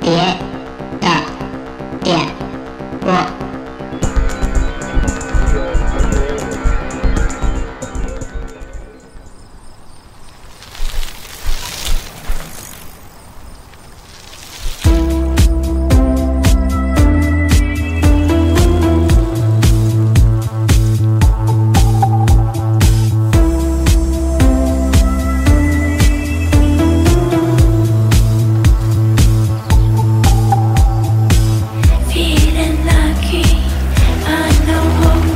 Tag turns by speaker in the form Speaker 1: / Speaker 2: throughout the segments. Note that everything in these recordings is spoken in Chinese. Speaker 1: 别的点播。
Speaker 2: Feeling lucky, I know hope.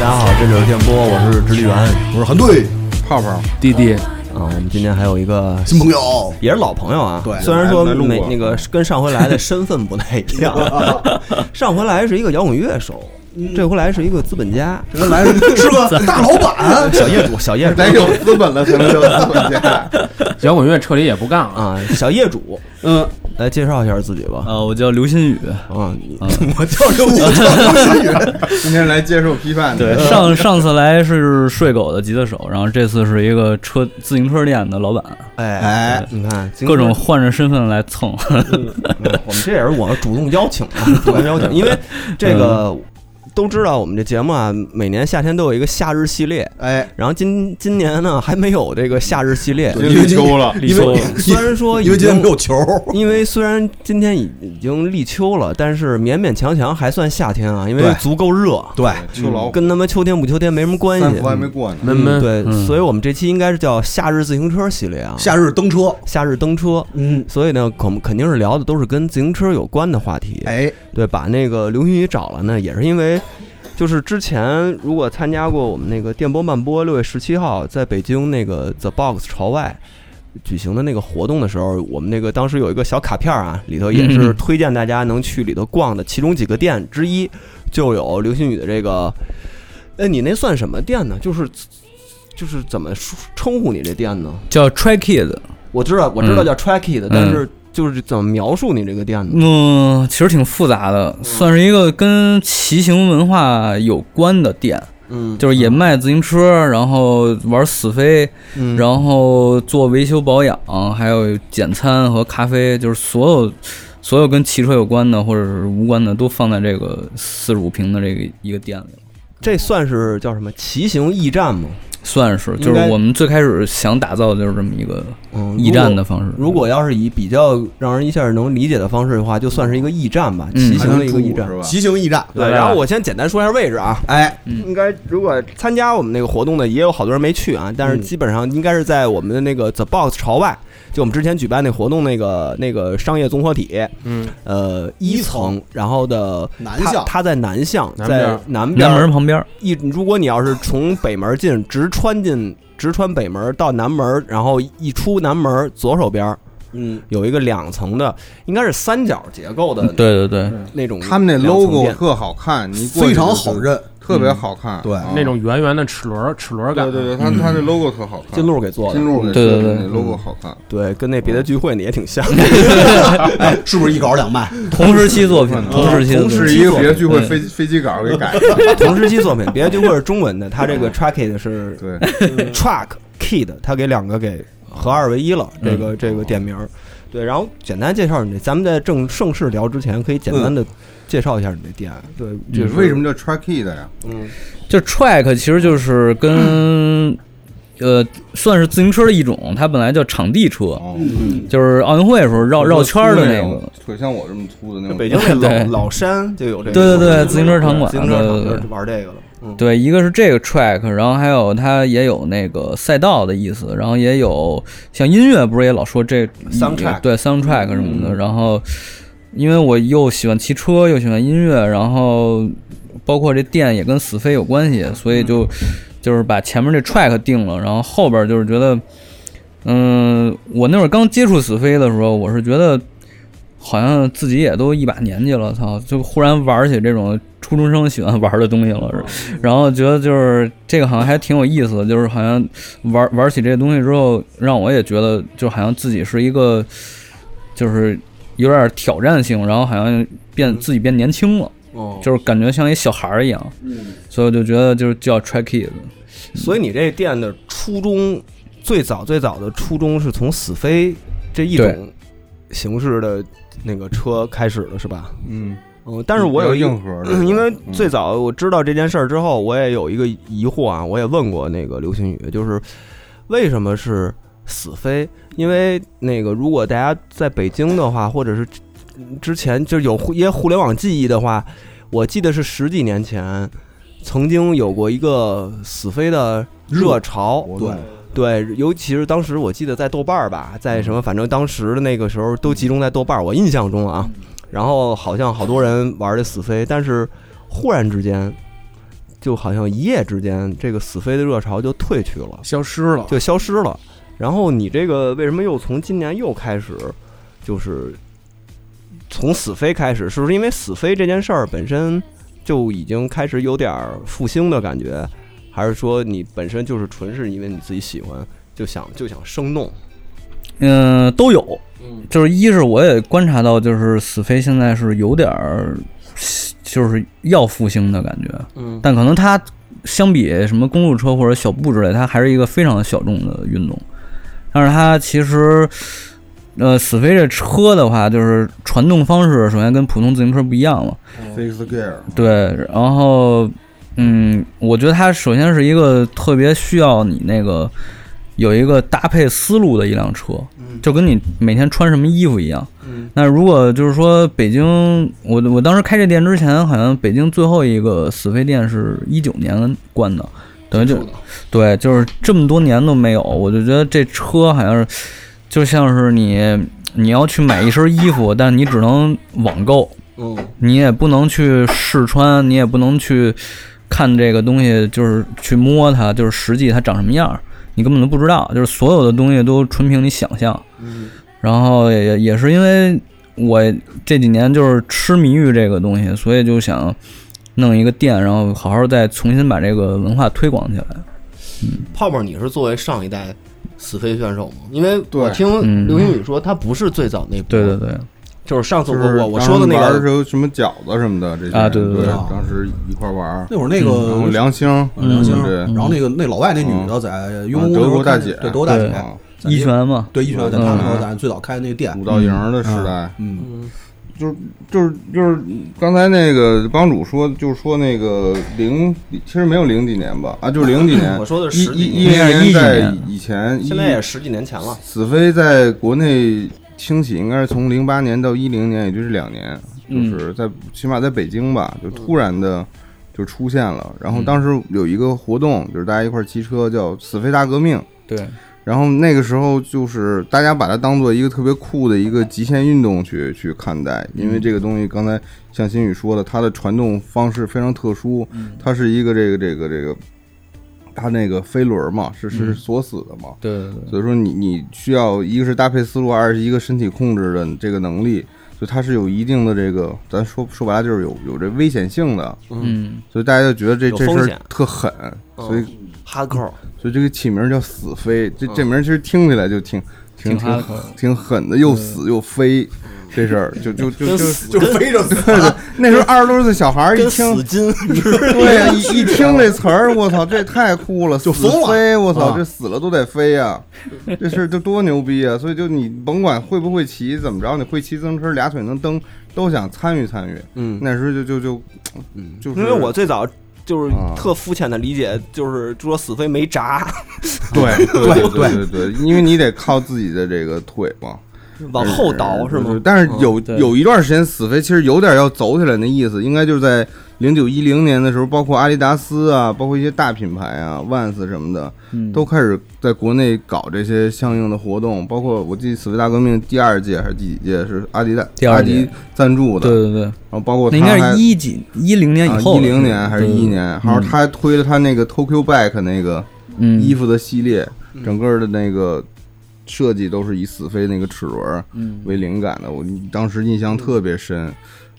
Speaker 3: 大家好，这里是电波，我是直立员，
Speaker 4: 我是韩队，
Speaker 5: 泡泡，
Speaker 6: 弟弟，
Speaker 3: 啊，我们今天还有一个
Speaker 4: 新朋友，
Speaker 3: 也是老朋友啊，
Speaker 4: 对
Speaker 3: 虽然说
Speaker 5: 来来录
Speaker 3: 每
Speaker 5: 过
Speaker 3: 那个跟上回来的身份不太一样，上回来是一个摇滚乐手，这回来是一个资本家，
Speaker 4: 这 个来是个大老板，
Speaker 3: 小业主，小业主
Speaker 5: 得有资本了才能叫资本 家。
Speaker 6: 摇滚乐彻底也不干了。
Speaker 3: 啊，小业主，
Speaker 7: 嗯，
Speaker 3: 来介绍一下自己吧。
Speaker 7: 呃，我叫刘新宇，
Speaker 3: 啊，你
Speaker 7: 啊
Speaker 3: 我叫刘武，
Speaker 5: 今天来接受批判的，
Speaker 3: 嗯
Speaker 7: 上上次来是睡狗的吉他手，然后这次是一个车自行车店的老板，
Speaker 3: 哎
Speaker 4: 哎，
Speaker 3: 你看
Speaker 7: 各种换着身份来蹭。
Speaker 3: 嗯我们这也是我主动邀 请的，主动邀请，因为这
Speaker 5: 嗯
Speaker 3: 个都知道，我们这节目啊，每年夏天都有一个夏日系列，
Speaker 4: 哎，
Speaker 3: 然后今今年呢还没有这个夏日系列，
Speaker 5: 已经秋了，
Speaker 3: 因为虽然说
Speaker 4: 因为
Speaker 3: 已
Speaker 4: 今天
Speaker 3: 经
Speaker 4: 没有球，
Speaker 3: 因为虽然今天已已经立秋了，但是勉勉强强还算夏天啊，因为
Speaker 4: 对
Speaker 3: 足够热，嗯
Speaker 4: 对，
Speaker 5: 秋老虎，
Speaker 3: 跟他妈秋天不秋天没什么关
Speaker 5: 三
Speaker 3: 系
Speaker 5: 伏。还没过呢。
Speaker 6: 闷
Speaker 3: 嗯
Speaker 6: 闷，
Speaker 3: 对，
Speaker 7: 嗯
Speaker 3: 所以我们这期应该是叫夏日自行车系列啊，
Speaker 4: 夏日登车，
Speaker 3: 夏日蹬车。
Speaker 4: 嗯，
Speaker 3: 所以呢，肯肯定是聊的都是跟自行车有关的话题。
Speaker 4: 哎，
Speaker 3: 对，把那个刘星宇找了呢，也是因为，就是之前如果参加过我们那个电波慢播六月十七号在北京那个 The Box 朝外举行的那个活动的时候，我们那个当时有一个小卡片啊，里头也是
Speaker 7: 嗯
Speaker 3: 推荐大家能去里头逛的，其中几个店之一就有刘星宇的这个，哎，你那算什么店呢？就是。就是怎么说称呼你这店呢？
Speaker 7: 叫 Try Kid，
Speaker 3: 我知道，我知
Speaker 7: 嗯
Speaker 3: 道叫 Tracky 的，但是就是怎么描述你这个店呢？
Speaker 7: 嗯，其实挺复杂
Speaker 3: 嗯
Speaker 7: 的，算是一个跟骑行文化有关的店，
Speaker 3: 嗯，
Speaker 7: 就是也卖自行车，然后玩死飞，
Speaker 3: 嗯，
Speaker 7: 然后做维修保养，还有简餐和咖啡，就是所有所有跟汽车有关的或者是无关的，都放在这个四十五平的这个一个店里了。
Speaker 3: 这算是叫什么骑行驿站吗？
Speaker 7: 算是，就是
Speaker 3: 应该
Speaker 7: 我们最开始想打造的就是这么一个
Speaker 3: 嗯，
Speaker 7: 驿站的。方式。
Speaker 3: 如果要是以比较让人一下能理解的方式的话，就算是一个驿站吧，
Speaker 7: 嗯
Speaker 3: 骑行的一个驿
Speaker 5: 还能。
Speaker 3: 站
Speaker 5: 住是吧？啊
Speaker 4: 骑行驿站，
Speaker 3: 对，然后我先简单说一下位置啊，
Speaker 4: 哎，
Speaker 7: 嗯
Speaker 3: 应该如果参加我们那个活动的，也有好多人没去啊，但是
Speaker 4: 嗯
Speaker 3: 基本上应该是在我们的那个 The Box 朝外，就我们之前举办那活动那个那个商业综合体，
Speaker 6: 嗯，
Speaker 3: 呃，一
Speaker 4: 一层
Speaker 3: 层，然后的
Speaker 4: 南
Speaker 3: 它
Speaker 4: 向
Speaker 3: 它在南巷，
Speaker 6: 南边
Speaker 3: 在
Speaker 6: 儿
Speaker 3: 南边
Speaker 7: 南
Speaker 3: 儿
Speaker 7: 门旁边，
Speaker 3: 一，如果你要是从北门进， 直穿进，直穿北门到南门，然后一出南门，左手边儿
Speaker 4: 嗯，
Speaker 3: 有一个两层的，应该是三角结构的
Speaker 7: 嗯对对对，
Speaker 3: 那种。
Speaker 5: 他们那
Speaker 3: 两层
Speaker 5: logo
Speaker 3: 店嗯
Speaker 5: 特好看，你过去
Speaker 4: 非常
Speaker 5: 就
Speaker 4: 好，认，
Speaker 5: 特
Speaker 7: 嗯
Speaker 5: 别好看，
Speaker 4: 对
Speaker 5: 啊
Speaker 6: 那种圆圆的齿轮，齿轮感。
Speaker 5: 对对对，他他那 logo 特好看，
Speaker 3: 嗯金鹿给做
Speaker 5: 金
Speaker 3: 的，
Speaker 5: 鹿给
Speaker 7: 对对
Speaker 5: 设计
Speaker 7: 对
Speaker 5: 那 logo 好看，
Speaker 3: 对，跟那别的聚会你也挺像。
Speaker 4: 哎，是不是一稿两卖？
Speaker 7: 同时期作品，同时期的
Speaker 3: 同时
Speaker 7: 作
Speaker 3: 期
Speaker 7: 品
Speaker 5: 是嗯一个别的聚会飞飞机稿给改的，
Speaker 3: 同时期作品，别的聚会是中文的，他这个 tracked 是
Speaker 5: 对，
Speaker 3: track kid，他给两个给合二为一了，
Speaker 5: 嗯
Speaker 3: 这个这个店名儿。对，然后简单介绍你这，咱们在正正式聊之前，可以简单的介绍一下你这店。对，
Speaker 5: 嗯你
Speaker 3: 就是
Speaker 5: 为什么叫 Tracky 的呀？
Speaker 3: 嗯
Speaker 7: 就 track 其实就是跟呃算是自行车的一种，它本来叫场地车，
Speaker 5: 哦，
Speaker 7: 就是奥运会的时候绕绕圈儿的那
Speaker 5: 种
Speaker 7: 个。，
Speaker 5: 腿像我这么粗的那种。
Speaker 3: 北京 那
Speaker 7: 对
Speaker 3: 老老山就有这个，
Speaker 7: 对对对自行车场馆
Speaker 3: 自行车场
Speaker 7: 对对
Speaker 3: 就
Speaker 7: 对
Speaker 3: 玩这个了。嗯，
Speaker 7: 对，一个是这个 track，然后还有它也有那个赛道的意思，然后也有像音乐不是也老说这
Speaker 3: Soundtrack
Speaker 7: 对 soundtrack 什么的，
Speaker 3: 嗯
Speaker 7: 然后因为我又喜欢骑车，又喜欢音乐，然后包括这店也跟死飞有关系，所以就
Speaker 3: 嗯
Speaker 7: 就是把前面这 track 定了，然后后边就是觉得，嗯，我那会儿刚接触死飞的时候，我是觉得。好像自己也都一把年纪了，操！就忽然玩起这种初中生喜欢玩的东西了，然后觉得就是这个好像还挺有意思的，就是好像玩玩起这个东西之后，让我也觉得就好像自己是一个，就是有点挑战性，然后好像变自己变年轻了，
Speaker 3: 哦
Speaker 7: 就是感觉像一小孩儿一样，所以我就觉得就是叫 try kid，
Speaker 3: 所以你这店的初衷，最早最早的初衷是从死飞这一
Speaker 7: 对
Speaker 3: 种形式的那个车开始的，是吧？
Speaker 5: 嗯，
Speaker 3: 嗯，但是我有
Speaker 5: 比
Speaker 3: 一
Speaker 5: 较
Speaker 3: 个
Speaker 5: 硬核的，
Speaker 3: 因为
Speaker 5: 嗯
Speaker 3: 最早我知道这件事儿之后，我也有一个疑惑啊，我也问过那个刘星宇，就是为什么是死飞？因为那个如果大家在北京的话，或者是之前就有互一些互联网记忆的话，我记得是十几年前曾经有过一个死飞的热潮，
Speaker 5: 活
Speaker 3: 对
Speaker 5: 动
Speaker 3: 对，尤其是当时我记得在豆瓣儿吧，在什么，反正当时的那个时候都集中在豆瓣儿，我印象中啊，然后好像好多人玩这死飞，但是忽然之间，就好像一夜之间，这个死飞的热潮就退去了，
Speaker 8: 消失了。
Speaker 3: 就消失了。然后你这个为什么又从今年又开始，就是从死飞开始？是不是因为死飞这件事儿本身就已经开始有点儿复兴的感觉，还是说你本身就是纯是因为你自己喜欢，就想就想生动？
Speaker 7: 嗯，都有。就是一是我也观察到，就是死飞现在是有点儿，就是要复兴的感觉，
Speaker 3: 嗯
Speaker 7: 但可能它相比什么公路车或者小布之类，它还是一个非常小众的运动。但是它其实，呃，死飞这车的话，就是传动方式首先跟普通自行车不一样了，
Speaker 5: Six Gear，
Speaker 7: 对，然后，嗯，我觉得它首先是一个特别需要你那个有一个搭配思路的一辆车，就跟你每天穿什么衣服一样。那如果就是说北京，我我当时开这店之前，好像北京最后一个死飞店是一九年关的，等于就对，就是这么多年都没有，我就觉得这车好像是就像是你你要去买一身衣服，但你只能网购。
Speaker 3: 嗯
Speaker 7: 你也不能去试穿，你也不能去看这个东西，就是去摸它，就是实际它长什么样儿，你根本都不知道。就是所有的东西都纯凭你想象。
Speaker 1: 嗯
Speaker 7: 然后也也是因为我这几年就是痴迷于这个东西，所以就想弄一个店，然后好好再重新把这个文化推广起来。
Speaker 1: 泡泡，你是作为上一代死飞选手吗？因为我
Speaker 5: 对
Speaker 1: 听
Speaker 7: 嗯
Speaker 1: 刘星宇说，他不是最早那波，
Speaker 7: 对对对，
Speaker 1: 就是上次
Speaker 5: 就
Speaker 1: 我
Speaker 5: 是
Speaker 1: 我我说的那
Speaker 5: 当时玩的
Speaker 1: 个
Speaker 5: 时候什么饺子什么的这些
Speaker 7: 啊对对
Speaker 5: 对
Speaker 7: 对
Speaker 4: 啊
Speaker 5: 当时一块玩儿，嗯
Speaker 4: 那会儿那
Speaker 5: 然后
Speaker 4: 个啊嗯
Speaker 5: 梁星，
Speaker 4: 梁星，
Speaker 5: 对，
Speaker 4: 然后那个那老外那女的在雍和宫
Speaker 5: 嗯
Speaker 4: 那时候
Speaker 5: 德国大
Speaker 4: 开
Speaker 5: 姐
Speaker 4: 对德国大姐
Speaker 7: 对，
Speaker 5: 啊
Speaker 4: 在
Speaker 7: 一拳嘛，
Speaker 4: 对一拳在他们那儿
Speaker 5: 嗯
Speaker 4: 咱最早开那个店
Speaker 5: 五，道营的时代，
Speaker 4: 嗯，
Speaker 5: 就是就是刚才那个帮主说，就是说那个零，其实没有零几年吧，啊，就是零几年，
Speaker 1: 我说的是
Speaker 5: 一
Speaker 1: 十几
Speaker 5: 一
Speaker 1: 年
Speaker 7: 一
Speaker 5: 零年
Speaker 7: 几
Speaker 5: 在
Speaker 7: 年
Speaker 5: 以前，
Speaker 1: 现在也十几年前了。
Speaker 5: 死飞在国内兴起，应该是从零八年到一零年，也就是两年，就
Speaker 7: 嗯
Speaker 5: 是在、起码在北京吧，
Speaker 1: 嗯
Speaker 5: 就突然的就出现了。然
Speaker 7: 嗯
Speaker 5: 后当时有一个活动，就是大家一块儿骑车，叫“死飞大革命”。
Speaker 7: 对，
Speaker 5: 然后那个时候就是大家把它当做一个特别酷的一个极限运动去去看待，
Speaker 7: 嗯
Speaker 5: 因为这个东西刚才像新宇说的，它的传动方式非常特殊，
Speaker 7: 嗯
Speaker 5: 它是一个这个这个这个，它那个飞轮嘛，是是锁死的嘛，
Speaker 7: 嗯对对对，
Speaker 5: 所以说你你需要一个是搭配思路，二是一个身体控制的这个能力，就它是有一定的这个，咱说说白了就是有有这危险性的，
Speaker 7: 嗯，
Speaker 5: 所以大家就觉得这
Speaker 1: 有
Speaker 5: 这
Speaker 1: 风
Speaker 5: 事
Speaker 1: 险
Speaker 5: 儿特狠，所以
Speaker 1: 哈扣，
Speaker 5: 所以这个起名叫死飞，这这名儿其实听起来就挺
Speaker 7: 挺
Speaker 5: 挺
Speaker 7: 哈
Speaker 5: 挺
Speaker 7: 口的
Speaker 5: 挺狠的，又死又飞，这事儿就就就就
Speaker 4: 就飞着死，
Speaker 5: 那时候二十多岁小孩儿一
Speaker 1: 跟死
Speaker 5: 听，
Speaker 1: 金
Speaker 5: 对呀，一一听这词儿，我操，这太酷了，就
Speaker 4: 疯了
Speaker 5: 飞，我
Speaker 4: 啊
Speaker 5: 操，这死了都得飞呀，这事儿就多牛逼啊！所以就你甭管会不会骑，怎么着，你会骑自行车，俩腿能蹬，都想参与参与。
Speaker 3: 嗯，
Speaker 5: 那时候就就就就是
Speaker 3: 因为我最早。就是
Speaker 5: 啊
Speaker 3: 特肤浅的理解，就是说死飞没闸，
Speaker 5: 对 对
Speaker 4: 对
Speaker 5: 对对对，因为你得靠自己的这个腿嘛。呃
Speaker 3: 往后倒是吗？
Speaker 5: 但是有、
Speaker 7: 嗯对
Speaker 5: 有一段时间，死飞其实有点要走起来那意思，应该就是在零九一零年的时候，包括阿迪达斯啊，包括一些大品牌啊，Vans 什么的，
Speaker 7: 嗯
Speaker 5: 都开始在国内搞这些相应的活动。包括我记得死飞大革命第二届还是第几届是阿迪的
Speaker 7: 第
Speaker 5: 阿
Speaker 7: 二届
Speaker 5: 迪赞助的，
Speaker 7: 对
Speaker 5: 然
Speaker 7: 对对，
Speaker 5: 后包括
Speaker 7: 那应
Speaker 5: 他
Speaker 7: 该
Speaker 5: 还啊
Speaker 7: 是一几一零年以后
Speaker 5: 一
Speaker 7: 了，
Speaker 5: 零年还是
Speaker 7: 对
Speaker 5: 一，年，然后他还推了他那个 Tokyo Back 那个。
Speaker 7: 嗯，
Speaker 5: 衣服的系列，
Speaker 3: 嗯
Speaker 5: 整个的那个设计都是以死飞那个齿轮
Speaker 3: 嗯
Speaker 5: 为灵感的。我当时印象特别深，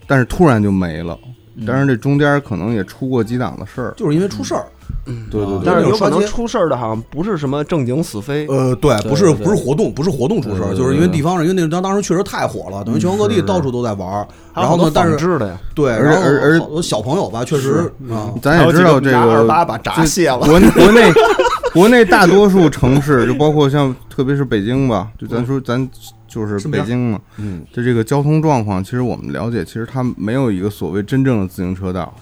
Speaker 5: 但是突然就没了。
Speaker 3: 嗯
Speaker 5: 但是这中间可能也出过几档的事儿，
Speaker 4: 就是因为出事儿，
Speaker 5: 对对
Speaker 3: 嗯但是有可
Speaker 4: 有
Speaker 3: 能
Speaker 4: 点
Speaker 3: 出事儿的，好像不是什么正经死飞，
Speaker 5: 嗯
Speaker 4: 呃，对，不是
Speaker 7: 对对
Speaker 4: 不是活动，不是活动出事儿，
Speaker 5: 对对嗯
Speaker 4: 就是因为
Speaker 5: 对对
Speaker 4: 地方人，因为那当当时确实太火了，等于全国各地到处都在玩儿。
Speaker 3: 还
Speaker 4: 然后
Speaker 3: 有好多
Speaker 4: 呢，但
Speaker 3: 仿
Speaker 4: 是
Speaker 3: 制的呀。
Speaker 4: 对，
Speaker 5: 而
Speaker 4: 然后
Speaker 5: 而而
Speaker 4: 好多小朋友吧，确实啊，
Speaker 5: 咱也知道这
Speaker 1: 拿二
Speaker 5: 个
Speaker 1: 八把闸卸了，
Speaker 5: 国内国内国内大多数城市，就包括像特别是北京吧，就咱说咱就是北京嘛，
Speaker 9: 嗯，
Speaker 5: 就这个交通状况，其实我们了解，其实它没有一个所谓真正的自行车道。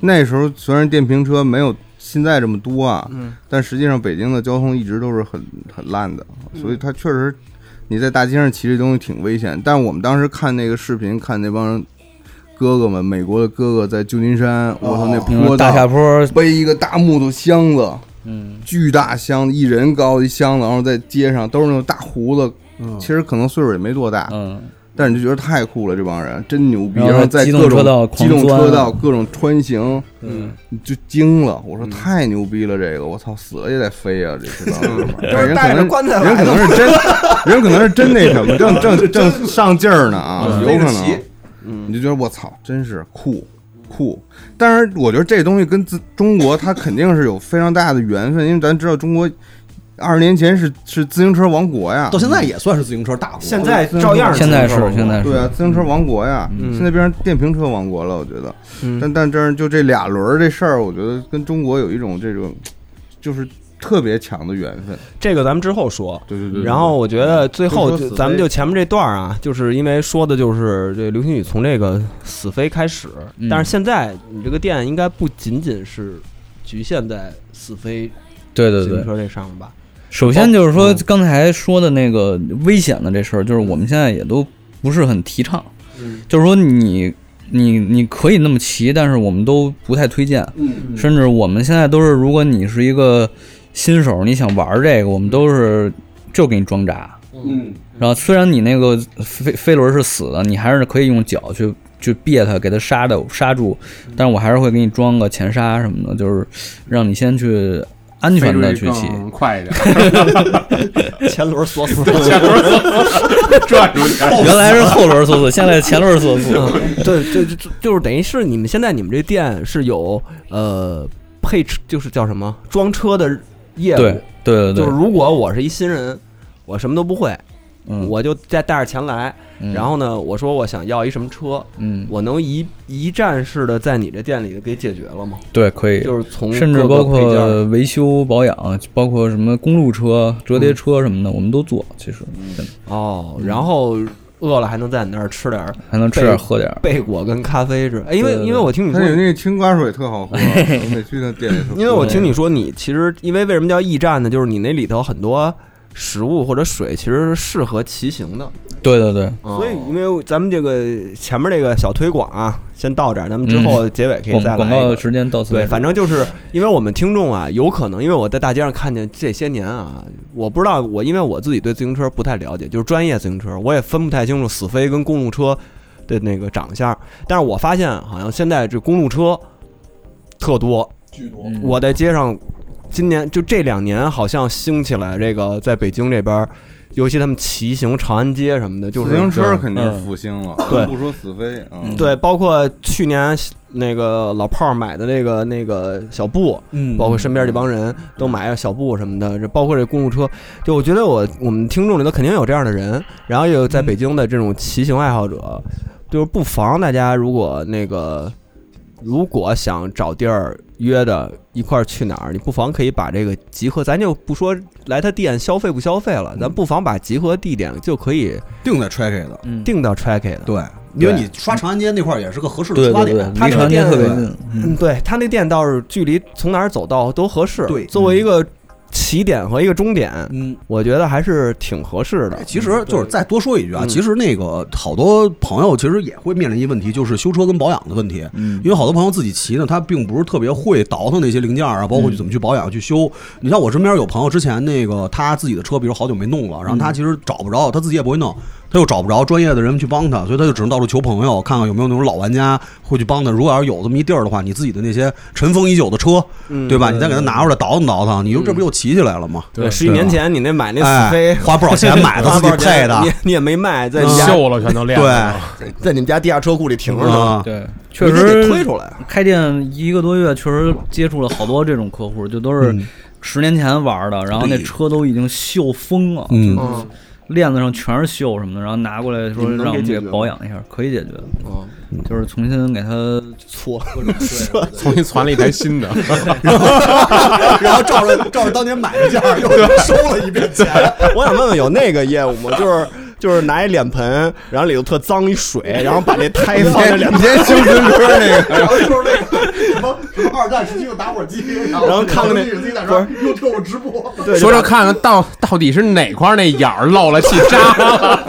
Speaker 5: 那时候虽然电瓶车没有现在这么多啊，但实际上北京的交通一直都是很很烂的，所以它确实你在大街上骑这东西挺危险。但我们当时看那个视频，看那帮哥哥们，美国的哥哥在旧金山，我操那
Speaker 7: 嗯
Speaker 5: 坡道
Speaker 7: 大下坡，
Speaker 5: 背一个大木头箱子，
Speaker 7: 嗯，
Speaker 5: 巨大箱子，一人高一箱子，然后在街上都是那种大胡子，其实可能岁数也没多大，
Speaker 7: 嗯，
Speaker 5: 但是你就觉得太酷了，这帮人真牛逼，
Speaker 7: 然后
Speaker 5: 然后在
Speaker 7: 机
Speaker 5: 各
Speaker 7: 动
Speaker 5: 种
Speaker 7: 车道
Speaker 5: 机
Speaker 7: 狂
Speaker 5: 动
Speaker 7: 钻
Speaker 5: 车道各种穿行，嗯，就惊了，
Speaker 7: 嗯
Speaker 5: 我说太牛逼了，这个我操，死了也得飞啊，这这帮人
Speaker 4: 是
Speaker 5: 人可
Speaker 4: 嗯带着
Speaker 5: 能
Speaker 4: 棺材
Speaker 5: 人
Speaker 4: 来的
Speaker 5: 可能是真， 人可能是真那什么，正 正正上劲儿呢啊，有
Speaker 4: 背
Speaker 5: 可
Speaker 4: 着
Speaker 5: 能
Speaker 4: 骑。
Speaker 5: 你就觉得我操，真是酷酷。但是我觉得这东西跟自中国它肯定是有非常大的缘分，因为咱知道中国二十年前是是自行车王国呀
Speaker 4: 到，现在也算是自行车大国。
Speaker 10: 现在照样
Speaker 7: 嗯现在
Speaker 10: 是
Speaker 7: 是现在
Speaker 5: 对啊
Speaker 7: 是，，
Speaker 5: 自行车王国呀，
Speaker 3: 嗯
Speaker 4: 嗯
Speaker 5: 现在变成电瓶车王国了，我觉得。但但真是就这俩轮儿这事儿，我觉得跟中国有一种这种就是特别强的缘分。
Speaker 10: 这个咱们之后说。
Speaker 5: 对对对
Speaker 7: 嗯
Speaker 5: 对
Speaker 3: 然后我觉得最后
Speaker 5: 就说
Speaker 3: 就
Speaker 5: 死飞
Speaker 3: 咱们就前面这段儿啊，就是因为说的就是这流星雨从这个死飞开始，
Speaker 7: 嗯
Speaker 3: 但是现在你这个店应该不仅仅是局限在死飞
Speaker 7: 对对
Speaker 3: 自
Speaker 7: 对
Speaker 3: 行。车这上面吧？
Speaker 7: 首先就是说，刚才说的那个危险的这事儿，就是我们现在也都不是很提倡。就是说你你你可以那么骑，但是我们都不太推荐。甚至我们现在都是，如果你是一个新手，你想玩这个，我们都是就给你装闸。
Speaker 10: 嗯，
Speaker 7: 然后虽然你那个飞飞轮是死的，你还是可以用脚去去别它，给它刹的刹住，但是我还是会给你装个前刹什么的，就是让你先去安全的去骑。
Speaker 6: 更快一点，
Speaker 4: 前轮锁死，
Speaker 6: 转出去。
Speaker 7: 原来是后轮缩速，现在前轮缩速。
Speaker 3: 嗯对，就就就是等于是你们现在你们这店是有呃配车，就是叫什么装车的业务，
Speaker 7: 对对对
Speaker 3: 就是
Speaker 7: 对，
Speaker 3: 如果我是一新人，我什么都不会，
Speaker 7: 嗯，
Speaker 3: 我就再带着钱来，
Speaker 7: 嗯
Speaker 3: 然后呢，我说我想要一什么车，
Speaker 7: 嗯，
Speaker 3: 我能一一站式的在你这店里给解决了吗？
Speaker 7: 对，可以，
Speaker 3: 就是从
Speaker 7: 甚至
Speaker 3: 各
Speaker 7: 包
Speaker 3: 个配件儿
Speaker 7: 括维修保养，包括什么公路车、折叠车什么的，我们都做。其实真的
Speaker 3: 哦，然后饿了还能在你那儿吃点儿
Speaker 7: 还能吃点儿喝点儿。
Speaker 3: 贝果跟咖啡之类。 哎，因为
Speaker 7: 对对对
Speaker 3: 因为我听你
Speaker 5: 它
Speaker 3: 说
Speaker 5: 有那个青瓜水特好 喝，我每去那店里头。
Speaker 3: 因为我听你说，你其实因为为什么叫驿站呢？就是你那里头很多食物或者水其实是适合骑行的，
Speaker 7: 对对对，
Speaker 5: 哦
Speaker 3: 所以因为咱们这个前面这个小推广啊，先到这儿，咱们之后结尾可以
Speaker 7: 嗯广
Speaker 3: 再来
Speaker 7: 广
Speaker 3: 一
Speaker 7: 告
Speaker 3: 个
Speaker 7: 时间到此为
Speaker 3: 对，
Speaker 7: 止。
Speaker 3: 反正就是因为我们听众啊，有可能因为我在大街上看见这些年啊，我不知道我因为我自己对自行车不太了解，就是专业自行车，我也分不太清楚死飞跟公路车的那个长相。但是我发现好像现在这公路车特多，
Speaker 7: 嗯
Speaker 3: 我在街上今年就这两年好像兴起来这个在北京这边儿，尤其他们骑行长安街什么的，就是
Speaker 5: 自行车肯定是
Speaker 7: 嗯
Speaker 5: 复兴了，
Speaker 3: 对
Speaker 5: 不说死飞啊。
Speaker 3: 对，包括去年那个老炮儿买的那个那个小布，
Speaker 7: 嗯
Speaker 3: 包括身边这帮人都买了小布什么的，这包括这公路车，就我觉得我我们听众里头肯定有这样的人，然后也有
Speaker 7: 嗯
Speaker 3: 在北京的这种骑行爱好者，就是不妨大家如果那个如果想找地儿约的一块儿去哪儿，你不妨可以把这个集合，咱就不说来他店消费不消费了，咱不妨把集合地点就可以
Speaker 4: 定在 track 的。
Speaker 7: 嗯
Speaker 3: 定到 track 的。
Speaker 4: 对，因为你刷长安街那块儿也是个合适的
Speaker 7: 对
Speaker 4: 出发
Speaker 7: 对
Speaker 4: 点
Speaker 7: 对，。
Speaker 3: 他
Speaker 7: 离长
Speaker 3: 这个
Speaker 7: 安街
Speaker 3: 店
Speaker 7: 特别
Speaker 4: 对
Speaker 7: 近。嗯
Speaker 3: 嗯，对他那店倒是距离从哪儿走到都合适。
Speaker 4: 对
Speaker 3: 作为一个起点和一个终点，
Speaker 4: 嗯，哎
Speaker 3: 我觉得还是挺合适的。
Speaker 4: 其实就是再多说一句啊，
Speaker 3: 嗯
Speaker 4: 其实那个好多朋友其实也会面临一问题，就是修车跟保养的问题。
Speaker 7: 嗯
Speaker 4: 因为好多朋友自己骑呢，他并不是特别会倒腾那些零件儿啊，包括去怎么去保养、去修。你像我身边有朋友，之前那个他自己的车，比如好久没弄了，然后他其实找不着，他自己也不会弄，他又找不着专业的人去帮他，所以他就只能到处求朋友，看看有没有那种老玩家会去帮他。如果要是有这么一地儿的话，你自己的那些尘封已久的车，嗯对嗯吧？你再给他拿出来倒腾倒腾，你就这不又骑起来了吗？
Speaker 3: 对，十几年前你那买那死飞
Speaker 4: 哎，，花不少钱买的，
Speaker 3: 花
Speaker 4: 自
Speaker 3: 多
Speaker 4: 己
Speaker 3: 少钱
Speaker 4: 配的，
Speaker 3: 你你也没卖，在你家
Speaker 6: 锈了全都练了。
Speaker 9: 在你们家地下车库里停着呢。
Speaker 3: 嗯
Speaker 4: 啊，
Speaker 7: 对，确
Speaker 3: 你得
Speaker 7: 实
Speaker 3: 推出来。啊
Speaker 7: 开店一个多月，确实接触了好多这种客
Speaker 3: 嗯
Speaker 7: 户，就都是十年前玩的，然后那车都已经锈疯了，
Speaker 4: 嗯，
Speaker 3: 嗯，
Speaker 7: 链子上全是锈什么的，然后拿过来说
Speaker 5: 你们能
Speaker 7: 让我
Speaker 5: 给
Speaker 7: 们
Speaker 5: 解
Speaker 7: 给
Speaker 5: 决吗哦
Speaker 7: 保养一下，可以解决，
Speaker 11: 嗯，
Speaker 7: 就是重新给它
Speaker 11: 错，
Speaker 3: 重新攒了一台 新的，
Speaker 4: 然后照着照着当年买的价 儿又收了一遍钱，
Speaker 3: 我想问问有那个业务吗？就是就是拿一脸盆，然后里头特脏一水，然后把那胎放在脸
Speaker 5: 你先修身歌那个，
Speaker 4: 然后就是那个什么什么二战时期的打火机，然
Speaker 3: 然后看看那
Speaker 4: 自己在这儿又听我直播，
Speaker 3: 对，
Speaker 6: 说说看看到到底是哪块儿那眼儿漏了气渣了？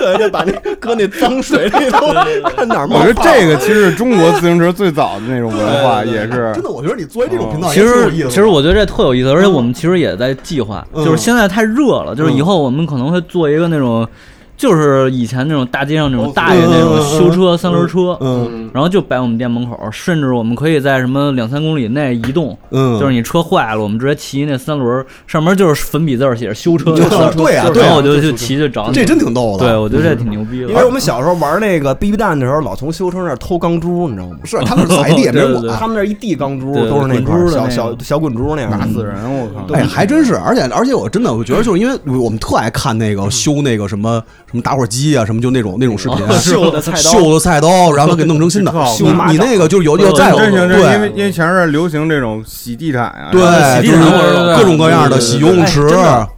Speaker 3: 对， 就把那搁那脏水里头，看哪儿 冒
Speaker 5: 我觉得
Speaker 3: 泡
Speaker 5: 这个其实是中国自行车最早的那种文化，也是
Speaker 4: 真的，我觉得你作为这种
Speaker 6: 哦
Speaker 4: 频道
Speaker 7: 其
Speaker 4: 也挺有
Speaker 7: 实
Speaker 4: 意思的。
Speaker 7: 其实我觉得这特有意思，而且我们其实也在计划，
Speaker 4: 嗯
Speaker 7: 就是现在太热了，就是以后我们可能会做一个那种，就是以前那种大街上那
Speaker 4: 哦
Speaker 7: 种大爷那种修车三轮车，
Speaker 4: 嗯
Speaker 7: 然后就摆我们店门口，甚至我们可以在什么两三公里内移动，
Speaker 4: 嗯
Speaker 7: 就是你车坏了，我们直接骑那三轮儿，上面就是粉笔字儿写着修车，
Speaker 4: 就是对啊对啊
Speaker 7: 然后我就去骑去找你，
Speaker 4: 这真挺逗的。嗯
Speaker 7: 对，我觉得这挺牛逼的，
Speaker 3: 因为我 们小时候玩那个逼逼蛋的时候，老从修车那儿偷钢珠，你知道吗？
Speaker 4: 是他们是撒一地也没人
Speaker 7: 对对
Speaker 4: 管。
Speaker 3: 他们那儿一地钢珠
Speaker 7: 对
Speaker 3: 都是那块
Speaker 7: 滚珠
Speaker 3: 儿
Speaker 7: 的那
Speaker 3: 小
Speaker 7: 个
Speaker 3: 小小滚珠那样
Speaker 5: 打
Speaker 3: 的。
Speaker 5: 死人！我靠，
Speaker 4: 哎，还真是，而且而且我真的我觉得就是因为我们特爱看那个修那个什么什么打火机 啊，什么就那种那种视频，
Speaker 5: 哦
Speaker 3: 锈的菜刀
Speaker 4: 锈的菜刀，然后给弄成 新的。
Speaker 5: 修
Speaker 4: 你
Speaker 3: 马
Speaker 4: 你那个就是有有再有
Speaker 5: 嗯真行，这因为
Speaker 4: 对
Speaker 5: 因为前阵儿流行这种洗地毯啊，
Speaker 4: 对，
Speaker 5: 洗
Speaker 4: 就
Speaker 5: 地
Speaker 4: 是
Speaker 7: 对
Speaker 5: 毯
Speaker 7: 对对
Speaker 4: 各种各样的
Speaker 7: 对对对
Speaker 4: 洗游泳
Speaker 3: 哎
Speaker 4: 池，
Speaker 5: 啊
Speaker 4: 啊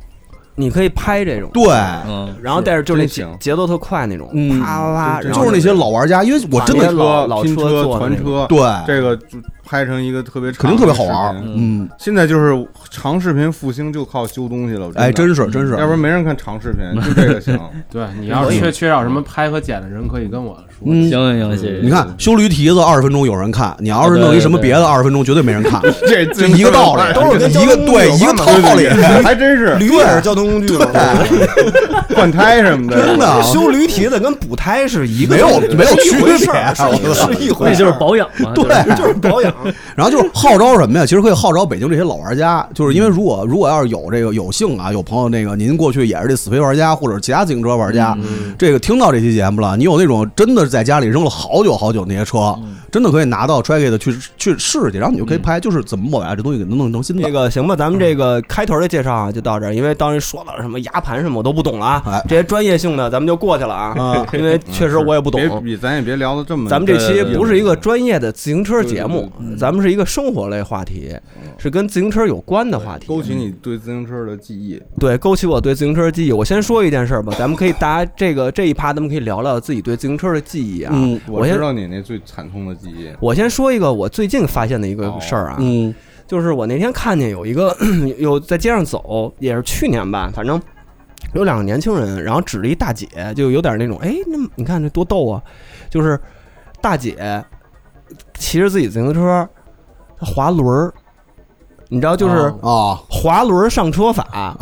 Speaker 12: 你可以拍这种，
Speaker 4: 对，
Speaker 7: 嗯，
Speaker 12: 然后但是就是那节
Speaker 5: 真行
Speaker 12: 节奏特快那种，
Speaker 4: 嗯
Speaker 12: 啪啪啪，然
Speaker 4: 就
Speaker 12: 后
Speaker 4: 是那些老玩家，因为我真
Speaker 5: 拼
Speaker 4: 的
Speaker 12: 把老老
Speaker 5: 拼
Speaker 12: 车
Speaker 5: 车、
Speaker 12: 做的
Speaker 5: 团
Speaker 12: 那
Speaker 5: 车，
Speaker 4: 对，
Speaker 5: 这个就拍成一个特别
Speaker 4: 肯
Speaker 5: 长
Speaker 4: 定特别
Speaker 5: 的
Speaker 4: 好玩
Speaker 5: 视
Speaker 4: 儿
Speaker 5: 频。
Speaker 4: 嗯，
Speaker 5: 现在就是长视频复兴就靠修东西了，
Speaker 4: 哎，
Speaker 5: 真
Speaker 4: 真
Speaker 5: 的
Speaker 4: 是真是，
Speaker 5: 要不然没人看长视频，就这 个行。
Speaker 6: 对你要是缺缺少什么拍和剪的人，可以跟我说。
Speaker 7: 行行行，谢谢。
Speaker 4: 你看修驴蹄子二十分钟有人看，你要是弄一什么别的二十分钟绝对没人看，
Speaker 5: 这
Speaker 4: 这一个道理，
Speaker 3: 都是哎跟
Speaker 4: 一个对一个道理，
Speaker 5: 还真是
Speaker 3: 驴也是交通工具嘛，
Speaker 5: 换胎什么的，
Speaker 4: 真的啊
Speaker 3: 修驴蹄子跟补胎是一个
Speaker 4: 没有没有
Speaker 3: 是一回
Speaker 4: 区
Speaker 3: 事
Speaker 12: 啊
Speaker 4: 别
Speaker 3: 儿，是一是一
Speaker 7: 那
Speaker 3: 回事
Speaker 7: 就是
Speaker 3: 儿，
Speaker 7: 保养嘛，
Speaker 4: 对
Speaker 7: 就是。
Speaker 3: 就是保养。
Speaker 4: 然后就是号召什么呀？其实可以号召北京这些老玩家，就是因为如果如果要是有这个有幸啊，有朋友那个您过去也是这死飞玩家或者其他自行车玩家，
Speaker 3: 嗯
Speaker 4: 这个听到这期节目了，你有那种真的在家里扔了好久好久那些车，
Speaker 3: 嗯
Speaker 4: 真的可以拿到 Track 的去去试去，然后你就可以拍，就是怎么我把这东西给它弄成新的
Speaker 3: 那。个行吧，咱们这个开头的介绍啊就到这儿，因为当时说到什么牙盘什么我都不懂了啊
Speaker 4: 哎，
Speaker 3: 这些专业性的咱们就过去了啊
Speaker 5: 嗯
Speaker 4: 啊，
Speaker 3: 因为确实我也不懂
Speaker 5: 别。比咱也别聊的这么。呃
Speaker 3: 咱们这期不是一个专业的自行车节
Speaker 5: 对嗯
Speaker 3: 目，咱们是一个生活类话题，是跟自行车有关的话题，
Speaker 5: 勾起你对自行车的记忆，啊
Speaker 3: 对，勾起我对自行车的记忆。我先说一件事儿吧，咱们可以大家这个这一趴，咱们可以聊聊自己对自行车的记忆啊。
Speaker 4: 嗯
Speaker 5: 我
Speaker 3: 我
Speaker 5: 知
Speaker 3: 先
Speaker 5: 道你那最惨痛的记忆。
Speaker 3: 我先说一个我最近发现的一个事儿啊，
Speaker 4: 嗯
Speaker 3: 就是我那天看见有一个 有在街上走，也是去年吧，反正有两个年轻人，然后指着一大姐，就有点那种，哎，那你看这多逗啊！就是大姐骑着自己自行车，她滑轮儿，你知道，就是
Speaker 6: 哦
Speaker 4: 啊
Speaker 3: 滑轮上车法，
Speaker 4: 啊，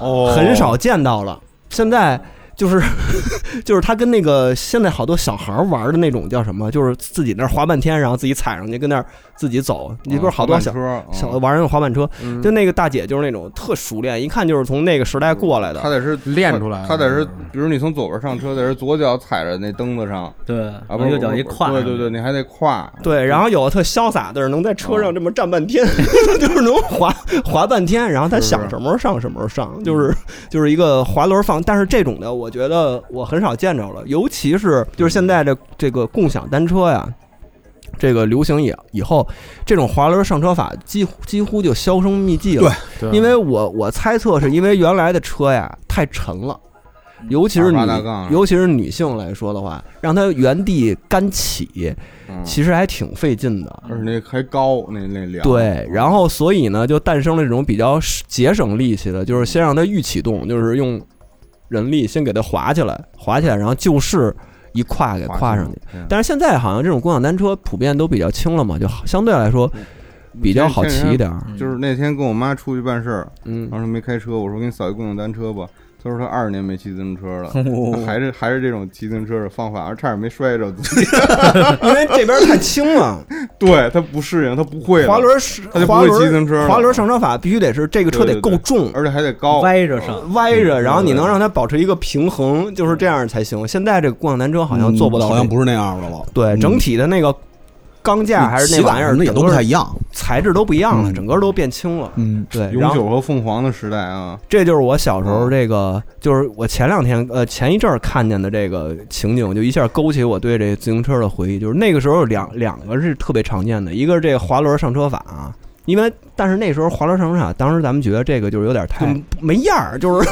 Speaker 5: 哦
Speaker 3: 很少见到了。现在就是 就是他跟那个现在好多小孩玩的那种叫什么，就是自己那儿滑半天，然后自己踩上去，跟那儿自己走。你不是好多小
Speaker 5: 车，嗯
Speaker 3: 小玩儿那种滑板车，就那个大姐就是那种特熟练，一看就是从那个时代过来嗯
Speaker 5: 他
Speaker 3: 的。
Speaker 5: 得是
Speaker 6: 练出来的
Speaker 5: 他得是，比如你从左边上车，得是左脚踩着那蹬子上，
Speaker 7: 对，
Speaker 5: 啊，
Speaker 7: 然后
Speaker 5: 不是
Speaker 7: 右脚一跨，
Speaker 5: 对对对，，你还得跨，
Speaker 3: 对，然后有的特潇洒的是能在车
Speaker 5: 嗯
Speaker 3: 上这么站半天， 就是能滑滑半天，然后他
Speaker 5: 是嗯
Speaker 3: 想什么时候上什么时候上，就是就是一个滑轮放。但是这种的，我觉得我很少见着了，尤其是就是现在这这个共享单车呀，这个流行以以后，这种滑轮上车法几乎几乎就销声匿迹了。
Speaker 6: 对
Speaker 3: 因为我我猜测是因为原来的车呀太沉了，尤其是女
Speaker 5: 嗯大八大杠啊
Speaker 3: 尤其是女性来说的话，让它原地干起，
Speaker 5: 嗯
Speaker 3: 其实还挺费劲的。
Speaker 5: 而且那还高，那那梁。
Speaker 3: 对，啊然后所以呢，就诞生了这种比较节省力气的，就是先让它预启动，就是用人力先给它滑起来，滑起来，然后就势一跨给跨上去。
Speaker 5: 嗯
Speaker 3: 但是现在好像这种共享单车普遍都比较轻了嘛，就好相对来说比较好骑一点儿。
Speaker 5: 就是那天跟我妈出去办事儿，
Speaker 3: 嗯
Speaker 5: 然后说没开车，我说我给你扫一共享单车吧。她说她二十年没骑自行车了，
Speaker 3: 哦
Speaker 5: 还是还是这种骑自行车的方法，而差点没摔着自己。
Speaker 3: 因为这边太轻了，
Speaker 5: 对她不适应，她不会了
Speaker 3: 滑，轮是
Speaker 5: 他就不
Speaker 3: 滑
Speaker 5: 会
Speaker 3: 轮
Speaker 5: 骑自行车了
Speaker 3: 滑轮上车法必须得是这个车得够重，
Speaker 5: 而且还得高。嗯
Speaker 7: 歪着上，
Speaker 3: 歪着，然后你能让它保持一个平衡，嗯就是这样才行。现在这个共享单车好像做不到，
Speaker 4: 好像不是那样的了。
Speaker 3: 对
Speaker 4: 嗯
Speaker 3: 整体的那个钢架还是
Speaker 4: 洗
Speaker 3: 那
Speaker 4: 碗
Speaker 3: 玩意
Speaker 4: 什
Speaker 3: 儿，
Speaker 4: 么的也
Speaker 3: 整
Speaker 4: 都不太
Speaker 3: 个
Speaker 4: 一样。
Speaker 3: 材质都不一样了，
Speaker 4: 嗯
Speaker 3: 整个都变轻了。
Speaker 4: 嗯，
Speaker 3: 对，然
Speaker 5: 永
Speaker 3: 后
Speaker 5: 久和凤凰的时代啊，
Speaker 3: 这就是我小时候这个，就是我前两天呃前一阵儿看见的这个情景，就一下勾起我对这自行车的回忆。就是那个时候有两两个是特别常见的，一个是这个滑轮上车法、啊，因为但是那时候滑轮上车法，当时咱们觉得这个就是有点太没样儿，就是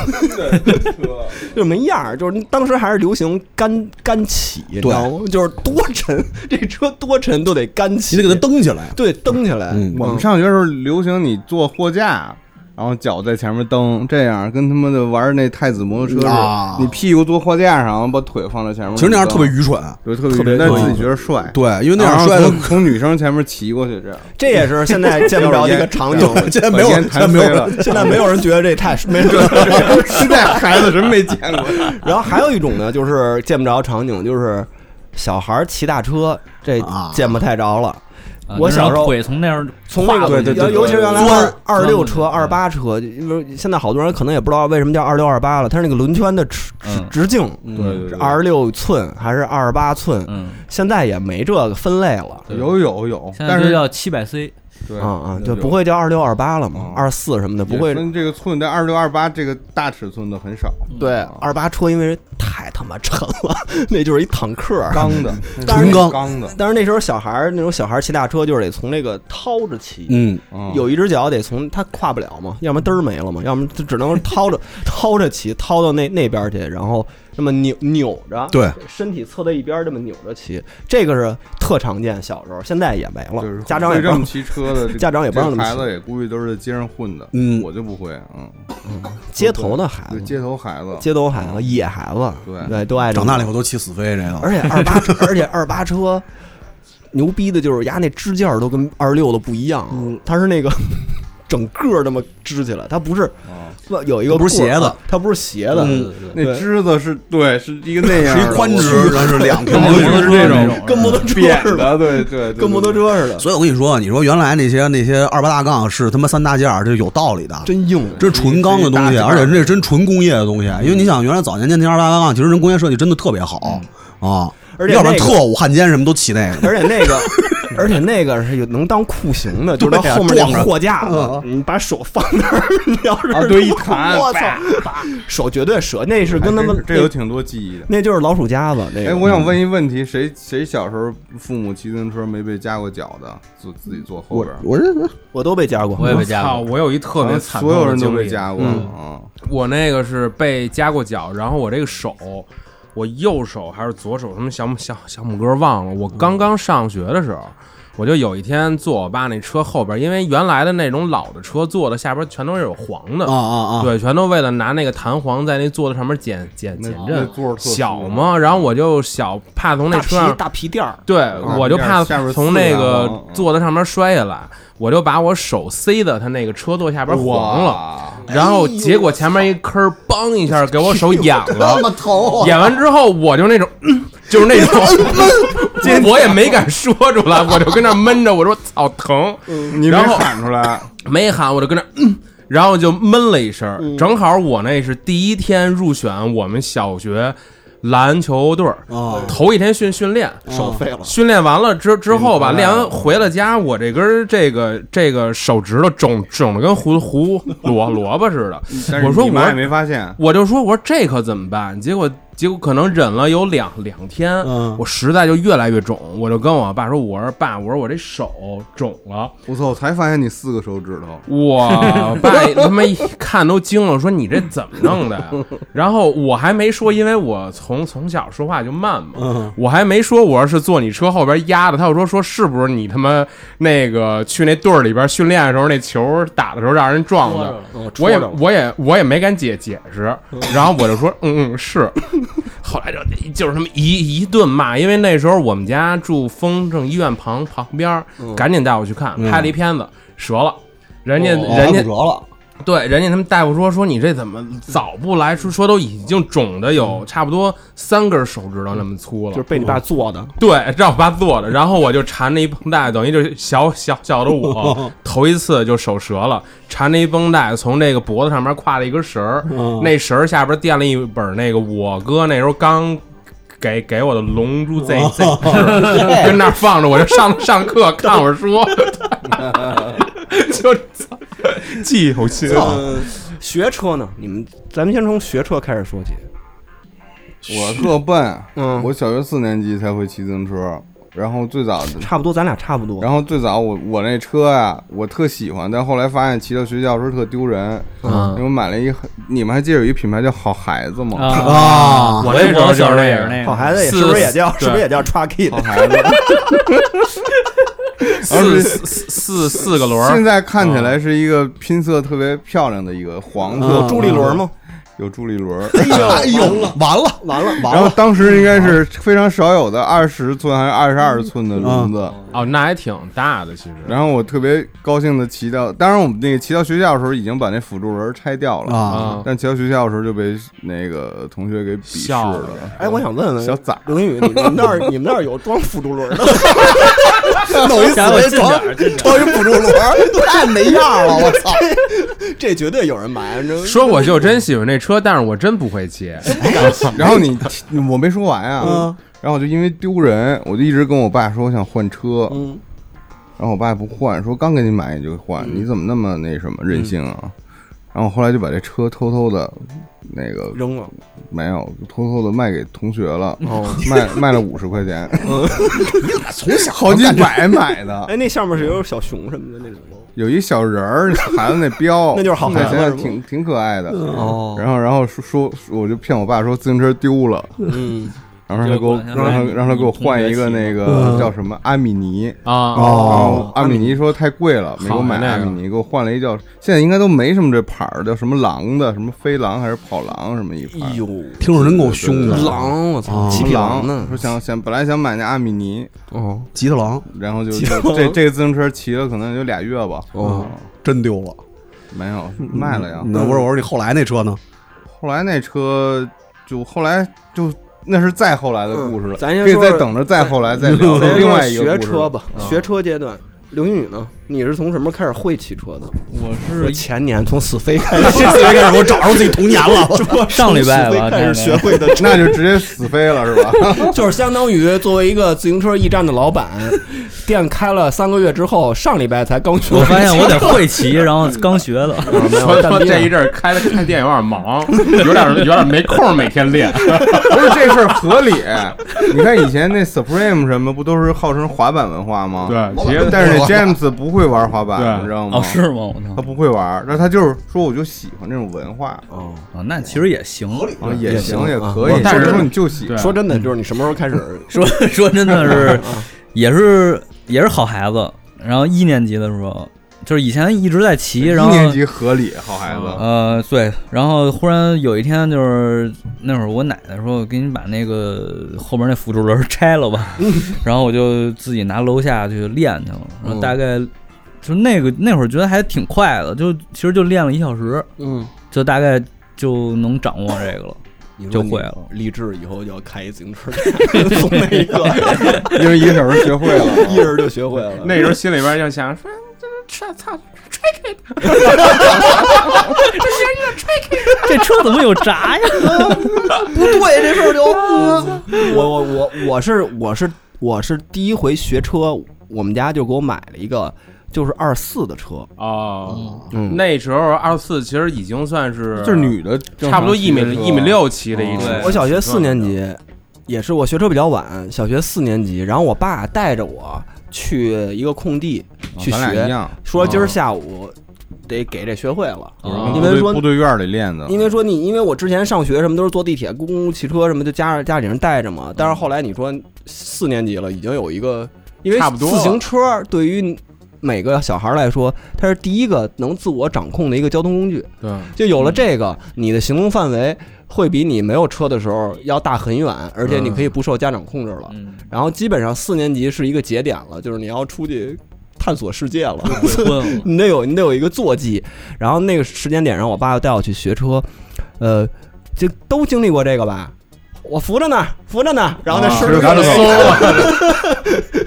Speaker 3: 就是没样儿，就是当时还是流行干干起，你知道吗？ 就是多沉，这车多沉都得干起，
Speaker 4: 你得给它蹬起来。
Speaker 3: 对蹬起来。
Speaker 4: 嗯
Speaker 5: 我们上学的时候流行你坐货架，然后脚在前面蹬，这样跟他妈的玩那太子摩托车似
Speaker 4: 啊
Speaker 5: 的，你屁股坐货架上，把腿放在前面。
Speaker 4: 其实那样特别愚蠢，
Speaker 5: 对，特别
Speaker 3: 特别
Speaker 5: 愚蠢嗯但
Speaker 4: 对
Speaker 5: 自己觉得帅。
Speaker 4: 对，因为那
Speaker 5: 然
Speaker 4: 样
Speaker 5: 后
Speaker 4: 摔的
Speaker 5: 从从女生前面骑过去，这样，
Speaker 3: 这也是现 在见不着这个场景
Speaker 5: 对
Speaker 4: 现在 没有
Speaker 5: 把
Speaker 4: 人
Speaker 5: 烟
Speaker 4: 现在
Speaker 5: 弹
Speaker 4: 没
Speaker 5: 飞
Speaker 4: 有
Speaker 5: 了。
Speaker 3: 现在没有人 觉得这太没人。
Speaker 5: 现在孩子真没见过，
Speaker 3: 然后还有一种呢，就是见不着场景，就是小孩儿骑大车，这
Speaker 4: 啊
Speaker 3: 见不太着了。
Speaker 7: 啊
Speaker 3: 我小时候
Speaker 7: 腿从那儿
Speaker 3: 从
Speaker 7: 跨
Speaker 3: 那
Speaker 7: 过
Speaker 3: 个，
Speaker 7: 去
Speaker 5: 对对对
Speaker 3: 尤其是原来
Speaker 4: 钻
Speaker 3: 二二六车、
Speaker 7: 钻
Speaker 3: 二八车，因为现在好多人可能也不知道为什么叫二六二八了，它是那个轮圈的直
Speaker 7: 嗯
Speaker 3: 直径
Speaker 5: 对
Speaker 3: 是二十六寸还是二十八寸，
Speaker 7: 嗯，
Speaker 3: 现在也没这个分类了。
Speaker 7: 对
Speaker 5: 有有有，
Speaker 7: 现
Speaker 5: 但
Speaker 7: 在就是叫七百 C，
Speaker 5: 对
Speaker 3: 啊啊，
Speaker 5: 有
Speaker 3: 就不会叫二六二八了嘛
Speaker 5: 嗯，
Speaker 3: 二四什么的不会
Speaker 5: 也。分这个寸，但二六二八这个大尺寸的很少，
Speaker 3: 对，二八车因为太他妈沉了， 那就是一坦克。
Speaker 5: 钢的，
Speaker 3: 当
Speaker 4: 然钢
Speaker 5: 钢的，
Speaker 3: 但是那时候小孩儿那种小孩儿骑大车就是得从那个掏着骑，
Speaker 4: 嗯，
Speaker 5: 嗯
Speaker 3: 有一只脚得从他跨不了嘛，要么嘚儿没了嘛，要么就只能掏着掏着骑，掏到那那边儿去，然后那么扭扭着，
Speaker 4: 对，
Speaker 3: 身体侧在一边儿这么扭着骑，这个是特常见，小时候现在也没了，
Speaker 5: 就是
Speaker 3: 家长
Speaker 5: 会
Speaker 3: 也不
Speaker 5: 这
Speaker 3: 让
Speaker 5: 么骑车 的，这
Speaker 3: 家长也不让
Speaker 5: 这
Speaker 3: 他们
Speaker 5: 孩子也估计都是街上混的，
Speaker 4: 嗯
Speaker 5: 我就不会，嗯，
Speaker 3: 街头的孩
Speaker 5: 对
Speaker 3: 子，
Speaker 5: 街头孩子，
Speaker 3: 街头孩子、野孩子，
Speaker 5: 对
Speaker 3: 对，都爱
Speaker 4: 嗯
Speaker 3: 这
Speaker 4: 长
Speaker 3: 么
Speaker 4: 大了以后都骑死飞这个。
Speaker 3: 而且二八，而且二八车牛逼的就是牙那支架都跟二六的不一样，啊
Speaker 4: 嗯
Speaker 3: 它是那个 整个那么支起来，它不是
Speaker 5: 啊
Speaker 3: 有一个
Speaker 4: 哦它不是
Speaker 3: 棍儿
Speaker 4: 斜的
Speaker 3: 啊它不是斜的，
Speaker 5: 嗯那枝子是对，是一个那样
Speaker 4: 是
Speaker 5: 的，
Speaker 4: 一宽直
Speaker 5: 我，
Speaker 4: 然后是两条
Speaker 7: 跟。摩托车
Speaker 5: 这种
Speaker 7: 那
Speaker 5: 嗯
Speaker 7: 种
Speaker 3: 跟摩托
Speaker 4: 嗯
Speaker 3: 车
Speaker 5: 扁
Speaker 3: 似的，
Speaker 5: 的，对对，对
Speaker 3: 跟摩托，车似的，
Speaker 4: 所以我跟你说，啊你说原来那些那些二八大杠是他妈三大件儿，这有道理的。
Speaker 3: 真硬。
Speaker 4: 这是纯钢的东
Speaker 5: 是
Speaker 4: 西，啊
Speaker 5: 一大件儿
Speaker 4: 而且这真纯工业的东西。啊因为你想，原来早年间那二八大杠，其实人工业设计真的特别好啊，
Speaker 3: 而且
Speaker 4: 要不然
Speaker 3: 那个
Speaker 4: 特务汉奸什么都骑那个。
Speaker 3: 而且那个，而且那个是有能当酷 刑的，就是它
Speaker 4: 对啊
Speaker 3: 后面
Speaker 4: 撞
Speaker 3: 那
Speaker 4: 着
Speaker 3: 货架子
Speaker 4: 嗯，
Speaker 3: 你把手放那儿，你要是
Speaker 5: 啊对一弹
Speaker 3: 我操，手绝对折，那嗯是
Speaker 5: 还
Speaker 3: 跟他
Speaker 5: 真
Speaker 3: 们
Speaker 5: 是这有挺多记忆的。
Speaker 3: 那就是老鼠夹子那个。
Speaker 5: 哎，我
Speaker 6: 嗯
Speaker 5: 想问一问题，谁谁小时候父母骑自行车没被夹过脚的，自自己坐后边儿？
Speaker 4: 我这
Speaker 3: 我都被夹过，
Speaker 7: 我也被夹
Speaker 6: 操！
Speaker 7: 过，
Speaker 6: 我有一特
Speaker 5: 好
Speaker 3: 啊
Speaker 6: 别
Speaker 5: 像
Speaker 6: 惨，
Speaker 5: 所有人都被夹过
Speaker 3: 嗯
Speaker 5: 啊！
Speaker 6: 我那个是被夹过脚，然后我这个手，我右手还是左手什么小拇小小拇哥忘了。我刚刚上学的时候，我就有一天坐我爸那车后边，因为原来的那种老的车坐的下边全都是有黄的
Speaker 4: 啊啊啊！
Speaker 6: 对，全都为了拿那个弹簧在那座子上面减减减
Speaker 5: 那
Speaker 6: 震
Speaker 5: 座儿特殊
Speaker 6: 小嘛，然后我就小怕从那
Speaker 3: 大
Speaker 6: 车
Speaker 3: 皮
Speaker 6: 上
Speaker 3: 大皮啊垫儿，
Speaker 6: 对，
Speaker 5: 嗯
Speaker 6: 我就怕
Speaker 5: 下边儿
Speaker 6: 从那
Speaker 5: 刺啊
Speaker 6: 个
Speaker 5: 嗯嗯
Speaker 6: 座子上面摔下来，我就把我手塞到他那个车座下边黄了，
Speaker 5: 了，
Speaker 6: 然后结果前面一坑儿，梆一下给我
Speaker 5: 哎
Speaker 6: 手痒了，
Speaker 3: 啊
Speaker 4: 头
Speaker 6: 演完之后我就那种，嗯就是那种， 我也没敢说出来，我就跟那儿闷着，我说操疼，
Speaker 5: 你没
Speaker 6: 然后
Speaker 5: 喊出来，
Speaker 6: 没喊，我就跟那儿，嗯，然后就闷了一声儿。
Speaker 5: 嗯
Speaker 6: 正好我那是第一天入选我们小学篮球队儿，
Speaker 5: 哦
Speaker 4: 啊！
Speaker 6: 头一天训训练，
Speaker 3: 手废了。
Speaker 6: 训练完了之之后吧，练完回了家，我这根儿这个这个手指头肿肿的跟胡胡萝萝卜似的
Speaker 5: 嗯但，是
Speaker 6: 我说
Speaker 5: 你妈也
Speaker 6: 我
Speaker 5: 没发现，
Speaker 6: 我就说我说这可怎么办？结果结果可能忍了有两两天，
Speaker 4: 嗯
Speaker 6: 我实在就越来越肿，我就跟我爸说，我说爸，我说我这手肿了，
Speaker 5: 我操！我才发现你四个手指头，
Speaker 6: 我爸他妈一看都惊了，说你这怎么弄的 呀？然后我还没说，因为我从从小说话就慢嘛，
Speaker 4: 嗯
Speaker 6: 我还没说我是坐你车后边压的。他又说说是不是你他妈那个去那队儿里边训练的时候那球打的时候让人撞的？
Speaker 4: 嗯
Speaker 6: 我也我也我也没敢解解释， 然后我就说嗯嗯是， 后来就就是他们一一顿骂，因为那时候我们家住丰盛医院旁旁边儿，
Speaker 4: 嗯
Speaker 6: 赶紧带我去看，拍了一片子折了，人家、
Speaker 4: 哦
Speaker 6: 人
Speaker 4: 骨
Speaker 6: 家
Speaker 4: 折了，
Speaker 6: 对，人家他们大夫说说你这怎么早不来？说说都已经肿的
Speaker 4: 嗯
Speaker 6: 有差不多三根手指头那么粗了， 嗯
Speaker 3: 就是被你爸做 的，
Speaker 6: 对，让我爸做的。然后我就缠着一绷带，等于就是小小小的 我头一次就手折了，缠着一绷带从这个脖子
Speaker 4: 嗯
Speaker 6: 上面挎了一根绳儿，那绳儿下边垫了一本那个我哥那时候刚给给我的《龙 珠 Z Z》跟那儿放着，我就上上课看会儿书，就操记忆犹新。
Speaker 3: 啊学车呢？你们咱们先从学车开始说起。
Speaker 5: 我特笨，
Speaker 3: 嗯
Speaker 5: 我小学四年级才会骑自行车，然后最早的，
Speaker 3: 差不多，咱俩差不多。
Speaker 5: 然后最早我我那车呀、我特喜欢，但后来发现骑到学校的时候特丢人，
Speaker 3: 嗯
Speaker 5: 因为我买了一，你们还记得有一品牌叫好孩子吗？
Speaker 7: 啊，
Speaker 4: 啊，
Speaker 6: 我那时候就是那
Speaker 7: 也是
Speaker 6: 个，
Speaker 7: 那
Speaker 3: 好
Speaker 7: 个，
Speaker 3: 孩子也
Speaker 6: 四
Speaker 3: 是不是也叫
Speaker 6: 对
Speaker 3: 是不是也叫 Trucky？
Speaker 5: 好 孩子，
Speaker 6: 四四四四个轮
Speaker 5: 现
Speaker 6: 儿，
Speaker 5: 在看起来
Speaker 3: 嗯
Speaker 5: 是一个拼色特别漂亮的一个黄色
Speaker 4: 嗯
Speaker 3: 朱立伦吗？
Speaker 5: 有助力轮儿。
Speaker 4: 哎呦， 完了 完了完
Speaker 5: 然后
Speaker 4: 了，
Speaker 5: 当时应该是非常少有的二十寸还是二十二寸的轮子，
Speaker 6: 哦，那还挺大的，其实。
Speaker 5: 然后我特别高兴的骑到，当然我们那个骑到学校的时候已经把那辅助轮拆掉了
Speaker 4: 啊
Speaker 5: 但骑到学校的时候就被那个同学给鄙视
Speaker 6: 笑
Speaker 5: 了
Speaker 6: 了。
Speaker 3: 哎，我想问问
Speaker 5: 小崽儿
Speaker 3: 刘云宇，你你们那儿你们那儿有装辅助轮的吗？
Speaker 4: 弄一死
Speaker 7: 赶紧
Speaker 4: 人
Speaker 7: 进点儿，进点儿。
Speaker 4: 一辅助轮儿，太没样了，我操！
Speaker 3: 这绝对有人买。这
Speaker 6: 说我就真喜欢这车，但是我真不会骑。
Speaker 5: 然后你我没说完啊，
Speaker 4: 嗯
Speaker 5: 然后我就因为丢人，我就一直跟我爸说我想换车，
Speaker 3: 嗯
Speaker 5: 然后我爸不换，说刚给你买你就换，你怎么那么那什么任性啊？
Speaker 3: 嗯
Speaker 5: 然后后来就把这车偷偷的，那个
Speaker 3: 扔了，哦
Speaker 5: 没有偷偷的卖给同学了，卖卖了五十块钱，
Speaker 3: 嗯
Speaker 4: 从小
Speaker 5: 好几百买的，
Speaker 3: 哎，那下面是有小熊什么的那种吗。
Speaker 5: 有一小人儿，孩子那标，
Speaker 3: 那就是好孩子
Speaker 5: 现在
Speaker 3: 是吗
Speaker 5: 挺挺可爱的。
Speaker 4: 哦
Speaker 5: 然后然后说说，我就骗我爸说自行车丢了，
Speaker 3: 嗯，
Speaker 5: 然后让他给我
Speaker 7: 就是
Speaker 5: 让
Speaker 7: 管
Speaker 5: 他
Speaker 7: 他
Speaker 5: 让他给我换一个那个叫什么阿米尼。
Speaker 6: 啊，
Speaker 5: 哦
Speaker 4: 哦，，
Speaker 5: 阿米尼说太贵了，没给我买
Speaker 6: 好的
Speaker 5: 阿
Speaker 6: 那个
Speaker 5: 米尼，给我换了一叫，现在应该都没什么这牌儿，叫什么狼的，什么飞狼还是跑狼什么一牌
Speaker 3: 哎
Speaker 5: 儿。
Speaker 3: 呦，
Speaker 4: 听着真够凶的，
Speaker 3: 狼，我操，
Speaker 4: 啊
Speaker 3: 七匹
Speaker 5: 狼
Speaker 3: 狼呢？
Speaker 5: 说想想本来想买那阿米尼，
Speaker 3: 哦，
Speaker 4: 吉特狼
Speaker 5: 然 后就
Speaker 3: 结
Speaker 5: 就
Speaker 3: 果
Speaker 5: 这这个自行车骑了可能有俩月吧，嗯
Speaker 3: 哦
Speaker 4: 真丢了。
Speaker 5: 没有卖了呀。
Speaker 4: 那我说我说你后来那车呢？
Speaker 5: 后来那车就后来就那是再后来的故事了，
Speaker 3: 嗯咱先
Speaker 5: 可以
Speaker 3: 说
Speaker 5: 再等着再后来 再聊另外一个
Speaker 3: 学
Speaker 5: 故事嗯
Speaker 3: 车吧，嗯学车阶段。刘云宇呢？你是从什么开始会骑车的？
Speaker 7: 我
Speaker 3: 我
Speaker 7: 是
Speaker 3: 前年从死飞开始，
Speaker 4: 我找着自己童年了，
Speaker 7: 上礼拜
Speaker 3: 死飞
Speaker 7: 吧，
Speaker 3: 开始
Speaker 7: 这
Speaker 3: 学会 的
Speaker 5: 那就直接死飞了是 吧？
Speaker 3: 就是相当于作为一个自行车驿站的老板，店开了三个月之后，上礼拜才刚学。
Speaker 7: 我发现我得会骑，然后刚学的。
Speaker 6: 说说这一阵儿开了开店有点忙，有点有点没空 每天练。
Speaker 5: 不是这事儿合理。 你看以前那 Supreme 什么不都是号称滑板文化吗？。
Speaker 6: 对，其实
Speaker 5: 但是那 James 不会玩滑板，
Speaker 6: 对
Speaker 5: 你知道吗？
Speaker 7: 哦，是吗？我
Speaker 5: 他
Speaker 7: 操！
Speaker 5: 不会玩，但他就是说我就喜欢这种文化，
Speaker 7: 哦，那其实也行。
Speaker 5: 啊也行
Speaker 3: 行
Speaker 5: 也
Speaker 3: 啊
Speaker 5: 可以。
Speaker 6: 但是
Speaker 5: 说你就喜
Speaker 6: 对
Speaker 5: 欢
Speaker 3: 说真的，就是你什么时候开始？
Speaker 7: 说说真的 是，也是也是好孩子。然后一年级的时候，就是以前一直在骑，然后
Speaker 5: 一年级合理，好孩子。
Speaker 7: 呃，对，然后忽然有一天，就是那会儿我奶奶说：“我给你把那个后边那辅助轮儿拆了 吧。”然后我就自己拿楼下去练去了，然
Speaker 5: 嗯
Speaker 7: 后大概就那个那会儿觉得还挺快的，就其实就练了一小时，
Speaker 3: 嗯，
Speaker 7: 就大概就能掌握这个了。就会了。
Speaker 3: 立志以后就要开一自行车， 从那一个
Speaker 5: 因为一个小时学会
Speaker 3: 一
Speaker 5: 了，
Speaker 3: 人就学会了。
Speaker 6: 那时候心里边就想说，这操，
Speaker 7: 这车怎么有闸呀？
Speaker 3: 对这事 儿就，我我我我是我是我是第一回学车，我们家就给我买了一个就是二四的车，
Speaker 6: 哦，
Speaker 3: 嗯
Speaker 6: 那时候二四其实已经算是
Speaker 5: 就是女的正常
Speaker 6: 差不多一米
Speaker 5: 骑车
Speaker 6: 一米，六七
Speaker 3: 嗯
Speaker 6: 的一个。
Speaker 7: 对
Speaker 3: 哦我小学四年级，也是我学车比较晚，小学四年级，然后我爸带着我去一个空地去
Speaker 5: 咱俩一
Speaker 3: 学，
Speaker 5: 样。
Speaker 3: 说今儿下午得给这学会了，
Speaker 7: 哦
Speaker 3: 因为说
Speaker 5: 嗯部队院里练的，
Speaker 3: 因为说你，因为我之前上学什么都是坐地铁、公共汽车什么，就家里家里人带着嘛。但是后来你说四年级了，已经有一个，因为
Speaker 6: 差不多了
Speaker 3: 自行车对于每个小孩来说，它是第一个能自我掌控的一个交通工具。
Speaker 6: 对，
Speaker 3: 就有了这个，你的行动范围会比你没有车的时候要大很远，而且你可以不受家长控制了。
Speaker 7: 嗯，
Speaker 3: 然后基本上四年级是一个节点了，就是你要出去探索世界了。
Speaker 7: 悔婚了。
Speaker 3: 你得有你得有一个坐骑。然后那个时间点上，我爸带我去学车，呃，就都经历过这个吧。我扶着呢，扶着呢，然后那
Speaker 6: 啊
Speaker 3: 师
Speaker 5: 是
Speaker 3: 傅
Speaker 5: 他
Speaker 3: 就
Speaker 5: 的
Speaker 3: 给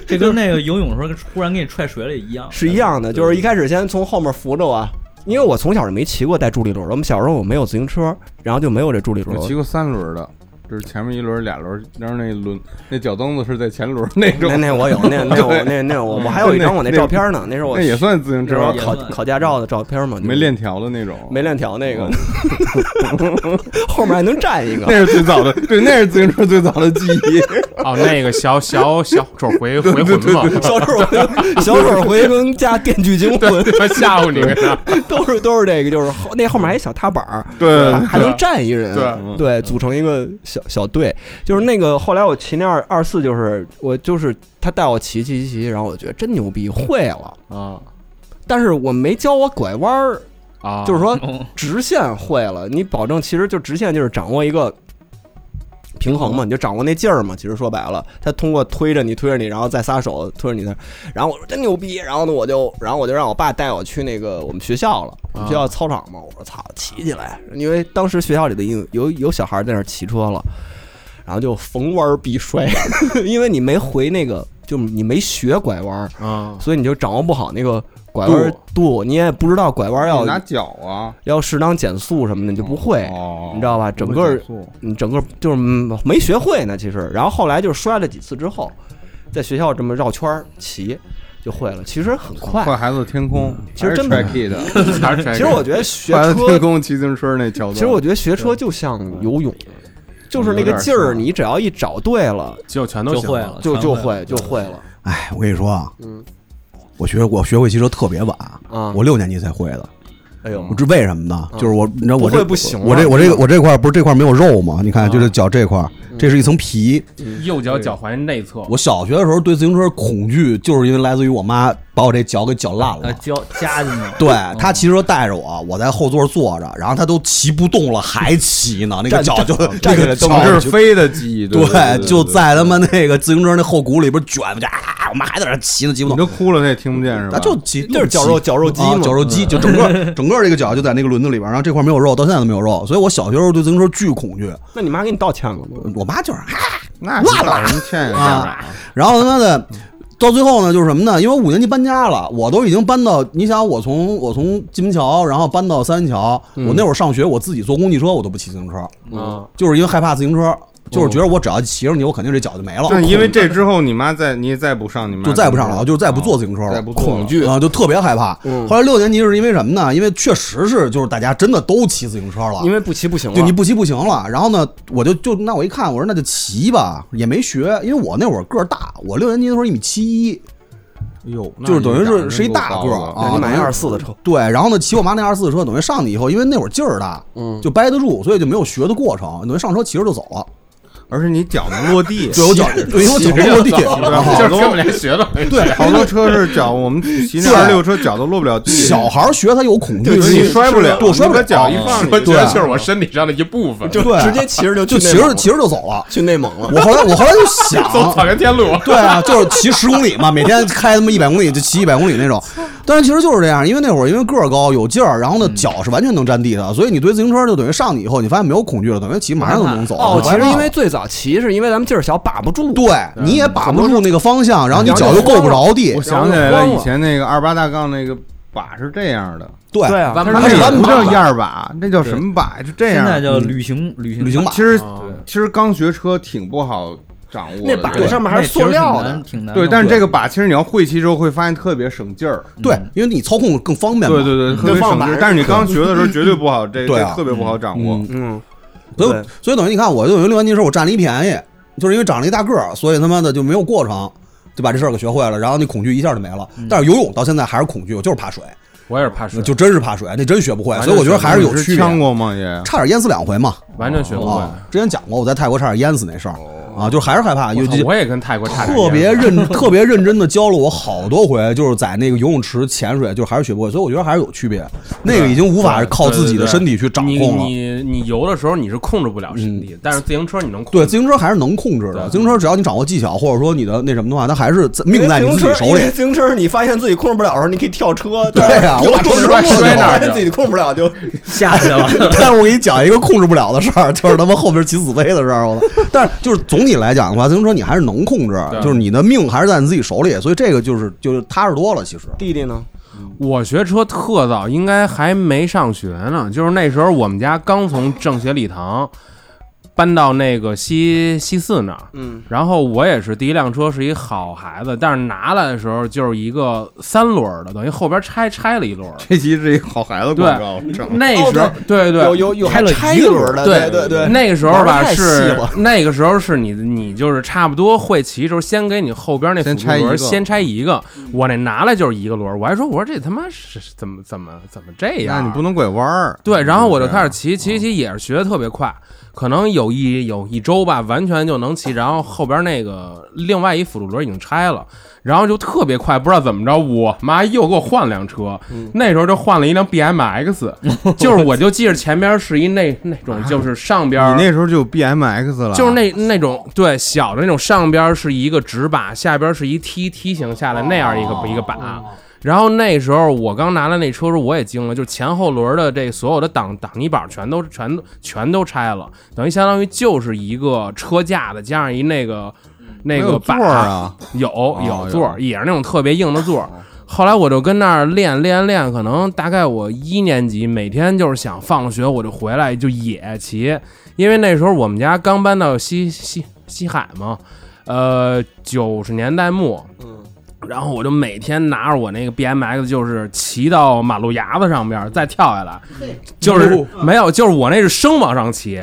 Speaker 7: 这跟那个游泳的时候忽然给你踹水里一样，
Speaker 3: 是一样的，就是一开始先从后面扶着我，因为我从小是没骑过带助力轮的，我们小时候我没有自行车，然后就没有这助力轮
Speaker 5: 我。骑过三轮的，就是前面一轮俩轮，然后那轮那脚蹬子是在前轮那种
Speaker 3: 那，那我有，那那我那那我我还有一张我那照片呢，那是我
Speaker 5: 那也算自行
Speaker 3: 那是
Speaker 5: 车
Speaker 3: 我
Speaker 5: 吧，
Speaker 3: 考考驾照的照片嘛，就是
Speaker 5: 没链条的那种，嗯
Speaker 3: 没链条那个， 后面还能站一个
Speaker 5: 那。是最早的，对，那是自行车最早的记忆。
Speaker 6: 哦，那个小小小丑回回魂嘛，
Speaker 3: 小丑回小丑回跟加电锯惊魂
Speaker 6: 对，他吓唬你跟他，
Speaker 3: 都是都是这个，就是后那后面还有一小踏板儿，啊
Speaker 5: 对
Speaker 3: 还还能站一人，嗯
Speaker 6: 对
Speaker 3: 对，组成一个小小队。就是那个后来我骑那二二四，就是我就是他带我骑骑骑骑，然后我觉得真牛逼，会了，
Speaker 6: 啊
Speaker 3: 但是我没教我拐弯儿，
Speaker 6: 啊，
Speaker 3: 就是说
Speaker 7: 哦
Speaker 3: 直线会了，你保证其实就直线就是掌握一个平衡嘛，你就掌握那劲儿嘛。其实说白了，他通过推着你推着你，然后再撒手推着你的。然后我说真牛逼，然后呢我就然后我就让我爸带我去那个我们学校了，我们学校操场嘛。我说操，骑起来，因为当时学校里的有有有小孩在那儿骑车了，然后就逢弯儿必摔， 因为你没回那个。就你没学拐弯儿，
Speaker 6: 啊，
Speaker 3: 所以你就掌握不好那个拐弯儿度，你也不知道拐弯儿要
Speaker 5: 拿脚 啊，
Speaker 3: 要适当减速什么的，你就不会，
Speaker 5: 哦
Speaker 3: 你知道吧？整
Speaker 5: 不会
Speaker 3: 个
Speaker 5: 减速
Speaker 3: 你整个就是嗯没学会呢，其实。然后后来就是摔了几次之后，在学校这么绕圈儿骑就会了，其实很快。嗯
Speaker 5: 坏孩子天空，
Speaker 3: 其实真的
Speaker 5: 还是 Tracky 的，
Speaker 6: 还是
Speaker 3: 其实我觉得学
Speaker 5: 坏孩子天
Speaker 3: 车，
Speaker 5: 空骑自行车那桥段。
Speaker 3: 其实我觉得学车就像游泳，就是那个劲
Speaker 5: 有点
Speaker 3: 儿，
Speaker 5: 像
Speaker 3: 你只要一找对了，
Speaker 6: 就全都
Speaker 7: 就
Speaker 6: 行
Speaker 7: 会了，，
Speaker 3: 就
Speaker 7: 全
Speaker 3: 就
Speaker 7: 会了
Speaker 3: 会就会了。
Speaker 4: 哎，我跟你说啊，我学我学会骑车特别晚，
Speaker 3: 啊
Speaker 4: 我六年级才会的。
Speaker 3: 哎呦
Speaker 4: 我，这为什么呢？就是我，你知道我
Speaker 3: 不会
Speaker 4: 这
Speaker 3: 不行了
Speaker 4: 我这我这个我这块儿不是这块儿没有肉吗？你看，就是脚这块儿，这是一层皮。
Speaker 6: 右脚脚踝内侧，
Speaker 4: 我小学的时候对自行车恐惧，就是因为来自于我妈把我这脚给绞烂
Speaker 7: 啊
Speaker 4: 了。
Speaker 7: 交加进去了，
Speaker 4: 对她骑车带着我，我在后座坐着，然后她都骑不动了，还骑呢，那个脚就那个脚
Speaker 5: 整
Speaker 4: 就是
Speaker 5: 飞的记忆，对
Speaker 4: 对，
Speaker 5: 对
Speaker 4: 就在他妈那个自行车那后轱辘里边卷吧，就啊，我妈还在那儿骑呢，骑不
Speaker 5: 你
Speaker 4: 动。
Speaker 5: 都哭了，他也听不见是吧？
Speaker 4: 咱就骑
Speaker 3: 啊就是绞肉绞肉机
Speaker 4: 啊
Speaker 3: 嘛嗯
Speaker 4: 绞肉机就整个 整个这个脚就在那个轮子里边，然后这块没有肉，到现在都没有肉，所以我小学时候对自行车巨恐惧。
Speaker 3: 那你妈给你道歉了吗？
Speaker 4: 我妈就是啊，
Speaker 5: 那你找人欠一下吧。
Speaker 4: 然后他妈的。到最后呢，就是什么呢？因为我五年级搬家了，我都已经搬到，你想我从我从金门桥，然后搬到三元桥，
Speaker 3: 嗯
Speaker 4: 我那会儿上学，我自己坐公汽车，我都不骑自行车，
Speaker 3: 啊，
Speaker 4: 就是因为害怕自行车，
Speaker 3: 哦
Speaker 4: 就是觉得我只要骑上去，我肯定这脚就没了，
Speaker 5: 对，因为这之后你妈再你也再不上，你妈
Speaker 4: 就再不上了，就是再不坐自行车
Speaker 5: 再
Speaker 4: 了，
Speaker 5: 不坐了
Speaker 4: 恐惧啊，就特别害怕。后来六年级是因为什么呢？因为确实是就是大家真的都骑自行车了，
Speaker 3: 因为不骑不行了。
Speaker 4: 就你不骑不行了。然后呢，我就就那我一看，我说那就骑吧，也没学，因为我那会儿个儿大，我六年级的时候一米七一，
Speaker 5: 哟，那
Speaker 4: 就是等于
Speaker 5: 你长
Speaker 4: 是
Speaker 5: 得
Speaker 4: 是一大个
Speaker 5: 够
Speaker 4: 儿
Speaker 5: 高的
Speaker 4: 啊。
Speaker 3: 你买一
Speaker 4: 等于
Speaker 3: 二四的车，
Speaker 4: 对，然后呢，骑我妈那二四车，等于上去以后，因为那会儿劲儿大，嗯，就掰得住，所以就没有学的过程，等于上车骑着就走了。
Speaker 5: 而且你脚能落地，
Speaker 4: 对我脚，对我脚
Speaker 6: 骑着
Speaker 4: 落地，
Speaker 6: 走
Speaker 4: 啊
Speaker 6: 就是听我连学都 没学
Speaker 4: 对，
Speaker 5: 好多车是脚，我们骑那二六车脚都落不了地，
Speaker 4: 小孩儿学他有恐惧，
Speaker 5: 就是你
Speaker 4: 是
Speaker 5: 摔不了，
Speaker 4: 对，我摔不了，啊
Speaker 5: 你把脚一放，
Speaker 6: 我觉得
Speaker 4: 对
Speaker 6: 就是我身体上的一部分，
Speaker 4: 对，啊
Speaker 3: 直接骑着就
Speaker 4: 就
Speaker 3: 去
Speaker 4: 骑
Speaker 3: 内蒙
Speaker 4: 着
Speaker 3: 了
Speaker 4: 骑着就走了。
Speaker 3: 去内蒙了。
Speaker 4: 我后来我后来就想，
Speaker 6: 走草原天路。
Speaker 4: 对啊，就是骑十公里嘛，每天开他妈一百公里就骑一百公里 那种。但是其实就是这样，因为那会儿因为个儿高有劲儿，然后呢脚是完全能沾地的，所以你对自行车就等于上去以后，你发现没有恐惧了，等于骑马上就能走。
Speaker 3: 哦，
Speaker 4: 就
Speaker 3: 其
Speaker 4: 完
Speaker 3: 实
Speaker 4: 了
Speaker 3: 因为最早骑是因为咱们劲儿小，把不住。
Speaker 4: 对你也把不住那个方向，然后你脚又够不着地
Speaker 5: 我，想起来了，以前那个二八大杠那个把是这样的，
Speaker 4: 对
Speaker 3: 对啊，
Speaker 5: 它
Speaker 4: 它是
Speaker 5: 那
Speaker 4: 弯
Speaker 5: 不叫
Speaker 4: 把
Speaker 5: 燕儿把，那叫什么把？就这
Speaker 7: 现
Speaker 5: 样。
Speaker 7: 在叫旅行旅行
Speaker 4: 旅行马
Speaker 5: 其实其实刚学车挺不好掌握的，
Speaker 3: 那把
Speaker 5: 对
Speaker 3: 子上面还是塑料的，
Speaker 7: 挺难弄的。
Speaker 5: 对，但是这个把其实你要会骑之后会发现特别省劲儿。
Speaker 4: 对，因为你操控更方便嘛。嗯
Speaker 5: 对对对，
Speaker 3: 嗯
Speaker 5: 特别省劲儿。但是你刚学的时候绝对不好，这
Speaker 4: 对
Speaker 5: 这
Speaker 4: 啊
Speaker 5: 特别不好掌握。
Speaker 3: 嗯，
Speaker 4: 所
Speaker 3: 对
Speaker 4: 以所以等于你看，我就等于六年级的时候我占了一便宜，就是因为长了一大个儿，所以他妈的就没有过程，就把这事儿给学会了，然后那恐惧一下就没了。
Speaker 3: 嗯
Speaker 4: 但是游泳到现在还是恐惧，我就是怕水，
Speaker 6: 我也是怕水，
Speaker 4: 就真是怕水，那真学不会。所以我觉得还是有
Speaker 5: 你
Speaker 4: 区别
Speaker 5: 呛。过吗？也
Speaker 4: 差点淹死两回嘛，
Speaker 6: 完全学不会。
Speaker 4: 啊，之前讲过我在泰国差点淹死那事
Speaker 5: 哦
Speaker 4: 儿啊，就是还是害怕，尤其
Speaker 6: 我也跟泰国差点一
Speaker 4: 特
Speaker 6: 样
Speaker 4: 别 认特别认真的教了我好多回，就是在那个游泳池潜水，就是还是学不会，所以我觉得还是有区别。那个已经无法靠自己的身体去掌控
Speaker 6: 你
Speaker 4: 了。
Speaker 6: 你你游的时候你是控制不了身体，但是自行车你能控
Speaker 4: 嗯对，
Speaker 6: 制。
Speaker 4: 自行车还是能控制的。自行车只要你掌握技巧，或者说你的那什么的话，它还是在命在你们自己手
Speaker 3: 因
Speaker 4: 里
Speaker 3: 为。自行车你发现自己控制不了的时候，你可以跳车。对
Speaker 4: 对呀
Speaker 3: 你把
Speaker 4: 我
Speaker 3: 车
Speaker 4: 就是
Speaker 3: 摔
Speaker 6: 摔那儿
Speaker 3: 发
Speaker 6: 去
Speaker 3: 现自己控制不了 就
Speaker 7: 下去了，
Speaker 4: 但是我给你讲一个控制不了的事儿，就是他妈后边起死飞的事儿。我操！但是就是总体来讲的话，自行车你还是能控制，
Speaker 6: 对
Speaker 4: 就是你的命还是在你自己手里，所以这个就是就是踏实多了。其实
Speaker 3: 弟弟呢，
Speaker 6: 我学车特早，应该还没上学呢，就是那时候我们家刚从政协礼堂搬到那个西西四那儿，
Speaker 3: 嗯，
Speaker 6: 然后我也是第一辆车是一好孩子，但是拿来的时候就是一个三轮儿的，等于后边拆拆了一轮儿。
Speaker 5: 这期是一好孩子广告，整的
Speaker 6: 那时候，对对，
Speaker 3: 哦有有有
Speaker 13: 开了
Speaker 3: 还拆
Speaker 13: 一
Speaker 3: 一
Speaker 13: 轮
Speaker 3: 轮的，
Speaker 6: 对
Speaker 3: 对对，
Speaker 6: 那个时候
Speaker 3: 玩
Speaker 6: 吧
Speaker 3: 得太细
Speaker 6: 是
Speaker 3: 了
Speaker 6: 那个时候是你你就是差不多会骑的时候，先给你后边那辅
Speaker 5: 先
Speaker 6: 助
Speaker 5: 拆一
Speaker 6: 轮
Speaker 5: 个
Speaker 6: 先拆一个，我那拿来就是一个轮儿，我还说我说这他妈是是怎么怎么怎么这样？啊
Speaker 5: 那你不能拐弯儿。
Speaker 6: 对，然后我就
Speaker 5: 这样
Speaker 6: 开始骑，骑骑也是学的特别快，可能有一有一周吧，完全就能骑。然后后边那个另外一辅助轮已经拆了，然后就特别快，不知道怎么着，我妈又给我换辆车，
Speaker 5: 嗯
Speaker 6: 那时候就换了一辆 BMX，就是我就记着前边是一那那种就是上边儿
Speaker 5: 啊你那时候就有 BMX 了，
Speaker 6: 就是那那种对小的那种，上边儿是一个直把，下边儿是一梯梯形下来那样一个、
Speaker 5: 哦
Speaker 6: 一个把。然后那时候我刚拿来那车时候，我也惊了，就是前后轮的这所有的挡挡泥板全都全都全都拆了，等于相当于就是一个车架子加上一那个那
Speaker 5: 没
Speaker 6: 个
Speaker 5: 有
Speaker 6: 把
Speaker 5: 座儿啊，
Speaker 6: 有有
Speaker 5: 有
Speaker 6: 座儿，也是那种特别硬的座儿。后来我就跟那儿练练练，可能大概我一年级，每天就是想放学我就回来就野骑，因为那时候我们家刚搬到西西西海嘛，呃，九十年代末，然后我就每天拿着我那个 BMX，就是骑到马路牙子上边，再跳下来，
Speaker 5: 嗯
Speaker 6: 就是没有，就是我那是升往上骑，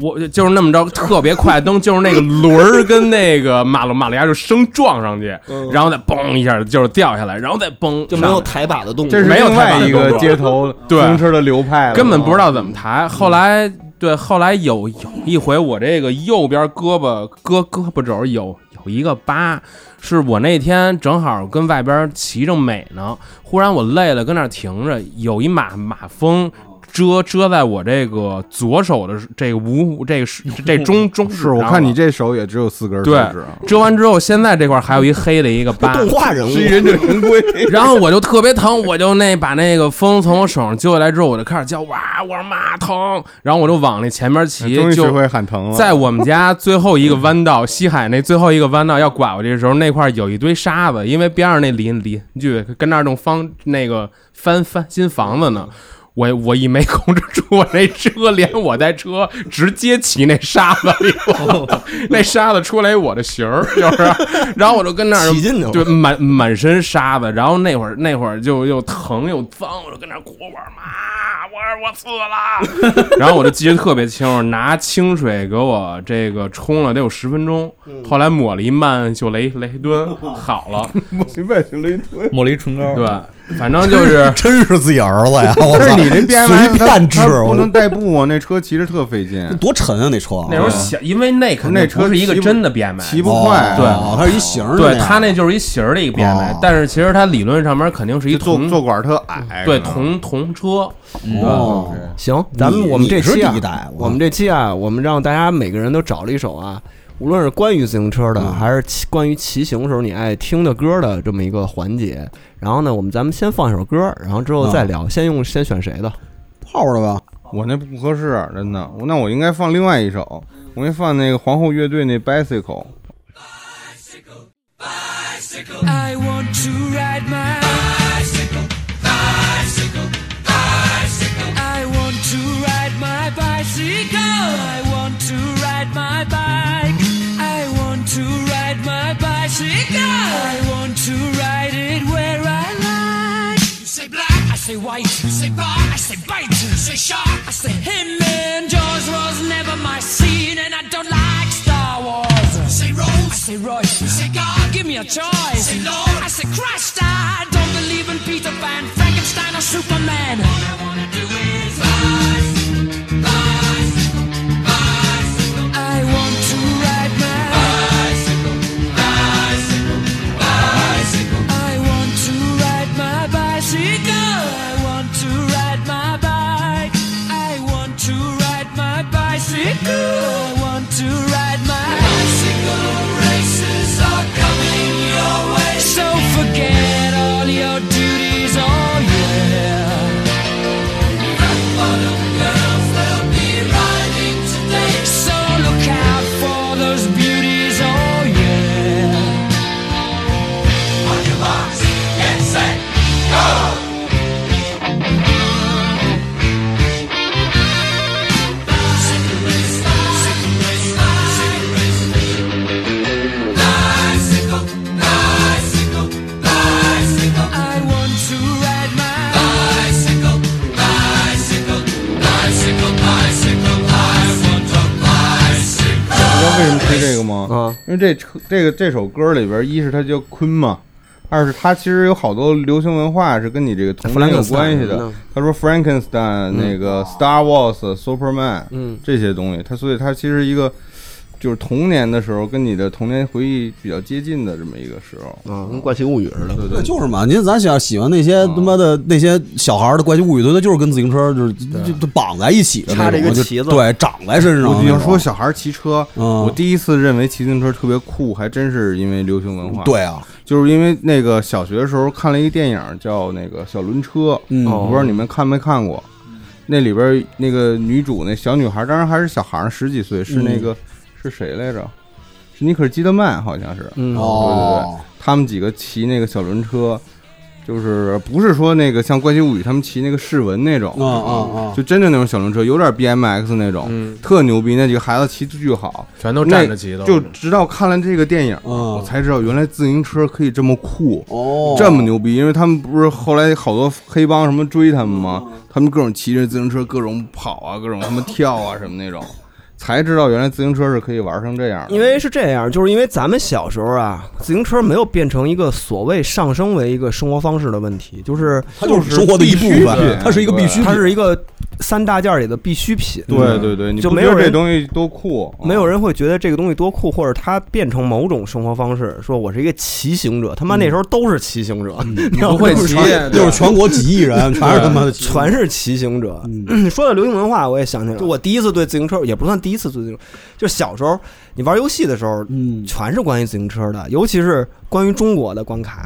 Speaker 6: 我就是那么着特别快蹬，就是那个轮儿跟那个马路马路牙就升撞上去，
Speaker 5: 嗯
Speaker 6: 然后再嘣一下就是掉下来，然后再嘣
Speaker 3: 就没
Speaker 6: 上
Speaker 3: 有
Speaker 6: 来
Speaker 3: 抬把的动作
Speaker 5: 这是，
Speaker 6: 没有
Speaker 5: 另
Speaker 6: 太
Speaker 5: 外
Speaker 6: 大
Speaker 5: 一
Speaker 6: 的
Speaker 5: 个
Speaker 6: 动作
Speaker 5: 街头
Speaker 6: 对
Speaker 5: 自行车的流派了，啊
Speaker 6: 根本不知道怎么
Speaker 5: 嗯
Speaker 6: 抬。后来对，后来有有一回，我这个右边胳膊胳胳膊肘有有一个疤，是我那天正好跟外边骑着美呢，忽然我累了，跟那儿停着，有一马马蜂。遮遮在我这个左手的这个无这个是这 中中指
Speaker 5: 是我
Speaker 6: 上
Speaker 5: 看
Speaker 6: 了
Speaker 5: 你这手也只有四根手
Speaker 6: 对啊
Speaker 5: 指啊，
Speaker 6: 遮完之后，现在这块还有一黑的一个 疤，
Speaker 3: 动画 人物
Speaker 5: 是一 忍者神龟。
Speaker 6: 然后我就特别疼，我就那把那个风从我手上揪下来之后，我就开始叫哇，啊我说妈疼，然后我就往那前面骑，
Speaker 5: 哎终于学
Speaker 6: 就
Speaker 5: 会喊疼了，
Speaker 6: 在我们家最后一个弯道，西海那最后一个弯道要拐过去的时候，那块儿有一堆沙子，因为边上那邻邻居跟那儿弄方那个翻翻新房子
Speaker 5: 嗯
Speaker 6: 呢。我我一没控制住我那车，连我带车直接骑那沙子里头，
Speaker 3: 哦
Speaker 6: 那沙子出来我的形儿，就是，然后我就跟那儿
Speaker 3: 骑进去了
Speaker 6: 对，满满身沙子，然后那会儿那会儿就又疼又脏，我就跟那儿哭，我说妈，我说我死了， 然后我就记得特别清楚，拿清水给我这个冲了得有十分钟，后来抹了一曼秀雷雷 敦，好了，
Speaker 13: 抹了一唇膏，
Speaker 6: 对，反正就是
Speaker 4: 真是自己儿子呀！我
Speaker 5: 但是
Speaker 4: 操，
Speaker 5: 你这 BMX
Speaker 4: 随
Speaker 5: 它
Speaker 4: 便吃
Speaker 5: 它不
Speaker 4: 我
Speaker 5: 能代步啊，那车骑着特费劲，
Speaker 7: 多沉啊那车，
Speaker 6: 那时候小，因为那肯定
Speaker 5: 那车
Speaker 6: 不是一个
Speaker 5: 骑不
Speaker 6: 真的 BMX，
Speaker 5: 骑不快。
Speaker 6: 对
Speaker 7: 哦它是一型儿的
Speaker 6: 对
Speaker 7: 样
Speaker 6: 它那就是一型儿的一个 BMX，
Speaker 7: 哦
Speaker 6: 但是其实它理论上面肯定是一
Speaker 5: 就坐
Speaker 6: 同
Speaker 5: 坐管特矮，
Speaker 6: 对同同车，
Speaker 7: 哦，
Speaker 3: 行，咱们
Speaker 7: 你
Speaker 3: 我们这期
Speaker 7: 你是
Speaker 3: 啊
Speaker 7: 第一代，我
Speaker 3: 我们这期啊，我们让大家每个人都找了一首啊，无论是关于自行车的，还是骑关于骑行时候你爱听的歌的这么一个环节。然后呢，我们咱们先放一首歌，然后之后再聊。先用先选谁的？
Speaker 7: 泡的吧？
Speaker 5: 我那不合适，真的。我那我应该放另外一首，我应该放那个皇后乐队那 Bicycle。
Speaker 2: I want to ride my bicycle, bicycle, bicycle. I want to ride my bicycle. I want to ride my bike. I want to ride my bicycle. I want to ride it where I like. You say black, I say white. You say bar, I say bite. You say shark, I say him. And Jaws was never my scene, and I don't like Star Wars. You say Rose, I say Royce. You say God, give me a choice. say Lord, I say Christ. I don't believe in Peter Pan, Frankenstein, or Superman. All I wanna do is bicycle, bicycle, bicycle. I want to ride my bicycle, bicycle, bicycle. I want to ride my bicycle. I want to ride my bike. I want to ride my bicycle. I want to ride my bicycle. Races are coming your way. So forget all your duties, oh yeah. Rock bottom girl.
Speaker 5: 么推这个吗？
Speaker 3: 啊，
Speaker 5: 因为这车这个这首歌里边，一是它叫坤嘛，二是它其实有好多流行文化是跟你这个童年有关系
Speaker 3: 嗯
Speaker 5: 的。他说 Frankenstein、那个 Star Wars、Superman，
Speaker 3: 嗯，
Speaker 5: 这些东西，它所以它其实一个就是童年的时候跟你的童年回忆比较接近的这么一个时候。
Speaker 3: 啊，跟《怪奇物语》似的。
Speaker 5: 对
Speaker 4: 对，
Speaker 5: 对，
Speaker 4: 就是嘛，您咱想喜欢那
Speaker 3: 啊
Speaker 4: 些他妈的那些小孩儿的怪奇物语，对，他就是跟自行车就是就就绑在一起的那
Speaker 3: 插着一个
Speaker 4: 种，就
Speaker 3: 旗子
Speaker 4: 对，长在身上
Speaker 5: 我
Speaker 4: 那种。
Speaker 5: 你要说小孩骑车，
Speaker 4: 嗯
Speaker 5: 我第一次认为骑自行车特别酷，还真是因为流行文化。
Speaker 4: 对啊，
Speaker 5: 就是因为那个小学的时候看了一个电影叫那个《小轮车》，
Speaker 4: 嗯
Speaker 5: 我不知道你们看没看过。那里边那个女主那小女孩，当然还是小孩儿，十几岁，
Speaker 4: 嗯
Speaker 5: 是那个、是谁来着？是尼可基德曼好像是。
Speaker 3: 嗯，
Speaker 4: 哦，
Speaker 5: 他们几个骑那个小轮车，就是不是说那个像《怪奇物语》他们骑那个世文那种，
Speaker 4: 嗯嗯嗯
Speaker 5: 就真的那种小轮车，有点 BMX 那种，
Speaker 6: 嗯
Speaker 5: 特牛逼。那几个孩子骑得巨好，
Speaker 6: 全都站着骑的，
Speaker 5: 那
Speaker 6: 嗯
Speaker 5: 就直到看了这个电影，
Speaker 4: 嗯
Speaker 5: 我才知道原来自行车可以这么酷。
Speaker 4: 哦，
Speaker 5: 这么牛逼，因为他们不是后来好多黑帮什么追他们吗？
Speaker 3: 嗯
Speaker 5: 他们各种骑着自行车，各种跑啊，各种他们跳啊什么那种，才知道原来自行车是可以玩成这样的。
Speaker 3: 因为是这样，就是因为咱们小时候啊，自行车没有变成一个所谓上升为一个生活方式的问题，就是
Speaker 4: 它就是生活的一部分，它是一个必须品，
Speaker 3: 它是一个三大件儿里的必需品。嗯
Speaker 5: 对对对，你
Speaker 3: 就
Speaker 5: 不
Speaker 3: 没
Speaker 5: 觉
Speaker 3: 有
Speaker 5: 得这
Speaker 3: 人
Speaker 5: 东西多酷，
Speaker 3: 没有人会觉得这个东西多酷，或者它变成某种生活方式。说我是一个骑行者，他妈那时候都是骑行者，嗯你
Speaker 6: 不会骑，
Speaker 4: 就是全国几亿人，全是他妈的，
Speaker 3: 全是骑行者。 说到流行文化，我也想起来了，就我第一次对自行车也不算第一次对自行车，就小时候你玩游戏的时候，
Speaker 4: 嗯
Speaker 3: 全是关于自行车的，尤其是关于中国的关卡。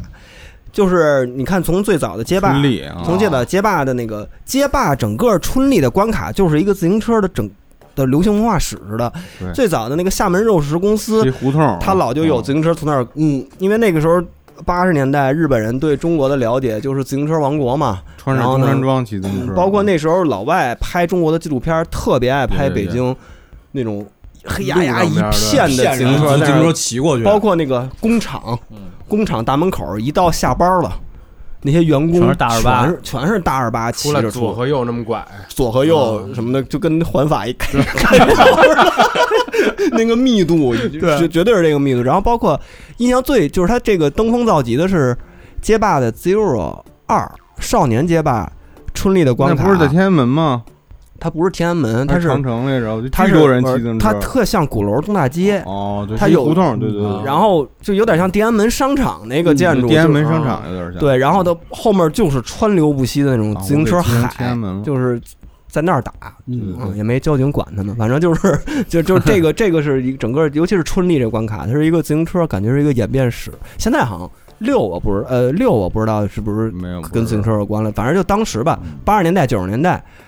Speaker 3: 就是你看，从最早的街霸
Speaker 5: 春丽啊，
Speaker 3: 从最早的街霸的那个街霸整个春丽的关卡，就是一个自行车的整的流行文化史似的
Speaker 5: 对。
Speaker 3: 最早的那个厦门肉食公司
Speaker 5: 这，胡同儿，
Speaker 3: 他老就有自行车从那儿，嗯，因为那个时候八十年代日本人对中国的了解就是自行车王国嘛，
Speaker 5: 嗯穿着
Speaker 3: 然后
Speaker 5: 中
Speaker 3: 呢嗯
Speaker 5: 山装骑自行车，
Speaker 3: 包括那时候老外拍中国的纪录片儿，特别爱拍北京那种黑压压一片的自行车，
Speaker 4: 自
Speaker 3: 但
Speaker 4: 行
Speaker 3: 是
Speaker 4: 车骑过去，
Speaker 3: 包括那个工厂，工厂大门口一到下班了。那些员工
Speaker 7: 全是大二八
Speaker 3: 全是全是大二八骑
Speaker 6: 出来
Speaker 3: 着
Speaker 6: 左
Speaker 3: 车，
Speaker 6: 和右那么拐，
Speaker 3: 左和右什么的，就跟环法一开开跑似的， 那个密度，绝绝对是这个密度。然后包括印象最就是它这个登峰造极的是街霸的 Zero 二少年街霸春丽的关
Speaker 5: 那
Speaker 3: 卡，
Speaker 5: 不是在天安门吗？
Speaker 3: 它不是天安门，它
Speaker 5: 还
Speaker 3: 是
Speaker 5: 长城来着，我就
Speaker 3: 它
Speaker 5: 巨
Speaker 3: 是
Speaker 5: 多人骑自行
Speaker 3: 它
Speaker 5: 车。
Speaker 3: 特像鼓楼东大街，
Speaker 5: 哦，对，
Speaker 3: 它
Speaker 5: 是一
Speaker 3: 有嗯
Speaker 5: 胡同儿，对对对，嗯
Speaker 3: 然后就有点像天安门商场那个建筑，
Speaker 5: 天安门
Speaker 3: 就是啊
Speaker 5: 商场有点像。
Speaker 3: 对，然后到后面就是川流不息的那种
Speaker 5: 啊
Speaker 3: 自行车
Speaker 5: 我给天安天
Speaker 3: 海
Speaker 5: 安门，了
Speaker 3: 就是在那儿打，
Speaker 4: 嗯
Speaker 3: 嗯，也没交警管他呢，反正就是就就这个这个是一个整个，尤其是春丽这关卡，它是一个自行车，感觉是一个演变史。现在好像六我不知呃六我不知道是不是
Speaker 5: 没有嗯
Speaker 3: 跟自行车有关了，反正就当时吧，八十年代九十年代，
Speaker 5: 哦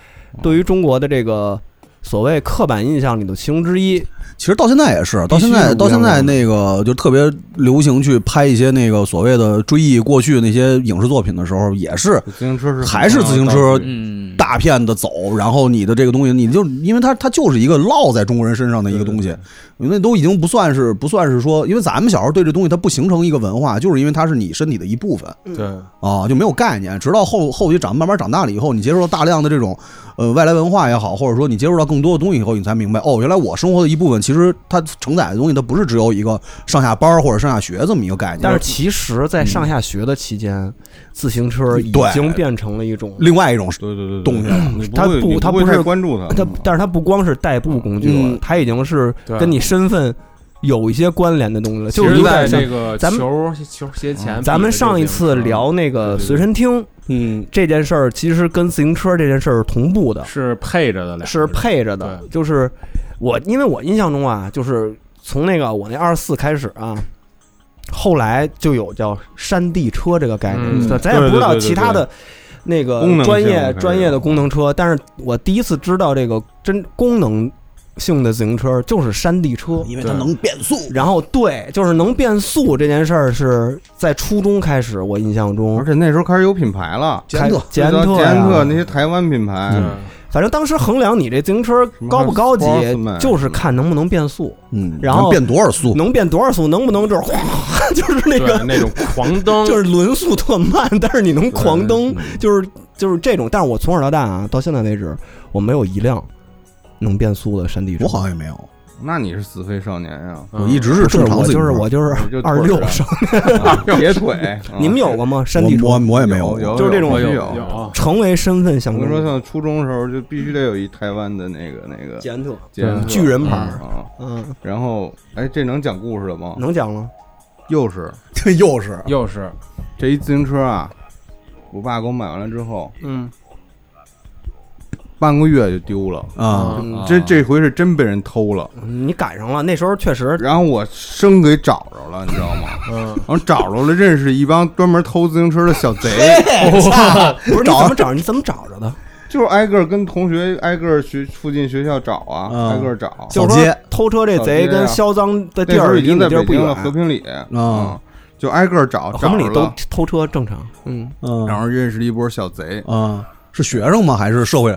Speaker 3: 对于中国的这个所谓刻板印象里的其中之一，
Speaker 4: 其实到现在也是，啊到
Speaker 3: 必须
Speaker 4: 现
Speaker 3: 是
Speaker 4: 在
Speaker 3: 无
Speaker 4: 到现
Speaker 3: 量
Speaker 4: 在
Speaker 3: 的
Speaker 4: 那个就特别流行去拍一些那个所谓的追忆过去那些影视作品的时候，也是
Speaker 5: 自行车是啊
Speaker 4: 还是自行车
Speaker 7: 嗯，
Speaker 4: 大片的走，然后你的这个东西，你就因为它它就是一个烙在中国人身上的一个东西，那都已经不算是不算是说，因为咱们小时候对这东西它不形成一个文化，就是因为它是你身体的一部分
Speaker 6: 对，
Speaker 3: 嗯
Speaker 4: 啊，就没有概念。直到后后期长慢慢长大了以后，你接触到大量的这种呃外来文化也好，或者说你接触到更多的东西以后，你才明白哦，原来我生活的一部分其实它承载的东西，它不是只有一个上下班儿或者上下学这么一个概念，
Speaker 3: 但是其实，在上下学的期间，自行车已
Speaker 4: 对
Speaker 3: 经变成了一种
Speaker 4: 另外一种
Speaker 5: 对对对对，
Speaker 4: 东西了。
Speaker 5: 你
Speaker 3: 它
Speaker 5: 会
Speaker 3: 不
Speaker 5: 你
Speaker 3: 它
Speaker 5: 会
Speaker 3: 不是
Speaker 5: 太关注它，
Speaker 3: 它，但是它不光是代步工具了
Speaker 4: 嗯，
Speaker 3: 它已经是
Speaker 6: 对
Speaker 3: 跟你身份有一些关联的东西了。
Speaker 6: 其
Speaker 3: 就是
Speaker 6: 实
Speaker 3: 有
Speaker 6: 在
Speaker 3: 点像
Speaker 6: 那个
Speaker 3: 咱们
Speaker 6: 球球鞋前，
Speaker 3: 咱们上一次聊那
Speaker 6: 对
Speaker 3: 个
Speaker 6: 对对
Speaker 3: 随身听
Speaker 4: 嗯，
Speaker 3: 这件事儿，其实跟自行车这件事儿是同步的，
Speaker 6: 是配着的俩，
Speaker 3: 是配着的
Speaker 6: 对。
Speaker 3: 就是我，因为我印象中啊，就是从那个我那二十四开始啊。后来就有叫山地车这个概念，
Speaker 6: 嗯
Speaker 3: 咱咱也不知道
Speaker 5: 对对对对
Speaker 3: 其他的那个
Speaker 5: 功能性
Speaker 3: 专
Speaker 5: 还
Speaker 3: 业
Speaker 5: 是
Speaker 3: 专业的功能车，但是我第一次知道这个真功能性的自行车就是山地车。
Speaker 4: 因为它能变速。
Speaker 3: 然后对，就是能变速这件事儿是在初中开始，我印象中
Speaker 5: 而，且那时候开始有品牌了，
Speaker 4: 捷安特
Speaker 3: 开捷安
Speaker 5: 知道
Speaker 3: 特
Speaker 5: 捷
Speaker 3: 呀、
Speaker 5: 安特那些台湾品牌，
Speaker 6: 对
Speaker 3: 反正当时衡量你这自行车高不高级
Speaker 5: 什么 Sportsman，
Speaker 3: 就是看能不能变速，
Speaker 4: 嗯，
Speaker 3: 然后
Speaker 4: 能变多少速？
Speaker 3: 能变多少速，能不能就是哗， 就是那
Speaker 6: 对
Speaker 3: 个
Speaker 6: 那种狂蹬，
Speaker 3: 就是轮速特慢， 但是你能狂蹬，就是就是这种。但是我从小到大啊，到现在为止，我没有一辆能变速的山地车。
Speaker 4: 我好像也没有，
Speaker 5: 那你是死飞少年呀、
Speaker 4: 我一直是
Speaker 3: 不是
Speaker 4: 正常
Speaker 3: 我
Speaker 4: 自行
Speaker 3: 就是
Speaker 4: 车
Speaker 3: 我就是
Speaker 5: 我就腿
Speaker 3: 二
Speaker 5: 儿
Speaker 3: 六
Speaker 5: 啊
Speaker 3: 生，
Speaker 5: 啊，铁腿
Speaker 3: 。你们有
Speaker 5: 啊
Speaker 3: 过吗？山地
Speaker 4: 我
Speaker 3: 车
Speaker 4: 我我也没
Speaker 5: 有有
Speaker 3: 就是这种
Speaker 5: 有有
Speaker 6: 有
Speaker 5: 有。
Speaker 6: 啊
Speaker 3: 成为身份象
Speaker 5: 我
Speaker 3: 征
Speaker 5: 跟你说，像初中的时候就必须得有一台湾的那个那个
Speaker 3: 捷安特，
Speaker 5: 捷安特
Speaker 3: 巨人牌儿，
Speaker 5: 啊。
Speaker 3: 嗯，
Speaker 5: 然后，哎，这能讲故事了吗？
Speaker 3: 能讲吗？
Speaker 5: 又是
Speaker 4: 这 又是
Speaker 6: 又是
Speaker 5: 这一自行车啊，我爸给我买完了之后，
Speaker 6: 嗯，
Speaker 5: 半个月就丢了。
Speaker 4: 啊，
Speaker 5: 嗯这这回是真被人偷了，
Speaker 3: 你赶上啊了，那时候确实啊
Speaker 5: 然后我生给找着了，你知道吗？ 嗯，然后找着了，认识一帮专门偷自行车的小 贼，
Speaker 3: 不是你怎么找你怎么找着的？
Speaker 5: 就是挨个跟同学挨个学附近学校找
Speaker 4: 嗯
Speaker 5: 啊，挨个找。
Speaker 3: 就
Speaker 4: 扫
Speaker 3: 是说
Speaker 4: 街
Speaker 3: 偷车这贼
Speaker 5: 扫街
Speaker 3: 跟
Speaker 5: 啊
Speaker 3: 销赃的
Speaker 5: 那
Speaker 3: 地
Speaker 5: 时候
Speaker 3: 儿
Speaker 5: 已
Speaker 3: 离
Speaker 5: 经
Speaker 3: 你
Speaker 5: 在
Speaker 3: 这儿
Speaker 5: 北
Speaker 3: 不
Speaker 5: 京
Speaker 3: 远
Speaker 5: 了，，和平里啊
Speaker 4: 嗯，
Speaker 5: 就挨个找，
Speaker 3: 和
Speaker 5: 找
Speaker 3: 平里
Speaker 5: 着
Speaker 3: 都
Speaker 5: 了，
Speaker 3: 偷车正常。嗯，
Speaker 5: 然
Speaker 4: 嗯
Speaker 5: 后认识了一波小贼。
Speaker 4: 嗯，是学生吗？还是社会？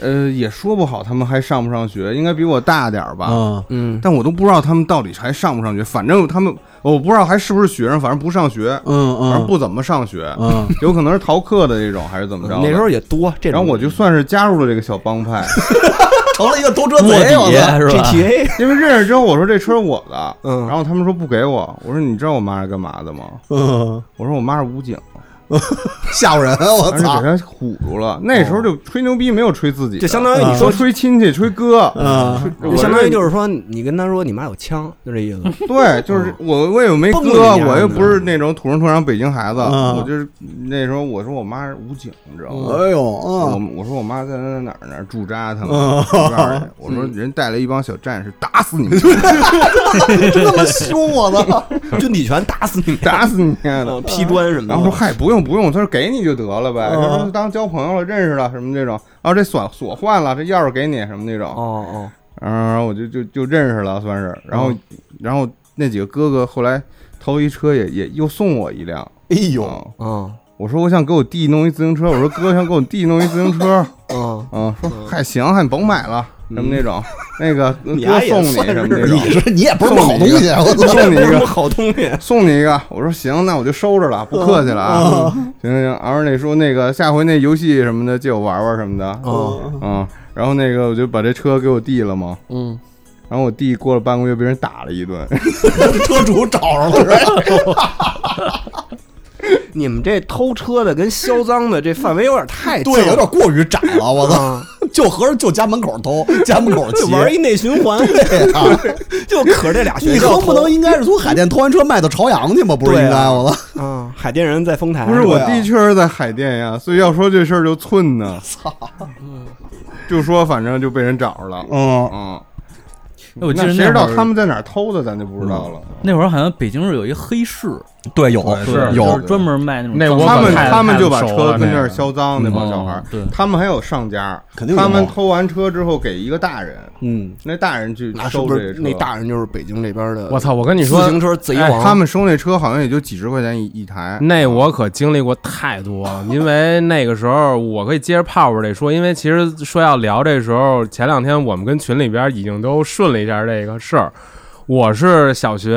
Speaker 5: 呃，也说不好他们还上不上学，应该比我大点儿吧。
Speaker 4: 啊，
Speaker 3: 嗯，
Speaker 5: 但我都不知道他们到底还上不上学，反正他们我不知道还是不是学生，反正不上学，
Speaker 4: 嗯
Speaker 5: 反正
Speaker 4: 嗯
Speaker 5: 不怎么上学，
Speaker 4: 嗯，
Speaker 5: 有可能是逃课的这种，还是怎么着的？
Speaker 3: 那时候也多这
Speaker 5: 然
Speaker 3: 种。
Speaker 5: 后我就算是加入了这个小帮派，
Speaker 4: 成了一个偷车
Speaker 7: 卧
Speaker 4: 贼，我
Speaker 7: 底
Speaker 4: 操
Speaker 7: 是吧？
Speaker 3: GTA，
Speaker 5: 因为认识之后我说这车是我的，
Speaker 3: 啊嗯
Speaker 5: 然后他们说不给我，我说你知道我妈是干嘛的吗？
Speaker 4: 嗯，
Speaker 5: 我说我妈是武 警，
Speaker 4: 吓唬人，
Speaker 3: 啊
Speaker 4: 我
Speaker 5: 当时
Speaker 4: 操
Speaker 5: 给，她唬住了。那时候就吹牛逼，没有吹自己的，嗯
Speaker 3: 就相当于你
Speaker 5: 说
Speaker 3: 说，
Speaker 5: 吹亲戚、吹哥，
Speaker 4: 嗯，
Speaker 3: 啊就相当于就是说，你跟他说你妈有枪，就这意思。
Speaker 5: 对，就是我我也没
Speaker 3: 蹦
Speaker 5: 哥，
Speaker 3: 你娘
Speaker 5: 我又
Speaker 3: 的啊
Speaker 5: 不是那种土生土长北京孩子，
Speaker 4: 嗯
Speaker 5: 我就是那时候我说我妈是武警，你知道吗？
Speaker 4: 哎呦，
Speaker 5: 我
Speaker 4: 啊，
Speaker 5: 我说我妈在哪儿哪儿哪儿驻扎，他们
Speaker 4: 嗯
Speaker 5: 我 告诉你我说人带了一帮小战士，打死你们，
Speaker 4: 这么凶，我操，
Speaker 3: 军体拳打死你，
Speaker 5: 打死你丫的
Speaker 3: 嗯！劈砖什么的。
Speaker 5: 然后说嗨，不用不用，他说给你就得了呗，
Speaker 4: 嗯
Speaker 5: 他说当交朋友了，认识了什么这种，啊这锁锁换了，这钥匙给你什么那种，
Speaker 3: 哦
Speaker 5: 嗯，然后我就就就认识了算是，然后然后那几个哥哥后来偷一车也也又送我一辆，
Speaker 4: 哎
Speaker 5: 嗯
Speaker 4: 呦，
Speaker 3: 哦哦，
Speaker 5: 我说我想给我弟弄一自行车，我说哥想给我弟弄一自行车，
Speaker 3: 嗯
Speaker 5: 嗯，说嗨行，嗨你甭买了什么那种，那个
Speaker 3: 你
Speaker 5: 哥
Speaker 3: 丫也
Speaker 5: 送你
Speaker 3: 算
Speaker 5: 什么
Speaker 3: 是
Speaker 5: 那
Speaker 4: 你
Speaker 5: 种，
Speaker 4: 说你也不是什么好东西，我
Speaker 3: 嗯，
Speaker 4: 操，
Speaker 5: 送你一
Speaker 3: 什
Speaker 5: 个
Speaker 3: 么好东西？
Speaker 5: 送你一个，我说行，那我就收着了，不客气了 啊，行行行，然后那说那个下回那游戏什么的借我玩玩什么的，
Speaker 3: 哦，
Speaker 5: 嗯，然后那个我就把这车给我弟了嘛，嗯，然后我弟过了半个月被人打了一 顿，
Speaker 4: 车主找着了， 是吧
Speaker 3: 你们这偷车的跟销赃的这范围有点太近
Speaker 4: 对，有
Speaker 3: 了
Speaker 4: 点过于窄了，我操，
Speaker 3: 啊，
Speaker 4: 就合着就家门口 偷，家门口
Speaker 3: 就
Speaker 4: 骑，
Speaker 3: 玩一内循环，
Speaker 4: 对啊
Speaker 3: 就可这俩学
Speaker 4: 你
Speaker 3: 校
Speaker 4: 能不能应该是从海淀偷完车卖到朝阳去吗？不是应
Speaker 3: 对
Speaker 4: 该
Speaker 3: 啊
Speaker 4: 我操，
Speaker 3: 偷啊？海淀人在丰台，
Speaker 5: 不是我
Speaker 4: 对啊
Speaker 5: 弟确实在海淀呀，所以要说这事儿就寸 呢，操，就说反正就被人找着了，
Speaker 4: 嗯
Speaker 5: 嗯。
Speaker 7: 我记
Speaker 5: 那
Speaker 7: 得
Speaker 5: 谁
Speaker 7: 那
Speaker 5: 知
Speaker 7: 会
Speaker 5: 道他
Speaker 7: 儿
Speaker 5: 们在哪儿偷的，咱就不知道了。
Speaker 7: 那会儿好像北京市有一黑市，
Speaker 4: 对，有
Speaker 7: 对
Speaker 5: 是
Speaker 7: 就
Speaker 4: 有
Speaker 7: 是专门卖那种
Speaker 6: 那
Speaker 7: 脏
Speaker 6: 我
Speaker 5: 他
Speaker 7: 牌
Speaker 5: 们
Speaker 7: 太
Speaker 6: 太
Speaker 5: 他们就把
Speaker 6: 太熟了
Speaker 5: 车跟这
Speaker 6: 那个
Speaker 5: 儿销赃，那帮
Speaker 7: 啊嗯
Speaker 5: 小孩儿
Speaker 7: 对，
Speaker 5: 他们还有上家，
Speaker 4: 肯定有
Speaker 5: 他
Speaker 3: 啊
Speaker 5: 们偷完车之后给一个大人，
Speaker 4: 嗯，
Speaker 5: 那大人去
Speaker 3: 那是
Speaker 5: 啊收
Speaker 3: 不
Speaker 5: 这
Speaker 3: 是
Speaker 5: 车。
Speaker 3: 那大人就是北京这边的？
Speaker 6: 我操！我跟你
Speaker 3: 自
Speaker 6: 说，哎
Speaker 3: 行车贼王，
Speaker 5: 他们收那车好像也就几十块钱一一台。
Speaker 6: 那我可经历过太多了，因为那个时候我可以接着泡泡这说，因为其实说要聊这时候，前两天我们跟群里边已经都顺了一下这个事儿。我是小学，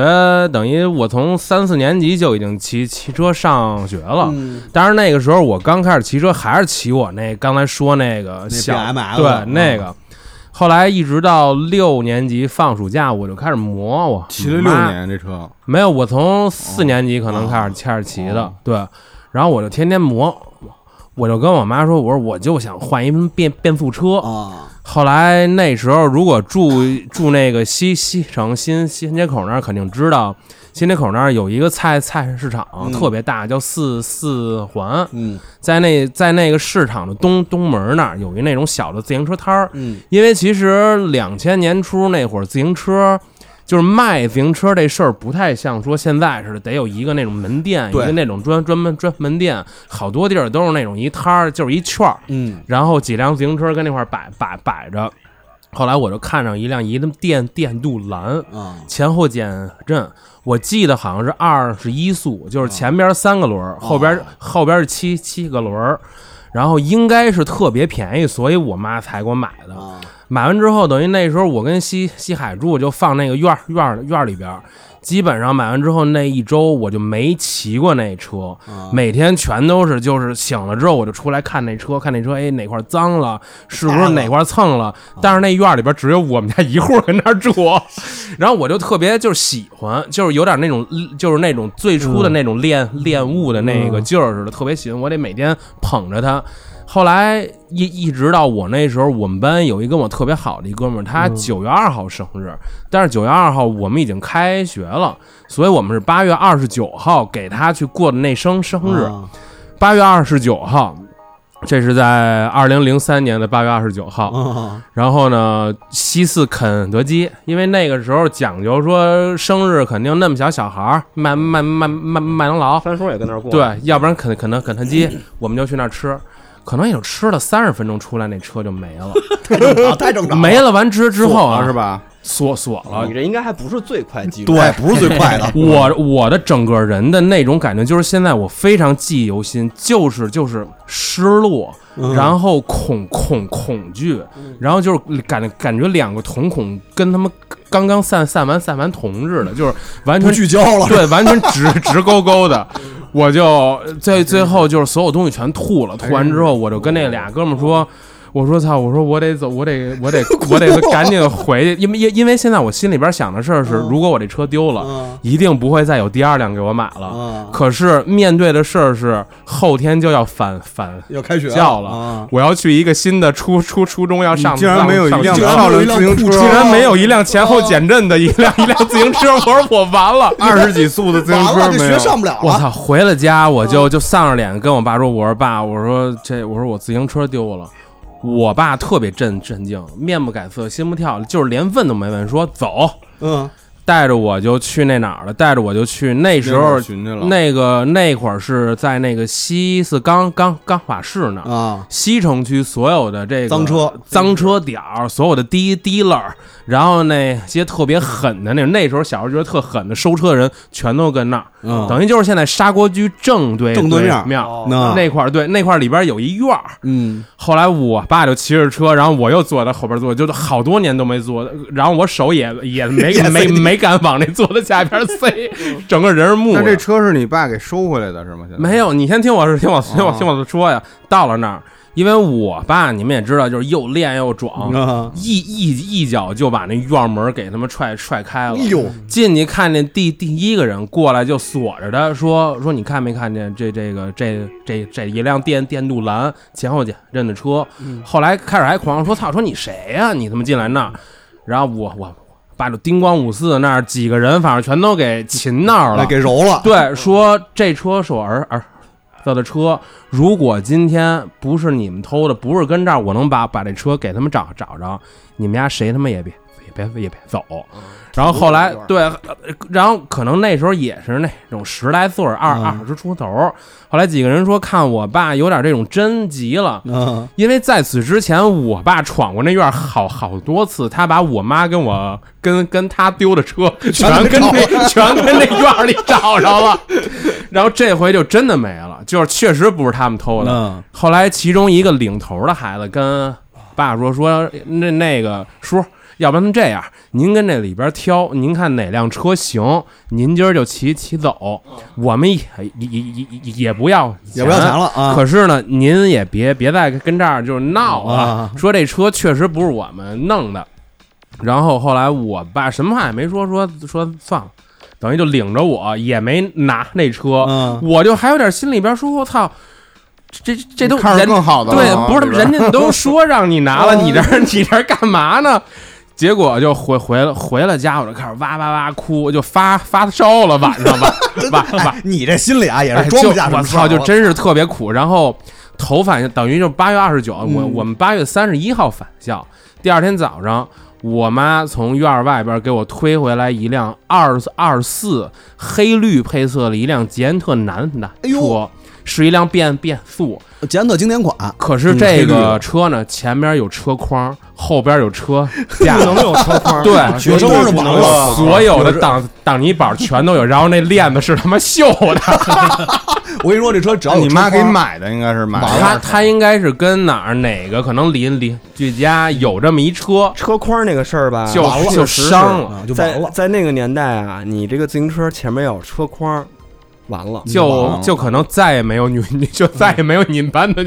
Speaker 6: 等于我从三四年级就已经骑骑车上学了。
Speaker 5: 嗯
Speaker 6: 当然那个时候我刚开始骑车还是骑我那刚才说那个小
Speaker 4: BMX
Speaker 6: 对
Speaker 4: 嗯
Speaker 6: 那个，后来一直到六年级放暑假我就开始磨我
Speaker 5: 骑了六
Speaker 6: 妈
Speaker 5: 年这车，
Speaker 6: 没有，我从四年级可能开始开始骑的，对，然后我就天天磨，我就跟我妈说，我说我就想换一变变速车。
Speaker 4: 啊，
Speaker 6: 后来那时候如果住住那个西西城新新街口那儿，肯定知道新街口那儿有一个菜菜市场、特别大，叫四四环，
Speaker 4: 嗯
Speaker 6: 在那在那个市场的东东门那儿有一那种小的自行车摊儿，
Speaker 4: 嗯，
Speaker 6: 因为其实两千年初那会儿，自行车就是卖自行车这事儿，不太像说现在似的，得有一个那种门店，一
Speaker 4: 对
Speaker 6: 个那种专专门专门店，好多地儿都是那种一摊儿，就是一圈儿，
Speaker 4: 嗯，
Speaker 6: 然后几辆自行车跟那块儿摆摆摆着。后来我就看上一辆一辆电电镀蓝，
Speaker 4: 啊，
Speaker 6: 前后减震，我记得好像是二十一速，就是前边三个轮儿，后边后边是七七个轮儿，然后应该是特别便宜，所以我妈才给我买的。买完之后，等于那时候我跟西西海柱就放那个院儿院儿院儿里边儿，基本上买完之后那一周我就没骑过那车，每天全都是就是醒了之后我就出来看那车，看那车哎哪块脏了，是不是哪块蹭了？但是那院里边只有我们家一户儿跟那儿住，然后我就特别就是喜欢，就是有点那种就是那种最初的那种恋恋物的那个劲儿似的，特别喜欢，我得每天捧着它。后来一一直到我那时候，我们班有一跟我特别好的一哥们儿，他九月二号生日，但是九月二号我们已经开学了，所以我们是八月二十九号给他去过的那生生日。
Speaker 4: 啊
Speaker 6: 八月二十九号，这是在二零零三年的八月二十九号。
Speaker 4: 啊
Speaker 6: 然后呢，西四肯德基，因为那个时候讲究说生日肯定那么小小孩儿，麦麦麦麦麦当劳，
Speaker 3: 三叔也跟那儿过，，
Speaker 6: 对，要不然肯肯德肯德基，我们就去那儿吃。可能也就吃了三十分钟，出来那车就没了，
Speaker 4: 太正常，太正常了，
Speaker 6: 没了完之之后啊，
Speaker 5: 是吧？
Speaker 6: 锁锁了。
Speaker 3: 你。这应该还不是最快记录，
Speaker 4: 对，哎不是最快的 嗯
Speaker 6: 我我的整个人的那种感觉，就是现在我非常记忆犹新，就是就是失落，
Speaker 4: 嗯
Speaker 6: 然后恐恐恐惧，然后就是感感觉两个瞳孔跟他们刚刚散散完散完瞳似的，就是完
Speaker 4: 不
Speaker 6: 全
Speaker 4: 聚焦了，嗯
Speaker 6: 对，完全 直直勾勾的。我就最最后就是所有东西全吐了，吐完之后我就跟那俩哥们儿说。我说操！我说我得走，我得我得我 得赶紧回去，因为因因为现在我心里边想的事儿是，如果我这车丢了
Speaker 4: 嗯，
Speaker 6: 一定不会再有第二辆给我买了
Speaker 4: 嗯。
Speaker 6: 可是面对的事儿是，后天就要返返
Speaker 4: 要开学
Speaker 6: 校了
Speaker 4: 啊，
Speaker 6: 我要去一个新的初初初中要上。
Speaker 5: 你竟然没有一
Speaker 6: 上
Speaker 5: 辆
Speaker 6: 上
Speaker 4: 然
Speaker 5: 漂
Speaker 4: 没有
Speaker 5: 亮
Speaker 4: 一
Speaker 5: 自
Speaker 4: 辆
Speaker 5: 行
Speaker 4: 库车
Speaker 5: 车，
Speaker 4: 哦
Speaker 6: 竟然没有一辆前后减震的一辆一辆自行车，我说我完了。
Speaker 5: 二十几速的自行
Speaker 4: 完了，
Speaker 5: 车
Speaker 4: 这
Speaker 5: 没
Speaker 4: 学上
Speaker 5: 有。
Speaker 4: 不了
Speaker 6: 我
Speaker 4: 了。
Speaker 6: 操！回了家我就就丧着脸跟我爸说：“我说爸，我说这我说我自行车丢了。”我爸特别震震惊，面不改色心不跳，就是连问都没问，说走，
Speaker 4: 嗯，
Speaker 6: 带着我就去那哪儿了，带着我就去那时
Speaker 5: 那会
Speaker 6: 候
Speaker 5: 儿寻去了
Speaker 6: 那个那会儿是在那个西四钢钢钢法市那儿
Speaker 4: 啊，
Speaker 6: 西城区所有的这个
Speaker 4: 脏车
Speaker 6: 脏车点儿，所有的滴滴了，然后那些特别狠的那种，那时候小时候觉得特狠的收车的人，全都跟那儿，
Speaker 4: 嗯
Speaker 6: 等于就是现在砂锅居正对
Speaker 4: 正对
Speaker 6: 对
Speaker 4: 面
Speaker 6: 面
Speaker 4: 儿哦那
Speaker 6: 那块儿，对那块儿里边有一院儿。
Speaker 4: 嗯，
Speaker 6: 后来我爸就骑着车，然后我又坐在后边坐，就是好多年都没坐，然后我手也也 没没没敢往那座的下边塞，整个人是木的。
Speaker 5: 那这车是你爸给收回来的是吗？现在
Speaker 6: 没有，你先听我听我听我听我说呀。到了那儿，因为我爸你们也知道，就是又练又壮，
Speaker 4: 啊
Speaker 6: 一一一脚就把那院门给他们踹踹开了。
Speaker 4: 哎呦，
Speaker 6: 进去看见第第一个人过来就锁着他，说说你看没看见这这个这这这一辆电电镀蓝前后减震的车？
Speaker 12: 嗯
Speaker 6: 后来开始还狂说操，说你谁呀、你他妈进来那儿？然后我我爸就叮咣五四那儿几个人，反正全都给擒那儿了
Speaker 4: 来， 给揉了。
Speaker 6: 对，说这车是我儿儿子的车，如果今天不是你们偷的，不是跟这儿，我能把把这车给他们找找着，你们家谁他妈也别也别也别走。然后后
Speaker 4: 嗯
Speaker 6: 来对，呃然后可能那时候也是那种十来岁儿，二
Speaker 4: 嗯
Speaker 6: 二十出头儿。后来几个人说看我爸有点这种真急了，
Speaker 4: 嗯，
Speaker 6: 因为在此之前，我爸闯过那院儿好好多次，他把我妈跟我跟跟他丢的车全跟那全跟那院儿里找着 了， 然后这回就真的没了，就是确实不是他们偷的
Speaker 4: 嗯。
Speaker 6: 后来其中一个领头的孩子跟爸说说那那个叔。要不然这样，您跟这里边挑，您看哪辆车行，您今儿就骑骑走，我们也也也也也不要
Speaker 4: 也不要钱了啊
Speaker 6: 可是呢，您也别别再跟这儿就是闹了、
Speaker 4: 啊
Speaker 6: 说这车确实不是我们弄的。然后后来我爸什么话也没说，说说算了，等于就领着我也没拿那车，
Speaker 4: 嗯
Speaker 6: 我就还有点心里边说，我操。这这这都
Speaker 5: 看着
Speaker 6: 人
Speaker 5: 更好的了
Speaker 6: 对，
Speaker 5: 啊
Speaker 6: 不是他
Speaker 5: 里
Speaker 6: 们
Speaker 5: 边
Speaker 6: 人家 都说让你 拿了，你这儿你这儿干嘛呢？结果就回回了回了家，我就开始哇哇哇哭，我就发发烧了，晚上 晚晚晚
Speaker 4: 你这心里啊也
Speaker 6: 哎，
Speaker 4: 是
Speaker 6: 就
Speaker 4: 装不下什
Speaker 6: 我
Speaker 4: 么事儿
Speaker 6: 操，就真是特别苦。然后头返等于就八月二十九，我
Speaker 4: 嗯
Speaker 6: 我们八月三十一号返校，第二天早上。我妈从院儿外边给我推回来一辆二二四黑绿配色的一辆捷安特男的
Speaker 4: 哎呦
Speaker 6: 车，是一辆变变速。
Speaker 4: 捷安特经典款，嗯
Speaker 6: 可是这个车呢，前边有车筐，后边有车架，能有车筐？对，
Speaker 4: 啊绝招就完了。
Speaker 6: 所有的挡挡泥板全都有，然后那链子是他妈锈的。
Speaker 4: 我跟你说，这车只要有
Speaker 5: 你妈
Speaker 4: 车嗯
Speaker 5: 给
Speaker 4: 筐
Speaker 5: 买的应该是买的
Speaker 6: 他他应该是跟哪儿哪个可能邻邻居家有这么一车，
Speaker 3: 车筐那个事儿吧，
Speaker 6: 就
Speaker 4: 完了
Speaker 6: 就伤了，
Speaker 4: 啊就
Speaker 3: 在
Speaker 4: 完了。
Speaker 3: 啊在那个年代啊，你这个自行车前面要有车筐，完了。
Speaker 5: 完
Speaker 6: 就
Speaker 5: 了
Speaker 6: 就可能再也没有女， 就再也没有你们班的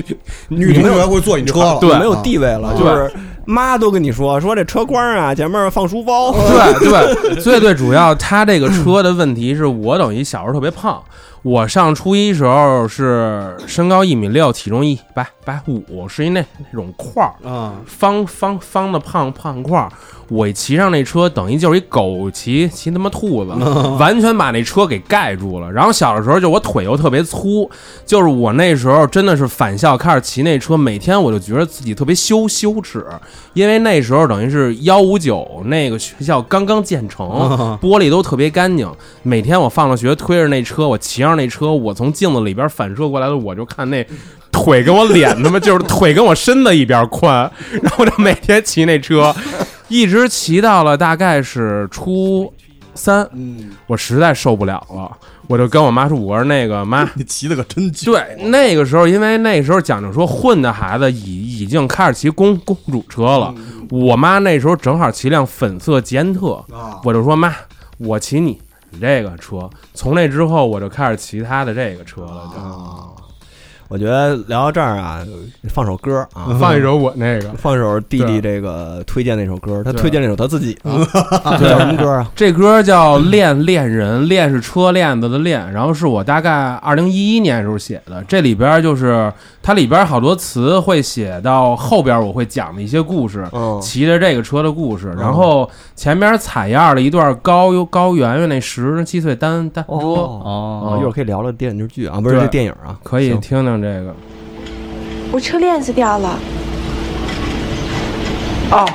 Speaker 4: 女同学会坐你车了，啊
Speaker 6: 对
Speaker 3: 你没有地位了，
Speaker 6: 对
Speaker 3: 就是妈都跟你说说这车筐啊，前面放书包，
Speaker 6: 对对，最最主要，他这个车的问题是我等于小时候特别胖，我上初一时候是身高一米六，体重一百百五，是一那那种块儿，
Speaker 4: 啊，
Speaker 6: 方方方的胖胖块儿。我一骑上那车，等于就是一狗骑骑他妈兔子，完全把那车给盖住了。然后小的时候就我腿又特别粗，就是我那时候真的是返校开始骑那车，每天我就觉得自己特别羞羞耻，因为那时候等于是幺五九那个学校刚刚建成，玻璃都特别干净。每天我放了学推着那车，我骑上那车，我从镜子里边反射过来的，我就看那 腿跟我脸他妈就是腿跟我身子一边宽， 然后我就每天骑那车， 一直骑到了大概是初三，
Speaker 4: 嗯
Speaker 6: 我实在受不了了，我就跟我妈说，我说那个妈，
Speaker 4: 你骑的可真久。
Speaker 6: 对，那个时候，因为那时候讲究说混的孩子已已经开始骑公公主车了。
Speaker 4: 嗯
Speaker 6: 我妈那时候正好骑辆粉色捷安特，
Speaker 4: 啊
Speaker 6: 我就说妈，我骑你这个车。从那之后，我就开始骑她的这个车
Speaker 4: 啊
Speaker 6: 了。
Speaker 3: 我觉得聊到这儿啊，放首歌啊，
Speaker 6: 就 放一首我那个，
Speaker 3: 放首弟弟这个推荐那首歌，他推荐那首他自己的， 叫什么歌啊？
Speaker 6: 这歌叫《恋恋人》，恋是车链子的恋，然后是我大概二零一一年时候写的。这里边就是它里边好多词会写到后边我会讲的一些故事，
Speaker 3: 嗯
Speaker 6: 骑着这个车的故事。然后前边采样了一段高高圆圆那十七岁单单车，
Speaker 3: 哦，一会儿可以聊聊电视剧啊，不是
Speaker 6: 对
Speaker 3: 这电影啊，
Speaker 6: 可以
Speaker 3: 行
Speaker 6: 听听这个。
Speaker 13: 我车链子掉了。 哦。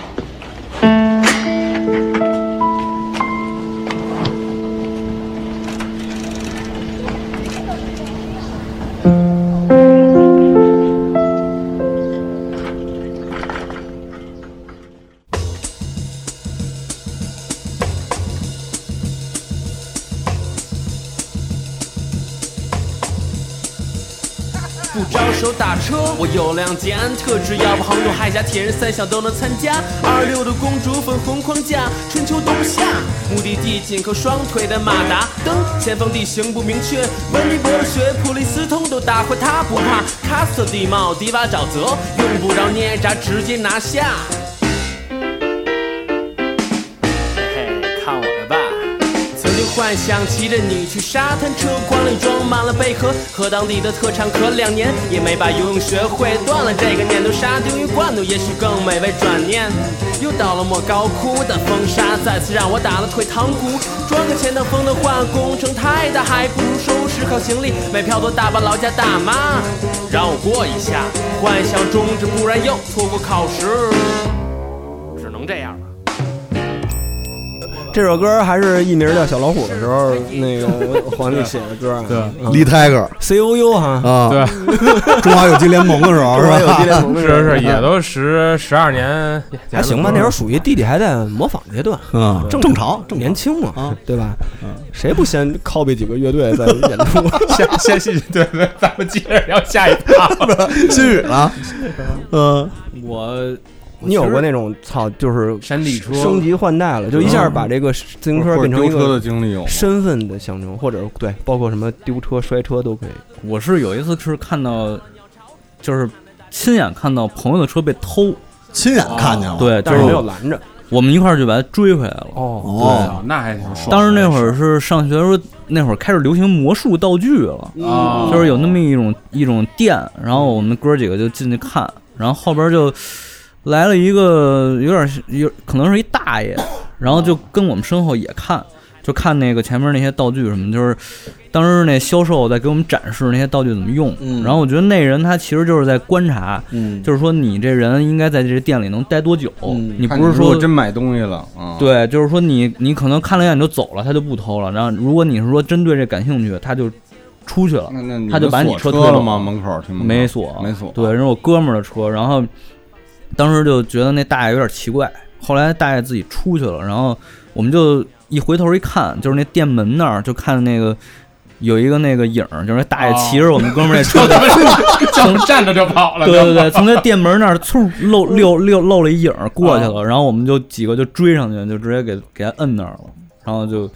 Speaker 12: 不招手打车，我有辆捷安特，只要不杭州、海峡、铁人三项都能参加。二六的公主，粉红框架，春秋冬夏，目的地紧扣双腿的马达。灯前方地形不明确，温尼伯的雪，普利司通都打坏它不怕。喀斯特地貌，迪瓦沼泽，用不着捏闸，直接拿下。嘿，看我的吧！曾经幻想骑着你去沙滩，车筐里装满了贝壳和当地的特产，可两年也没把游泳学会，断了这个念头。沙丁鱼罐头也许更美味，转念又到了莫高窟的风沙，再次让我打了退堂鼓。装个钱的风的话，工程太大，还不如收拾好行李，买票多大巴老家大妈，让我过一下。幻想终止，不然又错过考试，只能这样了。
Speaker 3: 这首歌还是艺名叫小老虎的时候，那个黄丽写的歌啊。对
Speaker 4: 李 Tiger
Speaker 3: ，C O U 哈，
Speaker 4: 啊，
Speaker 6: 对，
Speaker 4: 中华有机联盟的时候是吧？
Speaker 6: 是是，也都十十二年，嗯
Speaker 3: 还行吧。那时候属于弟弟还在模仿阶段，啊
Speaker 4: 嗯，正常，正
Speaker 3: 年轻嘛
Speaker 4: 啊，
Speaker 3: 对吧？谁不先 copy 几个乐队再演出？
Speaker 6: 先 先先，对对，咱们接着聊下一 趴。
Speaker 4: 新宇了，嗯，
Speaker 7: 我
Speaker 3: 你有过那种操，就是
Speaker 6: 山地车
Speaker 3: 升级换代了，就一
Speaker 6: 嗯
Speaker 3: 下把这个自行车
Speaker 5: 或者
Speaker 3: 变成
Speaker 5: 丢
Speaker 3: 一
Speaker 5: 车的
Speaker 3: 个
Speaker 5: 经历有吗，
Speaker 3: 身份的象征，或者对，包括什么丢车、摔车都可以。
Speaker 7: 我是有一次是看到，就是亲眼看到朋友的车被偷，
Speaker 4: 亲眼看见了，，
Speaker 7: 对，就
Speaker 6: 哦
Speaker 3: 但是没有
Speaker 7: 是
Speaker 3: 拦着。
Speaker 7: 我们一块儿就把它追回来了。
Speaker 3: 哦，
Speaker 4: 哦，
Speaker 6: 啊那还挺爽。
Speaker 7: 当时那会儿是上学的时候，那会儿开始流行魔术道具了，
Speaker 6: 啊
Speaker 7: 就是有那么一种一种店，然后我们哥几个就进去看，然后后边就来了一个有点有可能是一大爷，然后就跟我们身后也看，就看那个前面那些道具什么，就是当时那销售在给我们展示那些道具怎么用，
Speaker 4: 嗯
Speaker 7: 然后我觉得那人他其实就是在观察，
Speaker 4: 嗯，
Speaker 7: 就是说你这人应该在这店里能待多久，
Speaker 4: 嗯
Speaker 7: 你
Speaker 5: 看
Speaker 7: 不是
Speaker 5: 如
Speaker 7: 说
Speaker 5: 果真买东西了啊？，
Speaker 7: 对，就是说你你可能看了一眼你就走了，他就不偷了。然后如果你是说针对这感兴趣，他就出去了
Speaker 5: 那那，你
Speaker 7: 他就把
Speaker 5: 们
Speaker 7: 你
Speaker 5: 锁
Speaker 7: 车
Speaker 5: 车
Speaker 7: 推
Speaker 5: 了
Speaker 7: 走
Speaker 5: 吗门口儿停门口儿
Speaker 7: 没锁，
Speaker 5: 没锁
Speaker 7: 对，是我哥们儿的车，然后当时就觉得那大爷有点奇怪，后来大爷自己出去了，然后我们就一回头一看，就是那店门那儿就看那个。有一个那个影儿，就是那大爷
Speaker 5: 哦
Speaker 7: 骑着我们哥们儿那车
Speaker 6: 就 他妈就站着就跑了
Speaker 7: 对对对，从那店门那儿 嗖露溜溜露了一影儿过
Speaker 3: 啊
Speaker 7: 去了，然后我们就几个就追上去，就直接给给他摁那儿了，然后就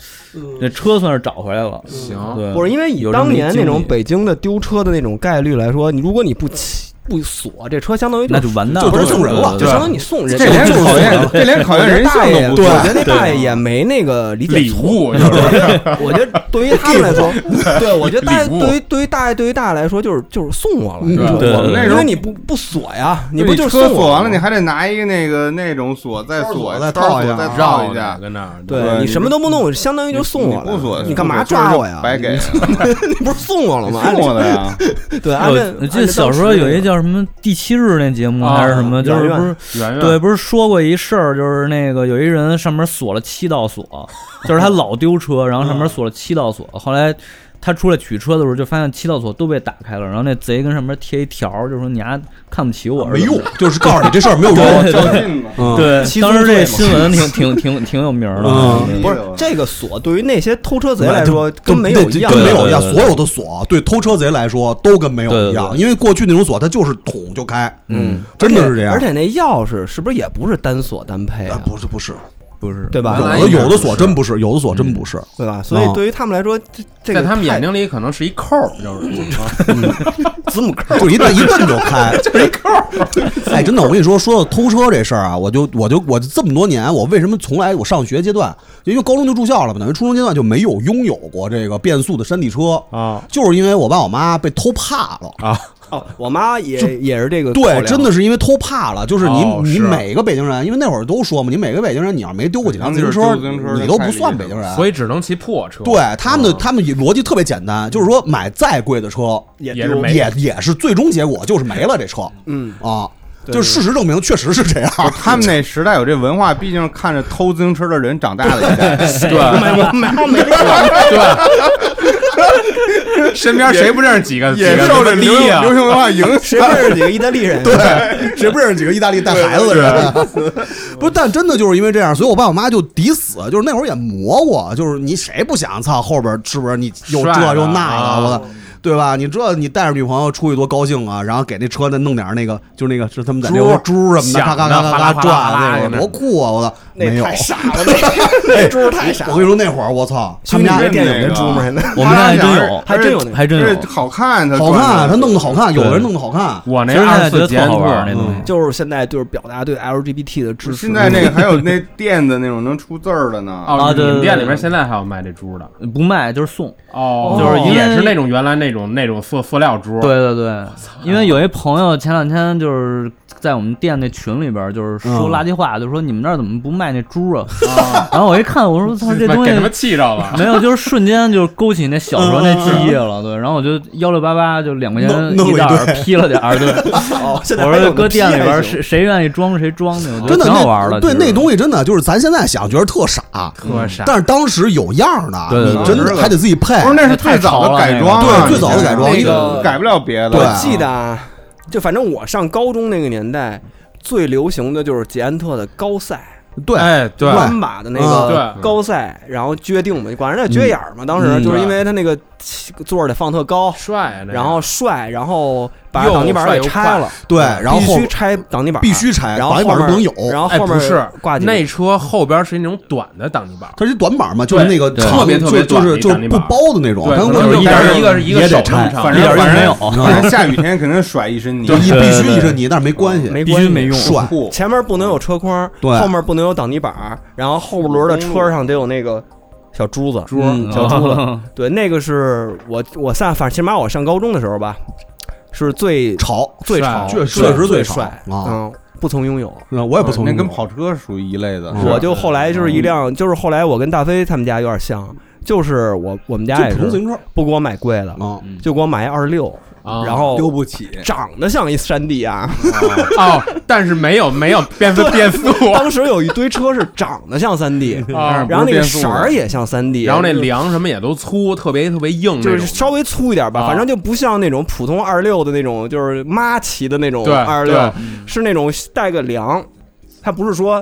Speaker 7: 那车算是找回来了。行对，
Speaker 3: 嗯啊不是因为以
Speaker 7: 有这么
Speaker 3: 当
Speaker 7: 一
Speaker 3: 年那种
Speaker 7: 经历
Speaker 3: 北京的丢车的那种概率来说，你如果你不骑不锁，这车相当于
Speaker 7: 那就完蛋了
Speaker 3: 不是
Speaker 7: 就送人了
Speaker 3: 就相当于你送人，
Speaker 7: 这连
Speaker 3: 就是
Speaker 7: 考验这连考验人性都不
Speaker 3: 对，
Speaker 7: 对
Speaker 3: 我觉得那大爷
Speaker 7: 对
Speaker 3: 也没那个理解错，
Speaker 6: 物
Speaker 3: 就是我觉得对于他们来说，对我觉得大爷
Speaker 6: 礼物
Speaker 3: 对于对于大爷对于大爷来说就是就是送我了，
Speaker 5: 嗯
Speaker 6: 对
Speaker 3: 就是
Speaker 6: 对
Speaker 3: 我
Speaker 6: 对对
Speaker 3: 因为你不不锁呀，
Speaker 5: 你
Speaker 3: 不就是
Speaker 5: 车
Speaker 3: 送
Speaker 5: 锁
Speaker 3: 我
Speaker 5: 完了，你还得拿一个那个那种锁再锁
Speaker 3: 再
Speaker 5: 圈儿
Speaker 3: 套一
Speaker 5: 锁
Speaker 3: 下
Speaker 5: 再
Speaker 3: 绕
Speaker 5: 套一
Speaker 3: 着
Speaker 5: 下，
Speaker 6: 跟那儿
Speaker 3: 对你什么都不弄，相当于就送我了。
Speaker 5: 你不锁
Speaker 3: 你干嘛
Speaker 5: 不锁就是
Speaker 3: 抓我呀？
Speaker 5: 白给了
Speaker 3: 你不是送我了吗？
Speaker 5: 送我的呀
Speaker 3: 对，按照
Speaker 7: 哎我我记得小时候有一叫什么第七日那节目
Speaker 3: 啊
Speaker 7: 还是什么，就是
Speaker 3: 圆圆
Speaker 7: 不是
Speaker 3: 圆圆
Speaker 7: 对，不是说过一事儿，就是那个有一人上面锁了七道锁，就是他老丢车，然后上面
Speaker 3: 啊
Speaker 7: 锁了七道锁，后来。他出来取车的时候，就发现七道锁都被打开了，然后那贼跟上面贴一条，就说你丫看不起我，
Speaker 4: 没用就是告诉你这事儿没有用
Speaker 7: 对对
Speaker 4: 较
Speaker 7: 对
Speaker 4: 劲嘛嗯
Speaker 7: 对，
Speaker 4: 七
Speaker 7: 当时
Speaker 4: 宗罪
Speaker 7: 这
Speaker 4: 嘛
Speaker 7: 新闻挺挺挺挺有名
Speaker 4: 嗯
Speaker 7: 儿
Speaker 3: 嗯
Speaker 7: 的，对
Speaker 3: 不是这个锁，对于那些偷车贼来说
Speaker 4: 就
Speaker 3: 跟没有
Speaker 4: 就
Speaker 3: 一样，
Speaker 4: 跟没有一样。所有的锁对偷车贼来说都跟没有一样，因为过去那种锁它就是捅就开，
Speaker 3: 嗯，
Speaker 4: 真的是这样。
Speaker 3: 而且那钥匙是不是也不是单锁单配啊？
Speaker 4: 不是，不是，
Speaker 7: 不是，
Speaker 3: 对吧？
Speaker 4: 有的有的锁真不是，有的锁真不是，
Speaker 3: 嗯
Speaker 4: 嗯
Speaker 3: 对吧？所以对于他们来说，这这个
Speaker 6: 在他们
Speaker 3: 太
Speaker 6: 眼睛里可能是一扣儿， 就是
Speaker 3: 字母 扣
Speaker 4: 就一摁一摁就开，
Speaker 6: 就是一扣儿。
Speaker 4: 哎，真的，我跟你说，说到偷车这事儿啊，我就我就我这么多年，我为什么从来我上学阶段，因为高中就住校了嘛，等于初中阶段就没有拥有过这个变速的山地车
Speaker 6: 啊，
Speaker 4: 就是因为我爸我妈被偷怕了
Speaker 6: 啊。
Speaker 3: 哦，我妈也也是这个考
Speaker 4: 对，
Speaker 3: 量
Speaker 4: 真的是因为偷怕了，就是你、
Speaker 3: 哦
Speaker 4: 你
Speaker 3: 是
Speaker 4: 每个北京人，因为那会儿都说嘛，你每个北京人，你要没丢过几辆自行车，你都不算北京人。
Speaker 6: 所
Speaker 4: 以
Speaker 6: 以只能骑破车。
Speaker 4: 对他们的他们逻辑特别简单，就是说买再贵的车
Speaker 6: 也
Speaker 4: 也
Speaker 6: 也是没
Speaker 4: 也也是最终结果就是没了这车
Speaker 3: 嗯
Speaker 4: 啊，
Speaker 5: 对
Speaker 4: 就是事实证明确实是这样。
Speaker 5: 他们那时代有这文化，毕竟看着偷自行车的人长大的一 代，
Speaker 6: 对对
Speaker 3: 买
Speaker 5: 买
Speaker 3: 没
Speaker 6: 对，身边谁不认识几个
Speaker 5: 也
Speaker 6: 几个
Speaker 5: 受着流
Speaker 6: 地啊
Speaker 5: 行流行文化影响，
Speaker 3: 谁不认识几个意大利人？
Speaker 4: 对，谁不认识几个意大利带孩子的人？不是，但真的就是因为这样，所以我爸我妈就抵死，就是那会儿也磨我，就是你谁不想操后边是不是你又
Speaker 6: 帅啊
Speaker 4: 这又那
Speaker 6: 啊
Speaker 4: 的，我操对吧？你这你带着女朋友出去多高兴啊，然后给那车那弄点那个，就是那个是他们在那
Speaker 6: 珠
Speaker 4: 个珠什么的，
Speaker 6: 响
Speaker 4: 咔咔
Speaker 6: 的
Speaker 4: 咔咔
Speaker 6: 哗啦哗啦
Speaker 4: 咔转
Speaker 6: 哗啦
Speaker 4: 啊，
Speaker 6: 那
Speaker 4: 那个
Speaker 6: 种
Speaker 4: 多酷啊！我操，没有，
Speaker 3: 了，那那猪太傻
Speaker 4: 我跟你说那会儿我操，他们家
Speaker 3: 电影那猪吗？
Speaker 4: 我们家还真有
Speaker 3: 还真有那个。
Speaker 5: 这好看，他
Speaker 4: 好看，
Speaker 5: 转
Speaker 4: 他
Speaker 5: 的
Speaker 4: 弄得好看，有的人弄得好看，
Speaker 6: 我那
Speaker 7: 其实现
Speaker 6: 二
Speaker 7: 在
Speaker 6: 十
Speaker 7: 觉
Speaker 6: 四
Speaker 7: 得特
Speaker 6: 节
Speaker 7: 好玩儿那
Speaker 6: 嗯
Speaker 7: 东西。
Speaker 3: 就是现在就是表达对 LGBT 的支持。
Speaker 5: 现在那个还有那垫子那种能出字儿的呢。
Speaker 6: 哦，
Speaker 7: 啊
Speaker 6: 你
Speaker 7: 对
Speaker 6: 们
Speaker 7: 对
Speaker 6: 店
Speaker 7: 对
Speaker 6: 里面现在还有卖这珠的
Speaker 7: 不卖就是送，
Speaker 6: 哦
Speaker 7: 就是因为
Speaker 6: 也是那种原来那种那种塑塑料珠，
Speaker 7: 对对对， 因为有一朋友前两天就是在我们店那群里边儿，就是说
Speaker 4: 嗯
Speaker 7: 垃圾话，就说你们那儿怎么不卖那猪啊？ 然后我一看，我 说操，这
Speaker 6: 妈
Speaker 7: 东
Speaker 6: 给
Speaker 7: 西
Speaker 6: 他们气着了。
Speaker 7: 没有，就是瞬间就勾起那小时候那记忆了。对，然后我就幺六八八就两块钱
Speaker 4: 弄弄了一
Speaker 7: 袋儿
Speaker 4: 堆
Speaker 7: 批了点儿，对，
Speaker 3: 哦，现在
Speaker 7: 我
Speaker 3: 还有
Speaker 7: 说搁
Speaker 3: 个
Speaker 7: 店里边儿
Speaker 3: P 还行
Speaker 7: 谁谁愿意装谁装去，嗯我觉
Speaker 4: 真
Speaker 7: 得
Speaker 4: 的
Speaker 7: 挺
Speaker 4: 那
Speaker 7: 好玩儿的。
Speaker 4: 对
Speaker 7: 其实嗯
Speaker 4: 那东西真的就是咱现在想觉得特傻，特
Speaker 6: 傻
Speaker 4: 但是当时有样儿的，
Speaker 7: 对对对
Speaker 4: 你真的还得自己配。
Speaker 5: 不是，那是最早的改装啊，
Speaker 4: 对最早的改装
Speaker 5: 那
Speaker 3: 那
Speaker 5: 个
Speaker 3: 个
Speaker 5: 改不了别的。
Speaker 4: 对
Speaker 3: 我记得啊，就反正我上高中那个年代，最流行的就是捷安特的高赛。
Speaker 4: 对，
Speaker 6: 哎，对，
Speaker 3: 鞍马的那
Speaker 6: 嗯
Speaker 3: 个
Speaker 6: 对
Speaker 3: 高赛，然后撅腚嘛，管人叫撅眼儿嘛。当时
Speaker 4: 嗯
Speaker 3: 就是因为他那个座儿得放特高，
Speaker 6: 帅，啊
Speaker 3: 然后帅，然后把挡泥板儿给拆了，
Speaker 4: 对，
Speaker 6: 嗯
Speaker 4: 然后
Speaker 3: 必
Speaker 4: 后
Speaker 3: 须拆挡泥板儿，
Speaker 4: 必须拆，
Speaker 3: 然后
Speaker 4: 绑一板
Speaker 3: 后
Speaker 4: 儿不能
Speaker 3: 面
Speaker 4: 有，
Speaker 3: 然后
Speaker 6: 哎
Speaker 3: 后
Speaker 6: 不
Speaker 3: 面
Speaker 6: 是
Speaker 3: 挂几个
Speaker 6: 那车后边是那种短的挡泥板，
Speaker 4: 它是一短板嘛，就是
Speaker 6: 对
Speaker 4: 那个
Speaker 6: 对
Speaker 4: 长
Speaker 6: 特别
Speaker 4: 就
Speaker 6: 特别
Speaker 4: 就是
Speaker 6: 短
Speaker 4: 就是
Speaker 6: 那
Speaker 4: 不
Speaker 6: 板儿
Speaker 4: 包的那种，
Speaker 6: 对
Speaker 4: 但是
Speaker 6: 可能
Speaker 4: 我
Speaker 6: 一边
Speaker 4: 但
Speaker 6: 儿一个是一个
Speaker 4: 也
Speaker 6: 手
Speaker 4: 得
Speaker 6: 这么
Speaker 4: 拆，
Speaker 6: 长
Speaker 5: 反
Speaker 7: 一
Speaker 5: 正
Speaker 7: 点儿都
Speaker 5: 反
Speaker 7: 没有嗯
Speaker 5: 正反正下雨天肯定甩一身泥。
Speaker 4: 就一
Speaker 7: 对
Speaker 4: 必
Speaker 7: 对
Speaker 4: 须
Speaker 7: 对
Speaker 4: 一身泥，但是没关系，
Speaker 3: 没
Speaker 7: 必
Speaker 3: 关
Speaker 7: 须
Speaker 3: 系
Speaker 7: 没用。
Speaker 4: 帅，
Speaker 5: 酷
Speaker 3: 前面不能有车筐，
Speaker 4: 对
Speaker 3: 后面不能有挡泥板儿，然后后轮的车上得有那个小珠子，
Speaker 6: 珠
Speaker 3: 嗯小珠子。
Speaker 7: 了，
Speaker 3: 对，那个是我我上，反正起码我上高中的时候吧，是最
Speaker 4: 潮，
Speaker 3: 最
Speaker 6: 帅
Speaker 3: 潮，
Speaker 4: 确
Speaker 3: 最
Speaker 4: 确实
Speaker 3: 最
Speaker 4: 潮
Speaker 3: 帅
Speaker 4: 啊。
Speaker 3: 嗯，不曾拥有。
Speaker 4: 那我也不从
Speaker 5: 那跟跑车属于一类的。
Speaker 4: 嗯
Speaker 6: 嗯
Speaker 3: 我就后来就是一辆，就是后来我跟大飞他们家有点像，就是我我们家
Speaker 4: 就
Speaker 3: 也是
Speaker 4: 普通自行车
Speaker 3: 不给我买贵的，就给我买一二六，
Speaker 6: 嗯啊
Speaker 3: 然后
Speaker 6: 丢不起
Speaker 3: 长得像一山地啊，
Speaker 6: 哦，但是没有没有变速
Speaker 3: 对
Speaker 6: 变速，
Speaker 3: 当时有一堆车是长得像三 D，
Speaker 6: 啊
Speaker 3: 然
Speaker 6: 不是
Speaker 3: 后那个
Speaker 6: 变速
Speaker 3: 色儿也像三 D，
Speaker 6: 然后那梁什么也都粗，特别特别硬，
Speaker 3: 就是稍微粗一点吧，
Speaker 6: 啊
Speaker 3: 反正就不像那种普通二六的那种，就是妈骑的那种
Speaker 6: 对
Speaker 3: 二
Speaker 6: 对
Speaker 3: 六，是那种带个梁，它不是说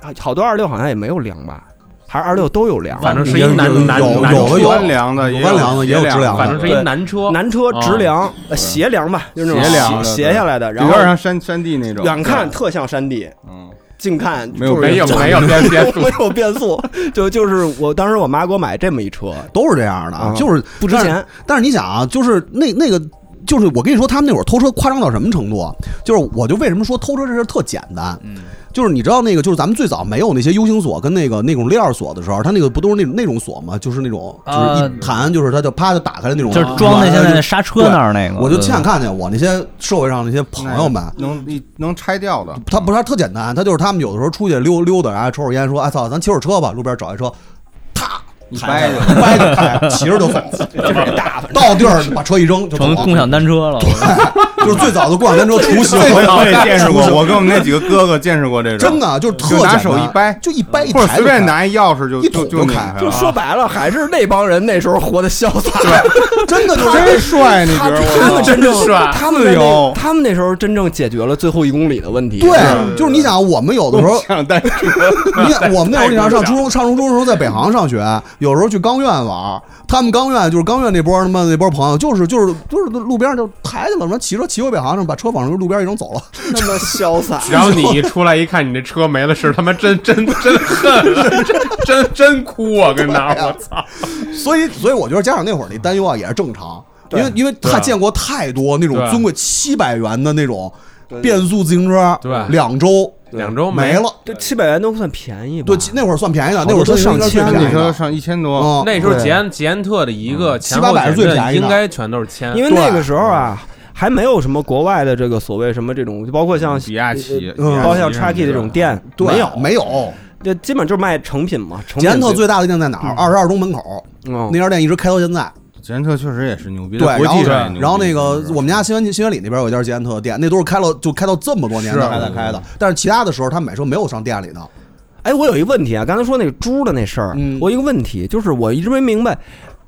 Speaker 3: 啊好多二六好像也没有梁吧，还是二六都有梁，
Speaker 6: 反正是一男男男车
Speaker 3: 弯
Speaker 6: 弯梁的也有弯梁的也有斜梁直梁的反正是一
Speaker 3: 对
Speaker 6: 男车
Speaker 3: 男车直梁呃斜梁吧，就是
Speaker 5: 斜
Speaker 3: 那种
Speaker 5: 梁的
Speaker 3: 斜斜下来的，
Speaker 5: 对
Speaker 3: 然后
Speaker 5: 有点像山山地那种
Speaker 3: 远看
Speaker 5: 对
Speaker 3: 特像山地，
Speaker 5: 嗯。
Speaker 3: 近看
Speaker 5: 没有
Speaker 3: 就是
Speaker 5: 没有没有
Speaker 3: 没
Speaker 5: 变速
Speaker 3: 没有变速，就就是我当时我妈给我买这么一车，
Speaker 4: 都是这样的，
Speaker 3: 啊
Speaker 4: 就是
Speaker 3: 不值
Speaker 4: 但是
Speaker 3: 钱。
Speaker 4: 但是你想啊，就是那那个。就是我跟你说，他们那会儿偷车夸张到什么程度啊？就是我就为什么说偷车这事儿特简单，
Speaker 7: 嗯
Speaker 4: 就是你知道那个，就是咱们最早没有那些 U 型锁跟那个那种链儿锁的时候，它那个不都是那种那种锁吗？就是那种就是
Speaker 7: 啊
Speaker 4: 一弹，就是它就啪就打开了那种，
Speaker 7: 就是装那些那刹车那儿那个
Speaker 4: 对我就亲眼
Speaker 7: 对
Speaker 4: 看见我那些社会上那些朋友们，
Speaker 5: 能能拆掉的，
Speaker 4: 他不是他特简单，他就是他们有的时候出去溜溜达，然后抽会儿烟，说：“哎操，咱骑会儿车吧，路边找一车，咔，
Speaker 5: 掰
Speaker 4: 着
Speaker 5: 着
Speaker 4: 掰着开，骑着就走，到地儿把车一扔就走
Speaker 7: 成
Speaker 4: 了
Speaker 7: 共享单车了。
Speaker 4: 就是最早的共享单车雏 形，
Speaker 5: 我也见识过
Speaker 4: 雏，形
Speaker 5: 我跟我们那几个哥哥 见识过这种，
Speaker 4: 真的就是特
Speaker 5: 就拿
Speaker 4: 简单
Speaker 5: 手一掰，
Speaker 4: 就一掰一
Speaker 5: 或者
Speaker 4: 抬
Speaker 5: 随便
Speaker 4: 就开
Speaker 5: 拿一钥匙就
Speaker 4: 一
Speaker 5: 就
Speaker 4: 捅就
Speaker 5: 拧
Speaker 4: 开
Speaker 5: 开了，
Speaker 3: 就说白了，还是那帮人那时候活得潇洒，
Speaker 4: 真的
Speaker 5: 就是真帅你觉得我
Speaker 3: 他们真正
Speaker 5: 真帅
Speaker 3: 他们在
Speaker 5: 自
Speaker 3: 那
Speaker 5: 由
Speaker 3: 他们那时候真正解决了最后一公里的问题。
Speaker 4: 对，就是你想，我们有的时候，
Speaker 5: 但是
Speaker 4: 你看我们那会儿，你想上初中、上初中的时候，在北航上学，有时候去钢院玩，他们钢院就是钢院那波他妈那波朋友，就是就是就是路边上就抬去了，什么骑车骑回北航上，把车往路边一扔走了。
Speaker 3: 那么潇洒
Speaker 6: 然后你一出来一看，你这车没了，是他妈真真真恨， 真真真哭啊！跟那儿，我操！
Speaker 4: 所以，所以我觉得家长那会儿那担忧啊也是正常，因为因为他见过太多那种
Speaker 6: 对
Speaker 4: 尊贵七百元的那种变速自行车，
Speaker 6: 对
Speaker 4: 两周
Speaker 6: 两周
Speaker 4: 没了。
Speaker 3: 这七百元都算便宜吧？
Speaker 4: 对，那会儿算便宜的，那会
Speaker 3: 好
Speaker 4: 儿
Speaker 3: 多都
Speaker 4: 算
Speaker 6: 哦
Speaker 4: 应该是最
Speaker 3: 上千
Speaker 4: 便宜
Speaker 5: 那时候
Speaker 4: 的。
Speaker 5: 上一千多，
Speaker 4: 嗯，
Speaker 6: 那时候
Speaker 3: 哦对
Speaker 6: 捷安捷安特的一个前
Speaker 4: 七
Speaker 6: 后
Speaker 4: 八百
Speaker 6: 减
Speaker 4: 是最
Speaker 6: 震
Speaker 4: 便宜的
Speaker 6: 应该全都是铅，
Speaker 3: 因为那个时候啊，还没有什么国外的这个所谓什么这种，就包括像
Speaker 6: 比亚迪
Speaker 3: 呃包括像 x K 这种店，
Speaker 4: 对
Speaker 3: 没有
Speaker 4: 没有。
Speaker 3: 这基本就是卖成品嘛。成品
Speaker 4: 捷安特最大的店在哪儿？
Speaker 6: 嗯
Speaker 4: 二十二中门口
Speaker 3: 哦
Speaker 4: 那家店一直开到现在。
Speaker 5: 捷安特确实也是牛逼，
Speaker 4: 对，
Speaker 5: 在国
Speaker 4: 然
Speaker 5: 际
Speaker 4: 后
Speaker 5: 上也牛逼
Speaker 4: 然后那个
Speaker 5: 就是
Speaker 4: 我们家新源新源里那边有一家捷安特店，那都是开了就开到这么多年
Speaker 6: 是
Speaker 4: 才在开的。但是其他的时候他买车没有上店里的，
Speaker 3: 哎，我有一个问题啊，刚才说那个猪的那事儿，啊
Speaker 4: 嗯
Speaker 3: 我有一个问题就是我一直没明白，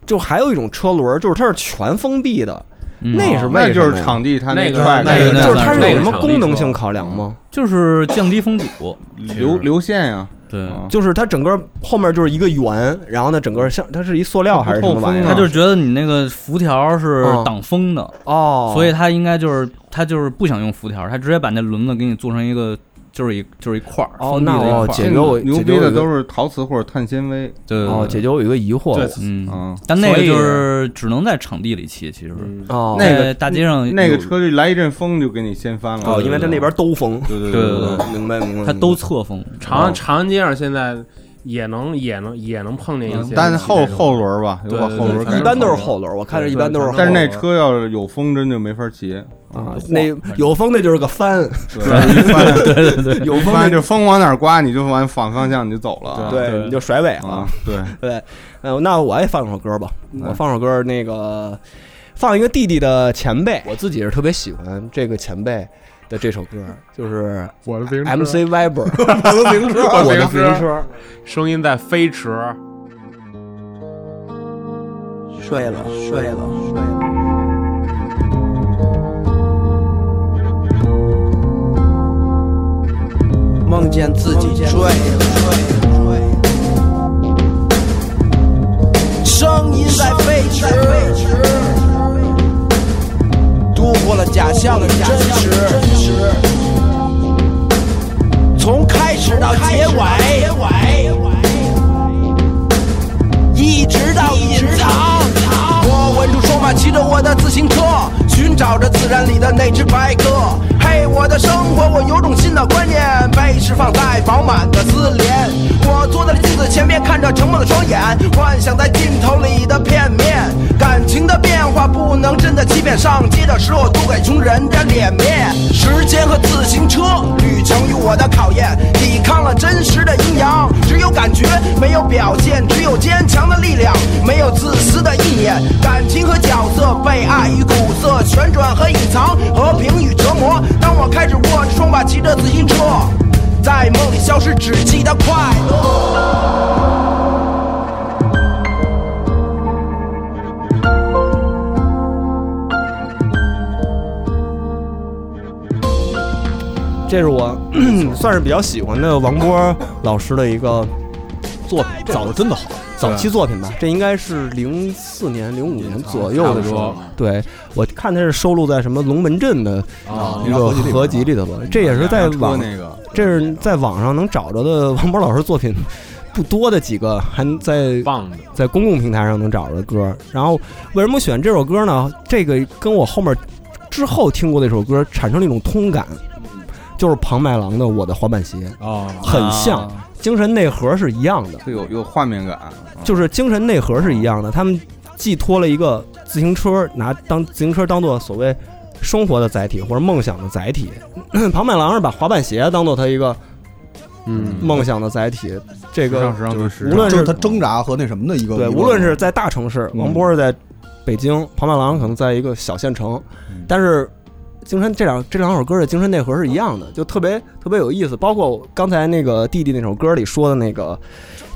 Speaker 3: 就还有一种车轮儿，就是它是全封闭的，那是
Speaker 5: 哦那
Speaker 3: 为什
Speaker 5: 就
Speaker 3: 么
Speaker 5: 是
Speaker 3: 呀？
Speaker 5: 场地它
Speaker 6: 嗯那个
Speaker 5: 块
Speaker 7: 那个
Speaker 3: 就是它是有
Speaker 6: 那
Speaker 3: 什
Speaker 6: 个
Speaker 3: 么
Speaker 6: 场地
Speaker 3: 功能性
Speaker 6: 车
Speaker 3: 考量吗？
Speaker 7: 就是降低风阻，
Speaker 5: 嗯流流线呀，
Speaker 7: 对。
Speaker 5: 啊
Speaker 3: 就是它整个后面就是一个圆，然后呢，整个像它是一塑料还是什么玩意
Speaker 5: 啊
Speaker 7: 他
Speaker 3: 儿？嗯
Speaker 7: 就觉得你那个辐条是挡风的，
Speaker 3: 哦，
Speaker 7: 所以他应该就是他就是不想用辐条，他直接把那轮子给你做成一个就是一就是一块儿
Speaker 3: 哦
Speaker 7: 封闭的
Speaker 3: 那我
Speaker 7: 一块
Speaker 3: 解
Speaker 7: 儿。
Speaker 3: 决我
Speaker 5: 牛
Speaker 3: 解决
Speaker 5: 逼
Speaker 3: 我
Speaker 5: 的
Speaker 3: 一个
Speaker 5: 都是陶瓷或者碳纤维，
Speaker 7: 对
Speaker 3: 哦，
Speaker 7: 对
Speaker 3: 解决我有一个疑惑，
Speaker 6: 对
Speaker 7: 嗯，
Speaker 5: 嗯，
Speaker 7: 但那个
Speaker 6: 所以
Speaker 7: 就是只能在场地里骑，其实
Speaker 3: 哦，
Speaker 5: 那个
Speaker 7: 在大街上
Speaker 5: 那
Speaker 7: 有
Speaker 5: 个车就来一阵风就给你掀翻了，
Speaker 3: 哦，因为它那边兜风，
Speaker 5: 对对
Speaker 7: 对对对
Speaker 3: 明白明白，哦
Speaker 7: 它都侧风，
Speaker 6: 长
Speaker 5: 哦
Speaker 6: 安长安街上现在也能也能也能碰见一些，
Speaker 5: 但是后后轮吧，有把后
Speaker 6: 对
Speaker 5: 轮
Speaker 6: 对对
Speaker 5: 改
Speaker 3: 一般都是后轮，我看着一般都是后轮，
Speaker 5: 但是那车要是有风真就没法骑，
Speaker 3: 啊，那有风那就是个翻，
Speaker 5: 对，一翻
Speaker 7: 对对对，
Speaker 3: 有风
Speaker 5: 一
Speaker 3: 那
Speaker 5: 翻就风往哪儿刮你就往反方向你就走了啊，
Speaker 3: 对你就甩尾
Speaker 5: 啊
Speaker 3: 啊，，
Speaker 5: 对，
Speaker 3: 对，嗯呃，那我也放首歌吧，我放首歌，那个放一个弟弟的前辈，我自己是特别喜欢这个前辈的这首歌，就是
Speaker 6: 我的自行车
Speaker 3: MC Weber
Speaker 4: 我的自行车，
Speaker 6: 我
Speaker 3: 我
Speaker 6: 的
Speaker 3: 的
Speaker 6: 自
Speaker 3: 自
Speaker 6: 行
Speaker 3: 行
Speaker 6: 车
Speaker 3: 车
Speaker 6: 声音在飞驰，
Speaker 13: 睡了，睡了，睡了。梦见自己醉了，声音在飞驰，度过了假象的真实，从开始到结尾。一直到隐藏。我稳住双马，骑着我的自行车，寻找着自然里的那只白鸽。嘿，我的生活，我有种新的观念，被释放在饱满的丝帘。我坐在镜子前面，看着沉默的双眼，幻想在镜头里的片面，感情的的变化不能真的欺骗上街的时候丢给穷人的脸面。时间和自行车旅程与我的考验，抵抗了真实的阴阳，只有感觉没有表现，只有坚强的力量，没有自私的意念。感情和角色被爱与苦涩旋转和隐藏，和平与折磨。当我开始握着双把骑着自行车，在梦里消失，只记得快乐。
Speaker 3: 这是我 算是比较喜欢的王波老师的一个作品，早真的好，早期作品吧。这应该是零四年、零五年左右的时
Speaker 12: 差不
Speaker 3: 候
Speaker 12: 多，
Speaker 3: 对我看它是收录在什么龙门阵的
Speaker 12: 啊
Speaker 3: 一个合集里头吧。这也是在网
Speaker 12: 嗯两辆车那个，
Speaker 3: 这是在网上能找着的王波老师作品不多的几个，还在在公共平台上能找着的歌。然后为什么选这首歌呢？这个跟我后面之后听过的一首歌产生了一种通感。就是庞麦郎的《我的滑板鞋》
Speaker 12: 哦
Speaker 6: 啊
Speaker 3: 很像，精神内核是一样的，
Speaker 5: 有有画面感。嗯
Speaker 3: 就是精神内核是一样的。他们寄托了一个自行车，拿当自行车当做所谓生活的载体或者梦想的载体。 庞麦郎是把滑板鞋当做他一个
Speaker 6: 嗯
Speaker 3: 梦想的载体，这个就是无论
Speaker 4: 就是他挣扎和那什么的一个，
Speaker 3: 对，
Speaker 4: 一个
Speaker 3: 无论是在大城市，
Speaker 4: 嗯
Speaker 3: 王波是在北京，庞麦郎可能在一个小县城，
Speaker 4: 嗯
Speaker 3: 但是精神这两这两首歌的精神内核是一样的，就特别特别有意思。包括我刚才那个弟弟那首歌里说的那个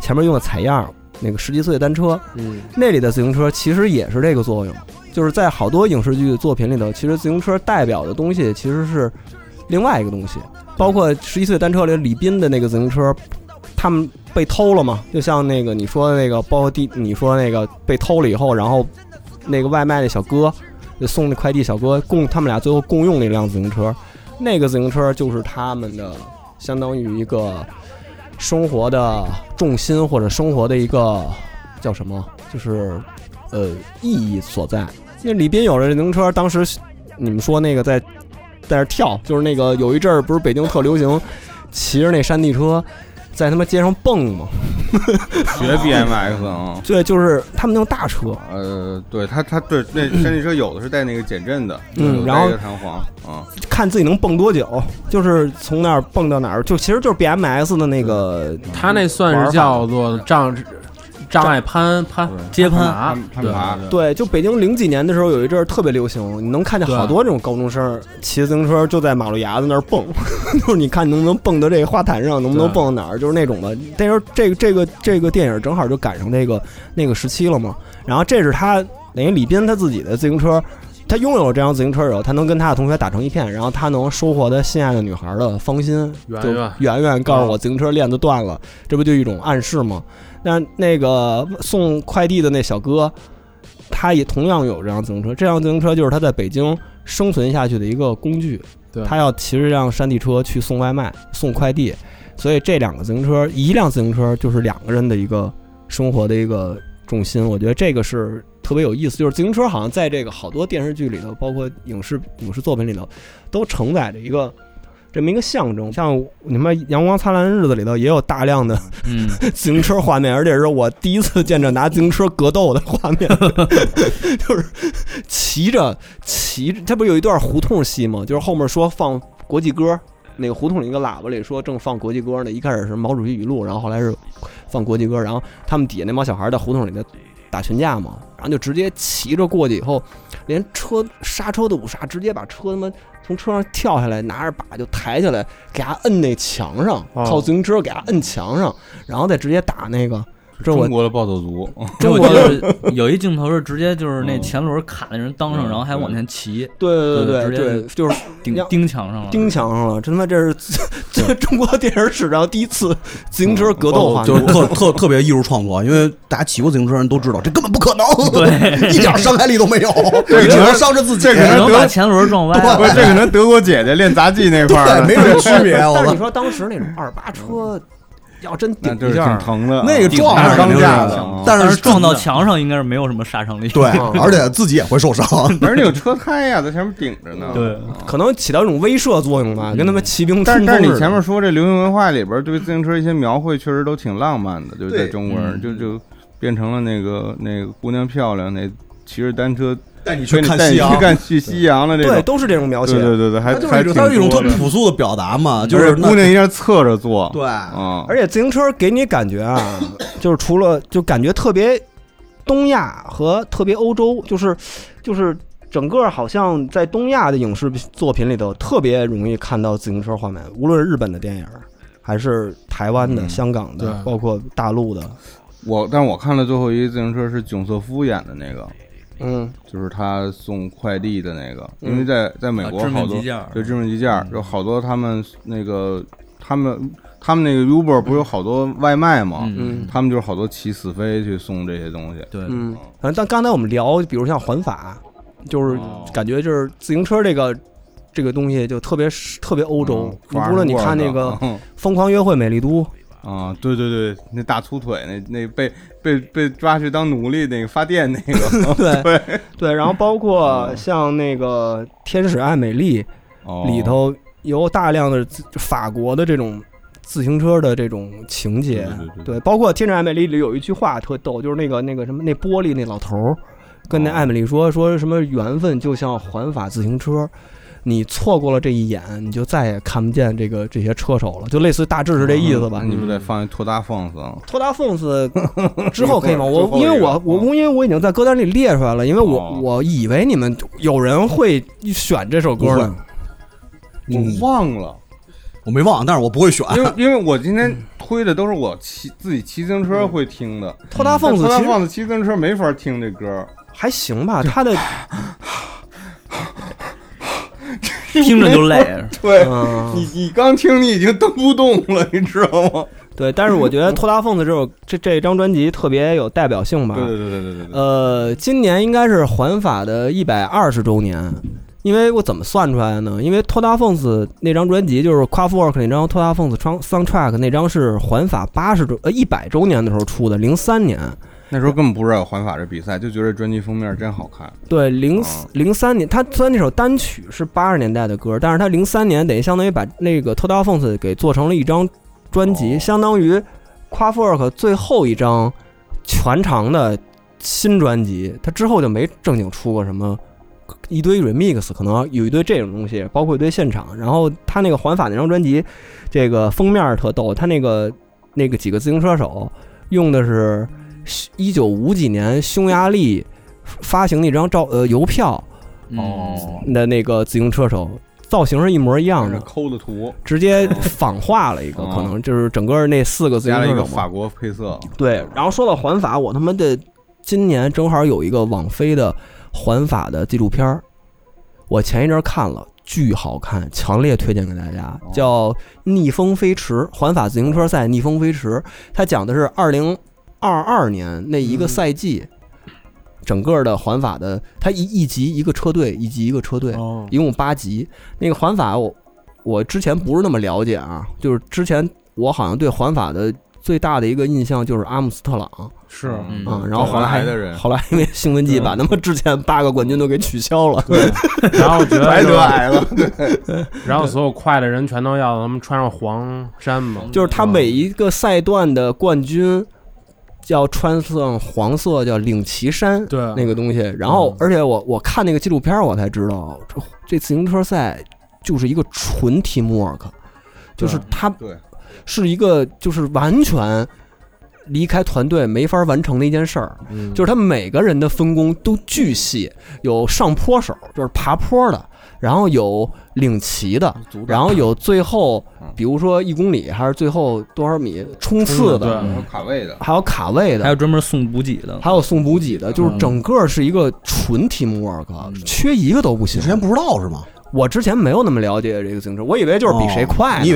Speaker 3: 前面用的采样，那个十几岁的单车，
Speaker 6: 嗯，
Speaker 3: 那里的自行车其实也是这个作用，就是在好多影视剧作品里头，其实自行车代表的东西其实是另外一个东西，包括《十一岁单车》里李斌的那个自行车，他们被偷了嘛，就像那个你说的那个，包括地你说那个被偷了以后，然后那个外卖那小哥就送那快递小哥共他们俩最后共用了一辆自行车，那个自行车就是他们的相当于一个生活的重心或者生活的一个叫什么，就是呃意义所在。那李斌有了这自行车，当时你们说那个在在那儿跳，就是那个有一阵儿不是北京特流行骑着那山地车在他妈街上蹦吗？
Speaker 5: 学 BMX
Speaker 6: 哦
Speaker 5: 啊，
Speaker 3: 对，就是他们那种大车，
Speaker 5: 呃，对他，他对那山地车有的是带那个减震的，
Speaker 3: 嗯
Speaker 5: 有的
Speaker 3: 然后
Speaker 5: 带一个弹簧啊，
Speaker 3: 看自己能蹦多久，就是从那儿蹦到哪儿，就其实就是 BMS 的那个，
Speaker 6: 他那算是叫做障障碍攀攀
Speaker 3: 接
Speaker 6: 攀爬，对
Speaker 3: 对，就北京零几年的时候有一阵儿特别流行，你能看见好多这种高中生骑自行车就在马路牙子那儿蹦， 就是你看能不能蹦到这个花坛上，能不能
Speaker 6: 对
Speaker 3: 蹦到哪儿，就是那种的。但是这个这个这个电影正好就赶上这个那个时期了嘛。然后这是他等于李斌他自己的自行车，他拥有了这辆自行车以后，他能跟他的同学打成一片，然后他能收获他心爱的女孩的芳心，
Speaker 6: 圆
Speaker 3: 就
Speaker 6: 圆
Speaker 3: 圆圆告诉我自行车链子断了，这不就一种暗示吗？那那个送快递的那小哥，他也同样有这辆自行车，这辆自行车就是他在北京生存下去的一个工具。
Speaker 6: 对
Speaker 3: 他要骑着这辆山地车去送外卖、送快递，所以这两个自行车，一辆自行车就是两个人的一个生活的一个重心。我觉得这个是特别有意思，就是自行车好像在这个好多电视剧里头，包括影视影视作品里头，都承载着一个。这么一个象征，像你们《阳光灿烂的日子》里头也有大量的
Speaker 7: 嗯
Speaker 3: 自行车画面，而且是我第一次见着拿自行车格斗的画面，就是骑着骑着，它不是有一段胡同戏吗？就是后面说放国际歌，那个胡同里一个喇叭里说正放国际歌呢，一开始是毛主席语录，然后后来是放国际歌，然后他们底下那帮小孩在胡同里在打群架嘛，然后就直接骑着过去以后，连车刹车都不刹，直接把车他妈从车上跳下来，拿着把就抬起来，给他摁那墙上，
Speaker 5: 哦
Speaker 3: 靠自行车给他摁墙上，然后再直接打那个。这我
Speaker 5: 中国的暴走族，
Speaker 3: 中
Speaker 7: 我
Speaker 3: 国
Speaker 7: 记
Speaker 3: 的
Speaker 7: 得有一镜头是直接就是
Speaker 5: 嗯
Speaker 7: 那前轮卡在人裆上，然后还往前骑。
Speaker 3: 对对对
Speaker 7: 直接
Speaker 3: 对，就是
Speaker 7: 钉
Speaker 3: 让
Speaker 7: 钉墙上了。
Speaker 3: 钉墙上了，真他妈这是这中国电影史上第一次自行车格斗画面，
Speaker 4: 哦就 是特特特别艺术创作，因为大家骑过自行车的人都知道，这根本不可能，
Speaker 7: 对
Speaker 4: 一点伤害力都没有，
Speaker 5: 这
Speaker 4: 你
Speaker 5: 可
Speaker 4: 只
Speaker 5: 能
Speaker 4: 能伤着自己，
Speaker 5: 这可能德
Speaker 7: 轮撞
Speaker 5: 不是，这可能德国姐姐练杂技那块儿
Speaker 4: 对没什么区别
Speaker 3: 但是你说当时那种二八车，要真顶
Speaker 5: 就是
Speaker 3: 一下
Speaker 5: 挺，疼
Speaker 7: 啊
Speaker 5: 的，
Speaker 4: 嗯那个撞上肯定是但
Speaker 7: 但
Speaker 4: 是
Speaker 7: 是撞到墙上应该是没有什么杀伤力。
Speaker 4: 对，而且自己也会受伤。
Speaker 5: 而且有车胎呀，在前面顶着呢。
Speaker 7: 对，
Speaker 3: 可能起到一种威慑作用吧，跟他们骑兵
Speaker 5: 但
Speaker 3: 冲
Speaker 5: 是但
Speaker 3: 锋似
Speaker 5: 是
Speaker 3: 的
Speaker 5: 你前面说这流行文化里边对自行车一些描绘，确实都挺浪漫的，就是在
Speaker 3: 对
Speaker 5: 中国人
Speaker 3: 嗯
Speaker 5: 就就变成了那个那个姑娘漂亮那骑着单车
Speaker 4: 带
Speaker 5: 你
Speaker 4: 去看
Speaker 5: 带你
Speaker 4: 夕阳
Speaker 5: 去看去夕阳的这种，
Speaker 4: 对都是这种描写
Speaker 5: 对对对对，还
Speaker 4: 它就是
Speaker 5: 还
Speaker 4: 一种它是一种特朴
Speaker 5: 素
Speaker 4: 的表达嘛就是那
Speaker 5: 姑娘一下侧着坐，
Speaker 4: 对
Speaker 5: 啊，
Speaker 3: 而且自行车给你感觉 啊，就是除了就感觉特别东亚和特别欧洲，就是就是整个好像在东亚的影视作品里头特别容易看到自行车画面，无论是日本的电影还是台湾的、
Speaker 5: 嗯
Speaker 3: 香港的，
Speaker 5: 对
Speaker 3: 包括大陆的，
Speaker 5: 我但我看了最后一个自行车是囧瑟夫演的那个，
Speaker 3: 嗯，
Speaker 5: 就是他送快递的那个，
Speaker 3: 嗯
Speaker 5: 因为在在美国
Speaker 2: 啊致命
Speaker 5: 好多
Speaker 2: 急件儿嗯
Speaker 5: 对致命急件儿，有好多他们那个他们他们那个 Uber 不是有好多外卖嘛，
Speaker 3: 嗯
Speaker 5: 他们就是好多骑死飞去送这些东西，
Speaker 2: 对
Speaker 3: 嗯，反正但刚才我们聊，比如像环法，啊就是
Speaker 5: 哦
Speaker 3: 感觉就是自行车这个这个东西就特别是特别欧洲。你
Speaker 5: 玩
Speaker 3: 无论你
Speaker 5: 过
Speaker 3: 看
Speaker 5: 的
Speaker 3: 那个
Speaker 5: 嗯
Speaker 3: 《疯狂约会美丽都》，
Speaker 5: 啊，对对对，那大粗腿，那那被被被抓去当奴隶那个发电那个，
Speaker 3: 对
Speaker 5: 对
Speaker 3: 对，然后包括像那个《天使爱美丽》
Speaker 5: 嗯哦
Speaker 3: 里头有大量的自法国的这种自行车的这种情节，
Speaker 5: 对对对
Speaker 3: 包括《天使爱美丽》里有一句话特逗，就是那个那个什么那玻璃那老头儿跟那
Speaker 5: 哦
Speaker 3: 艾美丽说、说什么缘分就像环法自行车。你错过了这一眼，你就再也看不见这个这些车手了，就类似大致是这意思吧？
Speaker 5: 嗯你不得放一托达放肆啊？
Speaker 3: 托达 凤斯之后可以吗？
Speaker 5: 最后
Speaker 3: 我
Speaker 5: 一
Speaker 3: 因
Speaker 5: 个
Speaker 3: 为我
Speaker 4: 嗯
Speaker 3: 我因为我已经在歌单里列出来了，因为我
Speaker 4: 哦
Speaker 3: 我以为你们有人会选这首歌呢。嗯
Speaker 5: 我忘了，
Speaker 4: 我没忘，但是我不会选，
Speaker 5: 因为因为我今
Speaker 3: 嗯
Speaker 5: 天推的都是我骑自己骑自行车会听的，
Speaker 3: 托
Speaker 4: 嗯
Speaker 3: 达
Speaker 5: 放
Speaker 3: 凤
Speaker 5: 肆托达
Speaker 3: 子其实
Speaker 5: 放肆骑自行车没法听这歌，
Speaker 3: 还行吧，他的
Speaker 5: 听着就累 对
Speaker 3: 嗯
Speaker 5: 你你刚听你已经蹬不动了，你知道吗？
Speaker 3: 对，但是我觉得托达凤子这首这这张专辑特别有代表性吧。
Speaker 5: 对对对对对对对，
Speaker 3: 呃，今年应该是环法的一百二十周年，因为我怎么算出来的呢？因为《托达凤子》那张专辑就是《夸父 work》那张，《托达凤子》双 soundtrack 那张是环法八十周呃一百周年的时候出的，零三年。
Speaker 5: 那时候根本不知道有环法这比赛，就觉得专辑封面真好看。
Speaker 3: 对，零零三年，他虽然那首单曲是八十年代的歌，但是他零三年等于相当于把那个《Total Fons》给做成了一张专辑，相当于《夸父 work》最后一张全长的新专辑。他之后就没正经出过什么一堆 remix，可能有一堆这种东西，包括一堆现场。然后他那个环法那张专辑，这个封面儿特逗，他那个那个几个自行车手用的是一九五几年匈牙利发行的一张照呃邮票
Speaker 6: 嗯
Speaker 5: 哦，
Speaker 3: 的那个自行车手，造型是一模一样的，
Speaker 5: 抠的图，
Speaker 3: 直接仿画了一个，可能就是整个那四个自行
Speaker 5: 加
Speaker 3: 车
Speaker 5: 了一
Speaker 3: 手
Speaker 5: 个
Speaker 3: 嘛
Speaker 5: 法国配色，
Speaker 3: 对，然后说到环法，我他妈的今年正好有一个网飞的环法的纪录片儿，我前一阵儿看了，巨好看，强烈推荐给大家，叫《逆风飞驰》环法自行车赛逆风飞驰，它讲的是二零二二年那一个赛季。整个的环法的，它一一级一个车队，一级一个车队，
Speaker 6: 哦
Speaker 3: 一共八级。那个环法我我之前不是那么了解啊，就是之前我好像对环法的最大的一个印象就是阿姆斯特朗，
Speaker 6: 是
Speaker 3: 嗯，
Speaker 6: 嗯
Speaker 3: 然后后来还
Speaker 6: 早来的人
Speaker 3: 后来因为兴奋剂把他们之前八个冠军都给取消了，
Speaker 6: 然后我觉得
Speaker 3: 白
Speaker 6: 就是
Speaker 3: 得 癌了对
Speaker 6: 然后所有快的人全都要他们穿上黄衫嘛，
Speaker 3: 就是他每一个赛段的冠军要穿上黄色叫领旗衫，对那个东西。然后，而且我我看那个纪录片，我才知道这这自行车赛就是一个纯 teamwork，就是他
Speaker 5: 对
Speaker 3: 是一个就是完全。离开团队没法完成的一件事儿，就是他每个人的分工都巨细，有上坡手，就是爬坡的，然后有领旗的，然后有最后，比如说一公里还是最后多少米冲刺的，嗯
Speaker 5: 有卡位的，
Speaker 3: 还有卡位的，还有
Speaker 7: 专门送补给的，
Speaker 3: 还有送补给
Speaker 5: 嗯
Speaker 3: 的，就是整个是一个纯 teamwork，、缺一个都不行。之前
Speaker 4: 不知道是吗？哦
Speaker 3: 我之前没有那么了解这个自行车，我以为就是比谁快呢、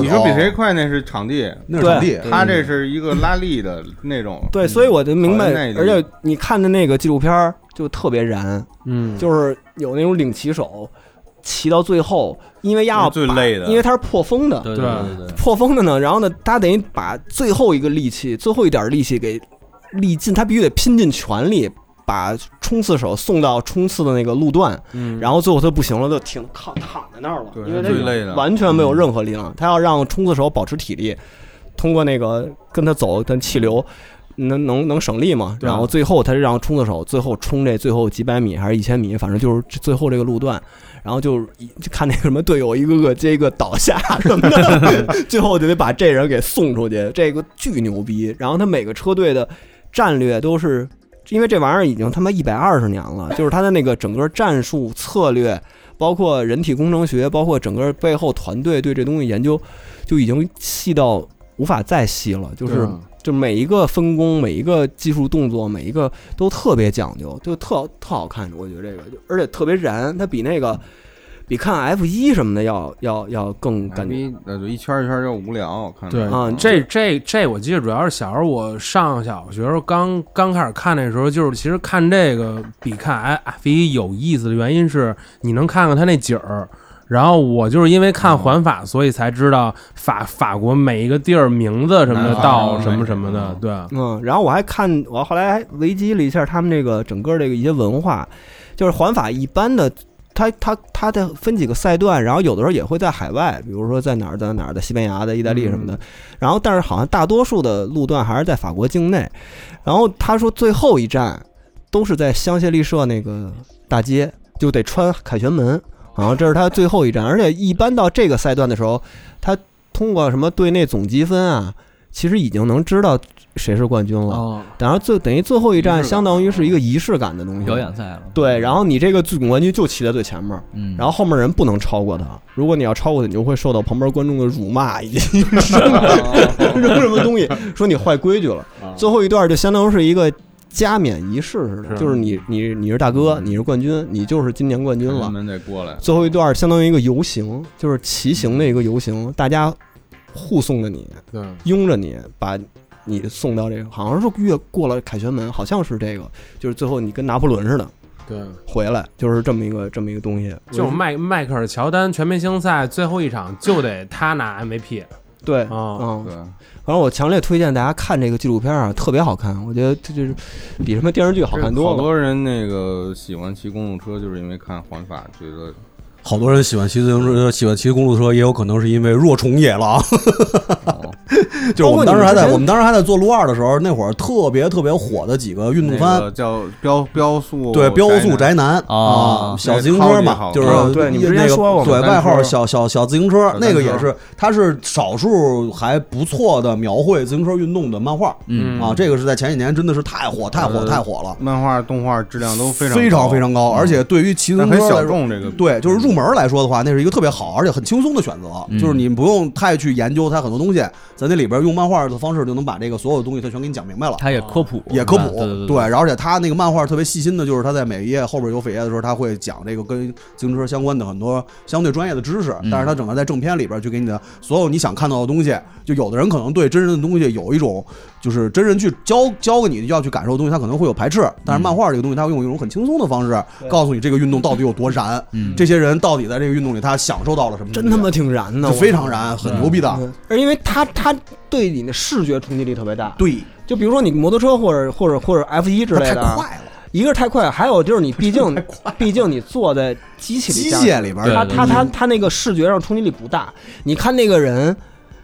Speaker 5: 你说比谁快那是场地，
Speaker 3: 哦那是场地
Speaker 5: 对他这是一个拉力的那种。
Speaker 3: 对，所以我就明白
Speaker 5: 好像，那
Speaker 3: 而且你看的那个纪录片儿就特别燃，
Speaker 6: 嗯
Speaker 3: 就是有那种领骑手骑到最后，因为压要
Speaker 5: 最
Speaker 3: 把
Speaker 5: 累的
Speaker 3: 因为他是破风的，
Speaker 5: 对对对对对
Speaker 3: 破风的呢，然后呢，他等于把最后一个力气、最后一点力气给力尽，他必须得拼尽全力。把冲刺手送到冲刺的那个路段，
Speaker 6: 嗯
Speaker 3: 然后最后他不行了，就停靠躺在那儿了，因为他
Speaker 5: 最累的嗯
Speaker 3: 完全没有任何力量，他要让冲刺手保持体力，通过那个跟他走，跟气流能能能省力嘛。
Speaker 5: 啊
Speaker 12: 对
Speaker 3: 然后最后他是让冲刺手最后冲这最后几百米还是一千米，反正就是这最后这个路段，然后就一就看那个什么队友一个个接一个倒下什么的，最后就得把这人给送出去，这个巨牛逼。然后他每个车队的战略都是。因为这玩意儿已经他妈一百二十年了，就是他的那个整个战术策略，包括人体工程学，包括整个背后团队对这东西研究，就已经细到无法再细了。就是、
Speaker 12: 对啊
Speaker 3: 就每一个分工，每一个技术动作，每一个都特别讲究，就特特好看。我觉得这个，就而且特别燃，它比那个比看 F 一什么的要要要更感觉，
Speaker 5: 那就一圈一圈就无聊，看着
Speaker 6: 对
Speaker 5: 啊，
Speaker 6: 这这这我记得主要是小时候我上小学时候刚刚开始看那时候，就是其实看这个比看 F 一有意思的原因是你能看看他那景儿。然后我就是因为看环法，所以才知道法法国每一个地儿名字什么的，道什么什么的，对。
Speaker 3: 嗯，然后我还看，我后来还维基了一下他们这个整个这个一些文化，就是环法一般的，它它它的分几个赛段，然后有的时候也会在海外，比如说在哪儿在哪儿的西班牙的、意大利什么的，然后但是好像大多数的路段还是在法国境内，然后他说最后一站都是在香榭丽舍那个大街，就得穿凯旋门。好像这是他最后一站，而且一般到这个赛段的时候，他通过什么队内总积分啊，其实已经能知道谁是冠军了。
Speaker 7: 哦
Speaker 3: 然后最等于最后一站，相当于是一个仪式感的东西，
Speaker 7: 表演赛了。
Speaker 3: 对，然后你这个最总冠军就骑在最前面，
Speaker 7: 嗯
Speaker 3: 然后后面人不能超过他。如果你要超过他，你就会受到旁边观众的辱骂以及
Speaker 7: 哦
Speaker 3: 扔什么东西，说你坏规矩了。最后一段就相当于是一个加冕仪式似的，
Speaker 5: 是
Speaker 3: 就是你你你是大
Speaker 7: 嗯
Speaker 3: 哥，你是冠军，你就是今年冠军了。
Speaker 5: 们得过来。
Speaker 3: 最后一段相当于一个游行，就是骑行的一个游行，大家护送着你，
Speaker 6: 对，
Speaker 3: 拥着你，把你送到这个，好像是越过了凯旋门，好像是这个，就是最后你跟拿破仑似的
Speaker 6: 对，
Speaker 3: 回来，就是这么一个这么一个东西。
Speaker 6: 就是迈迈克尔乔丹全明星赛最后一场就得他拿 MVP，
Speaker 3: 对，
Speaker 6: 嗯，
Speaker 5: 对，
Speaker 3: 反正我强烈推荐大家看这个纪录片啊，特别好看，我觉得这就是比什么电视剧好看多
Speaker 5: 好
Speaker 3: 了。
Speaker 5: 多人那个喜欢骑公路车，就是因为看环法，觉得
Speaker 4: 好多人喜欢骑自行车，喜欢骑公路车，也有可能是因为若虫野狼。 就是我们当时还
Speaker 5: 包括你之
Speaker 4: 在
Speaker 5: 前
Speaker 4: 我们当时还在做路二的时候，那会儿特别特别火的几个运动
Speaker 5: 那
Speaker 4: 番
Speaker 5: 个，叫标标速
Speaker 4: 对，标速宅男啊，小自行车嘛，
Speaker 5: 啊
Speaker 4: 就是那个对，外号小小小自行车，那个也是，它是少数还不错的描绘自行车运动的漫画，
Speaker 5: 嗯
Speaker 4: 啊，这个是在前几年真的是太火太火太火了，
Speaker 5: 呃漫画动画质量都非常
Speaker 4: 非常非常高，
Speaker 5: 嗯
Speaker 4: 而且对于骑自行车
Speaker 5: 但很小
Speaker 4: 来说
Speaker 5: 众这个
Speaker 4: 对，就是入门来说的话，那是一个特别好而且很轻松的选择，
Speaker 5: 嗯
Speaker 4: 就是你不用太去研究它很多东西，在那里边用漫画的方式就能把这个所有的东西它全给你讲明白了。
Speaker 7: 它也科普，
Speaker 4: 也科普
Speaker 7: 对，对
Speaker 4: 对，然后而且他那个漫画特别细心的，就是他在每一页后边有扉页的时候，他会讲这个跟自行车相关的很多相对专业的知识，
Speaker 7: 嗯
Speaker 4: 但是他整个在正片里边就给你的所有你想看到的东西，就有的人可能对真人的东西有一种就是真人去教教给你要去感受的东西，他可能会有排斥，
Speaker 7: 嗯
Speaker 4: 但是漫画这个东西，他会用一种很轻松的方式告诉你这个运动到底有多燃，
Speaker 7: 嗯
Speaker 4: 这些人到底在这个运动里他享受到了什么东西，啊
Speaker 3: 真他妈挺燃的，
Speaker 4: 就
Speaker 3: 我嗯
Speaker 4: 非常燃，很牛逼的。
Speaker 3: 而因为它它对你的视觉冲击力特别大。
Speaker 4: 对，
Speaker 3: 就比如说你摩托车或者或者或者 F 一之类
Speaker 4: 它
Speaker 3: 的，
Speaker 4: 太快
Speaker 3: 了。一个是太快，还有就是 你毕竟毕竟你坐在机器里驾驶，
Speaker 4: 机械里边儿嗯
Speaker 3: 它
Speaker 4: 对对
Speaker 3: 它
Speaker 4: 对
Speaker 3: 它它那个视觉上冲击力不大。你看那个人，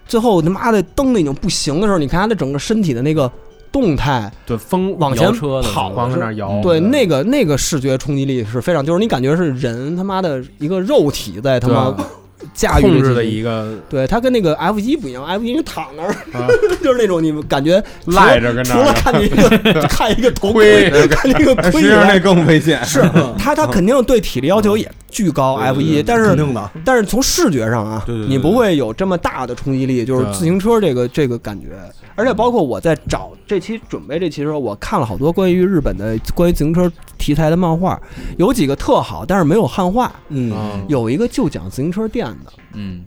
Speaker 3: 最后他妈的蹬的已经不行的时候，你看他的整个身体的那个动态，
Speaker 6: 对风
Speaker 3: 往前
Speaker 6: 摇车的时候
Speaker 3: 跑
Speaker 6: 光
Speaker 3: 是
Speaker 6: 在那儿摇
Speaker 3: 对那个那个视觉冲击力是非常，就是你感觉是人他妈的一个肉体在他妈
Speaker 6: 对啊
Speaker 3: 驾驭
Speaker 6: 控
Speaker 3: 这
Speaker 6: 制
Speaker 3: 机
Speaker 6: 的
Speaker 3: 器
Speaker 6: 一个
Speaker 3: 对，它跟那个 F 一不一样，F 一是躺那儿，
Speaker 6: 嗯啊
Speaker 3: 就是那种你们感觉除了
Speaker 6: 赖着跟那
Speaker 3: 除
Speaker 6: 儿
Speaker 3: 了看见一个 看一个头盔，
Speaker 6: 盔
Speaker 3: 看一个盔以
Speaker 5: 实际
Speaker 3: 外，
Speaker 5: 上那更危险
Speaker 3: 是它它肯定对体力要求也巨高，F 一，但是
Speaker 4: 肯定的
Speaker 3: 但是从视觉上啊，
Speaker 4: 对
Speaker 3: 你不会有这么大的冲击力，就是
Speaker 4: 对
Speaker 3: 自行车这个这个感觉。而且包括我在找这期准备这期的时候，我看了好多关于日本的关于自行车题材的漫画，有几个特好，但是没有汉化。
Speaker 4: 嗯，
Speaker 3: 有一个就讲自行车店的，
Speaker 7: 嗯，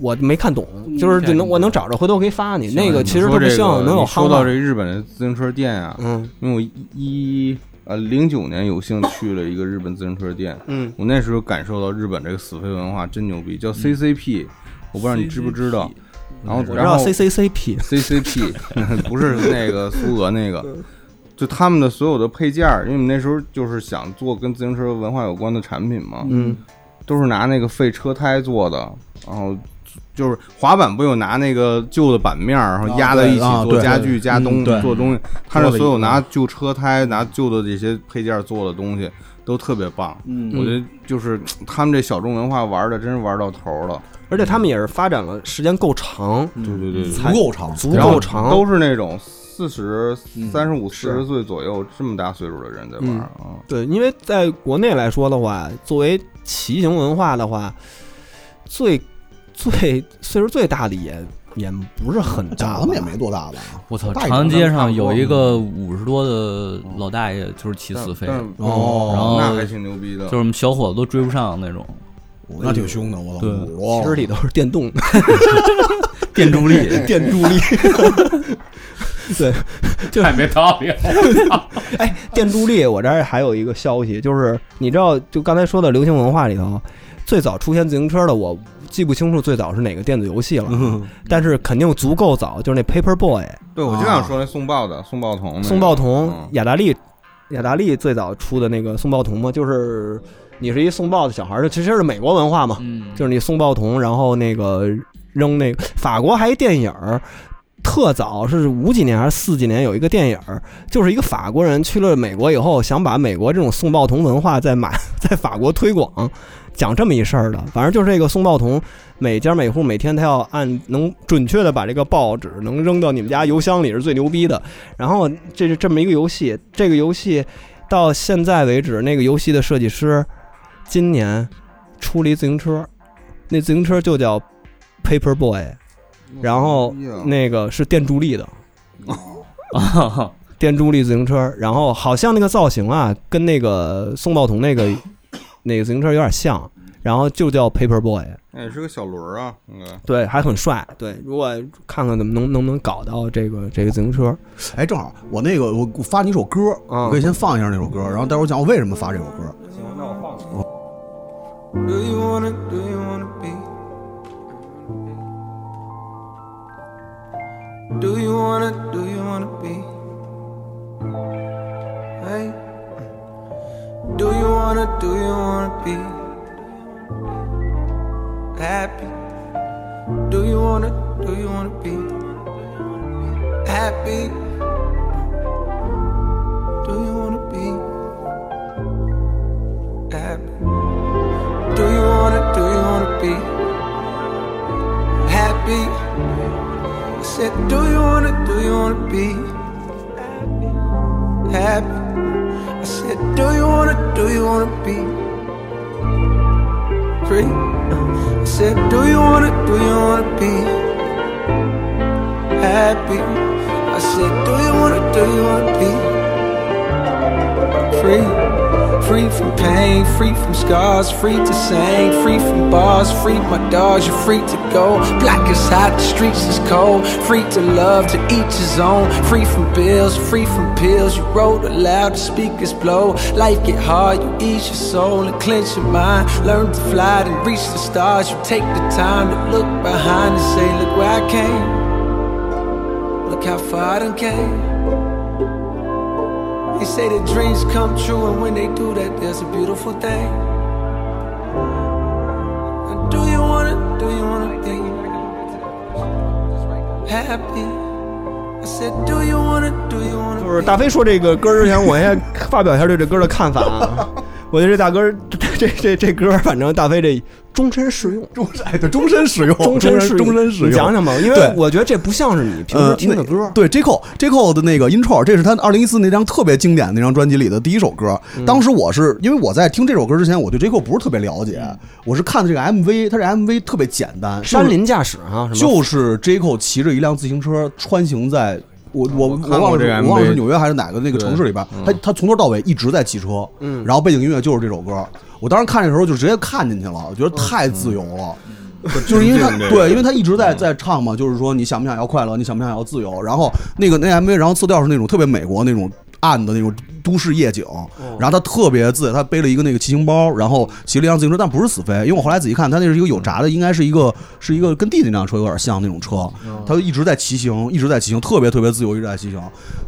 Speaker 3: 我没看懂，就是能我能找着，回头我可以发你。那个其实
Speaker 5: 说
Speaker 3: 特
Speaker 5: 这
Speaker 3: 别
Speaker 5: 个
Speaker 3: 希望能有
Speaker 5: 你
Speaker 3: 汉
Speaker 5: 说到
Speaker 3: 化
Speaker 5: 这。日本的自行车店啊，
Speaker 3: 嗯，
Speaker 5: 因为我一一呃零九年有幸去了一个日本自行车店，
Speaker 3: 嗯
Speaker 5: 我那时候感受到日本这个死飞文化真牛逼，叫 CCP，、我不知道你知不知道。然后
Speaker 3: 我知
Speaker 5: 然
Speaker 3: 道
Speaker 5: 后
Speaker 3: CCCP
Speaker 5: CCP 不是那个苏俄那个，嗯就他们的所有的配件儿，因为我们那时候就是想做跟自行车文化有关的产品嘛，
Speaker 3: 嗯，
Speaker 5: 都是拿那个废车胎做的，然后就就是滑板不有拿那个旧的板面儿，然后压在一起
Speaker 4: 啊对
Speaker 5: 做
Speaker 4: 啊
Speaker 5: 家
Speaker 4: 对
Speaker 5: 具、加
Speaker 4: 嗯
Speaker 5: 东
Speaker 4: 对
Speaker 5: 做东西，它
Speaker 4: 做
Speaker 5: 是
Speaker 4: 了一
Speaker 5: 所有
Speaker 4: 个
Speaker 5: 拿旧车胎、拿旧的这些配件做的东西都特别棒。
Speaker 3: 嗯
Speaker 5: 我觉得就是他们这小众文化玩的真是玩到头了。
Speaker 3: 而且他们也是发展了时间够长，
Speaker 4: 嗯
Speaker 5: 对对对，
Speaker 3: 才足
Speaker 5: 然后
Speaker 3: 够长，
Speaker 5: 都是那种四十、
Speaker 4: 嗯
Speaker 5: 三十五、四
Speaker 3: 是
Speaker 5: 十岁左右这么大岁数的人在玩
Speaker 3: 嗯
Speaker 5: 儿啊。
Speaker 3: 对，因为在国内来说的话，作为骑行文化的话，最最岁数最大的也也不是很大，咱们也没
Speaker 4: 多大吧？
Speaker 7: 我操，
Speaker 3: 大
Speaker 7: 长
Speaker 3: 一
Speaker 7: 安
Speaker 3: 点
Speaker 7: 街
Speaker 3: 咱们差
Speaker 7: 上
Speaker 3: 不
Speaker 7: 有
Speaker 3: 多
Speaker 7: 一个五十多的老大爷，就是骑
Speaker 5: 但
Speaker 7: 死飞
Speaker 5: 但
Speaker 7: 的，
Speaker 5: 哦
Speaker 7: 然后
Speaker 5: 那还挺牛逼的
Speaker 7: 就是我们小伙子都追不上那种，
Speaker 4: 哦那挺凶的，我操，
Speaker 7: 对
Speaker 4: 五十多
Speaker 3: 肢体都是电动的，
Speaker 7: 电助力
Speaker 3: 电助力， 对，就
Speaker 6: 太没道理了。
Speaker 3: 哎，电助力，我这儿还有一个消息，就是你知道，就刚才说的流行文化里头，最早出现自行车的，我记不清楚最早是哪个电子游戏了，但是肯定足够早，就是那 Paper Boy，
Speaker 5: 对，
Speaker 4: 啊
Speaker 5: 我就想说那送报的宋报童那个，嗯
Speaker 3: 宋报童、雅达利，雅达利最早出的那个宋报童嘛，就是你是一送报的小孩儿，这其实是美国文化嘛，就是你送报童，然后那个扔那个法国还一电影儿。特早是五几年还是四几年有一个电影儿，就是一个法国人去了美国以后，想把美国这种送报童文化在马 在法国推广，讲这么一事儿的。反正就是这个送报童，每家每户每天他要按能准确的把这个报纸能扔到你们家邮箱里是最牛逼的。然后这是这么一个游戏，这个游戏到现在为止，那个游戏的设计师今年出了一自行车，那自行车就叫 Paper Boy，然后那个是电助力的，电助力自行车，然后好像那个造型啊，跟那个宋报童那个那个自行车有点像，然后就叫 Paper Boy，
Speaker 5: 那也是个小轮儿啊，应该。
Speaker 3: 对，还很帅，对，如果看看怎么能能不能搞到这个这个自行车，啊
Speaker 4: 哎，正好我那个我我发你一首歌，我可以先放一下那首歌，然后待会儿讲我为什么发这首歌。
Speaker 1: Do you wanna, do you wanna be? Do you wanna, do you wanna be? Hey, do you wanna, do you wanna be happy? Do you wanna, do you wanna be happy? Do you wanna be happy? Do you wanna, do you wanna be happy? I said, do you wanna, do you wanna be happy? I said, do you wanna, do you wanna be free? I said, do you wanna, do you wanna be happy? I said, do you wanna, do you wanna be free? Free from pain, free from scars, free to sing, free from bars, free my dogs, you're free to go. Black is hot, the streets is cold, free to love, to each his own, free from bills, free from pills. You wrote aloud, the speakers blow. Life get hard, you ease your soul and cleanse your mind. Learn to fly and reach the stars. You take the time to look behind and say, Look where I came. Look how far I done came. They say that dreams come true, and when they do that, there's a beautiful thing. Now, Do you wanna, do you wanna be happy? I said, do you wanna, do you wanna
Speaker 3: 就是大飞说这个歌之前，我先发表一下对这歌的看法啊。我觉得这大哥，这这这歌，反正大飞这终身适用，
Speaker 4: 终身哎对终身适用，
Speaker 3: 终身适用
Speaker 4: 终身适用。
Speaker 3: 你讲讲吧，因为
Speaker 4: 对
Speaker 3: 我觉得这不像是你平时听的歌。
Speaker 4: 呃、那对 J Cole J Cole 的那个 intro，这是他二零一四那张特别经典的那张专辑里的第一首歌。
Speaker 3: 嗯
Speaker 4: 当时我是因为我在听这首歌之前，我对 J Cole 不是特别了解，我是看的这个 MV，他这 MV 特别简单，
Speaker 3: 嗯山林
Speaker 4: 驶。
Speaker 3: 驾驶啊，什么
Speaker 4: 就是 J Cole 骑着一辆自行车穿行在。我我我
Speaker 5: 看过
Speaker 4: 忘了
Speaker 5: 这个
Speaker 4: 是
Speaker 5: MV
Speaker 4: 我忘了是纽约还是哪个那个
Speaker 5: 对
Speaker 4: 城市里边，
Speaker 5: 嗯
Speaker 4: 他他从头到尾一直在骑车，
Speaker 5: 嗯
Speaker 4: 然后背景音乐就是这首歌。我当时看的时候就直接看进去了，我觉得太自由了，
Speaker 3: 嗯
Speaker 4: 就是因为他
Speaker 5: 沉浸这个嗯
Speaker 4: 对，因为他一直在在唱嘛，就是说你想不想要快乐，你想不想要自由。然后那个那 MV，然后色调是那种特别美国那种暗的那种都市夜景，
Speaker 5: 哦
Speaker 4: 然后他特别自，他背了一个那个骑行包，然后骑了一辆自行车，但不是死飞，因为我后来仔细看，他那是一个有
Speaker 5: 嗯
Speaker 4: 闸的，应该是一个是一个跟弟弟那辆车有点像那种车，
Speaker 5: 哦
Speaker 4: 他就一直在骑行，一直在骑行，特别特别自由，一直在骑行。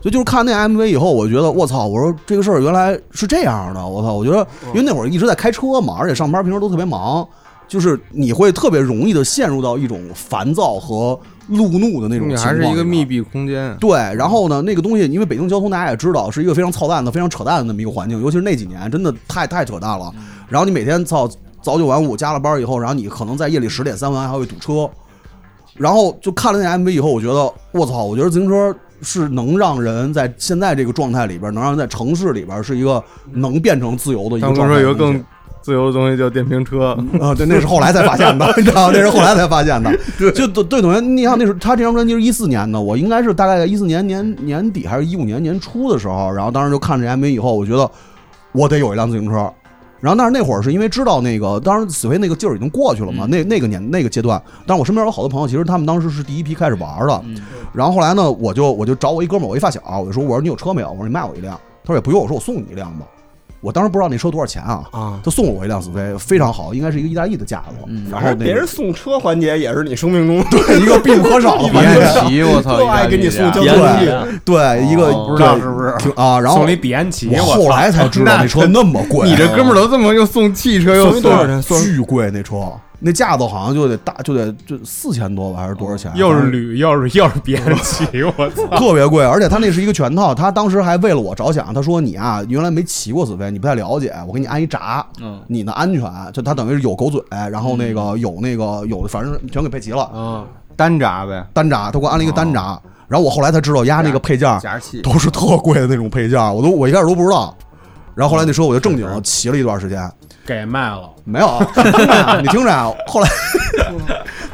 Speaker 4: 所以就是看那 MV 以后，我觉得我操，我说这个事
Speaker 5: 哦
Speaker 4: 儿原来是这样的，我操，我觉得因为那会儿一直在开车嘛，而且上班平时都特别忙。就是你会特别容易的陷入到一种烦躁和路怒的那种
Speaker 5: 你
Speaker 4: 情
Speaker 5: 还
Speaker 4: 况里
Speaker 5: 是
Speaker 4: 面。
Speaker 5: 一个密闭空间，
Speaker 4: 对，然后呢，那个东西，因为北京交通大家也知道是一个非常操蛋的、非常扯淡的那么一个环境，尤其是那几年，真的太太扯淡
Speaker 5: 嗯
Speaker 4: 了。然后你每天操早九晚五，加了班以后，然后你可能在夜里十点三完还会堵车。然后就看了那 MV 以后，我觉得我操，我觉得自行车是能让人在现在这个状态里边，能让人在城市里边是一个能变成自由的一个
Speaker 5: 他们
Speaker 4: 状
Speaker 5: 说
Speaker 4: 态。
Speaker 5: 有个更自由的东西叫电瓶车
Speaker 4: 啊，对，那是后来才发现的， 你知道吗，那是后来才发现的。就对对，董源，你看那时候他这张专辑是一四年的，我应该是大概一四年年年底还是一五年年初的时候，然后当时就看这 MV 以后，我觉得我得有一辆自行车。然后，但是那会儿是因为知道那个，当然死飞那个劲儿已经过去了嘛，那那个年那个阶段。但是我身边有好多朋友，其实他们当时是第一批开始玩的。然后后来呢，我就我就找我一哥们儿，我一发小，我就说我说你有车没有？我说你卖我一辆。他说也不用，我说我送你一辆吧。我当时不知道那车多少钱啊，他送了我一辆死飞，非常好，应该是一个意大利的价格。
Speaker 6: 嗯
Speaker 4: 然
Speaker 3: 反
Speaker 4: 后
Speaker 3: 正
Speaker 4: 那
Speaker 3: 别人
Speaker 4: 个
Speaker 3: 送车环节也是你生命中
Speaker 4: 对一个必不可少的环节。
Speaker 3: 就爱给你送交通工具
Speaker 4: 对。对，一个
Speaker 6: 啊哦不知道是不是
Speaker 4: 挺啊，然后
Speaker 6: 送了一比安奇
Speaker 4: 我
Speaker 6: 我操
Speaker 4: 后来才知道那车那么贵，
Speaker 6: 你这哥们儿
Speaker 5: 都这么又送汽车
Speaker 6: 又送送一多少
Speaker 4: 钱？巨贵那车，那架子好像就得大就得就四千多吧，还是多少钱？啊
Speaker 6: 又是铝，又是又是比安奇，我 操，
Speaker 4: 特别贵，而且他那是一个全套。他当时还为了我着想，他说你啊，原来没骑过死飞，你不太了解，我给你安一闸，
Speaker 7: 嗯，
Speaker 4: 你的安全，就他等于是有狗嘴，然后那个有那个有，反正全给配齐了。
Speaker 5: 啊，单闸呗，
Speaker 4: 单闸，他给我安了一个单闸。然后我后来才知道，压那个配件儿
Speaker 5: 夹气
Speaker 4: 都是特贵的那种配件儿，我都我一开始都不知道。然后后来那车我就正经骑了一段时间，
Speaker 6: 给卖 了，
Speaker 4: 没有，啊，你听着啊，后来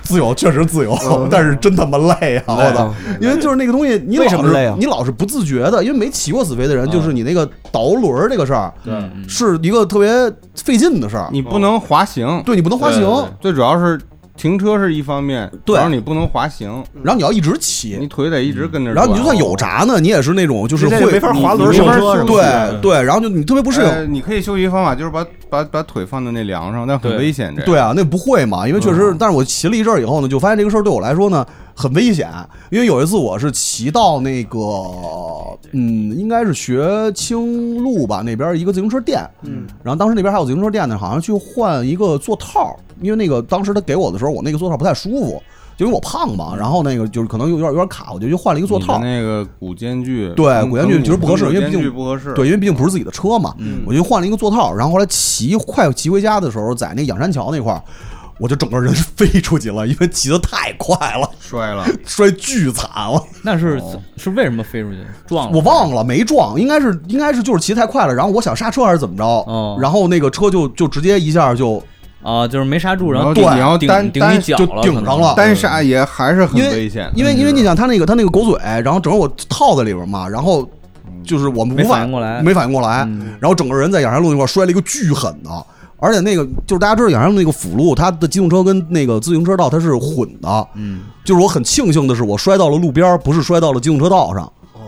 Speaker 4: 自由确实自由，但是真他妈累啊！我操，因为就是那个东西，你
Speaker 3: 为
Speaker 4: 老
Speaker 3: 什么
Speaker 4: 是
Speaker 3: 累啊
Speaker 4: 你老是不自觉的，因为没骑过死飞的人，就是你那个倒轮儿这个事儿，
Speaker 5: 对
Speaker 4: 是一个特别费劲的事儿。
Speaker 5: 你不能滑行，
Speaker 4: 哦对你不能滑行
Speaker 5: 对，对最主要是停车是一方面，
Speaker 4: 对嗯
Speaker 5: 然后你不能滑行，
Speaker 4: 然后你要一直骑，嗯
Speaker 5: 你腿得一直跟着转，
Speaker 4: 然后你就算有闸呢，你也是那种就是
Speaker 5: 你这
Speaker 4: 会
Speaker 5: 没法滑轮儿
Speaker 4: 你
Speaker 5: 上
Speaker 4: 没法
Speaker 5: 车是吧
Speaker 4: 对对，哎然后就你特别不适应。
Speaker 5: 呃你可以休息方法就是把把把腿放在那梁上，但很危险。这
Speaker 4: 对啊，嗯那不会嘛，因为确实，但是我骑了一阵儿以后呢，就发现这个事儿对我来说呢很危险，因为有一次我是骑到那个，嗯，应该是学清路吧那边儿一个自行车店，嗯，然后当时那边还有自行车店呢，好像去换一个座套，因为那个当时他给我的时候，我那个座套不太舒服，就因为我胖嘛，然后那个就是可能有点有点卡，我就去换了一个座
Speaker 5: 你的
Speaker 4: 套，
Speaker 5: 那个骨间距，
Speaker 4: 对，古元
Speaker 5: 距
Speaker 4: 剧其实不合适，因为毕
Speaker 5: 间距
Speaker 4: 竟
Speaker 5: 不合适。
Speaker 4: 对，因为毕竟不是自己的车嘛，我就换了一个座套，然后后来骑快骑回家的时候，在那个仰山桥那块儿，我就整个人 飞出去了，因为骑得太快了，
Speaker 5: 摔 了，哦
Speaker 4: 摔巨惨啊了。
Speaker 7: 那是是为什么飞出去？撞了？
Speaker 4: 我忘了没撞，应该是应该是就是骑太快了，然后我想刹车还是怎么着，然后那个车就就直接一下就
Speaker 7: 啊，就是没刹住，
Speaker 4: 然后
Speaker 7: 后
Speaker 4: 就
Speaker 7: 顶
Speaker 4: 你要
Speaker 7: 顶
Speaker 4: 单
Speaker 7: 顶
Speaker 4: 单
Speaker 7: 你脚
Speaker 4: 就
Speaker 7: 了，
Speaker 4: 顶
Speaker 7: 可能
Speaker 4: 上了
Speaker 5: 单刹也还是很
Speaker 4: 因为
Speaker 5: 危险，
Speaker 4: 因为因为你想他那个他那个狗嘴，然后整个我套在里边嘛，然后就是我们无
Speaker 7: 没
Speaker 4: 法
Speaker 7: 反应过来嗯
Speaker 4: 没反应过来，然后整个人在仰山路那块摔了一个巨狠的。而且那个就是大家知道，仰山路那个辅路，它的机动车跟那个自行车道它是混的。嗯，就是我很庆幸的是，我摔到了路边儿，不是摔到了机动车道上。哦，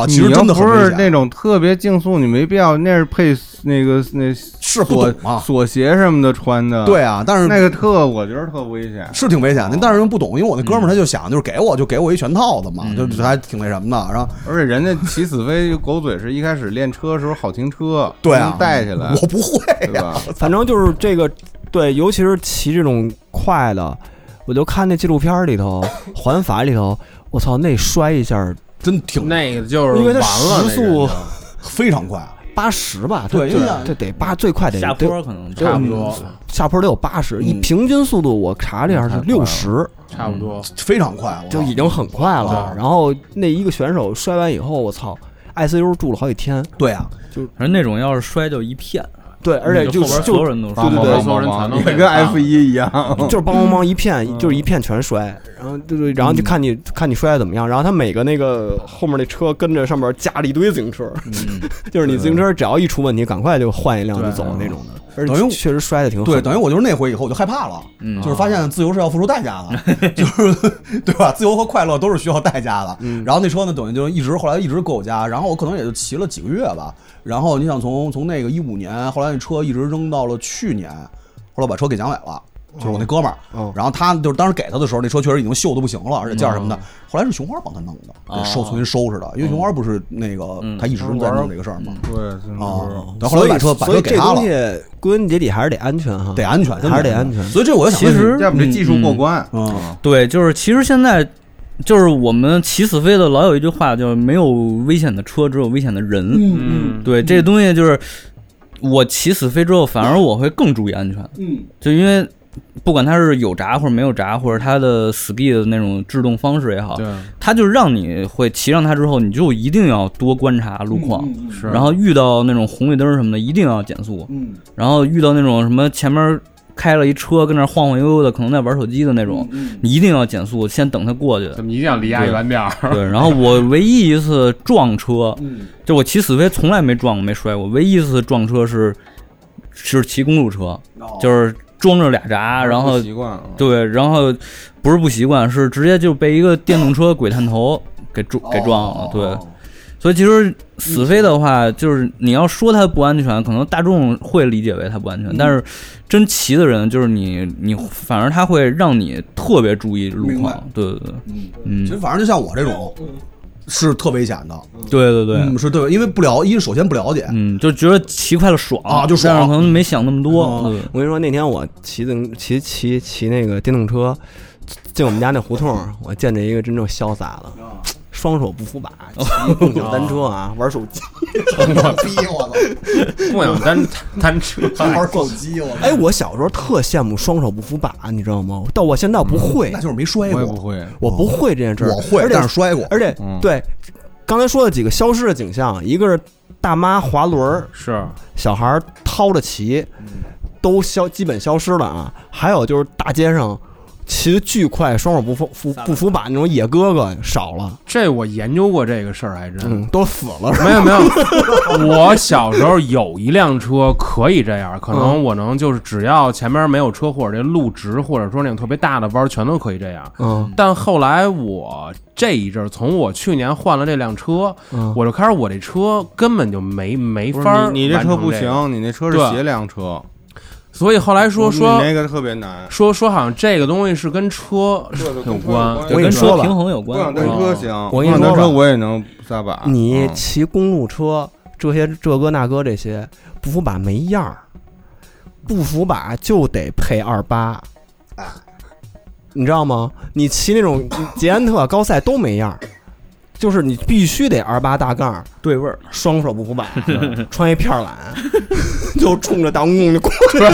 Speaker 4: 啊，其实
Speaker 5: 你要
Speaker 4: 真的很
Speaker 5: 不
Speaker 4: 危
Speaker 5: 是
Speaker 4: 险。
Speaker 5: 那种特别竞速，你没必要，那是配那个那是
Speaker 4: 不
Speaker 5: 锁
Speaker 4: 懂啊
Speaker 5: 锁鞋什么的穿的。
Speaker 4: 对啊但是
Speaker 5: 那个特，我觉得特危险。
Speaker 4: 是挺危险的，但是又不懂，因为我那
Speaker 7: 嗯
Speaker 4: 哥们儿他就想，就是给我就给我一全套的嘛，就就还挺那什么的。然后
Speaker 5: 而且人家骑死飞狗嘴是一开始练车的时候好停车，
Speaker 4: 对啊
Speaker 5: 能带起来。
Speaker 4: 我不会啊
Speaker 5: 对 吧？
Speaker 3: 反正就是这个，对，尤其是骑这种快的，我就看那纪录片里头，环法里头，我操，那摔一下
Speaker 4: 真挺
Speaker 6: 那个就是
Speaker 3: 因为它
Speaker 6: 完了
Speaker 3: 时
Speaker 6: 那人
Speaker 3: 速
Speaker 6: 就
Speaker 4: 非常快， 啊
Speaker 3: 八十吧，
Speaker 6: 对
Speaker 3: 这
Speaker 6: 因为啊
Speaker 3: 这得八最快得
Speaker 7: 下
Speaker 3: 得嗯
Speaker 7: 坡可能
Speaker 3: 得有
Speaker 7: 差不多
Speaker 3: 下坡得有八
Speaker 4: 嗯
Speaker 3: 十，以平均速度我查了一下是六十，
Speaker 6: 差不
Speaker 3: 嗯
Speaker 6: 多
Speaker 4: 非常快，
Speaker 3: 就已经很快了。然后那一个选手摔完以后，我操，ICU 住了好几天。
Speaker 4: 对啊，
Speaker 3: 就
Speaker 7: 反正那种要是摔就一片，
Speaker 3: 对，而且
Speaker 7: 就
Speaker 3: 就
Speaker 7: 后边
Speaker 3: 就
Speaker 7: 所有人都
Speaker 3: 对对对，
Speaker 5: 也跟 F 一一样，
Speaker 3: 就是梆梆梆一
Speaker 4: 嗯
Speaker 3: 片，就是一片全摔，然后对对，然后就看你看你摔的怎么样，然后他每个那个后面那车跟着上面加了一堆自行车，
Speaker 4: 嗯
Speaker 3: 就是你自行车只要一出问题，赶快就换一辆就走那种的，而且
Speaker 4: 等于
Speaker 3: 确实摔的挺狠
Speaker 4: 嗯对，
Speaker 3: 的。
Speaker 4: 等于我就是那回以后我就害怕了，
Speaker 3: 嗯
Speaker 4: 就是发现自由是要付出代价的，就是对吧？自由和快乐都是需要代价的。
Speaker 3: 嗯
Speaker 4: 然后那车呢，等于就一直后来一直搁我家，然后我可能也就骑了几个月吧。然后你想从从那个一五年，后来那车一直扔到了去年，后来我把车给蒋伟了。就是我那哥们儿。
Speaker 3: 哦
Speaker 4: 然后他就是当时给他的时候，那车确实已经锈的不行了，而且件儿什么的。后来是熊花帮他弄的，给收重新收拾的，因为熊花不是那个他一直在弄这个事儿嘛。
Speaker 3: 嗯
Speaker 5: 对，
Speaker 7: 哦
Speaker 4: 啊，然后后来把车把
Speaker 3: 哦
Speaker 4: 车
Speaker 3: 所以这
Speaker 4: 给他
Speaker 3: 东
Speaker 4: 了
Speaker 3: 西。归根结底还是得安全哈，
Speaker 4: 得安全，
Speaker 3: 还是得安全。
Speaker 4: 所以这我就
Speaker 7: 其实
Speaker 4: 嗯，
Speaker 7: 嗯对，就是其实现在就是我们骑死飞的老有一句话，就是没有危险的车，只有危险的人。
Speaker 2: 嗯嗯
Speaker 7: 对，这东西就是我骑死飞之后，反而我会更注意安全。
Speaker 2: 嗯，
Speaker 7: 就因为不管它是有闸或者没有闸，或者它的 ski 的那种制动方
Speaker 6: 嗯
Speaker 7: 式也好，它就让你会骑上它之后，你就一定要多观察路况，
Speaker 2: 嗯嗯嗯是
Speaker 7: 然后遇到那种红绿灯什么的，一定要减速，
Speaker 2: 嗯，
Speaker 7: 然后遇到那种什么前面。开了一车跟那儿晃晃悠悠的，可能在玩手机的那种，你一定要减速，先等它过去。
Speaker 6: 嗯怎么一定要离家远点儿？
Speaker 7: 对，然后我唯一一次撞车，
Speaker 6: 嗯
Speaker 7: 就我骑死飞从来没撞过，没摔过。唯一一次撞车是是骑公路车，
Speaker 6: 哦
Speaker 7: 就是装着俩闸，然后
Speaker 5: 哦不习惯 了
Speaker 7: 对，然后不是不习惯，是直接就被一个电动车鬼探头给撞给撞了。
Speaker 5: 哦
Speaker 7: 对，所以其实死飞的话，就是你要说它不安全，可能大众会理解为它不安
Speaker 5: 嗯
Speaker 7: 全，但是真骑的人，就是你你反而他会让你特别注意路
Speaker 4: 明白
Speaker 7: 况。对对嗯对，
Speaker 5: 嗯
Speaker 4: 其实反正就像我这种，是特危险的。
Speaker 7: 对对对，
Speaker 4: 嗯，是对，因为不了，一是首先不了解，
Speaker 7: 嗯，就觉得骑快了爽
Speaker 4: 啊就爽啊
Speaker 7: 但是可能没想那么多。对
Speaker 3: 我跟你说，那天我骑自行骑骑骑那个电动车进我们家那胡同，我见着一个真正潇洒的，
Speaker 4: 啊
Speaker 3: 双手不扶把，骑共享单车 啊，玩手机。
Speaker 4: 逼我操！
Speaker 6: 共享单单车
Speaker 4: 还玩手机，我
Speaker 3: 哎，我小时候特羡慕双手不扶把，你知道吗？到我现在我不会，
Speaker 4: 嗯那就是没摔过。
Speaker 6: 会，
Speaker 3: 我不会这件事儿，
Speaker 4: 我会
Speaker 3: 而且
Speaker 4: 但是摔过
Speaker 3: 而且
Speaker 4: 嗯
Speaker 3: 对，刚才说的几个消失的景象，一个是大妈滑轮儿，
Speaker 6: 是
Speaker 3: 小孩儿掏着骑，
Speaker 4: 嗯
Speaker 3: 都消基本消失了啊。还有就是大街上骑得巨快，双手不扶扶不扶把那种野哥哥少了，
Speaker 6: 这我研究过这个事儿，还真、
Speaker 3: 嗯，都死了。
Speaker 6: 没有没 有， 我小时候有一辆车可以这样，可能
Speaker 3: 嗯
Speaker 6: 我能就是只要前面没有车或者这路直，或者说那种特别大的弯儿，全都可以这样。
Speaker 3: 嗯，
Speaker 6: 但后来我这一阵儿，从我去年换了这辆车，
Speaker 3: 嗯
Speaker 6: 我就开始我这车根本就没没
Speaker 5: 不是
Speaker 6: 法儿
Speaker 5: 你你这
Speaker 6: 完
Speaker 5: 车
Speaker 6: 成
Speaker 5: 不
Speaker 6: 这个
Speaker 5: 行，你那车是
Speaker 6: 对
Speaker 5: 斜梁车。
Speaker 6: 所以后来说
Speaker 5: 你
Speaker 6: 说
Speaker 5: 那个特别难，
Speaker 6: 说说好像这个东西是跟车有关，哦
Speaker 5: 我跟
Speaker 3: 说吧
Speaker 5: 共享单车行，
Speaker 3: 我
Speaker 5: 共
Speaker 3: 跟你
Speaker 5: 享单
Speaker 3: 说吧
Speaker 5: 车我也能撒把。
Speaker 3: 你
Speaker 5: 嗯
Speaker 3: 骑公路车，这些这哥那哥这些不服把没样儿，不服把就得配二八，
Speaker 6: 啊
Speaker 3: 你知道吗？你骑那种捷安特、高赛都没样儿，就是你必须得二八大杠对味儿，双手不 服把，穿一片儿懒， 就冲着大公共就过去了，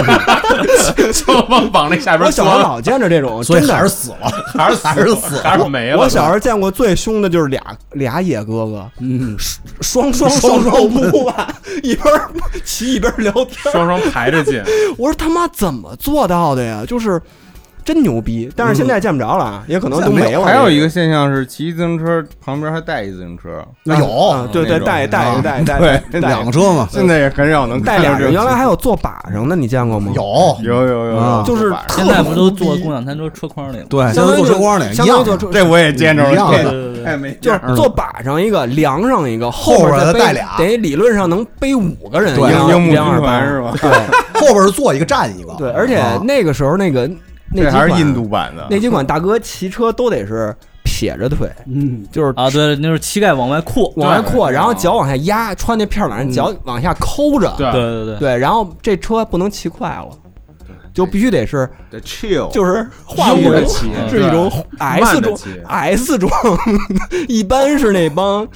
Speaker 6: 就往往那下边
Speaker 3: 我小时候
Speaker 6: 钻
Speaker 3: 老见着这种，
Speaker 6: 所以
Speaker 3: 哦真的
Speaker 6: 还是死
Speaker 4: 了，
Speaker 6: 还是死了还是死了还是没了
Speaker 3: 我小时候见过最凶的就是俩俩野哥哥，嗯，双双
Speaker 6: 双
Speaker 3: 手
Speaker 6: 双
Speaker 3: 不吧，一边儿骑一边儿聊天，
Speaker 6: 双双排着进。
Speaker 3: 我说他妈怎么做到的呀？就是真牛逼，但是现
Speaker 5: 嗯
Speaker 3: 在见不着了，啊，也可能都没了。嗯
Speaker 5: 还有一个现象是，骑自行车旁边还带一自行车，
Speaker 3: 啊有啊对对
Speaker 5: 那种
Speaker 3: 带带
Speaker 5: 啊
Speaker 3: 带带带
Speaker 5: 对，现在也很少能
Speaker 3: 带
Speaker 5: 看
Speaker 3: 俩
Speaker 5: 到这
Speaker 3: 人，
Speaker 5: 种
Speaker 3: 原来还有坐把上的，你见过吗？啊
Speaker 4: 有
Speaker 5: 有啊有有有
Speaker 3: 就是
Speaker 7: 现在不都坐共享单车车筐里吗？
Speaker 3: 相当于就相当于就
Speaker 5: 这我也见着了
Speaker 3: 一样的
Speaker 5: 这
Speaker 3: 对对对
Speaker 7: 哎
Speaker 5: 太没
Speaker 3: 就
Speaker 5: 劲儿
Speaker 3: 是
Speaker 5: 了
Speaker 7: 嗯
Speaker 3: 坐把上一个，梁上一个，
Speaker 4: 后边
Speaker 3: 边
Speaker 4: 再
Speaker 3: 背
Speaker 4: 带俩
Speaker 3: 得理论上能背五个人，
Speaker 4: 对
Speaker 3: 一样
Speaker 4: 樱木
Speaker 3: 一样
Speaker 4: 军
Speaker 3: 二八
Speaker 4: 团是吧
Speaker 3: 对，
Speaker 4: 后边是坐一个站一个，
Speaker 3: 对，而且
Speaker 4: 啊
Speaker 3: 那个时候那个那
Speaker 4: 这
Speaker 3: 几
Speaker 4: 还是
Speaker 3: 款
Speaker 4: 印度版的
Speaker 3: 那几款大哥骑车都得是撇着腿，嗯，就是
Speaker 7: 啊，对，那是膝盖往外扩，
Speaker 3: 往外扩，
Speaker 4: 啊
Speaker 3: 然后脚往下压，穿那片
Speaker 4: 嗯
Speaker 3: 儿往上，脚往下抠着，
Speaker 7: 对对对对
Speaker 3: 对，然后这车不能骑快了。就必须得是
Speaker 5: 得 chill，
Speaker 3: 就是画
Speaker 5: 悠
Speaker 3: 龙
Speaker 5: 着骑
Speaker 3: 是一种
Speaker 5: 对
Speaker 3: S
Speaker 5: 慢地
Speaker 3: 装
Speaker 5: 骑
Speaker 3: S 装，一般是那帮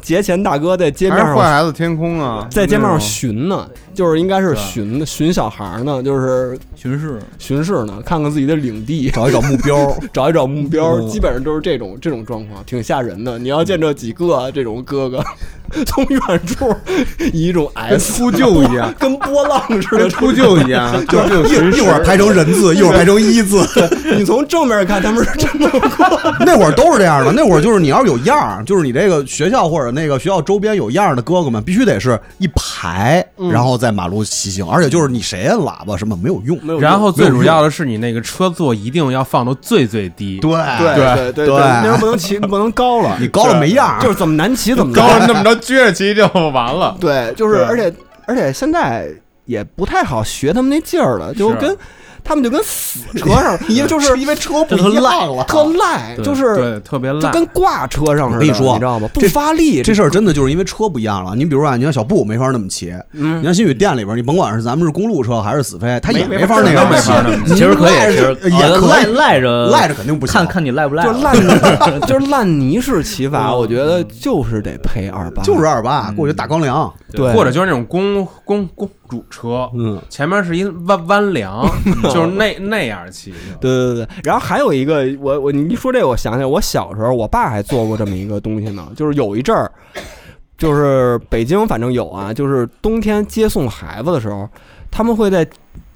Speaker 3: 节前大哥在街面
Speaker 5: 还是
Speaker 3: 上
Speaker 5: 坏孩子天空啊，
Speaker 3: 在街面
Speaker 5: 那
Speaker 3: 上
Speaker 5: 种
Speaker 3: 巡呢，就是应该是巡巡小孩儿呢，就是
Speaker 7: 巡视
Speaker 3: 巡视呢，看看自己的领地，
Speaker 4: 找一找目标，
Speaker 3: 找一找目标，
Speaker 4: 嗯
Speaker 3: 基本上都是这种这种状况，挺吓人的。你要见这几个啊这种哥哥，从远处以一种 S
Speaker 5: 秃鹫一样
Speaker 3: 跟波浪似的
Speaker 5: 跟秃鹫一 样秃鹫
Speaker 4: 一一会儿排成人 字，一会儿排成一字。
Speaker 3: 你从正面看，他 们是这么
Speaker 4: 那会儿都是这样的，那会儿就是你要是有样儿，就是你这个学校或者那个学校周边有样儿的哥哥们，必须得是一排，
Speaker 6: 嗯
Speaker 4: 然后在马路骑行，而且就是你谁摁喇叭什么没有用，
Speaker 6: 然后最主要
Speaker 4: 的
Speaker 6: 的是，你那个车座一定要放到最最低。
Speaker 4: 对
Speaker 3: 对对
Speaker 6: 对
Speaker 3: 那时候不能骑，不 能高了，
Speaker 6: 你高了没样儿
Speaker 3: 就是怎么难骑怎么
Speaker 6: 高了那么
Speaker 3: 么
Speaker 6: 着撅着骑就完了。
Speaker 3: 对，就是
Speaker 6: 对
Speaker 3: 而且而且现在也不太好学他们那劲儿了，就是跟他们就跟死车上，因为就是因为车
Speaker 4: 不一样了
Speaker 3: 特赖，哎就是
Speaker 6: 对特别烂，
Speaker 3: 就跟挂车上
Speaker 4: 我
Speaker 3: 似的，
Speaker 4: 跟你说，
Speaker 3: 知道吗？不
Speaker 4: 这
Speaker 3: 发力，
Speaker 4: 这事儿真的就是因为车不一样了。你比如啊，你像小布没法那么骑，你像新宇店里边，你甭管是咱们是公路车还是死飞，他也
Speaker 7: 没
Speaker 4: 法那
Speaker 7: 没
Speaker 4: 样
Speaker 7: 法
Speaker 4: 骑
Speaker 7: 那么。骑
Speaker 4: 你
Speaker 7: 其实可以
Speaker 4: 赖着
Speaker 7: 其实
Speaker 4: 也
Speaker 7: 呃
Speaker 4: 可以
Speaker 7: 赖赖着
Speaker 4: 赖着肯定不行。
Speaker 7: 看看你赖不赖
Speaker 3: 就
Speaker 7: 了，
Speaker 3: 是烂 泥，就是烂泥式骑
Speaker 6: 嗯
Speaker 3: 法，我觉得就是得配二八，
Speaker 4: 就是二八过去打钢梁，
Speaker 3: 对，
Speaker 6: 或者就是那种公公公主车，
Speaker 4: 嗯，
Speaker 6: 前面是一弯弯梁，就是那那样骑的。
Speaker 3: 对对对对，然后还有一个，我我你一说这，我想起来，我小时候我爸还做过这么一个东西呢，就是有一阵儿，就是北京反正有啊，就是冬天接送孩子的时候，他们会在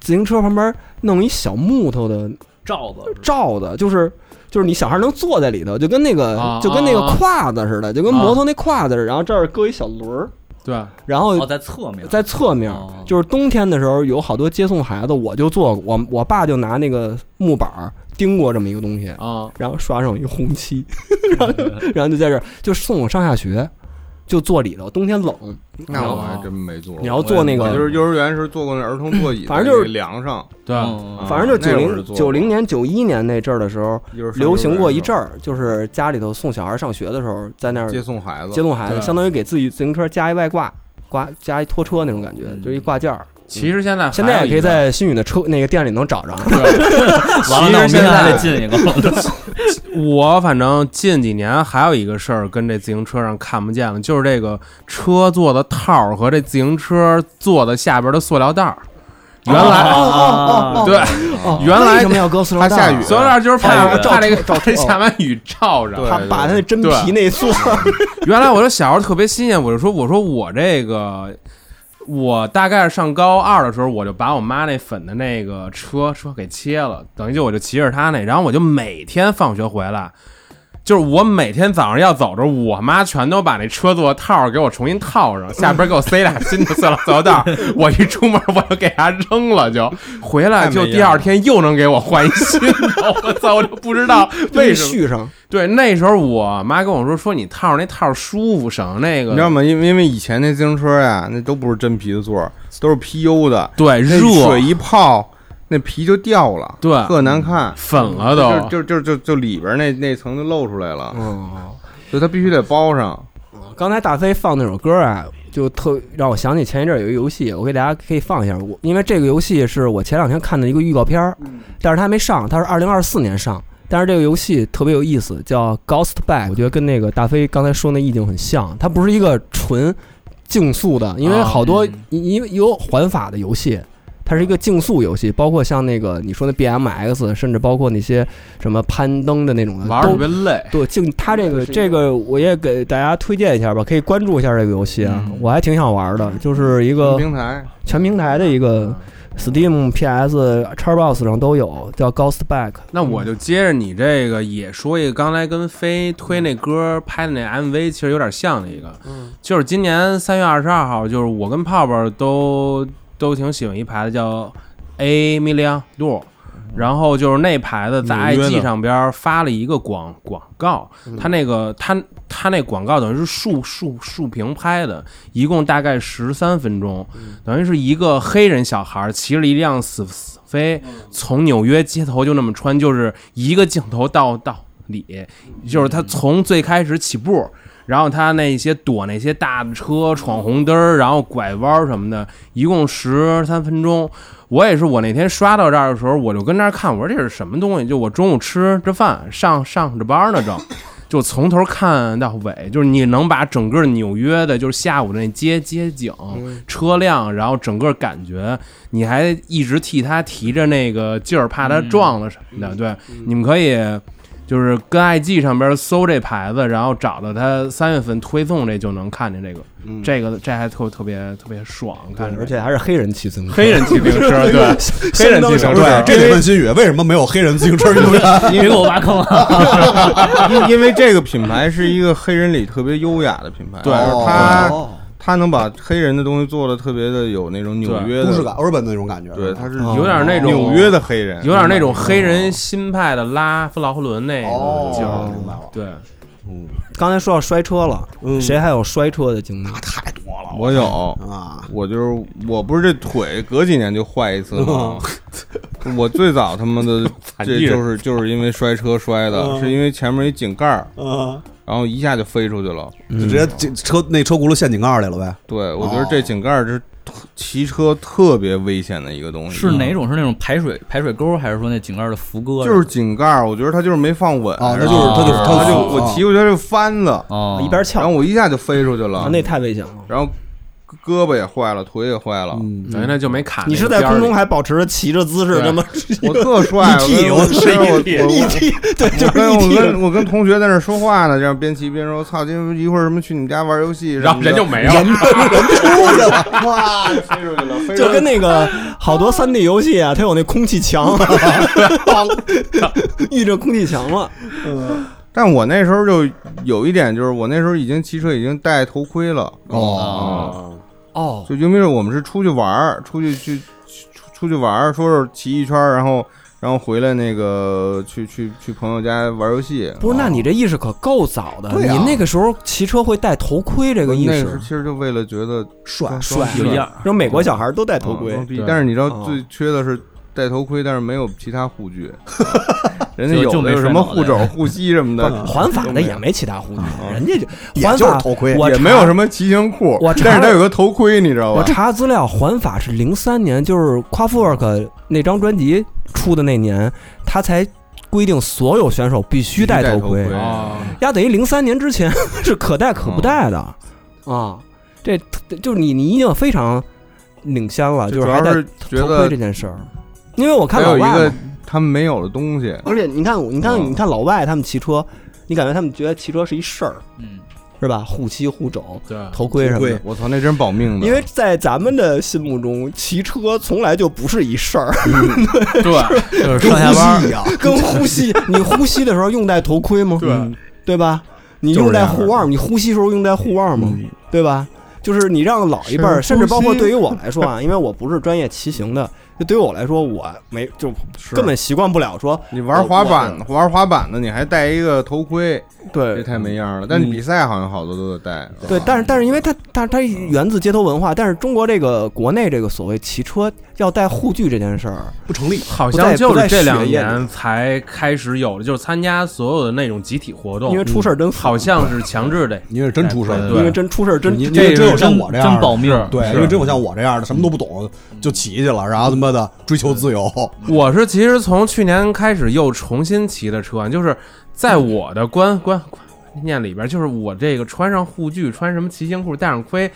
Speaker 3: 自行车旁边弄一小木头的
Speaker 7: 罩子
Speaker 3: 罩子，就是就是你小孩能坐在里头，就跟那个、
Speaker 6: 啊
Speaker 3: 就跟那个
Speaker 6: 啊啊
Speaker 3: 胯子似的，就跟摩托那胯子似的，然后这儿搁一小轮儿，
Speaker 6: 对，哦
Speaker 3: 然后
Speaker 7: 哦在侧面，
Speaker 3: 在侧面，就是冬天的时候，有好多接送孩子，我就做过，我我爸就拿那个木板儿钉过这么一个东西，
Speaker 6: 啊，
Speaker 3: 然后刷上一红漆， 然后然后就在这儿就送我上下学，就坐里头，冬天冷，
Speaker 5: 那我
Speaker 6: 哦
Speaker 5: 还真没做过。
Speaker 3: 你要坐那
Speaker 5: 我
Speaker 3: 个
Speaker 5: 就是幼儿园时候坐过那儿童座椅，
Speaker 3: 反正就是
Speaker 5: 在那个梁上，
Speaker 6: 对，
Speaker 7: 嗯
Speaker 3: 反正就九
Speaker 5: 那会儿是
Speaker 3: 零
Speaker 5: 做
Speaker 3: 九零年、九一年那阵儿的时候，
Speaker 5: 就是上幼儿园
Speaker 3: 流行过一阵
Speaker 5: 的时
Speaker 3: 儿，就是家里头送小孩上学的时候，在那儿
Speaker 5: 候接送孩子，
Speaker 3: 接送孩子，
Speaker 6: 对
Speaker 3: 相当于给自己自行车加一外挂，挂加一拖车那种感觉，就一挂件儿。
Speaker 6: 嗯其实现在
Speaker 3: 现在也可以
Speaker 6: 还有一
Speaker 3: 在新宇的车那个店里能 找着。
Speaker 7: 完了，那我
Speaker 6: 其实
Speaker 7: 们现
Speaker 6: 现
Speaker 7: 在
Speaker 6: 在
Speaker 7: 得进一个，
Speaker 6: 个， 我反正近几年还有一个事儿跟这自行车上看不见了，就是这个车座的套儿和这自行车座的下边的塑料袋儿。原来
Speaker 3: 哦
Speaker 6: 对，
Speaker 3: 哦
Speaker 6: 原来
Speaker 3: 为什么要搁塑料
Speaker 5: 怕
Speaker 3: 袋？
Speaker 5: 下雨，啊
Speaker 6: 塑料袋儿就是
Speaker 7: 怕
Speaker 6: 怕
Speaker 7: 雨
Speaker 6: 怕这个
Speaker 3: 罩
Speaker 6: 怕这下完雨罩着，
Speaker 3: 他把他那真皮那塑
Speaker 6: 原来我说小时候特别新鲜，我就说我说我这个，我大概上高二的时候，我就把我妈那粉的那个车车给切了，等于就我就骑着她那，然后我就每天放学回来。就是我每天早上要走着，我妈全都把那车座套儿给我重新套上，下边给我塞俩新的塑料塑料袋 儿，我一出门我就给它扔了就，回来就第二天又能给我换一新的，我操，我就不知道为什么
Speaker 3: 续上，
Speaker 6: 对，那时候我妈跟我说，说你套那套舒服，省那个，
Speaker 5: 你知道吗？因为因为以前那自行车呀，那都不是真皮的座儿，都是 PU 的，
Speaker 6: 对，
Speaker 5: 那
Speaker 6: 热
Speaker 5: 水一泡，那皮就掉了，
Speaker 6: 对
Speaker 5: 特难看，
Speaker 6: 粉了
Speaker 5: 就
Speaker 6: 都。
Speaker 5: 就就就就里边那那层就露出来了，
Speaker 3: 嗯，
Speaker 5: 所以它必须得包上。
Speaker 3: 刚才大飞放那首歌啊，就特让我想起前一阵儿有一游戏，我给大家可以放一下。我因为这个游戏是我前两天看的一个预告片儿，但是它还没上，它是二零二四年上。但是这个游戏特别有意思，叫 Ghost Bike，我觉得跟那个大飞刚才说那意境很像。它不是一个纯竞速的，因为
Speaker 6: 啊
Speaker 3: 好多
Speaker 6: 嗯
Speaker 3: 因为有环法的游戏，它是一个竞速游戏，包括像那个你说那 BMX，甚至包括那些什么攀登的那种的，
Speaker 6: 玩儿
Speaker 3: 都
Speaker 6: 特别累，
Speaker 3: 对，竞他这个这个，我也给大家推荐一下吧，可以关注一下这个游戏啊，
Speaker 6: 嗯
Speaker 3: 我还挺想玩的，就是一个
Speaker 5: 平台
Speaker 3: 全平台嗯的一个 Steam、PS、Xbox 上都有，叫 Ghost Back。
Speaker 6: 那我就接着你这个也说一个，刚才跟飞推那歌拍的那 MV，其实有点像的一个，就是今年三月二十二号，就是我跟泡泡都都挺喜欢一牌子叫 A Million Door，然后就是那牌子在
Speaker 5: 纽约的
Speaker 6: IG 上边发了一个广广告，它那个它它那广告等于是竖竖竖屏拍的，一共大概十三分钟，等于是一个黑人小孩骑着一辆死死飞，从纽约街头就那么穿，就是一个镜头到到里，就是他从最开始起步。然后他那些躲那些大的车、闯红灯儿，然后拐弯儿什么的，一共十三分钟。我也是，我那天刷到这儿的时候，我就跟那儿看，我说这是什么东西？就我中午吃着饭，上上着班呢，正就从头看到尾，就是你能把整个纽约的，就是下午那街街景、车辆，然后整个感觉，你还一直替他提着那个劲儿，怕他撞了什么的。对，
Speaker 3: 嗯
Speaker 6: 你们可以就是跟 IG 上边搜这牌子，然后找到他三月份推送这就能看见这个，
Speaker 3: 嗯
Speaker 6: 这个这还特特别特别爽，看着
Speaker 3: 而且还是黑人骑自行车，
Speaker 6: 黑人骑自行车，对，黑人骑自行车，
Speaker 7: 啊
Speaker 4: 对，这得问新宇为什么没有黑人自行车运 动员？
Speaker 7: 别给我挖坑啊！
Speaker 5: 因因为这个品牌是一个黑人里特别优雅的品牌，
Speaker 6: 对
Speaker 5: 就是它
Speaker 4: 哦
Speaker 5: 它能把黑人的东西做的特别的有那 种纽约
Speaker 4: 都市
Speaker 5: 的，
Speaker 4: 感哦 urban 那种感觉，
Speaker 5: 对，它是
Speaker 6: 有点那种
Speaker 5: 纽约的黑人，嗯
Speaker 6: 有点那种黑人新派的拉夫劳夫伦那
Speaker 4: 哦
Speaker 6: 个劲儿，
Speaker 4: 明白了
Speaker 6: 对，
Speaker 3: 刚才说到摔车了，谁还有摔车的经历？
Speaker 4: 太多了
Speaker 5: 我有。
Speaker 4: 啊！
Speaker 5: 我就是我不是这腿隔几年就坏一次吗？我最早他 妈的
Speaker 6: 残疾人
Speaker 5: 这就是就是因为摔车摔的，
Speaker 4: 嗯
Speaker 5: 是因为前面一井盖儿，
Speaker 4: 嗯
Speaker 5: 然后一下就飞出去了，嗯
Speaker 4: 就直接这车那车轱辘陷井盖儿里了呗。
Speaker 5: 对，我
Speaker 3: 哦
Speaker 5: 觉得这井盖儿是特骑车特别危险的一个东西。
Speaker 7: 是哪？种？是那种排水排水沟，还是说那井盖的扶戈？
Speaker 5: 嗯就是井盖儿，我觉得它就是没放稳，
Speaker 3: 哦
Speaker 7: 啊
Speaker 5: 然
Speaker 7: 它就是
Speaker 5: 后
Speaker 7: 它就是
Speaker 5: 然
Speaker 7: 它
Speaker 5: 后
Speaker 7: 就是
Speaker 5: 就
Speaker 7: 啊
Speaker 5: 我骑过去它就翻了，
Speaker 7: 哦
Speaker 3: 一边翘啊
Speaker 5: 然后我一下就飞出去了，
Speaker 3: 那太危险了。嗯
Speaker 5: 然后胳膊也坏了，腿也坏了，
Speaker 6: 咱那就没卡
Speaker 3: 你是在空中还保持着骑着姿势，
Speaker 5: 对
Speaker 3: 这么
Speaker 5: 我特 帅，
Speaker 3: E.T.
Speaker 5: 我跟
Speaker 3: 是
Speaker 5: 我
Speaker 3: E.T.
Speaker 5: 我
Speaker 3: E.T. 对，就
Speaker 5: 我
Speaker 3: 是
Speaker 5: 跟我
Speaker 3: E.T.
Speaker 5: 跟我跟同学在那儿说话呢，这样边骑边说：“操，今天一会儿什么去你们家玩游戏什么的，
Speaker 6: 然后人就没了
Speaker 5: 人
Speaker 6: 人
Speaker 5: 出去了，哇，飞出去了，飞出去
Speaker 3: 就
Speaker 5: 了
Speaker 3: 跟那个好多三 D 游戏啊，它有那空气墙， 遇着空气墙了。呃
Speaker 5: 但我那时候就有一点，就是我那时候已经骑车已经戴头盔了啊
Speaker 4: 哦
Speaker 3: 哦，
Speaker 5: 就因为我们是出去玩儿，出去去去出出去玩儿，说是骑一圈儿，然后然后回来那个去去去朋友家玩游戏。啊
Speaker 3: 不是，那你这意识可够早的。
Speaker 5: 对啊
Speaker 3: 你那个时候骑车会戴头盔，这个意
Speaker 5: 那
Speaker 3: 识
Speaker 5: 时候其实就为了觉得
Speaker 4: 帅
Speaker 3: 帅就是美国小孩都戴头盔
Speaker 5: 嗯装逼
Speaker 3: 对
Speaker 5: 但是你知道
Speaker 3: 哦
Speaker 5: 最缺的是戴头盔，但是没有其他护具， 人家有的
Speaker 3: 就没
Speaker 5: 有
Speaker 3: 摔
Speaker 5: 什么
Speaker 3: 脑袋
Speaker 5: 护肘、护膝什么的，
Speaker 3: 不环法的也没其他护具，人家就环法我
Speaker 5: 嗯也
Speaker 3: 查
Speaker 5: 没有什么骑行裤，
Speaker 3: 我查
Speaker 5: 但是它有个头盔，你知道吧？
Speaker 3: 我查资料，环法是零三年，就是夸父 work 那张专辑出的那年，他才规定所有选手必须戴头盔
Speaker 5: 必须戴头盔哦。
Speaker 3: 呀，等于零三年之前是可戴可不戴的啊。这就是你，你已经非常领先了，
Speaker 5: 就
Speaker 3: 就是
Speaker 5: 主
Speaker 3: 还
Speaker 5: 要
Speaker 3: 戴
Speaker 5: 是觉
Speaker 3: 头
Speaker 5: 得
Speaker 3: 盔这件事儿。因为我看
Speaker 5: 还有
Speaker 3: 老
Speaker 5: 一
Speaker 3: 外
Speaker 5: 个
Speaker 3: 嘛
Speaker 5: 他们没有的东西，嗯
Speaker 3: 而且你看，你看，你看老外他们骑车，你感觉他们觉得骑车是一事儿，
Speaker 7: 嗯，
Speaker 3: 是吧？护膝、护肘、
Speaker 6: 对
Speaker 3: 头盔什么的。
Speaker 5: 我操，那真保命的。
Speaker 3: 因为在咱们的心目中，骑车从来就不是一事儿，
Speaker 5: 嗯
Speaker 7: 对， 就是
Speaker 3: 跟
Speaker 7: 上下班
Speaker 3: 呼吸
Speaker 7: 儿
Speaker 3: 一样，跟呼吸，你呼吸的时候用戴头盔吗？对，对吧？你
Speaker 7: 就是
Speaker 3: 用
Speaker 7: 这
Speaker 3: 戴
Speaker 7: 样
Speaker 3: 护腕吗，你呼吸时候用戴护腕吗？对吧？就是你让老一辈儿，
Speaker 5: 深
Speaker 3: 甚
Speaker 5: 呼吸
Speaker 3: 至包括对于我来说啊，因为我不是专业骑行的，就对于我来说，我没就根本习惯不了说
Speaker 5: 你玩滑板，玩滑板的你还戴一个头盔，
Speaker 3: 对，嗯
Speaker 5: 这太没样了。但是比赛好像好多都得戴，
Speaker 3: 对，但是但是因为它它它源自街头文化，但是中国这个国内这个所谓骑车要戴护具这件事儿
Speaker 4: 不成立，
Speaker 6: 好像就是这两年才开始有的，就是参加所有的那种集体活动，嗯
Speaker 3: 因为出事儿真
Speaker 6: 好像是强制的，
Speaker 4: 因为真出事儿
Speaker 6: 对，
Speaker 3: 哦嗯因为真出事儿真
Speaker 4: 你
Speaker 6: 这
Speaker 4: 这只有
Speaker 6: 是
Speaker 4: 像
Speaker 6: 真
Speaker 4: 我这样的
Speaker 6: 真保命是
Speaker 4: 对，
Speaker 6: 是嗯
Speaker 4: 因为真有像我这样的什么都不懂就骑去了，然后他妈的追求自由，
Speaker 6: 我是其实从去年开始又重新骑的车，就是在我的观观观念里边，就是我这个穿上护具、穿什么骑行裤、戴上盔，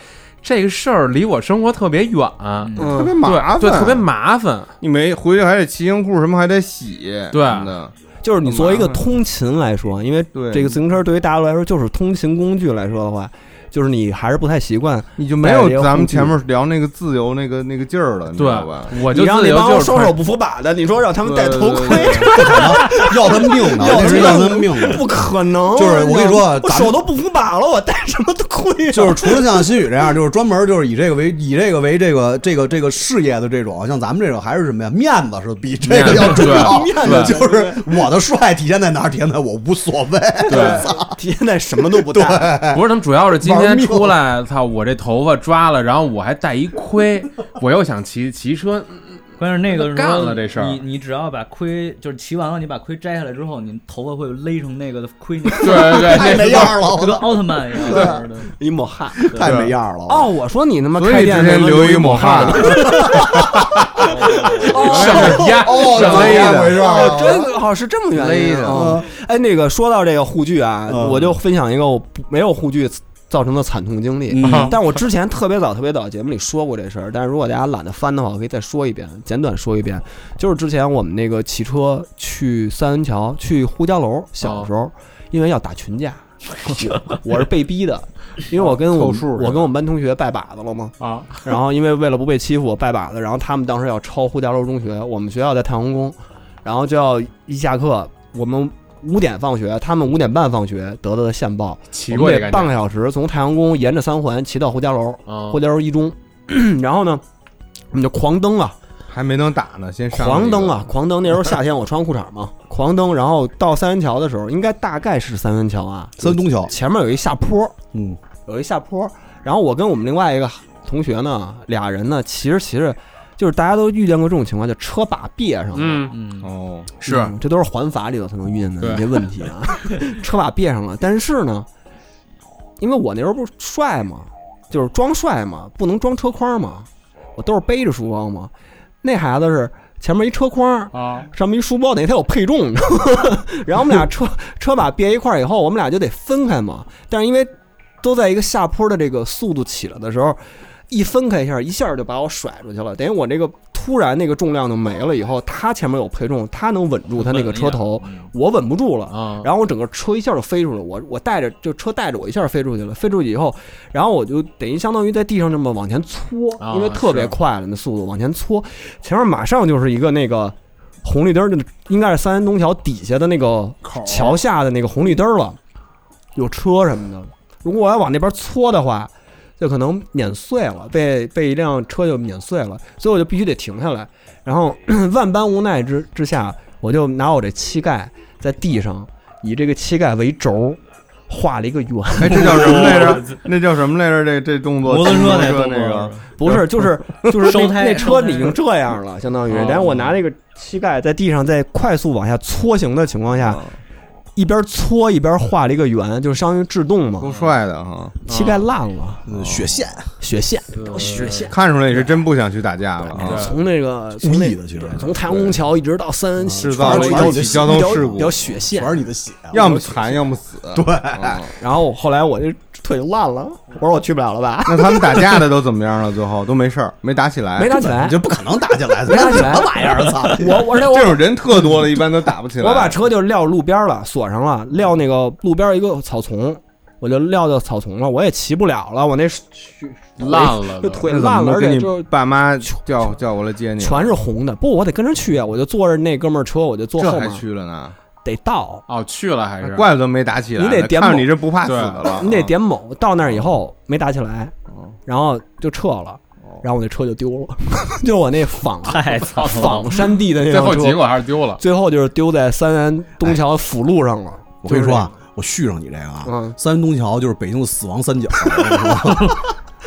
Speaker 6: 这个事儿离我生活特别远，
Speaker 7: 嗯
Speaker 5: 特别麻烦
Speaker 6: 对，对，特别麻烦。
Speaker 5: 你没回去还得骑行裤什么还得洗，
Speaker 6: 对
Speaker 5: 什么的。
Speaker 3: 就是你作为一个通勤来说，因为
Speaker 5: 对
Speaker 3: 这个自行车对于大家来说就是通勤工具来说的话，就是你还是不太习惯，
Speaker 5: 你就没有咱们前面聊那个自由那个那个劲儿了，你知道吧？
Speaker 6: 我
Speaker 3: 你让那帮双手不扶把的，你说让他们戴头盔，
Speaker 4: 要他们命呢，
Speaker 3: 要
Speaker 4: 这是要
Speaker 3: 他们
Speaker 4: 他们命呢。
Speaker 3: 不可能。
Speaker 4: 就是我跟你说啊
Speaker 3: 知道吗我
Speaker 4: 咱们
Speaker 3: 手都不扶把了，我戴什么盔啊？
Speaker 4: 就是除了像新宇这样，就是专门就是以这个为以这个为这个这个这个事业的这种，像咱们这种还是什么呀？面子是比这个要重要。
Speaker 3: 面子对
Speaker 4: 就是我的帅体现在哪儿？体现在我无所谓。
Speaker 6: 对
Speaker 3: 体现在什么都不戴，
Speaker 6: 不是，他们主要是今天出来，操，我这头发抓了，然后我还戴一盔，我又想骑骑车，
Speaker 7: 关键是那个时候
Speaker 6: 干了这事儿
Speaker 7: 你你只要把盔就是骑完了，你把盔摘下来之后，你头发会勒成那个的盔那个，
Speaker 6: 对对对
Speaker 4: 太没样儿了
Speaker 7: 就 跟奥特曼一样。对对
Speaker 3: 一抹汗。
Speaker 4: 太没样儿了。
Speaker 3: 哦，我说你他妈
Speaker 5: 所
Speaker 3: 开
Speaker 5: 以
Speaker 3: 店
Speaker 5: 之前
Speaker 3: 那个
Speaker 5: 留一抹汗，
Speaker 6: 省了压，
Speaker 4: 哦，
Speaker 6: 省了
Speaker 4: 这么
Speaker 6: 压。
Speaker 4: 回事儿
Speaker 3: 哦，
Speaker 4: 啊。
Speaker 3: 真的哦，是这么原因啊！哦哎，那个说到这个护具啊，
Speaker 4: 嗯
Speaker 3: 我就分享一个我不没有护具造成的惨痛经历。
Speaker 4: 嗯
Speaker 3: 但我之前特别早、特别早节目里说过这事儿，但是如果大家懒得翻的话，我可以再说一遍，简短说一遍。就是之前我们那个骑车去三元桥、去呼家楼，
Speaker 4: 哦
Speaker 3: 小时候、因为要打 群架。我我是被逼的，因为我跟我
Speaker 5: 凑数是吧
Speaker 3: 我跟我们班同学拜把子了嘛，
Speaker 6: 啊，
Speaker 3: 然后因为为了不被欺负，我拜把子，然后他们当时要抄呼家楼中学，我们学校在太行宫，然后就要一下课，我们五点放学，他们五点半放学得到的线报，
Speaker 6: 骑
Speaker 3: 我
Speaker 6: 过
Speaker 3: 们
Speaker 6: 这
Speaker 3: 得
Speaker 6: 感
Speaker 3: 半
Speaker 6: 觉
Speaker 3: 个小时从太阳宫沿着三环骑到呼家楼，
Speaker 6: 啊
Speaker 3: 呼，家楼一中， 然后呢，我们就狂蹬啊，
Speaker 5: 嗯还没能打呢，先上
Speaker 3: 狂蹬啊，狂蹬。那时候夏天我穿裤衩嘛， 狂蹬，然后到三元桥的时候，应该大概是三元桥啊，
Speaker 4: 三东桥，
Speaker 3: 前面有一下坡，
Speaker 4: 嗯，
Speaker 3: 有一下坡，然后我跟我们另外一个同学呢，俩人呢骑着骑着，就是大家都遇见过这种情况，就车把别上了。
Speaker 6: 嗯
Speaker 7: 嗯
Speaker 5: 哦，
Speaker 6: 是
Speaker 3: 嗯这都是环法里头才能遇见的一些问题啊。 车把别上了，但是呢，因为我那时候不是帅嘛，就是装帅嘛，不能装车筐嘛，我都是背着书包嘛。那孩子是前面一车筐
Speaker 6: 啊，
Speaker 3: 上面一书包，等于他有配重，你知道吗？ 然后我们俩车车把别一块儿以后，我们俩就得分开嘛。但是因为都在一个下坡的这个速度起来的时候，一分开一下，一下就把我甩出去了。等于我这个突然那个重量就没了，以后他前面有配重，他能稳住他那个车头，
Speaker 6: 嗯
Speaker 3: 我稳不住
Speaker 6: 啊
Speaker 3: 了。然后我整个车一下就飞出去了，我我带着就车带着我一下飞出去了，飞出去以后，然后我就等于相当于在地上这么往前搓，
Speaker 6: 啊
Speaker 3: 因为特别
Speaker 6: 是
Speaker 3: 快了那速度往前搓，前面马上就是一个那个。红绿灯儿就应该是三山东桥底下的那个桥下的那个红绿灯儿了，有车什么的。如果我要往那边搓的话，就可能碾碎了，被被一辆车就碾碎了，所以我就必须得停下来。然后 万般无奈之之下，我就拿我这膝盖在地上以这个膝盖为轴画了一个圆。
Speaker 5: 哎，这叫什么 来着？那叫什么来着？这这动作，
Speaker 3: 摩托车
Speaker 5: 那
Speaker 3: 那动作
Speaker 5: 那个
Speaker 3: 不是，就是就是
Speaker 5: 收
Speaker 3: 那
Speaker 5: 胎
Speaker 3: 那车
Speaker 5: 收胎
Speaker 3: 已经这样了，相当于
Speaker 5: 哦，
Speaker 3: 然后我拿这个膝盖在地上在快速往下搓行的情况下，
Speaker 5: 嗯
Speaker 3: 一边搓一边画了一个圆，就是相当于制动嘛，够
Speaker 5: 帅的哈，嗯
Speaker 3: 膝盖烂了，
Speaker 5: 血线，
Speaker 3: 血线，血线。
Speaker 5: 看出来你是真不想去打架了啊！
Speaker 3: 从那个从那个对从太空宫桥一直到三安西，
Speaker 5: 制造了
Speaker 3: 一
Speaker 5: 一
Speaker 3: 条
Speaker 5: 起交通事故
Speaker 3: 一条血线，嗯全是你的血，
Speaker 5: 要么残，要么死。
Speaker 3: 对
Speaker 5: 嗯。
Speaker 3: 然后后来我这腿就烂了，我说我去不了了吧？
Speaker 5: 那他们打架的都怎么样了？最后都没事儿，没打起来，
Speaker 3: 没打起来你这
Speaker 5: 不可能打起来
Speaker 3: 没打起来我我而且我
Speaker 5: 这种人特多了，一般都打不起来。
Speaker 3: 我把车就撂路边了，锁上了，撂那个路边一个草丛，我就撂到草丛了，我也骑不了了，我那腿
Speaker 5: 烂了
Speaker 3: 就
Speaker 5: 都，
Speaker 3: 腿
Speaker 5: 那怎
Speaker 3: 烂了，而
Speaker 5: 么
Speaker 3: 且
Speaker 5: 给
Speaker 3: 就
Speaker 5: 你爸妈叫叫过来接你，啊
Speaker 3: 全是红的。不，我得跟着去啊，我就坐着那哥们儿车，我就坐
Speaker 5: 这
Speaker 3: 后
Speaker 5: 还
Speaker 3: 面，
Speaker 5: 去了呢？
Speaker 3: 得到。
Speaker 6: 哦，去了还是
Speaker 5: 怪不得没打起来
Speaker 3: 你
Speaker 5: 呢。
Speaker 3: 得点
Speaker 5: 看
Speaker 3: 某，
Speaker 5: 着你是不怕死的了。
Speaker 3: 你得点某。到那儿以后没打起来，然后就撤了，然后我那车就丢了， 就是我那仿
Speaker 6: 太惨了
Speaker 3: 仿山地的那
Speaker 6: 最
Speaker 3: 辆
Speaker 6: 后
Speaker 3: 车，
Speaker 6: 结果还是丢了
Speaker 3: 最后就是丢在三安东
Speaker 4: 哎
Speaker 3: 桥辅路上了。
Speaker 4: 我跟你
Speaker 3: 就是嗯
Speaker 4: 说啊，我续上你这个啊，三山东桥就是北京的死亡三角。我跟你说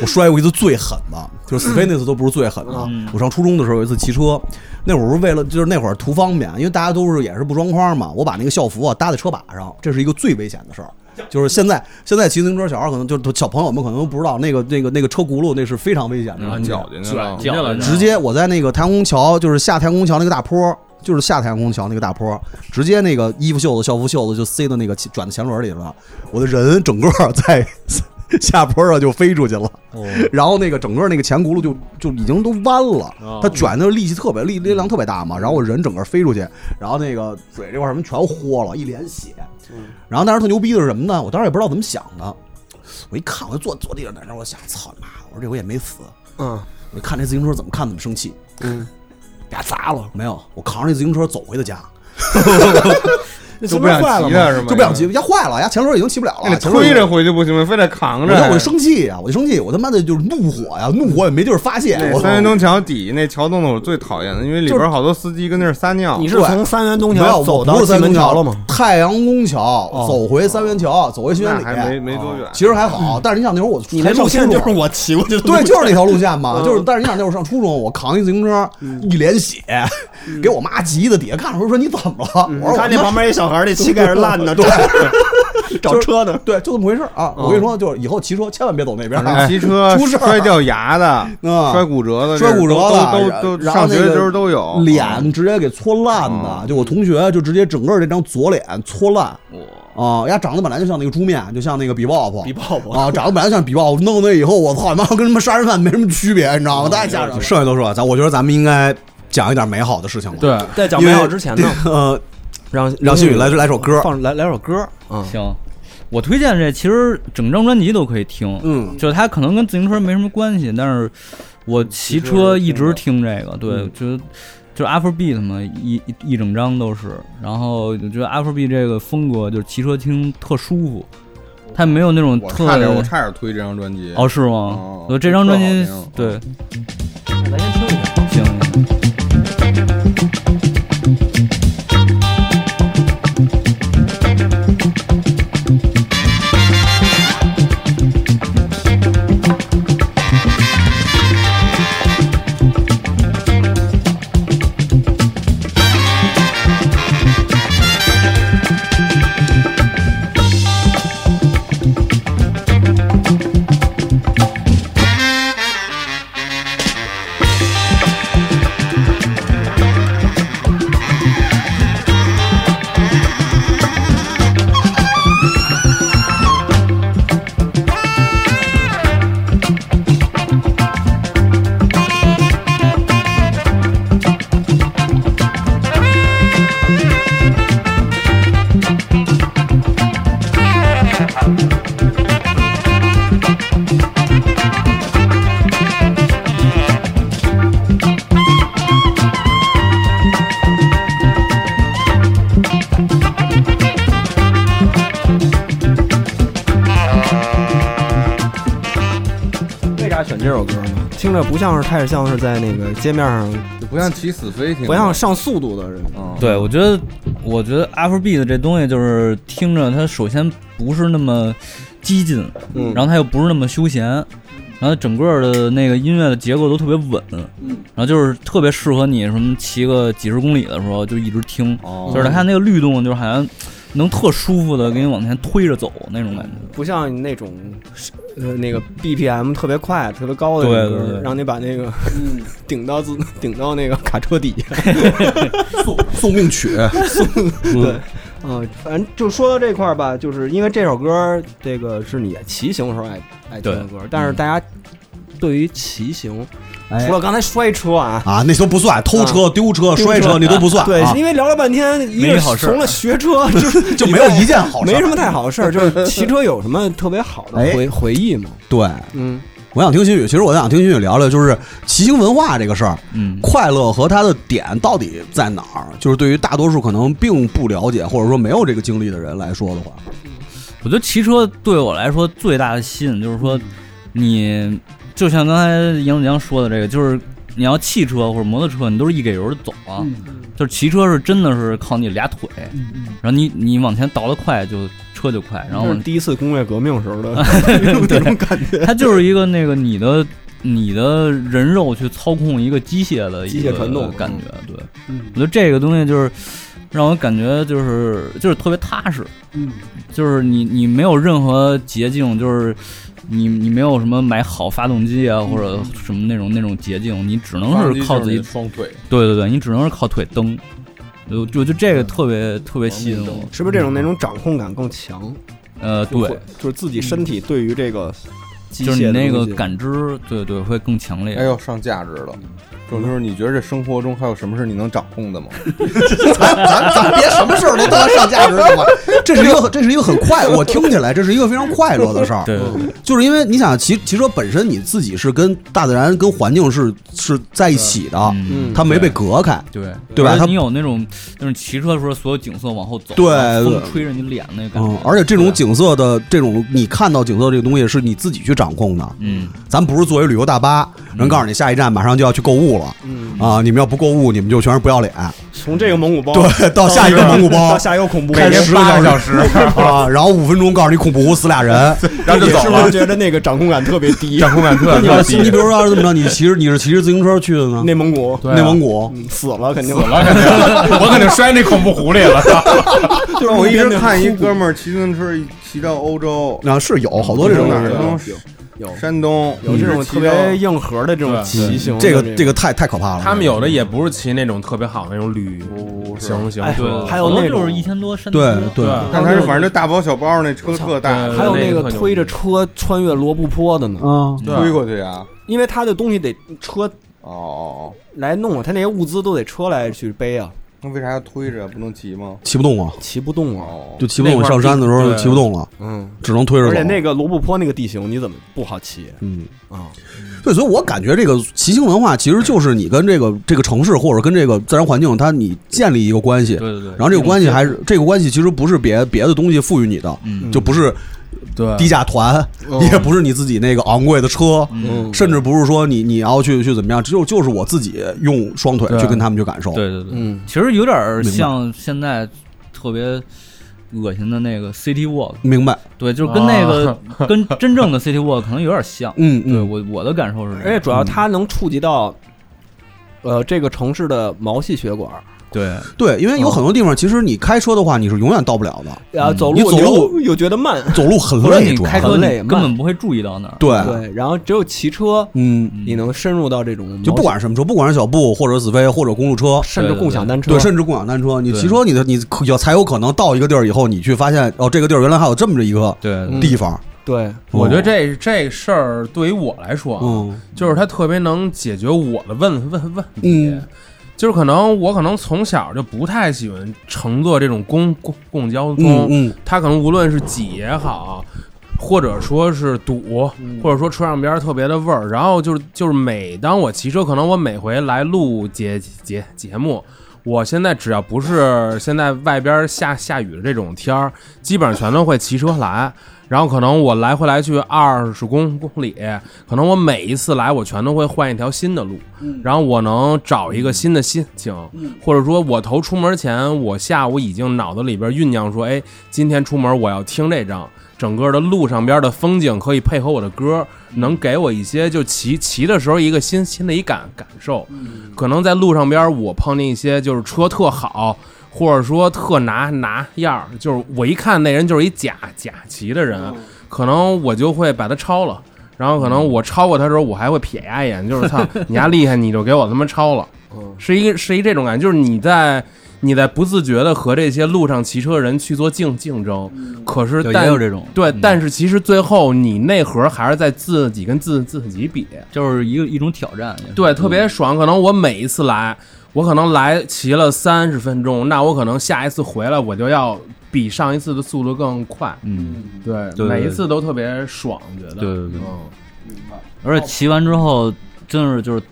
Speaker 4: 我摔过一次最狠的，就是死飞那次都不是最狠的。
Speaker 3: 嗯
Speaker 4: 我上初中的时候有一次骑车，那会儿是为了就是那会儿图方便，因为大家都是也是不装框嘛，我把那个校服啊搭在车把上，这是一个最危险的事儿。就是现在，现在骑自行车小孩可能就是小朋友们可能都不知道，那个那个那个车轱辘那是非常危险的，
Speaker 5: 嗯绞进去了绞进去了
Speaker 4: 直接我在那个太空桥，就是下太空桥那个大坡，就是下太空桥那个大坡，直接那个衣服袖子、校服袖子就塞到那个转前轮里了，我的人整个在 下坡上就飞出去了。
Speaker 5: 哦
Speaker 4: 然后那个整个那个前轱辘就就已经都弯了
Speaker 5: 哦，
Speaker 4: 它卷的力气特别力力量特别大嘛，然后我人整个飞出去，然后那个嘴这块什么全豁了，一脸血。
Speaker 6: 嗯
Speaker 4: 然后当时特牛逼的是什么呢？我当时也不知道怎么想的，我一看我就坐坐地上在那儿，我想操你妈！我说这回也没死，
Speaker 3: 嗯，
Speaker 4: 我一看这自行车怎么看怎么生气，
Speaker 3: 嗯，
Speaker 4: 给它砸了。没有，我扛着这自行车走回的家。就不想骑了是吗
Speaker 5: 就不想骑了是
Speaker 3: 那
Speaker 5: 吗？
Speaker 4: 就不想骑，压坏了，压前轮已经骑不了了。
Speaker 5: 那你
Speaker 4: 前轮已
Speaker 5: 推
Speaker 4: 经
Speaker 5: 着回去不行吗？非得扛着
Speaker 4: 我就
Speaker 5: 呀。
Speaker 4: 我就生气呀、我就生气，我他妈的就是怒火呀、怒火也没地儿发泄。
Speaker 5: 那
Speaker 4: 我
Speaker 5: 三元东桥底那桥洞洞我最讨厌的，因为里边好多司机跟那儿撒尿。
Speaker 4: 对没有我不是三元东桥？太阳宫桥
Speaker 5: 哦
Speaker 4: 走回三元桥，走回新源里，
Speaker 5: 那还没没多远
Speaker 4: 啊其实还好，但是你想那会儿我
Speaker 3: 嗯你那路线就是我
Speaker 4: 骑过
Speaker 3: 去的路
Speaker 4: 对，
Speaker 3: 线
Speaker 4: 就是那条路线嘛。
Speaker 3: 嗯
Speaker 4: 就是，但是你想那会儿上初中，我扛一自行车，一脸血，给我妈急的底下看着我说你怎么了？我说
Speaker 3: 嗯看那旁边一小孩儿那
Speaker 4: 那
Speaker 3: 膝盖是烂 的
Speaker 4: 对，
Speaker 3: 找车呢，嗯
Speaker 4: 对，就这么回事儿啊。我跟你说，就是以后骑车千万别走那边儿，
Speaker 3: 哎
Speaker 4: 啊
Speaker 5: 骑车
Speaker 4: 出事儿
Speaker 5: 摔掉牙的、
Speaker 4: 啊
Speaker 5: 嗯摔骨折的、
Speaker 4: 摔骨折
Speaker 5: 都
Speaker 4: 的，
Speaker 5: 都都
Speaker 4: 然后
Speaker 5: 上学
Speaker 4: 那
Speaker 5: 的
Speaker 4: 个
Speaker 5: 时候都有。啊
Speaker 4: 脸直接给搓烂的。就我同学就直接整个这张左脸搓烂，啊，人家长得本来就像那个猪面，就像那个比鲍勃，比
Speaker 3: 鲍
Speaker 4: 勃啊，长得本来就像比鲍勃，弄那以后我操你妈，跟他妈杀人犯没什么区别，你知
Speaker 5: 哦
Speaker 4: 道吗？太吓人了。剩下都说，咱我觉得咱们应该讲一点美好的事情了。对
Speaker 3: 在讲美好之前呢
Speaker 4: 呃，
Speaker 3: 让
Speaker 4: 让新宇来来首歌，
Speaker 3: 放来来首歌，嗯，
Speaker 7: 行。我推荐这其实整张专辑都可以听，
Speaker 4: 嗯，
Speaker 7: 就是它可能跟自行车没什么关系，但是我骑车一直听这个，对，
Speaker 6: 嗯
Speaker 7: 觉得就是 Afrobeat 嘛，一一一整张都是，然后我觉得 Afrobeat 这个风格就是骑车听特舒服，它没有那种嗯
Speaker 5: 我
Speaker 7: 特
Speaker 5: 差点，我差点推这张专辑。
Speaker 7: 哦是吗
Speaker 5: 哦？
Speaker 7: 我这张专辑
Speaker 5: 特好听嗯
Speaker 7: 对，
Speaker 3: 咱先听一下。
Speaker 7: 行。
Speaker 14: Thank
Speaker 3: 听着不像是，开始像是在那个街面上，
Speaker 5: 不像骑死飞，嗯挺
Speaker 3: 不像上速度的人。
Speaker 7: 对，我觉得，我觉得 Afrobeat 这东西就是听着它首先不是那么激进，
Speaker 3: 嗯
Speaker 7: 然后它又不是那么休闲，然后整个的那个音乐的结构都特别稳，
Speaker 3: 嗯，
Speaker 7: 然后就是特别适合你什么骑个几十公里的时候就一直听，
Speaker 3: 哦
Speaker 7: 就是它那个律动就是好像能特舒服的给你往前推着走那种感觉。
Speaker 3: 不像那种，呃，那个 BPM 特别快、特别高的
Speaker 7: 对
Speaker 3: 歌
Speaker 7: 对对
Speaker 3: 让你把那个
Speaker 5: 嗯
Speaker 3: 顶到自顶到那个卡车底 下，
Speaker 4: 送送命曲，
Speaker 3: 送
Speaker 4: 嗯
Speaker 7: 嗯
Speaker 3: 对，啊，反正就说到这块儿吧，就是因为这首歌，这个是你骑行时候爱爱听的歌
Speaker 4: 对，
Speaker 3: 但是大家对于骑行，
Speaker 4: 哎
Speaker 3: 除了刚才摔车啊。
Speaker 4: 啊，那都不算，偷车、
Speaker 3: 啊
Speaker 4: 丢车、
Speaker 3: 丢
Speaker 4: 摔车那都不算。
Speaker 3: 对
Speaker 4: 啊，
Speaker 3: 因为聊了半天，一
Speaker 4: 没
Speaker 3: 个
Speaker 4: 好事儿
Speaker 3: 从了学车，就是
Speaker 4: 就没有一件好事儿
Speaker 3: 没什么太好的事 儿。就是骑车有什么特别好的
Speaker 4: 哎
Speaker 3: 回回忆吗？
Speaker 4: 对，
Speaker 3: 嗯，
Speaker 4: 我想听新宇，其实我想听新宇聊聊，就是骑行文化这个事儿，
Speaker 7: 嗯，
Speaker 4: 快乐和它的点到底在哪儿？就是对于大多数可能并不了解或者说没有这个经历的人来 说的话，
Speaker 7: 我觉得骑车对我来说最大的吸引就是说，你就像刚才杨子江说的这个，就是你要汽车或者摩托车，你都是一给油就走啊，就是骑车是真的是靠你俩腿，然后你你往前倒得快就车就快，然后
Speaker 3: 那
Speaker 7: 往
Speaker 3: 是第一次工业革命时 候的
Speaker 7: 对
Speaker 3: 那种感觉，
Speaker 7: 它就是一个那个你的你的人肉去操控一个机械的一
Speaker 3: 机
Speaker 7: 个
Speaker 3: 械传动
Speaker 7: 感觉，对，
Speaker 3: 嗯
Speaker 7: 我觉得这个东西就是让我感觉就是就是特别踏实，
Speaker 3: 嗯，
Speaker 7: 就是你你没有任何捷径，就是。你你没有什么买好发动机
Speaker 3: 嗯
Speaker 7: 啊，或者什么那种那种捷径，你只
Speaker 2: 发动
Speaker 7: 能
Speaker 2: 机
Speaker 7: 是靠
Speaker 2: 就
Speaker 7: 自
Speaker 2: 是你
Speaker 7: 己
Speaker 2: 的双腿。
Speaker 7: 对对对，你只能是靠腿蹬。就就就
Speaker 3: 嗯
Speaker 7: 这个特别特别吸引我，
Speaker 3: 是不是这种那种掌控感更强？
Speaker 7: 呃，
Speaker 3: 就会
Speaker 7: 对，
Speaker 3: 就是自己
Speaker 4: 嗯
Speaker 3: 身体对于这个机械
Speaker 7: 就是你
Speaker 3: 的
Speaker 7: 那个
Speaker 3: 东西
Speaker 7: 感知，对对，会更强烈。
Speaker 5: 哎呦，上价值了。这种就是你觉得这生活中还有什么事你能掌控的 吗？
Speaker 4: 咱咱咱别什么事儿都当上价值了嘛。这是一个这是一个很快，我听起来这是一个非常快乐的事儿。
Speaker 7: 对对
Speaker 5: 嗯
Speaker 7: 对
Speaker 4: 就是因为你想骑骑车本身你自己是跟大自然跟环境是是在一起的，
Speaker 7: 嗯
Speaker 4: 它没被隔开，
Speaker 7: 对
Speaker 4: 对吧？
Speaker 7: 而且
Speaker 4: 它
Speaker 7: 你有那种那种骑车的时候，所有景色往后走，
Speaker 4: 对
Speaker 7: 然后风
Speaker 4: 对
Speaker 7: 吹着你脸那个感
Speaker 4: 嗯
Speaker 7: 觉，，
Speaker 4: 而且这种景色的这种你看到景色这个东西是你自己去掌控的，
Speaker 7: 嗯，
Speaker 4: 咱不是作为旅游大巴，人告诉你下一站马上就要去购物了，
Speaker 3: 嗯
Speaker 4: 啊，你们要不购物，你们就全是不要脸。
Speaker 3: 从这个蒙古包
Speaker 4: 对，到下一个蒙古包，
Speaker 3: 到下一个恐怖包，
Speaker 4: 开十个
Speaker 3: 个
Speaker 4: 小时 啊，然后五分钟告诉你恐怖死俩人，
Speaker 3: 然后就走 了。觉得那个掌控感特别低，掌控感
Speaker 4: 那 你要你比如说要是这么着，你骑着你是骑着自行车去的呢？
Speaker 3: 内蒙古，
Speaker 7: 啊
Speaker 4: 内蒙古
Speaker 3: 嗯死了肯定
Speaker 4: 死了肯定
Speaker 6: 我肯定摔那恐怖狐狸了。
Speaker 5: 就是我一直看一哥们儿骑自行车一骑到欧洲，
Speaker 4: 啊是有好多这种
Speaker 5: 哪儿
Speaker 4: 有
Speaker 5: 都
Speaker 3: 有有
Speaker 5: 山东
Speaker 6: 有这种
Speaker 5: 骑
Speaker 6: 特别
Speaker 5: 到
Speaker 3: 硬核的这种
Speaker 6: 骑行
Speaker 4: 这个这个太太可怕了。
Speaker 6: 他们有的也不是骑那种特别好的那种旅行行
Speaker 3: 哎
Speaker 6: 车，
Speaker 3: 还有那种
Speaker 4: 对
Speaker 6: 啊
Speaker 4: 对
Speaker 5: 但它是反正就大包小包那车特大，
Speaker 3: 还有那个推着车穿越罗布泊的呢，
Speaker 4: 嗯
Speaker 6: 对
Speaker 5: 推过去啊，
Speaker 3: 因为他的东西得车
Speaker 5: 哦
Speaker 3: 来弄啊，他那些物资都得车来去背啊。
Speaker 5: 那为啥要推着？不能骑吗？
Speaker 4: 骑不动啊，
Speaker 3: 骑不动啊，
Speaker 5: 哦
Speaker 4: 就骑不动。上山的时候就骑不动了，
Speaker 3: 嗯，
Speaker 4: 只能推着
Speaker 3: 而
Speaker 4: 走
Speaker 3: 且。那个罗布泊那个地形，你怎么不好骑？
Speaker 4: 嗯
Speaker 3: 啊，
Speaker 4: 对，所以我感觉这个骑行文化其实就是你跟这个这个城市或者跟这个自然环境，它你建立一个关系，
Speaker 7: 对对对
Speaker 4: 然后这个关系还是这个关系其实不是别别的东西赋予你的，
Speaker 7: 嗯
Speaker 4: 就不是。
Speaker 7: 对
Speaker 4: 低价团
Speaker 7: 嗯
Speaker 4: 也不是你自己那个昂贵的车，
Speaker 7: 嗯
Speaker 4: 甚至不是说你你要去去怎么样，就就是我自己用双腿
Speaker 7: 对
Speaker 4: 去跟他们去感受。
Speaker 7: 对对对，
Speaker 3: 嗯，
Speaker 7: 其实有点儿
Speaker 4: 明白
Speaker 7: 像现在特别恶心的那个 City Walk，
Speaker 4: 明白？
Speaker 7: 对，就是跟那个、
Speaker 3: 啊
Speaker 7: 跟真正的 City Walk 可能有点像。
Speaker 4: 嗯
Speaker 7: 对我我的感受是这样，
Speaker 3: 而且主要它能触及到，呃，这个城市的毛细血管。啊
Speaker 7: 对
Speaker 4: 对，因为有很多地方，其实你开车的话，你是永远到不了的。
Speaker 3: 嗯啊，走路
Speaker 4: 嗯你走路
Speaker 3: 又又觉得慢，
Speaker 4: 走路很
Speaker 3: 或者
Speaker 4: 累，
Speaker 3: 你
Speaker 4: 主要
Speaker 3: 开车
Speaker 4: 很
Speaker 3: 你
Speaker 4: 累，
Speaker 3: 根本
Speaker 7: 不会注意到那儿。
Speaker 4: 对
Speaker 3: 对，然后只有骑车，
Speaker 4: 嗯，
Speaker 3: 你能深入到这种，
Speaker 4: 就不管是什么车，不管是小布或者死飞或者公路车，
Speaker 3: 甚至共享单车
Speaker 4: 对，甚至共享单车。你
Speaker 3: 对
Speaker 4: 骑车，你的你可有才有可能到一个地儿以后，你去发现哦，这个地儿原来还有这么着一个
Speaker 7: 对
Speaker 6: 对
Speaker 4: 地方。
Speaker 5: 嗯
Speaker 3: 对，
Speaker 6: 我觉得这这事儿对于我来说，啊
Speaker 4: 嗯，
Speaker 6: 就是它特别能解决我的问问问题。
Speaker 4: 嗯
Speaker 6: 就是可能我可能从小就不太喜欢乘坐这种公公公共交通，
Speaker 4: 嗯嗯
Speaker 6: 它可能无论是挤也好，或者说是堵，或者说车上边儿特别的味儿。然后就是就是每当我骑车，可能我每回来录节节节目，我现在只要不是现在外边儿下下雨的这种天儿，基本上全都会骑车来。然后可能我来回来去二十公里，可能我每一次来我全都会换一条新的路，然后我能找一个新的心情，或者说我头出门前，我下午已经脑子里边酝酿说，哎，今天出门我要听这张。整个的路上边的风景可以配合我的歌，能给我一些就骑骑的时候一个新新的一感感受。可能在路上边我碰见一些就是车特好，或者说特拿拿样儿，就是我一看那人就是一假假骑的人，可能我就会把他超了。然后可能我超过他的时候，我还会瞥他一眼，就是操你丫厉害，你就给我他妈超了，是一个是一这种感觉，就是你在你在不自觉的和这些路上骑车人去做竞竞争，可是
Speaker 7: 对
Speaker 6: 但
Speaker 7: 也有这种嗯
Speaker 6: 对，但是其实最后你内核还是在自己跟自自己比，
Speaker 7: 就是一个一种挑战。嗯
Speaker 6: 对，特别爽。可能我每一次来，我可能来骑了三十分钟，那我可能下一次回来我就要比上一次的速度更快。
Speaker 7: 嗯，
Speaker 6: 对，
Speaker 7: 对
Speaker 6: 每一次都特别爽，觉得。
Speaker 7: 对对对
Speaker 6: 嗯
Speaker 7: 而且骑完之后，真是就是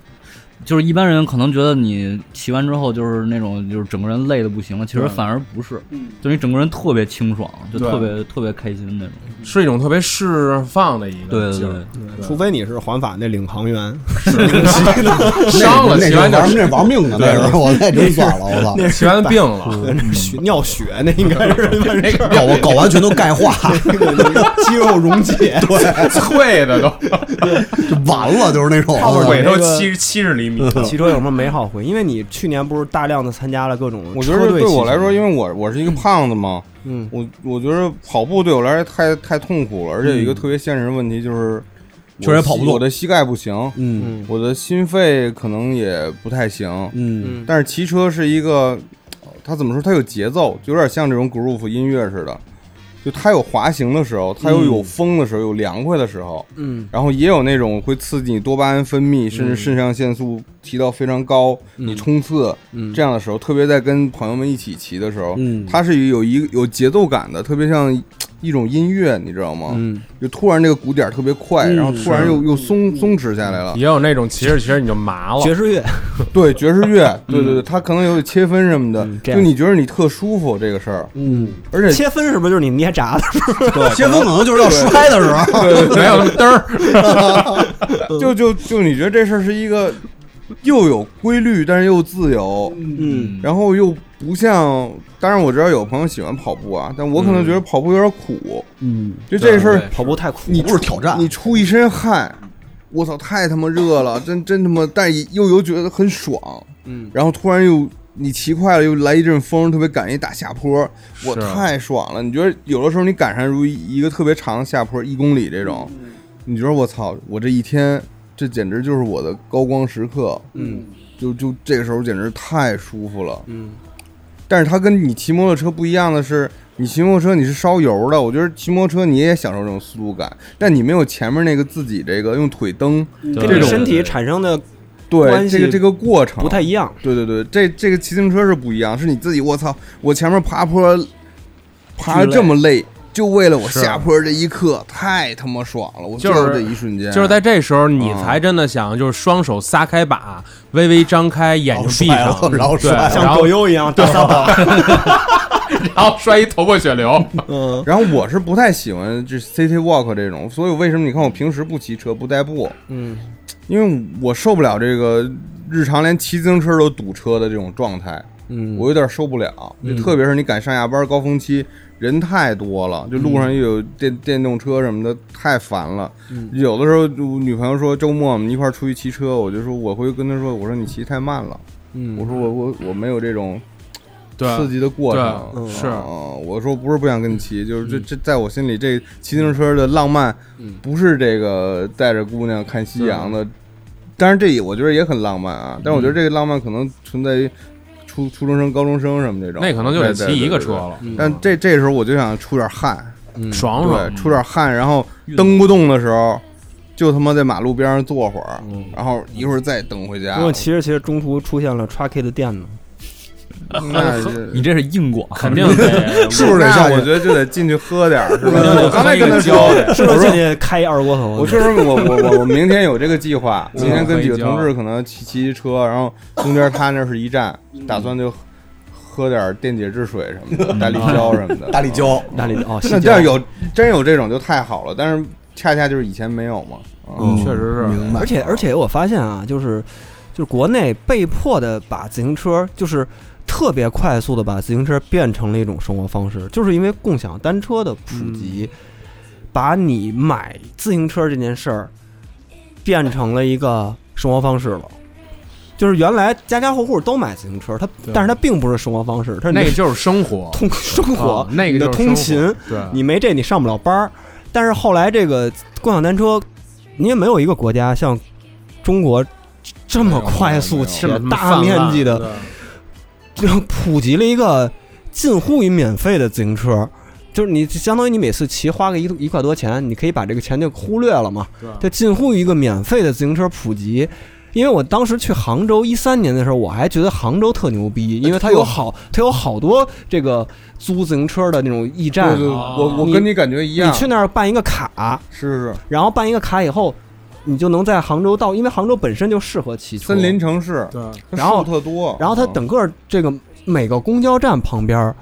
Speaker 7: 就是一般人可能觉得你骑完之后就是那种就是整个人累的不行了，其实
Speaker 6: 对
Speaker 7: 反而不是，就你整个人特别清爽，就
Speaker 6: 对
Speaker 7: 特别特别开心那种。
Speaker 6: 是一种特别释放的一个劲儿，
Speaker 3: 除非你是环法那领航员，
Speaker 6: 伤了骑完就对
Speaker 3: 那
Speaker 6: 骑完病了，
Speaker 3: 那是血尿血，那应该是那个
Speaker 4: 搞搞完全都钙化，
Speaker 5: 嗯
Speaker 3: 肌肉溶解，
Speaker 6: 对，脆的都，
Speaker 4: 就完了，就是那种
Speaker 6: 尾头七七十厘米。
Speaker 3: 骑车有什么美好回忆？因为你去年不是大量的参加了各种，
Speaker 5: 我觉得对我来说，，因为我我是一个胖子嘛，
Speaker 3: 嗯，
Speaker 5: 我我觉得跑步对我来说太太痛苦了，而且有一个
Speaker 3: 嗯
Speaker 5: 特别现实的问题就是，我
Speaker 3: 确实
Speaker 5: 膝
Speaker 3: 跑不动
Speaker 5: 我的膝盖不行，
Speaker 3: 嗯，
Speaker 5: 我的心肺可能也不太行，
Speaker 3: 嗯
Speaker 5: 但是骑车是一个，它怎么说？它有节奏，就有点像这种 groove 音乐似的，就它有滑行的时候，它有
Speaker 3: 嗯
Speaker 5: 有风的时候，有凉快的时候，
Speaker 3: 嗯
Speaker 5: 然后也有那种会刺激你多巴胺分泌，甚至
Speaker 3: 嗯
Speaker 5: 肾上腺素提到非常高，你冲刺、
Speaker 3: 嗯
Speaker 5: 这样的时候，特别在跟朋友们一起骑的时候，
Speaker 3: 嗯
Speaker 5: 它是有一个有节奏感的，特别像嘖一种音乐，你知道吗？
Speaker 3: 嗯，
Speaker 5: 就突然这个鼓点儿特别快，
Speaker 6: 嗯
Speaker 5: 然后突然
Speaker 6: 是
Speaker 5: 又又松松弛下来了。
Speaker 6: 也有那种骑着骑着你就麻了，
Speaker 5: 爵
Speaker 3: 士乐，嗯
Speaker 5: 对爵士 乐，对对对，它可能有点切分什么的，
Speaker 3: 这
Speaker 5: 就
Speaker 3: 样
Speaker 5: 你觉得你特舒服这个事儿，
Speaker 3: 嗯，
Speaker 5: 而且
Speaker 3: 切分是不是就是你捏闸的时候？
Speaker 5: 对切分可能就是要摔的时候对对对没有那么嘚
Speaker 3: 儿
Speaker 5: 就就就你觉得这事儿是一个又有规律，但是又自由，嗯，然后又不像，当然我知道有朋友喜欢跑步啊，但我可能觉得跑步有点苦，
Speaker 3: 嗯
Speaker 5: 就这事儿
Speaker 3: 跑步太苦，
Speaker 5: 你不是挑战，你出一身汗，我操，太他妈热了，真真他妈，但又又觉得很爽，
Speaker 3: 嗯，
Speaker 5: 然后突然又你骑快了，又来一阵风，特别赶一大下坡，我
Speaker 3: 是
Speaker 5: 太爽了。你觉得有的时候你赶上如一一个特别长的下坡，一公里这种，
Speaker 3: 嗯
Speaker 5: 你觉得我操，我这一天这简直就是我的高光时刻，
Speaker 3: 嗯，
Speaker 5: 就就这个时候简直太舒服了，
Speaker 3: 嗯。
Speaker 5: 但是它跟你骑摩托车不一样的是，你骑摩托车你是烧油的，我觉得骑摩托车你也享受这种速度感，但你没有前面那个自己这个用腿蹬
Speaker 3: 跟
Speaker 5: 这
Speaker 3: 你
Speaker 5: 种
Speaker 3: 身体产生的
Speaker 5: 对
Speaker 3: 关系
Speaker 5: 这个这个过程
Speaker 3: 不太一样。
Speaker 5: 对对对，这这个骑自行车是不一样，是你自己我操，我前面爬坡爬的这么累，就为了我
Speaker 6: 是
Speaker 5: 下坡这一刻，太他妈爽了！我
Speaker 6: 就
Speaker 5: 最后
Speaker 6: 是
Speaker 5: 这一瞬 间，
Speaker 6: 就是在这时候，你
Speaker 5: 嗯
Speaker 6: 才真的想，就是双手撒开把，微微张开，眼睛闭
Speaker 5: 然
Speaker 6: 上
Speaker 5: 后，然后
Speaker 6: 对，
Speaker 5: 摔了
Speaker 6: 然
Speaker 5: 像
Speaker 6: 后
Speaker 5: 葛优一样
Speaker 6: 对
Speaker 5: 大撒把，
Speaker 6: 然后摔一头破血流。
Speaker 3: 嗯，
Speaker 5: 然后我是不太喜欢这 city walk 这种，所以为什么你看我平时不骑车不代步，
Speaker 3: 嗯，
Speaker 5: 因为我受不了这个日常连骑自行车都堵车的这种状态，
Speaker 3: 嗯
Speaker 5: 我有点受不了。
Speaker 3: 嗯
Speaker 5: 特别是你赶上下班高峰期，人太多了，就路上又有电、电动车什么的，太烦了。
Speaker 3: 嗯
Speaker 5: 有的时候我女朋友说周末我们一块儿出去骑车，我就说我会跟她说，我说你骑太慢了，
Speaker 3: 嗯
Speaker 5: 我说我我我没有这种。
Speaker 6: 对
Speaker 5: 刺激的过程
Speaker 6: 对嗯是
Speaker 5: 啊我说不是不想跟你骑，就是这这在我心里，这骑自行车的浪漫，不是这个带着姑娘看夕阳的。当然，这也我觉得也很浪漫啊，但是我
Speaker 6: 嗯
Speaker 5: 觉得这个浪漫可能存在于初初中生、高中生什么这种，
Speaker 6: 那可能就得骑
Speaker 5: 对对对
Speaker 6: 一个
Speaker 5: 对
Speaker 6: 车了
Speaker 5: 对但这这时候我就想出点汗，
Speaker 6: 爽嗯爽
Speaker 5: 对，出点汗，然后蹬不动的时候，就他妈在马路边上坐会儿，
Speaker 3: 嗯
Speaker 5: 然后一会儿再蹬回家
Speaker 3: 如。果骑着骑着中途出现了 t r a K 的店呢？
Speaker 5: 那是
Speaker 7: 你这是硬广，
Speaker 6: 肯定 得
Speaker 5: 那我觉得就得进去喝点儿，是吧？
Speaker 3: 嗯
Speaker 5: 我刚才跟他说，
Speaker 3: 是
Speaker 5: 我
Speaker 3: 不是进
Speaker 5: 说
Speaker 3: 去开一二锅头？
Speaker 5: 我确实，我我我我明天有这个计划，
Speaker 3: 嗯
Speaker 5: 今天跟几个同事可能骑骑车，然后中间他那是一站，打算就喝点电解质水什么的，大力胶什么的，
Speaker 4: 大力胶，
Speaker 3: 大力哦，
Speaker 5: 那这样有真有这种就太好了，但是恰恰就是以前没有嘛。
Speaker 6: 嗯确实是明白
Speaker 3: 而且而且我发现啊，就是就是国内被迫的把自行车，就是特别快速的把自行车变成了一种生活方式，就是因为共享单车的普及，
Speaker 5: 嗯
Speaker 3: 把你买自行车这件事儿变成了一个生活方式了。就是原来家家户户都买自行车，它
Speaker 6: 对
Speaker 3: 但是它并不是生活方式，它是你
Speaker 6: 那个就是生活，
Speaker 3: 通生活
Speaker 6: 啊，那个
Speaker 3: 你的
Speaker 6: 就是
Speaker 3: 通
Speaker 6: 生
Speaker 3: 勤
Speaker 6: 活，对
Speaker 3: 你没这你上不了班儿。但是后来这个共享单车，你也没有一个国家像中国这么快速且
Speaker 6: 这么
Speaker 3: 大
Speaker 6: 泛滥
Speaker 3: 面积的，就普及了一个近乎于免费的自行车。就是你相当于你每次骑花个一一块多钱，你可以把这个钱就忽略了嘛
Speaker 6: 对。
Speaker 3: 它近乎于一个免费的自行车普及。因为我当时去杭州一三年的时候，我还觉得杭州特牛逼，
Speaker 5: 哎
Speaker 3: 因为它有好它有好多这个租自行车的那种驿站。啊哦
Speaker 5: 对对对我我跟你感觉一样
Speaker 3: 你去那儿办一个卡，
Speaker 5: 是是，
Speaker 3: 然后办一个卡以后，你就能在杭州到，因为杭州本身就适合骑车，
Speaker 5: 森林城市，
Speaker 6: 对，
Speaker 3: 然后
Speaker 5: 特多，嗯
Speaker 3: 然后它整个这个每个公交站旁边儿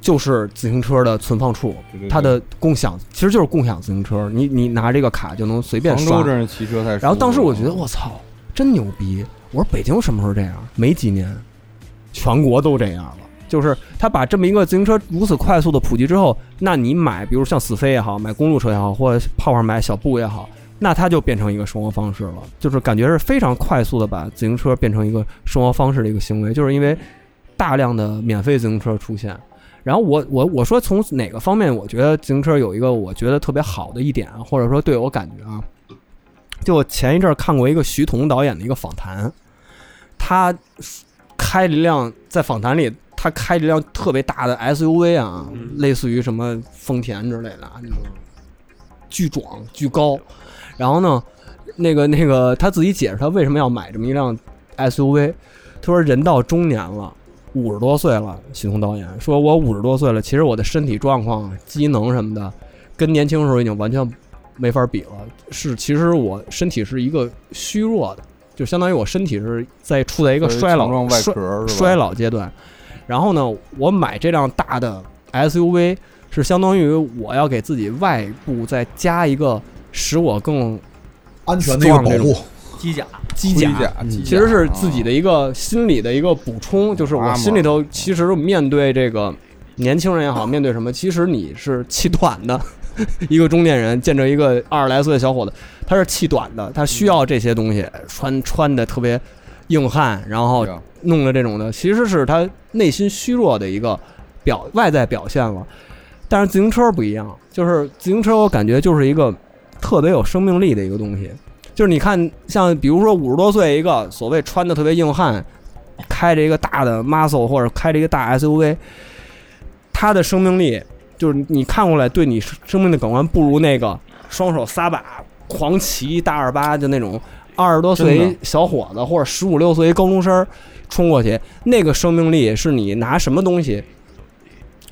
Speaker 3: 就是自行车的存放处
Speaker 5: 对对，
Speaker 3: 它的共享其实就是共享自行车，你你拿这个卡就能随便
Speaker 5: 杭
Speaker 3: 刷
Speaker 5: 州。真是骑车太舒服了。
Speaker 3: 然后当时我觉得我操，真牛逼！我说北京什么时候这样？没几年，全国都这样了。就是他把这么一个自行车如此快速的普及之后，那你买，比如像死飞也好，买公路车也好，或者泡泡买小布也好，那它就变成一个生活方式了。就是感觉是非常快速的把自行车变成一个生活方式的一个行为，就是因为大量的免费自行车出现。然后我我我说从哪个方面，我觉得自行车有一个我觉得特别好的一点，啊或者说对我感觉啊，就我前一阵儿看过一个徐彤导演的一个访谈，他开了一辆在访谈里，他开了一辆特别大的 SUV 啊，类似于什么丰田之类的啊那种，巨壮巨高。然后呢，那个那个他自己解释他为什么要买这么一辆 SUV，他说人到中年了。五十多岁了，徐彤导演说：“我五十多岁了，其实我的身体状况、机能什么的，跟年轻时候已经完全没法比了。是，其实我身体是一个虚弱的，就相当于我身体是在处在一个
Speaker 5: 所以
Speaker 3: 衰老
Speaker 5: 强壮外
Speaker 3: 衰
Speaker 5: 壳儿是吧
Speaker 3: 衰老阶段。然后呢，我买这辆大的 SUV 是相当于我要给自己外部再加一个使我更
Speaker 4: 安全的一个保
Speaker 3: strong 这种
Speaker 4: 护，
Speaker 2: 机甲，
Speaker 3: 机甲，
Speaker 2: 嗯
Speaker 3: 其实
Speaker 5: 啊
Speaker 3: 是自己的一个心理的一个补充，就是我心里头其实面对这个年轻人也好，面对什么，其实你是气短的。 一个中年人见着一个二十来岁的小伙子，他是气短的，他需要这些东西，穿穿的特别硬汉，然后弄了这种的，其实是他内心虚弱的一个表外在表现了。但是自行车不一样，就是自行车，我感觉就是一个特别有生命力的一个东西。就是你看，像比如说五十多岁一个所谓穿的特别硬汉，开着一个大的 muscle 或者开着一个大 SUV，他的生命力就是你看过来对你生命的感官不如那个双手撒把狂骑大二八就那种二十多岁
Speaker 2: 真
Speaker 3: 一
Speaker 2: 的
Speaker 3: 小伙子或者十五六岁一高中生儿冲过去，那个生命力是你拿什么东西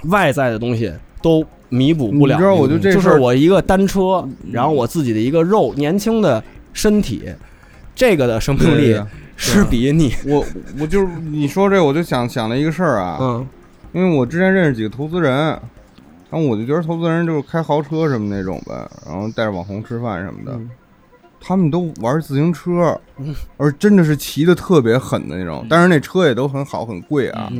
Speaker 3: 外在的东西都弥补不了。
Speaker 5: 你知道我就这
Speaker 3: 就
Speaker 5: 事
Speaker 3: 是
Speaker 5: 儿嗯
Speaker 3: 我一个单车，然后我自己的一个肉年轻的身体，这个的生命
Speaker 5: 对
Speaker 3: 力
Speaker 5: 呀
Speaker 3: 是比你
Speaker 5: 我我就是你说这，我就想想了一个事儿啊，
Speaker 3: 嗯，
Speaker 5: 因为我之前认识几个投资人，然后我就觉得投资人就是开豪车什么那种呗，然后带着网红吃饭什么的，
Speaker 3: 嗯
Speaker 5: 他们都玩自行车，而真的是骑的特别狠的那
Speaker 3: 嗯
Speaker 5: 种，但是那车也都很好很贵啊，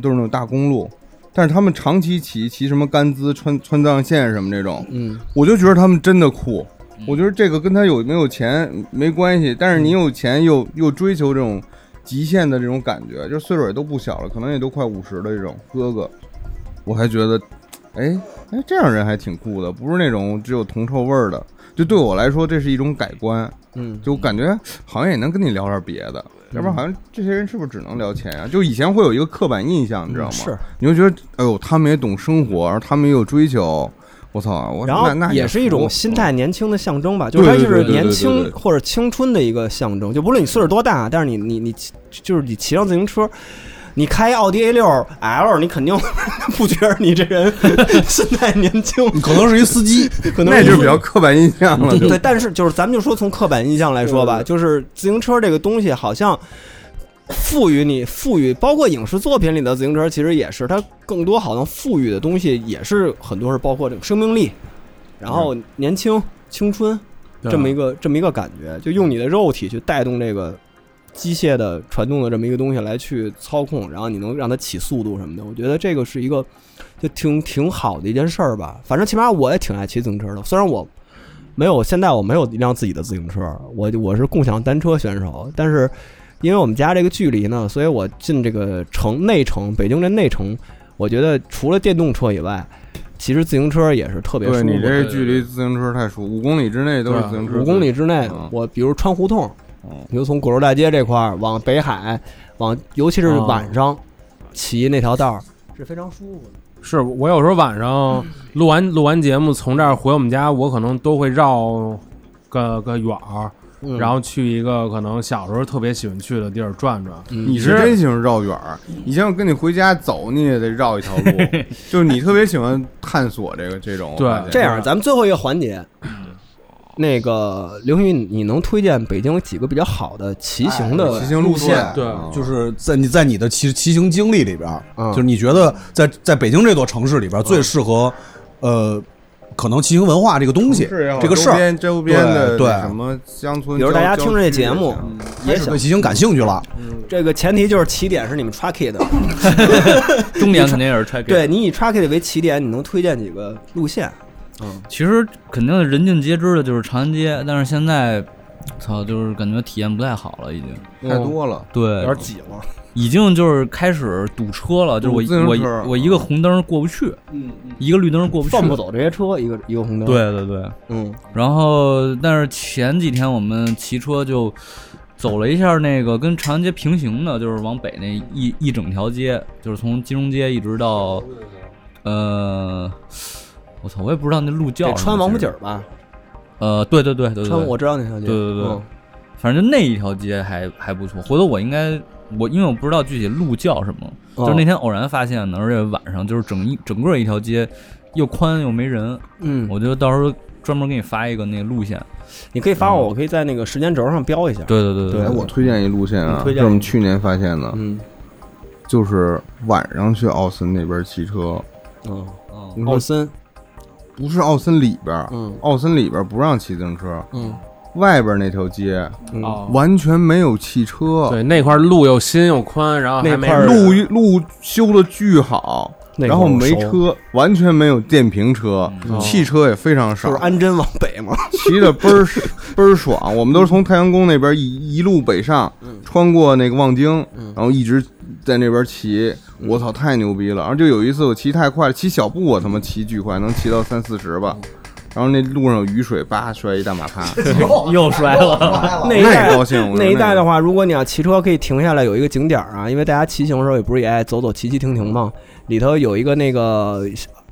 Speaker 5: 都是那种大公路。但是他们长期骑骑什么甘孜、川川藏线什么这种，
Speaker 3: 嗯，
Speaker 5: 我就觉得他们真的酷。我觉得这个跟他有没有钱没关系，但是
Speaker 3: 嗯
Speaker 5: 你有钱又又追求这种极限的这种感觉，就是岁数也都不小了，可能也都快五十的这种哥哥，我还觉得，哎哎，这样人还挺酷的，不是那种只有铜臭味儿的。就对我来说，这是一种改观。
Speaker 3: 嗯，
Speaker 5: 就感觉好像也能跟你聊点别的，要不然好像这些人是不是只能聊钱啊？就以前会有一个刻板印象，你知道吗？
Speaker 3: 嗯是，
Speaker 5: 你会觉得，哎呦，他们也懂生活，然后他们也有追求。我操，我
Speaker 3: 然后
Speaker 5: 那那
Speaker 3: 也是一种
Speaker 5: 服
Speaker 3: 心态年轻的象征吧，就是它
Speaker 5: 对
Speaker 3: 就
Speaker 5: 对
Speaker 3: 是
Speaker 5: 对对
Speaker 3: 年
Speaker 5: 对对
Speaker 3: 轻
Speaker 5: 对
Speaker 3: 或者青春的一个象征。就不论你岁数多大，但是你你你骑就是你骑上自行车，你开奥迪 A 六 L，你肯定 不觉得你这人 心态年轻，
Speaker 4: 可能是一司 机，
Speaker 3: 可能
Speaker 5: 那
Speaker 3: 是
Speaker 5: 就比较刻板印象了。
Speaker 3: 对，但是就是咱们就说从刻板印象来说吧，就是自行车这个东西好像赋予你赋予，包括影视作品里的自行车，其实也是它更多好像赋予的东西也是很多是包括这种生命力，然后年轻、青春
Speaker 12: 嗯对啊
Speaker 3: 这么一个这么一个感觉，就用你的肉体去带动这个机械的传动的这么一个东西来去操控，然后你能让它起速度什么的，我觉得这个是一个就挺挺好的一件事儿吧。反正起码我也挺爱骑自行车的，虽然我没有现在我没有一辆自己的自行车，我我是共享单车选手，但是因为我们家这个距离呢，所以我进这个城内城，北京这内城，我觉得除了电动车以外，其实自行车也是特别舒
Speaker 5: 对
Speaker 3: 服。
Speaker 5: 你这距离自行车太舒服，五公里之内都是
Speaker 3: 对啊
Speaker 5: 自行车。嗯
Speaker 3: 五公里之内，我比如穿胡同，比如从鼓楼大街这块儿往北海，往尤其是
Speaker 7: 啊
Speaker 3: 晚上骑那条道儿，是非常舒服的。
Speaker 6: 是我有时候晚上录完录完节目，从这儿回我们家，我可能都会绕个个远儿，
Speaker 5: 嗯
Speaker 6: 然后去一个可能小时候特别喜欢去的地儿转转。
Speaker 3: 嗯
Speaker 5: 你是真喜欢绕远儿，以前我跟你回家走，你也得绕一条 路，就是你特别喜欢探索这个这种。我发现
Speaker 3: 这样咱们最后一个环节，
Speaker 5: 嗯
Speaker 3: 那个刘宇，你能推荐北京有几个比较好的骑
Speaker 5: 哎
Speaker 3: 行的
Speaker 4: 对，啊
Speaker 5: 嗯
Speaker 4: 就是在你在你的骑骑行经历里边儿，就是你觉得在在北京这座城市
Speaker 5: 嗯
Speaker 4: 里边儿最适合，呃，可能骑行文化这个东西
Speaker 5: 城市也好，
Speaker 4: 这个事
Speaker 5: 周边
Speaker 4: 儿，
Speaker 5: 周边的
Speaker 4: 对
Speaker 5: 那什么乡村，
Speaker 3: 比如大家听着这节目，也
Speaker 4: 对骑行感兴趣了，
Speaker 3: 这个前提就是起点是你们 Trucky 的，
Speaker 7: 终点肯定也是 Truckee 的
Speaker 3: 对你以 Trucky 为起点，你能推荐几个路线？嗯，
Speaker 7: 其实肯定人尽皆知的就是长安街，但是现在，操，就是感觉体验不太好了，已经
Speaker 5: 太多了
Speaker 7: 对，
Speaker 5: 有点挤了，
Speaker 7: 已经就是开始堵车了，就是
Speaker 3: 堵自行
Speaker 7: 我
Speaker 3: 车
Speaker 7: 我我一个红灯过不去，
Speaker 3: 嗯，
Speaker 7: 一个绿灯过不去，
Speaker 3: 放不走这些车，一个一个红灯。
Speaker 7: 对对对，
Speaker 3: 嗯。
Speaker 7: 然后，但是前几天我们骑车就走了一下那个跟长安街平行的，就是往北那一一整条街，就是从金融街一直到，呃，我操，我也不知道那路叫
Speaker 3: 得
Speaker 7: 什么
Speaker 3: 穿王府
Speaker 7: 其
Speaker 3: 井
Speaker 7: 实
Speaker 3: 儿吧？
Speaker 7: 呃，对对对对对，
Speaker 3: 穿我知道那条街
Speaker 7: 对对对，
Speaker 3: 嗯
Speaker 7: 反正就那一条街还还不错。回头我应该我因为我不知道具体路叫什么，
Speaker 3: 哦
Speaker 7: 就是那天偶然发现的，而且晚上就是整一整个一条街又宽又没人，
Speaker 3: 嗯，
Speaker 7: 我就到时候专门给你发一个那个路 线，
Speaker 3: 你可以发我，我可以在那个时间轴上标一下。
Speaker 7: 嗯对对对
Speaker 5: 哎我推荐一路线
Speaker 3: 你
Speaker 5: 啊，
Speaker 3: 推
Speaker 5: 这
Speaker 3: 荐
Speaker 5: 是我们去年发现的，
Speaker 3: 嗯，
Speaker 5: 就是晚上去奥森那边骑车，
Speaker 3: 嗯
Speaker 5: 你
Speaker 3: 嗯，
Speaker 5: 说
Speaker 3: 奥森，
Speaker 5: 不是奥森里边，
Speaker 3: 嗯，
Speaker 5: 奥森里边不让骑自行车，
Speaker 3: 嗯，
Speaker 5: 外边那条街，
Speaker 6: 哦
Speaker 5: 完全没有汽
Speaker 3: 哦
Speaker 5: 车，
Speaker 6: 对，那块儿路又新又宽，然后还
Speaker 5: 那
Speaker 6: 没
Speaker 5: 块儿路路修的巨好，
Speaker 6: 那
Speaker 5: 然后
Speaker 6: 块儿
Speaker 5: 没
Speaker 6: 熟
Speaker 5: 车，完全没有电瓶车，
Speaker 6: 嗯
Speaker 5: 汽车也非常少，
Speaker 3: 就是安贞往 北嘛，
Speaker 5: 骑的倍儿倍儿爽。我们都是从太阳宫那边一一路北上，穿过那个望京，然后一直在那边骑。我操，太牛逼了！然后就有一次我骑太快了，骑小步我他妈骑巨快，能骑到三四十吧。然后那路上有雨水，叭摔一大马趴，
Speaker 7: 又摔了
Speaker 3: 那一带
Speaker 5: 那高兴我
Speaker 3: 那一带
Speaker 5: 那
Speaker 3: 的话，如果你要骑车，可以停下来有一个景点儿啊，因为大家骑行的时候也不是也爱走走骑骑停停嘛，里头有一个那个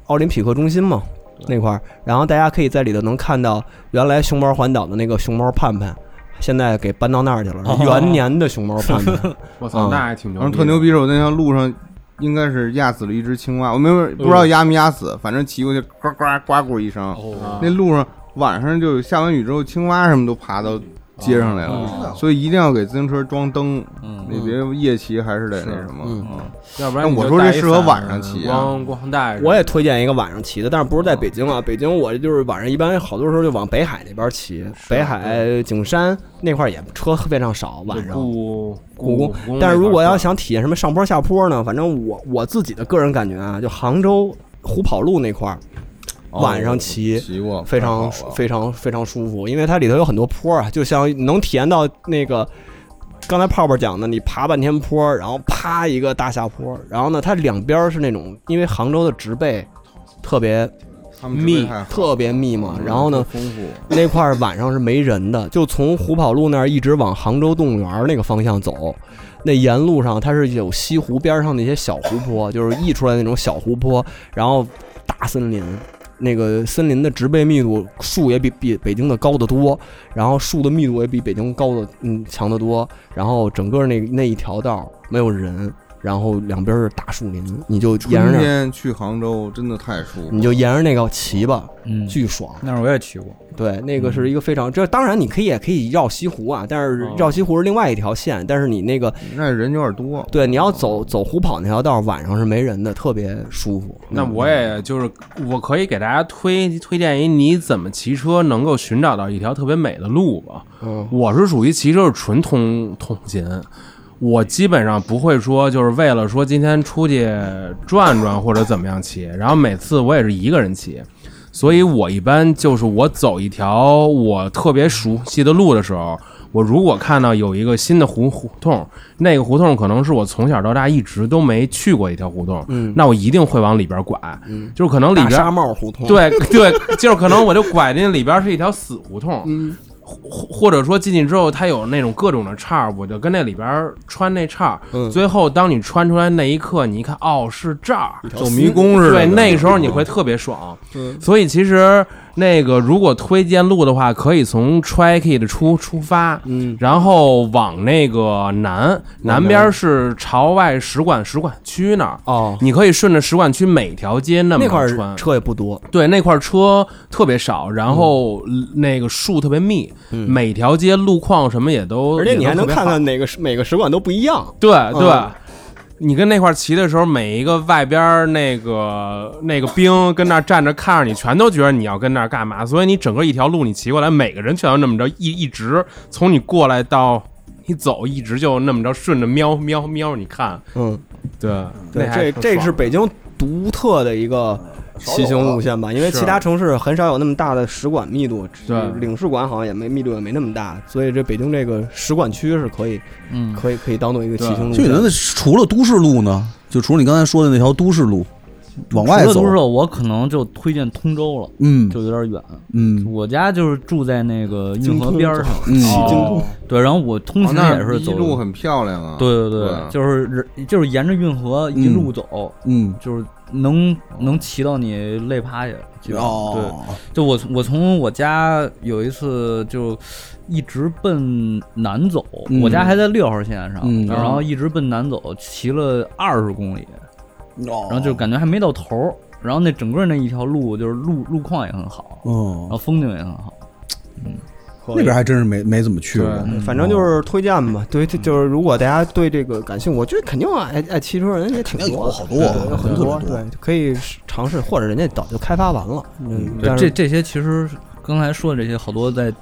Speaker 3: 奥林匹克中心嘛。那块儿，然后大家可以在里头能看到原来熊猫环岛的那个熊猫盼盼，现在给搬到那儿去了，
Speaker 5: 哦。
Speaker 3: 元年的熊猫盼 盼
Speaker 6: 我操
Speaker 3: 嗯
Speaker 6: 那还挺牛
Speaker 5: 然后
Speaker 6: 逼
Speaker 5: 特
Speaker 6: 的
Speaker 5: 牛逼是我那条路上。应该是压死了一只青蛙，我没有不知道压没压死，反正骑过去呱呱呱咕一声，
Speaker 6: 哦
Speaker 5: 那路上晚上就下完雨之后，青蛙什么都爬到街上来
Speaker 6: 哦
Speaker 5: 了，
Speaker 3: 嗯
Speaker 5: 所以一定要给自行车装灯，
Speaker 6: 嗯
Speaker 5: 你别夜骑还是得那什么。嗯
Speaker 6: 要不然你
Speaker 5: 我
Speaker 6: 就
Speaker 5: 说这
Speaker 6: 带一
Speaker 5: 适合
Speaker 6: 伞
Speaker 5: 晚上骑啊，
Speaker 6: 光光带着。
Speaker 3: 我也推荐一个晚上骑的，但是不是在北京啊？北京我就是晚上一般好多时候就往北海那边骑，北海
Speaker 6: 嗯
Speaker 3: 景山那块儿也车非常少，晚上。
Speaker 6: 故
Speaker 3: 故
Speaker 6: 宫
Speaker 3: 宫，但是如果要想体验什么上坡下坡呢，反正我我自己的个人感觉啊，就杭州虎跑路那块儿，
Speaker 5: 哦
Speaker 3: 晚上骑
Speaker 5: 骑过
Speaker 3: 非常
Speaker 5: 太好了
Speaker 3: 非常非常舒服，因为它里头有很多坡啊，就像能体验到那个刚才泡泡讲的，你爬半天坡，然后啪一个大下坡，然后呢，它两边儿是那种，因为杭州的植被特别
Speaker 5: 他们植被
Speaker 3: 密
Speaker 5: 太好，嗯
Speaker 3: 特别密嘛， 然后呢
Speaker 5: 丰富，
Speaker 3: 那块儿晚上是没人的，就从虎跑路那儿一直往杭州动物园儿那个方向走。那沿路上它是有西湖边上那些小湖泊，就是溢出来那种小湖泊，然后大森林，那个森林的植被密度，树也比比北京的高得多，然后树的密度也比北京高的嗯强得多，然后整个那那一条道儿没有人，然后两边是大树林，你就沿着
Speaker 5: 春
Speaker 3: 那儿
Speaker 5: 天去杭州真的太舒服了，
Speaker 3: 你就沿着那个骑吧，
Speaker 6: 嗯
Speaker 3: 巨爽。
Speaker 7: 那儿我也骑过，
Speaker 3: 对，那个是一个非常这，当然你可以也可以绕西湖啊，但是
Speaker 6: 哦
Speaker 3: 绕西湖是另外一条线，但是你那个
Speaker 5: 那人有点多，
Speaker 3: 对，你要走走虎跑那条道，晚上是没人的，特别舒服。嗯
Speaker 6: 那我也就是我可以给大家推推荐一你怎么骑车能够寻找到一条特别美的路吧。
Speaker 3: 嗯，
Speaker 6: 我是属于骑车是纯通通勤，我基本上不会说就是为了说今天出去转转或者怎么样骑，然后每次我也是一个人骑，所以我一般就是我走一条我特别熟悉的路的时候。我如果看到有一个新的胡胡同，那个胡同可能是我从小到大一直都没去过一条胡同，
Speaker 3: 嗯
Speaker 6: 那我哦一定会往里边拐，
Speaker 3: 嗯
Speaker 6: 就是可能里边
Speaker 3: 大沙帽胡同
Speaker 6: 对对，就是可能我就拐进里边是一条死胡同，
Speaker 3: 嗯，
Speaker 6: 或或者说进去之后它有那种各种的叉儿，我就跟那里边穿那叉儿，
Speaker 3: 嗯
Speaker 6: 最后当你穿出来那一刻，你一看哦是这儿，
Speaker 5: 走迷宫似的
Speaker 6: 对，那个时候你会特别爽，
Speaker 5: 嗯
Speaker 6: 所以其实那个如果推荐路的话，可以从 Tricky 的出出发，
Speaker 3: 嗯，
Speaker 6: 然后往那个南南边是朝外使馆使馆区那儿，
Speaker 3: 哦，
Speaker 6: 你可以顺着使馆区每条街那么
Speaker 3: 那块儿
Speaker 6: 穿，
Speaker 3: 车也不多，
Speaker 6: 对，那块儿车特别少，然后那个树特别密，
Speaker 3: 嗯
Speaker 6: 每条街路况什么也都，
Speaker 3: 而且你还能
Speaker 6: 也都特别
Speaker 3: 看
Speaker 6: 好
Speaker 3: 看哪个每个使馆都不一样。
Speaker 6: 对
Speaker 3: 嗯
Speaker 6: 对。你跟那块儿骑的时候，每一个外边儿那个那个兵跟那儿站着看着你，全都觉得你要跟那儿干嘛，所以你整个一条路你骑过来，每个人全都那么着一一直从你过来到你走，一直就那么着顺着瞄瞄瞄着你看，
Speaker 3: 嗯，
Speaker 6: 对
Speaker 3: 对
Speaker 6: 那，还
Speaker 3: 这
Speaker 6: 挺
Speaker 3: 这
Speaker 6: 爽
Speaker 3: 是北京独特的一个骑行路线吧，因为
Speaker 6: 是
Speaker 3: 其他城市很少有那么大的使馆密度，
Speaker 6: 对
Speaker 3: 领事馆好像也没密度也没那么大，所以这北京这个使馆区是可以，
Speaker 7: 嗯，
Speaker 3: 可以可以当做一个骑行路
Speaker 4: 就
Speaker 3: 线。
Speaker 4: 你那除了都市路呢，就除了你刚才说的那条都市路，往外
Speaker 7: 除了
Speaker 4: 走
Speaker 7: 都，市，我可能就推荐通州了，
Speaker 4: 嗯
Speaker 7: 就有点远。
Speaker 4: 嗯，
Speaker 7: 我家就是住在那个运河边上，
Speaker 4: 嗯哦
Speaker 5: 京通
Speaker 7: 对，然后我通勤也是
Speaker 5: 哦一
Speaker 7: 走
Speaker 5: 路很漂亮啊，
Speaker 7: 对对对，
Speaker 5: 吧
Speaker 7: 就是人就是沿着运河一路走，
Speaker 4: 嗯，
Speaker 7: 就是能能骑到你累趴下。基本上
Speaker 4: 哦
Speaker 7: 对，就我我从我家有一次就一直奔南走，
Speaker 4: 嗯
Speaker 7: 我家还在六号线上，
Speaker 4: 嗯
Speaker 7: 然
Speaker 5: 哦
Speaker 7: 后一直奔南走，骑了二十公里，
Speaker 4: 然
Speaker 7: 后就感觉还没到头儿，然后那整个那一条路就是路路况也很好，
Speaker 4: 哦
Speaker 7: 然，后风景也很好。
Speaker 3: 嗯
Speaker 4: 那边还真是没没怎么去过，
Speaker 3: 对反正
Speaker 6: 嗯
Speaker 3: 就是推荐吧。对，这就是如果大家对这个感兴趣，我觉得肯定啊爱爱骑车人也挺多的，
Speaker 4: 好
Speaker 3: 对
Speaker 4: 多啊
Speaker 3: 对有很
Speaker 4: 很多
Speaker 3: 多，对，可以尝试，或者人家早就开发完了。嗯，
Speaker 7: 对，
Speaker 3: 但是
Speaker 7: 这这些其实刚才说的这些，好多在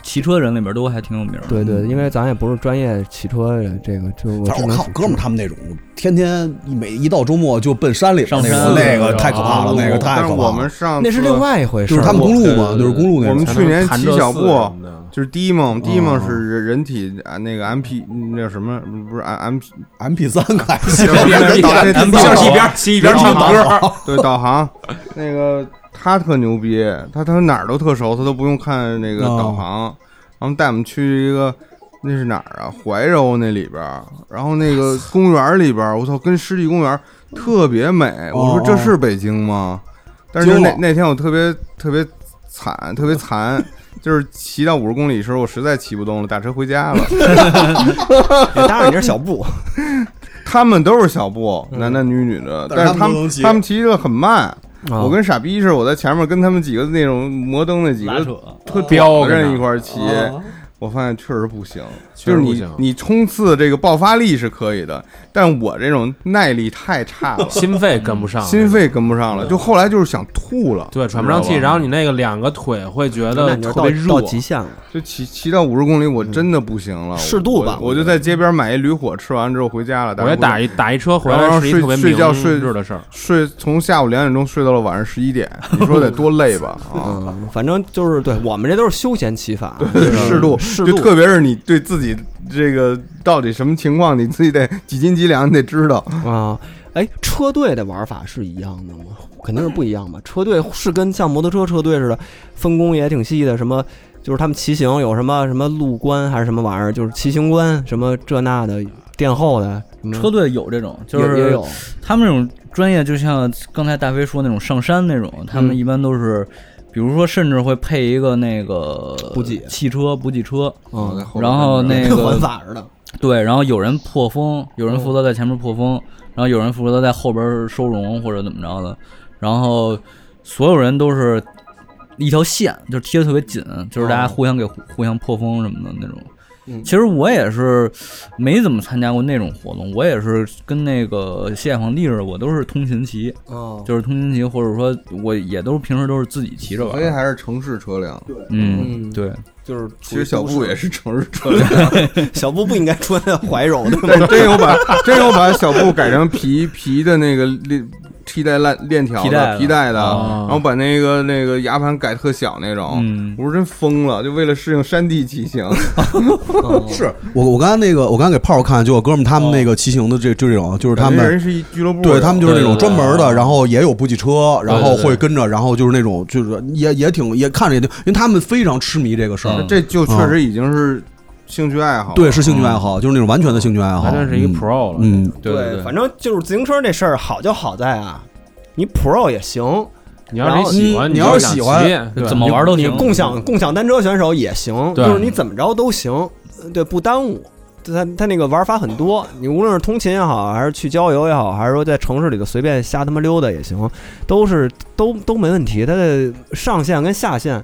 Speaker 7: 骑车人里边都还挺有名的。
Speaker 3: 对对，因为咱也不是专业骑车人，这个就我
Speaker 4: 反正
Speaker 3: 只
Speaker 4: 我
Speaker 3: 能
Speaker 4: 看我哥们儿他们那种，天天一每一到周末就奔山里边
Speaker 7: 上
Speaker 4: 那个
Speaker 7: 山
Speaker 4: 那个
Speaker 6: 对
Speaker 4: 太可怕了，
Speaker 5: 啊
Speaker 4: 那个太可
Speaker 5: 但是
Speaker 4: 怕了。
Speaker 5: 我们上
Speaker 3: 那是
Speaker 5: 次
Speaker 3: 另外一回事儿，
Speaker 4: 就是他们公路嘛，
Speaker 6: 对对对
Speaker 4: 就是公路那
Speaker 5: 我们
Speaker 4: 种。
Speaker 5: 去年骑小
Speaker 6: 才能弹射四
Speaker 5: 步
Speaker 6: 什么的，
Speaker 5: 就是第一梦，第一
Speaker 4: 哦
Speaker 5: 梦是人人体啊那个 M P 那叫什么？不是啊 M M P，
Speaker 4: M P 三还
Speaker 5: 行导
Speaker 6: 咱们就是一边骑一边唱歌，
Speaker 5: 对导航，那个他特牛逼，他他哪儿都特熟，他都不用看那个
Speaker 4: 哦
Speaker 5: 导航，然后带我们去一个。那是哪儿啊？怀柔那里边儿，然后那个公园里边儿，我操，跟湿地公园儿特别美。我说
Speaker 4: 哦
Speaker 5: 这是北京吗？但是就
Speaker 4: 惊
Speaker 5: 那
Speaker 4: 了
Speaker 5: 那天我特别特别惨，特别残，就是骑到五十公里的时候，我实在骑不动了，打车回家了。
Speaker 3: 当然你是小布，
Speaker 5: 他们都是小步，男男女女的，
Speaker 4: 但
Speaker 5: 但
Speaker 4: 是
Speaker 5: 是
Speaker 4: 他
Speaker 5: 他
Speaker 4: 们都能
Speaker 5: 们
Speaker 4: 骑
Speaker 5: 他们骑的很慢。
Speaker 3: 啊
Speaker 5: 我跟傻逼似的，我在前面跟他们几个那种摩登那几个特
Speaker 6: 彪着呢
Speaker 5: 人一块儿骑，我发现确实不行。
Speaker 6: 确
Speaker 5: 就
Speaker 6: 实
Speaker 5: 是
Speaker 6: 不行，
Speaker 5: 你你冲刺这个爆发力是可以的，但我这种耐力太差了
Speaker 6: 心肺跟不上，
Speaker 5: 心肺跟不上了，就后来就是想吐了，
Speaker 6: 对，喘不上气，
Speaker 5: 你知
Speaker 6: 然
Speaker 5: 道吧
Speaker 6: 后你那个两个腿会觉
Speaker 3: 那
Speaker 6: 得
Speaker 3: 你就
Speaker 6: 啊特
Speaker 3: 到
Speaker 6: 别嗯热
Speaker 3: 到，极限了。
Speaker 5: 就骑骑到五十公里，我真的不行了，
Speaker 3: 适度吧
Speaker 5: 我我就在街边买一驴火，吃完之后回家了，
Speaker 6: 我觉得打一打一车回
Speaker 5: 然
Speaker 6: 来
Speaker 5: 后
Speaker 6: 是一
Speaker 5: 睡
Speaker 6: 特别
Speaker 5: 睡觉睡
Speaker 6: 日的事儿。
Speaker 5: 睡从下午两点钟睡到了晚上十一点，你说得多累 吧？啊。
Speaker 3: 嗯，反正就是对我们这 都是休闲骑法，
Speaker 5: 适度，
Speaker 3: 适
Speaker 5: 就
Speaker 3: 度，
Speaker 5: 特别是你对自己这个到底什么情况，你自己得几斤几两，你得知道。
Speaker 3: 啊。哎，车队的玩法是一样的吗？肯定是不一样吧。车队是跟像摩托车车队似的，分工也挺细的。什么就是他们骑行有什么什么路官还是什么玩意儿，就是骑行官什么这那的，殿后的什么
Speaker 7: 车队有这种，就
Speaker 3: 也也
Speaker 7: 是
Speaker 3: 有
Speaker 7: 他们那种专业，就像刚才大飞说那种上山那种，他们
Speaker 3: 嗯
Speaker 7: 一般都是，比如说甚至会配一个那个
Speaker 3: 补给
Speaker 7: 汽车补给车，
Speaker 3: 嗯，
Speaker 7: 然后那
Speaker 3: 跟环
Speaker 7: 个
Speaker 3: 法似的。嗯
Speaker 7: 对，然后有人破风，有人负责在前面破风，然后有人负责在后边收容或者怎么着的，然后所有人都是一条线，就是贴的特别紧，就是
Speaker 3: 哦
Speaker 7: 大家互相给互互相破风什么的那种。
Speaker 3: 嗯
Speaker 7: 其实我也是没怎么参加过那种活动，我也是跟那个谢海皇帝似的，我都是通勤骑，
Speaker 3: 哦
Speaker 7: 就是通勤骑，或者说我也都是平时都是自己骑着玩
Speaker 5: 所以。还是城市车辆。
Speaker 7: 嗯，对，
Speaker 3: 就是
Speaker 5: 其实小布也是城市 车
Speaker 3: 辆，小布不应该穿怀柔的
Speaker 5: 对， 真有 把真有把小布改成皮皮的那个链替代链链条
Speaker 7: 皮带
Speaker 5: 的
Speaker 7: 的
Speaker 5: 皮带的，
Speaker 7: 哦
Speaker 5: 然后把那个那个牙盘改特小那种。
Speaker 7: 嗯
Speaker 5: 我说真疯了，就为了适应山地骑行。
Speaker 4: 是我我刚才那个，我刚才给炮儿看，就我哥们儿他们那个骑行的这就这种，就是他
Speaker 5: 感觉
Speaker 4: 们
Speaker 5: 人是一俱乐部的，
Speaker 4: 对他们就是那种
Speaker 5: 对
Speaker 4: 专门的，然后也有补给车，然后
Speaker 5: 对对对
Speaker 4: 会跟着，然后就是那种就是 也也挺也看着也挺，因为他们非常痴迷这个事儿，
Speaker 5: 这就确
Speaker 4: 嗯
Speaker 5: 实已经是兴趣爱好了。嗯
Speaker 4: 对是兴趣爱好，就是那种完全的兴趣爱好，
Speaker 3: 嗯完全是一个
Speaker 4: 嗯
Speaker 3: pro 了
Speaker 4: 嗯，
Speaker 3: 反正就是自行车这事儿好就好在啊，你 Pro 也行。
Speaker 6: 你要是喜欢
Speaker 3: 然后
Speaker 6: 你要是喜欢
Speaker 3: 对
Speaker 6: 怎么玩都行
Speaker 3: 你共享共享单车选手也行，
Speaker 6: 对
Speaker 3: 就是你怎么着都行，呃对，不耽误。它它那个玩法很多，你无论是通勤也好，还是去郊游也好，还是说在城市里头随便瞎他妈溜达也行，都是都都没问题。它的上限跟下限，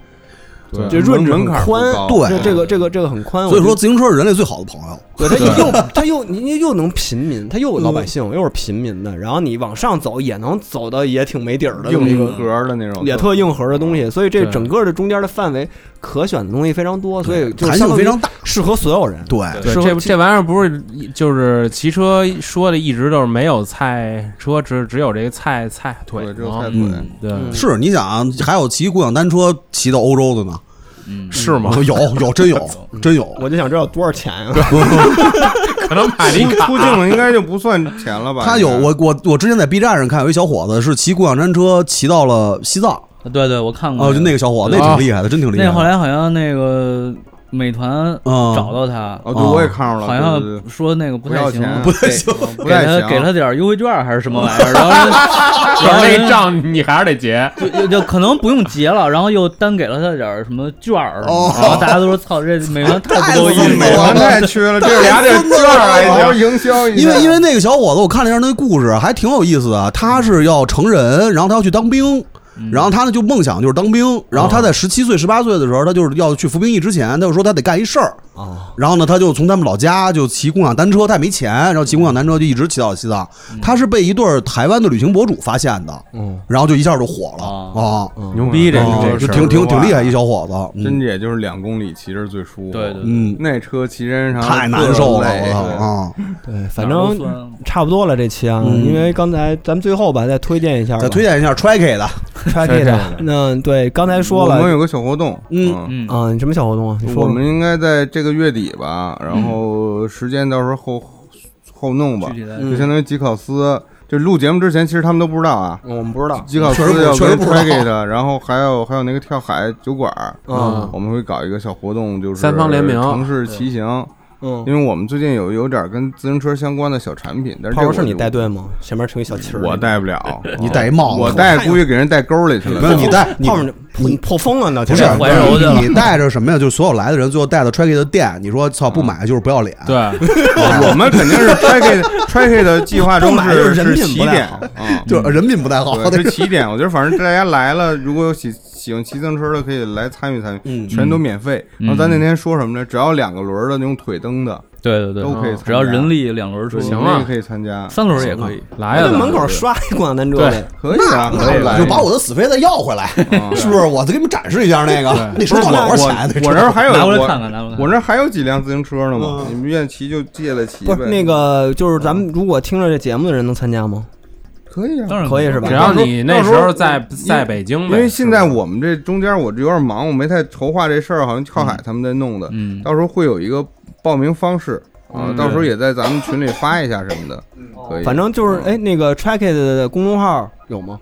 Speaker 5: 对
Speaker 3: 这润着很
Speaker 5: 门槛不
Speaker 3: 宽，
Speaker 5: 高对
Speaker 3: 这这个这个这个很宽。
Speaker 4: 所以
Speaker 3: 我觉
Speaker 4: 说
Speaker 3: 得
Speaker 4: 自行车是人类最好的朋友，
Speaker 3: 对，他又他又你你又能平民，他又有
Speaker 5: 嗯
Speaker 3: 老百姓，又是平民的，然后你往上走也能走到也挺没底儿的，
Speaker 5: 硬
Speaker 3: 这么一个
Speaker 5: 核的那种，
Speaker 3: 也特硬核的东西，所以这
Speaker 5: 对
Speaker 3: 整个的中间的范围可选的东西非常多，所以就
Speaker 6: 弹性非常
Speaker 4: 大，
Speaker 3: 适合所有人。
Speaker 4: 对
Speaker 6: 对，
Speaker 3: 适合
Speaker 6: 这这玩意儿不是就是骑车说的，一直都是没有菜车，只只有这个菜菜腿，只有菜
Speaker 4: 腿
Speaker 6: 对，
Speaker 4: 嗯
Speaker 5: 嗯
Speaker 4: 是你想啊还有骑共享单车骑到欧洲的呢，
Speaker 3: 嗯
Speaker 5: 嗯
Speaker 6: 是吗？
Speaker 4: 有有 真有真有，
Speaker 3: 我就想知道多少钱啊？
Speaker 6: 可能买
Speaker 5: 出出境了应该就不算钱了吧？
Speaker 4: 他有我我我之前在 B 站上看有一小伙子是骑共享单车骑到了西藏，
Speaker 7: 对对，我看过
Speaker 4: 哦就那个小伙子
Speaker 7: 对
Speaker 4: 那挺厉害的真挺厉害的
Speaker 7: 那后来好像那个美团
Speaker 4: 嗯
Speaker 7: 找到他，
Speaker 4: 哦对我也看着
Speaker 7: 好
Speaker 4: 了对对
Speaker 7: 像
Speaker 4: 对
Speaker 7: 说那个不
Speaker 4: 不
Speaker 7: 太
Speaker 4: 要
Speaker 7: 行
Speaker 4: 钱，
Speaker 7: 给
Speaker 4: 不太行
Speaker 7: 给
Speaker 4: 不太
Speaker 7: 他
Speaker 4: 行
Speaker 7: 给他点儿优惠券还是什么玩意儿，然后人 然后
Speaker 6: 那
Speaker 7: 人
Speaker 6: 账你还是得结，
Speaker 7: 就 就就可能不用结了，然后又单给了他点儿什么券儿什
Speaker 4: 哦
Speaker 7: 么的，然后大家都说操，这美团太不够意思了，
Speaker 5: 美 团太缺了，这俩这券儿还行，营销一下。
Speaker 4: 因为因为那个小伙子，我看了一下那故事，还挺有意思的。他是要成人，然后他要去当兵，
Speaker 5: 嗯
Speaker 4: 然后他呢就梦想就是当兵。然后他在十七岁、十八岁的时候，他就是要去服兵役之前，他就说他得干一事儿。
Speaker 5: 哦
Speaker 4: 然后呢，他就从他们老家就骑共享单车，他也没钱，然后骑共享单车就一直骑到西藏。
Speaker 5: 嗯
Speaker 4: 他是被一对儿台湾的旅行博主发现的，
Speaker 3: 嗯，
Speaker 4: 然后就一下就火
Speaker 5: 哦
Speaker 4: 了啊，
Speaker 6: 牛逼这
Speaker 4: 啊
Speaker 6: 这
Speaker 4: 就
Speaker 6: 事儿
Speaker 4: 挺挺挺厉害一小伙子，嗯
Speaker 5: 嗯真的也就是两公里骑着最舒服。
Speaker 7: 对对
Speaker 4: 嗯，
Speaker 5: 那车骑身上
Speaker 4: 太难受了
Speaker 5: 特累
Speaker 4: 我操啊！
Speaker 3: 对，反
Speaker 4: 哪儿都
Speaker 3: 正
Speaker 4: 酸
Speaker 3: 差不多了这期啊，
Speaker 4: 嗯
Speaker 3: 因为刚才咱们最后吧，再推荐一下吧，
Speaker 4: 再推荐一下 Tricky 的，
Speaker 3: Tracky 的。那对，刚才说了，
Speaker 5: 我们有个小活动，
Speaker 3: 嗯啊，你什么小活动啊？你说
Speaker 5: 我们应该在这个月底吧，然后时间到时候后后弄吧，
Speaker 3: 具体来
Speaker 5: 就相当于吉考斯。就录节目之前，其实他们都不知道啊，
Speaker 3: 我们不知道
Speaker 5: 吉考斯
Speaker 3: 确实不
Speaker 5: 要
Speaker 3: 确实
Speaker 5: 跟
Speaker 3: 不知道
Speaker 5: Tricky 的，然后还有还有那个跳海酒馆儿，
Speaker 6: 嗯
Speaker 5: 我们会搞一个小活动，就是
Speaker 6: 三方联名
Speaker 5: 城市骑行，
Speaker 3: 嗯
Speaker 5: 因为我们最近有有点跟自行车相关的小产品，但是这
Speaker 3: 泡泡
Speaker 5: 我
Speaker 3: 是你
Speaker 5: 就
Speaker 3: 带队吗？前面成一小旗儿，
Speaker 5: 我戴不了
Speaker 4: 你戴一帽子
Speaker 5: 我
Speaker 3: 哎
Speaker 5: 戴估计给人戴沟里去了。
Speaker 4: 没有你戴你
Speaker 3: 泡泡你破风了呢，
Speaker 4: 不是你你带着什么呀？就是所有来的人，最后带到 Tricky 的店，你说操不买就是不要脸。啊
Speaker 6: 对，
Speaker 5: 我们肯定是 Tricky Tricky 的计划中
Speaker 4: 不买就是是人品
Speaker 5: 起
Speaker 4: 不太
Speaker 5: 点
Speaker 4: 好
Speaker 5: 啊，
Speaker 4: 就是人品不太好
Speaker 5: 对
Speaker 4: 那
Speaker 5: 是
Speaker 4: 个
Speaker 5: 起点。我觉得反正大 家来了，如果有喜喜欢骑自行车的，可以来参与参与，全都免费。
Speaker 7: 嗯
Speaker 5: 然后咱那天说什么呢？只要两个轮儿的那种腿蹬的，
Speaker 7: 对对对，哦
Speaker 5: 都可以参加
Speaker 7: 只要人力两轮车
Speaker 5: 行啊，可以参加，啊
Speaker 7: 三轮也可以，
Speaker 4: 哎
Speaker 3: 我在门口刷一共享单车呗，
Speaker 5: 可以啊，可以来
Speaker 4: 就 把我的死飞再要回来，是不是？我再给你们展示一下那个， 那
Speaker 5: 不是
Speaker 4: 车到
Speaker 5: 我
Speaker 4: 两块
Speaker 5: 我
Speaker 4: 钱。
Speaker 5: 我这儿 还有
Speaker 7: 拿过来
Speaker 5: 我
Speaker 7: 看看拿过来看
Speaker 5: 我这儿还有几辆自行车呢嘛，你们愿意骑就借来骑
Speaker 3: 嗯不
Speaker 5: 呗
Speaker 3: 是。那
Speaker 5: 啊
Speaker 3: 个，就是咱们如果听着这节目的人能参加吗？
Speaker 5: 可以啊，
Speaker 3: 当然可以是吧
Speaker 6: 只要你那时候在
Speaker 5: 到时候
Speaker 6: 在北京
Speaker 5: 因
Speaker 6: 呗
Speaker 5: 为现在我们这中间我这有点忙，我没太筹划这事儿，好像靠海他们在弄的，
Speaker 7: 嗯
Speaker 5: 到时候会有一个报名方式啊，
Speaker 3: 嗯
Speaker 5: 到时候也在咱们群里发一下什么的，可以。嗯
Speaker 3: 反正就是哎，那个 Tracket 的公众号有吗？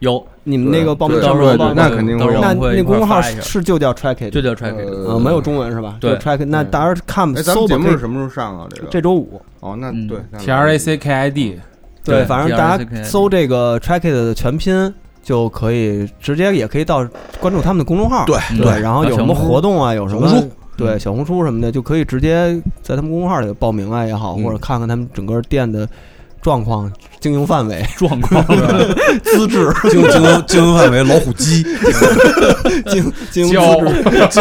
Speaker 7: 有，
Speaker 3: 你们那个报名
Speaker 5: 对
Speaker 3: 到时
Speaker 5: 对
Speaker 3: 候
Speaker 5: 对
Speaker 3: 报名
Speaker 5: 那肯定会有
Speaker 3: 那
Speaker 5: 我们会
Speaker 3: 那公众号
Speaker 5: 一块儿发一下
Speaker 3: 是就叫 Tracket，
Speaker 5: 就
Speaker 7: 叫 Tracket
Speaker 3: 呃，没有中文是吧？
Speaker 6: 对
Speaker 3: 就 Tracket。那大家看
Speaker 5: 哎，咱们
Speaker 3: 搜吧
Speaker 5: 节目
Speaker 3: 可
Speaker 5: 是
Speaker 3: 以
Speaker 5: 什么时候上啊？这个
Speaker 3: 这周五。
Speaker 5: 哦，那对那
Speaker 6: 嗯 T R A C K I
Speaker 4: 嗯
Speaker 6: D，嗯
Speaker 3: 对，反正大家搜这个 Tracket 的全拼。就可以直接也可以到关注他们的公众号，
Speaker 4: 对
Speaker 3: 对，
Speaker 4: 对
Speaker 3: 然后有什么活动啊，有什么
Speaker 4: 嗯
Speaker 3: 对小红书什么的，就可以直接在他们公众号里报名啊也好，
Speaker 4: 嗯
Speaker 3: 或者看看他们整个店的状况、经营范围、
Speaker 7: 状况、
Speaker 3: 资质、
Speaker 4: 经经营经营范围老虎机
Speaker 3: 经经营
Speaker 4: 胶
Speaker 3: 资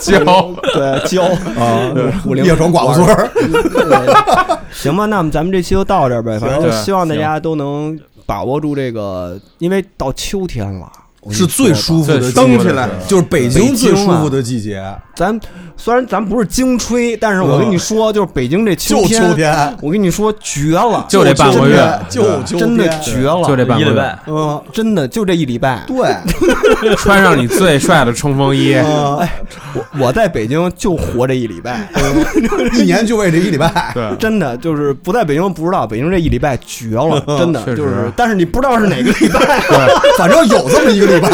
Speaker 3: 质、
Speaker 4: 胶胶
Speaker 3: 对胶
Speaker 4: 啊
Speaker 3: 对五零
Speaker 4: 夜闯寡妇村儿
Speaker 3: 对行吧，那么咱们这期就到这儿呗，反正就
Speaker 4: 行
Speaker 3: 希望大家都能把握住这个，因为到秋天了。我跟你
Speaker 4: 是最
Speaker 3: 说
Speaker 4: 舒
Speaker 3: 吧啊
Speaker 4: 服的季节就是北京最舒服的季节。
Speaker 3: 咱虽然咱不是京吹，但是我跟你说，就是北京这秋
Speaker 4: 就秋天
Speaker 3: 我跟你说绝了，
Speaker 4: 就这半个月就秋天
Speaker 3: 真的绝了，
Speaker 6: 就这半个月一礼拜，
Speaker 3: 嗯，真的就这一礼拜，
Speaker 6: 对， 穿上你最帅的冲锋衣，
Speaker 3: 哎，我我在北京就活这一礼 拜，
Speaker 4: 一年就为这一礼拜，
Speaker 6: 对，
Speaker 3: 真的就是不在北京不知道，北京这一礼拜绝了，真的
Speaker 4: 嗯确实
Speaker 3: 就是，但是你不知道是哪个礼拜，
Speaker 4: 反正有这么一个 礼拜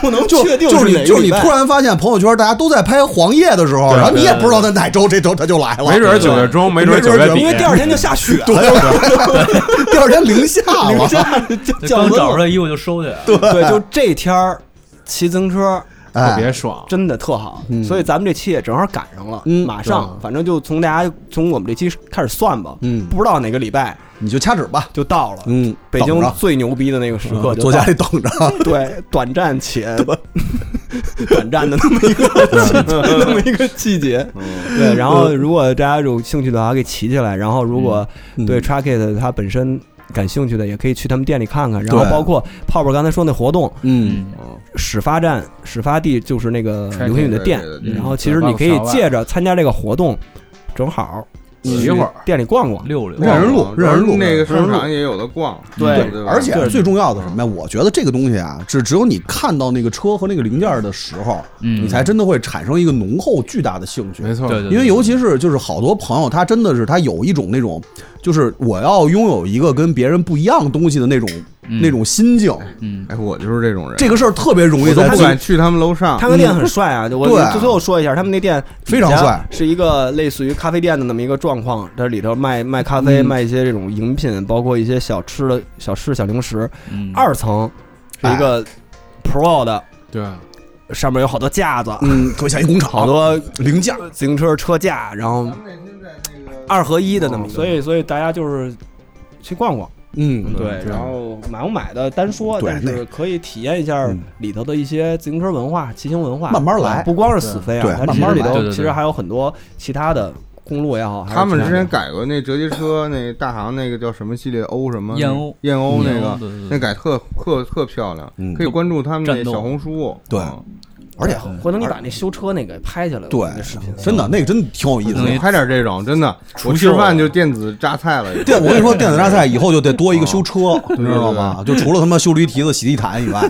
Speaker 3: 不能
Speaker 4: 就
Speaker 3: 确定
Speaker 4: 就是
Speaker 3: 哪
Speaker 4: 你
Speaker 3: 个
Speaker 4: 就是你
Speaker 3: 礼拜
Speaker 4: 突然发现朋友圈大家都在拍黄叶的时候，
Speaker 6: 对
Speaker 4: 然后你也
Speaker 6: 对
Speaker 4: 不知道在哪周这周它就来了，
Speaker 6: 没准儿九月中没准儿九月底
Speaker 4: 没准儿
Speaker 6: 因为第二天
Speaker 3: 就下雪了
Speaker 4: 对，第二天零下了，
Speaker 3: 零下 降
Speaker 7: 刚
Speaker 3: 温了
Speaker 7: 找出来衣服就收啊起来了。
Speaker 3: 对，就这天儿骑自行车。
Speaker 7: 哎特别爽
Speaker 3: 真的特好。
Speaker 7: 嗯
Speaker 3: 所以咱们这期也正好赶上了，
Speaker 4: 嗯
Speaker 3: 马上，反正就从大家从我们这期开始算吧。嗯，不知道哪个礼拜，
Speaker 4: 你就掐指吧，
Speaker 3: 就到了。
Speaker 4: 嗯，
Speaker 3: 北京
Speaker 4: 等着
Speaker 3: 最牛逼的那个时刻
Speaker 4: 嗯
Speaker 3: 就到了，
Speaker 4: 坐家里等着
Speaker 3: 对，短暂且 短暂的那么一个季那么一个季节。
Speaker 4: 嗯
Speaker 3: 对，然后如果大家有兴趣的话，可以骑起来。然后如果
Speaker 4: 嗯
Speaker 3: 对 Tracket 它本身感兴趣的，也可以去他们店里看看。然后
Speaker 12: 对
Speaker 3: 包括泡泡刚才说那活动，
Speaker 4: 嗯，
Speaker 3: 始发站、始发地就是那个刘宇的店
Speaker 12: Tracket 的。店
Speaker 3: 然后其实你可以借着参加这个活动，正好。
Speaker 4: 骑一会儿
Speaker 3: 店里逛逛，
Speaker 7: 溜
Speaker 4: 溜认人
Speaker 5: 啊
Speaker 4: 路认人路
Speaker 5: 那个商
Speaker 4: 认人
Speaker 5: 场
Speaker 4: 路
Speaker 5: 也有的逛，对吧，
Speaker 4: 而且啊最重要的是什么呀？我觉得这个东西啊，只只有你看到那个车和那个零件儿的时候，
Speaker 5: 嗯
Speaker 4: 你才真的会产生一个浓厚巨大的兴趣。没
Speaker 6: 错
Speaker 7: 对对对
Speaker 4: 因为尤其是就是好多朋友，他真的是他有一种那种，就是我要拥有一个跟别人不一样东西的那种、那种心境。
Speaker 7: 嗯，
Speaker 4: 哎，
Speaker 5: 我就是这种人。
Speaker 4: 这个事儿特别容易
Speaker 5: 我都
Speaker 4: 在
Speaker 5: 不
Speaker 4: 自己
Speaker 5: 敢去他们楼上。嗯
Speaker 3: 他们店很帅啊！我
Speaker 5: 对
Speaker 3: 最后说一下，他们那店
Speaker 5: 非常
Speaker 3: 底下
Speaker 5: 帅
Speaker 3: 是一个类似于咖啡店的那么一个状况。这里头卖卖咖啡，
Speaker 4: 嗯
Speaker 3: 卖一些这种饮品，包括一些小吃的小吃、小零食。
Speaker 7: 嗯
Speaker 3: 二层是一个
Speaker 4: 哎
Speaker 3: Pro 的，
Speaker 6: 对，
Speaker 3: 上面有好多架子，
Speaker 4: 嗯，特别像一工厂，
Speaker 3: 好多
Speaker 4: 零件、
Speaker 3: 自行车车架，然后二合一的那么一个。所以，所以大家就是去逛逛。
Speaker 4: 嗯
Speaker 3: 对，然后买不买的单说，
Speaker 4: 对嗯
Speaker 3: 但是可以体验一下里头的一些自行车文化、骑行文化，
Speaker 4: 慢慢来
Speaker 3: 啊不光是死飞
Speaker 4: 对
Speaker 3: 啊，它
Speaker 4: 慢
Speaker 3: 其实
Speaker 4: 慢
Speaker 3: 里
Speaker 4: 来
Speaker 3: 头
Speaker 4: 对对对
Speaker 3: 其实还有很多其他的公路也好，还有
Speaker 5: 他们之
Speaker 3: 其
Speaker 5: 前
Speaker 3: 的
Speaker 5: 改过那折叠车，那大航那个叫什么系列欧什么
Speaker 3: 燕欧
Speaker 5: 燕欧那
Speaker 3: 燕欧
Speaker 5: 个
Speaker 3: 对对对，
Speaker 5: 那改特特特漂亮，
Speaker 3: 嗯
Speaker 5: 可以关注他们那小红书。
Speaker 4: 对，而且
Speaker 3: 回头你把那修车那个拍下来，
Speaker 4: 对
Speaker 3: 那视频，啊
Speaker 4: 真的那个真的挺有意思的。
Speaker 5: 嗯拍点这种真的，
Speaker 4: 除
Speaker 5: 我
Speaker 4: 锈
Speaker 5: 吃饭就电子榨菜了。
Speaker 4: 电，我跟你说，电子榨菜 以后就得多一个修
Speaker 3: 啊
Speaker 4: 车， 你知道吗？
Speaker 5: 对对
Speaker 4: 就除了他妈修驴蹄子、洗地毯以外，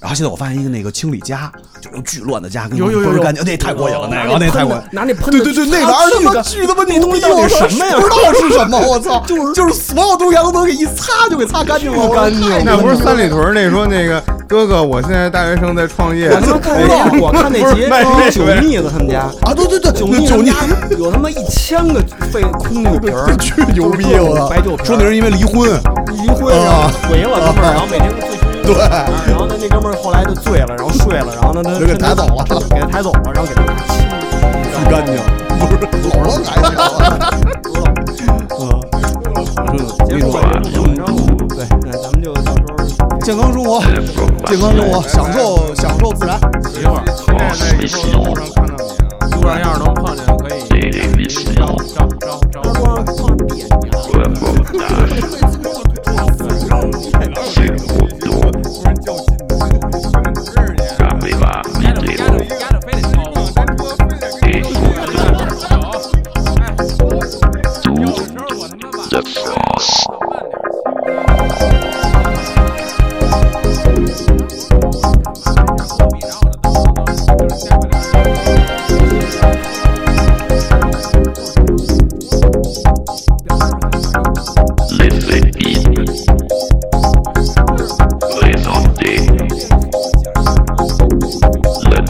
Speaker 4: 然后现在我发现一个那个清理家，就是巨乱的家，跟
Speaker 3: 有有有
Speaker 4: 倍
Speaker 3: 有
Speaker 4: 儿干净，那太过瘾了，
Speaker 3: 拿
Speaker 4: 那个那
Speaker 3: 喷
Speaker 4: 太
Speaker 3: 的
Speaker 4: 过瘾。
Speaker 3: 拿那喷的，
Speaker 4: 对对对那玩意儿他妈巨他妈
Speaker 3: 那东西啊
Speaker 4: 牛
Speaker 3: 到
Speaker 4: 逼
Speaker 3: 底
Speaker 4: 我
Speaker 3: 是什么呀？
Speaker 4: 不知道是什么，我 操！就是就是所有东西都能给一擦就给擦干净了，
Speaker 5: 干净
Speaker 4: 我说太，
Speaker 5: 那不是三里屯那说那个哥哥，我现在大学生在创业。
Speaker 3: 我他妈看 那家，我看那哦节那
Speaker 5: 酒
Speaker 3: 酒腻子他们家
Speaker 4: 啊，对对对，
Speaker 3: 酒腻子他们家有他妈一千个废 空酒瓶儿，
Speaker 4: 巨牛逼，我操
Speaker 3: 白酒！瓶儿
Speaker 4: 说你是因为离婚，
Speaker 3: 离婚然后回了哥们儿，然后每天都醉醺醺
Speaker 4: 哦
Speaker 3: 的
Speaker 4: 对
Speaker 3: 然后呢那哥们儿后来就醉了，然后睡了，然后呢他
Speaker 4: 就给抬走了，
Speaker 3: 给他抬走了，然后给他拿亲，
Speaker 4: 巨干净，不是老了还行。
Speaker 3: 结束了，然后对，那咱们就到时候。
Speaker 4: 健康生活，健康生活，享受享受自然。
Speaker 6: 一会儿，路上要是能碰见，可以招招招招。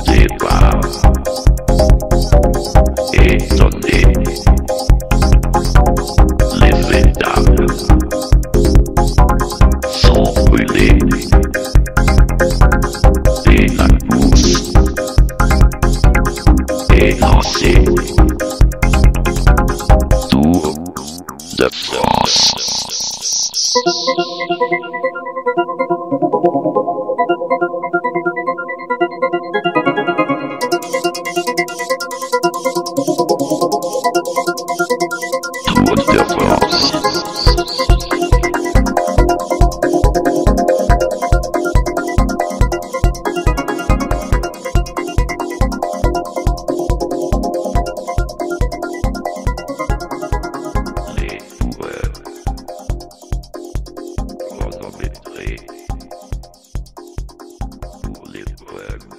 Speaker 2: Live it up. the Pour les web.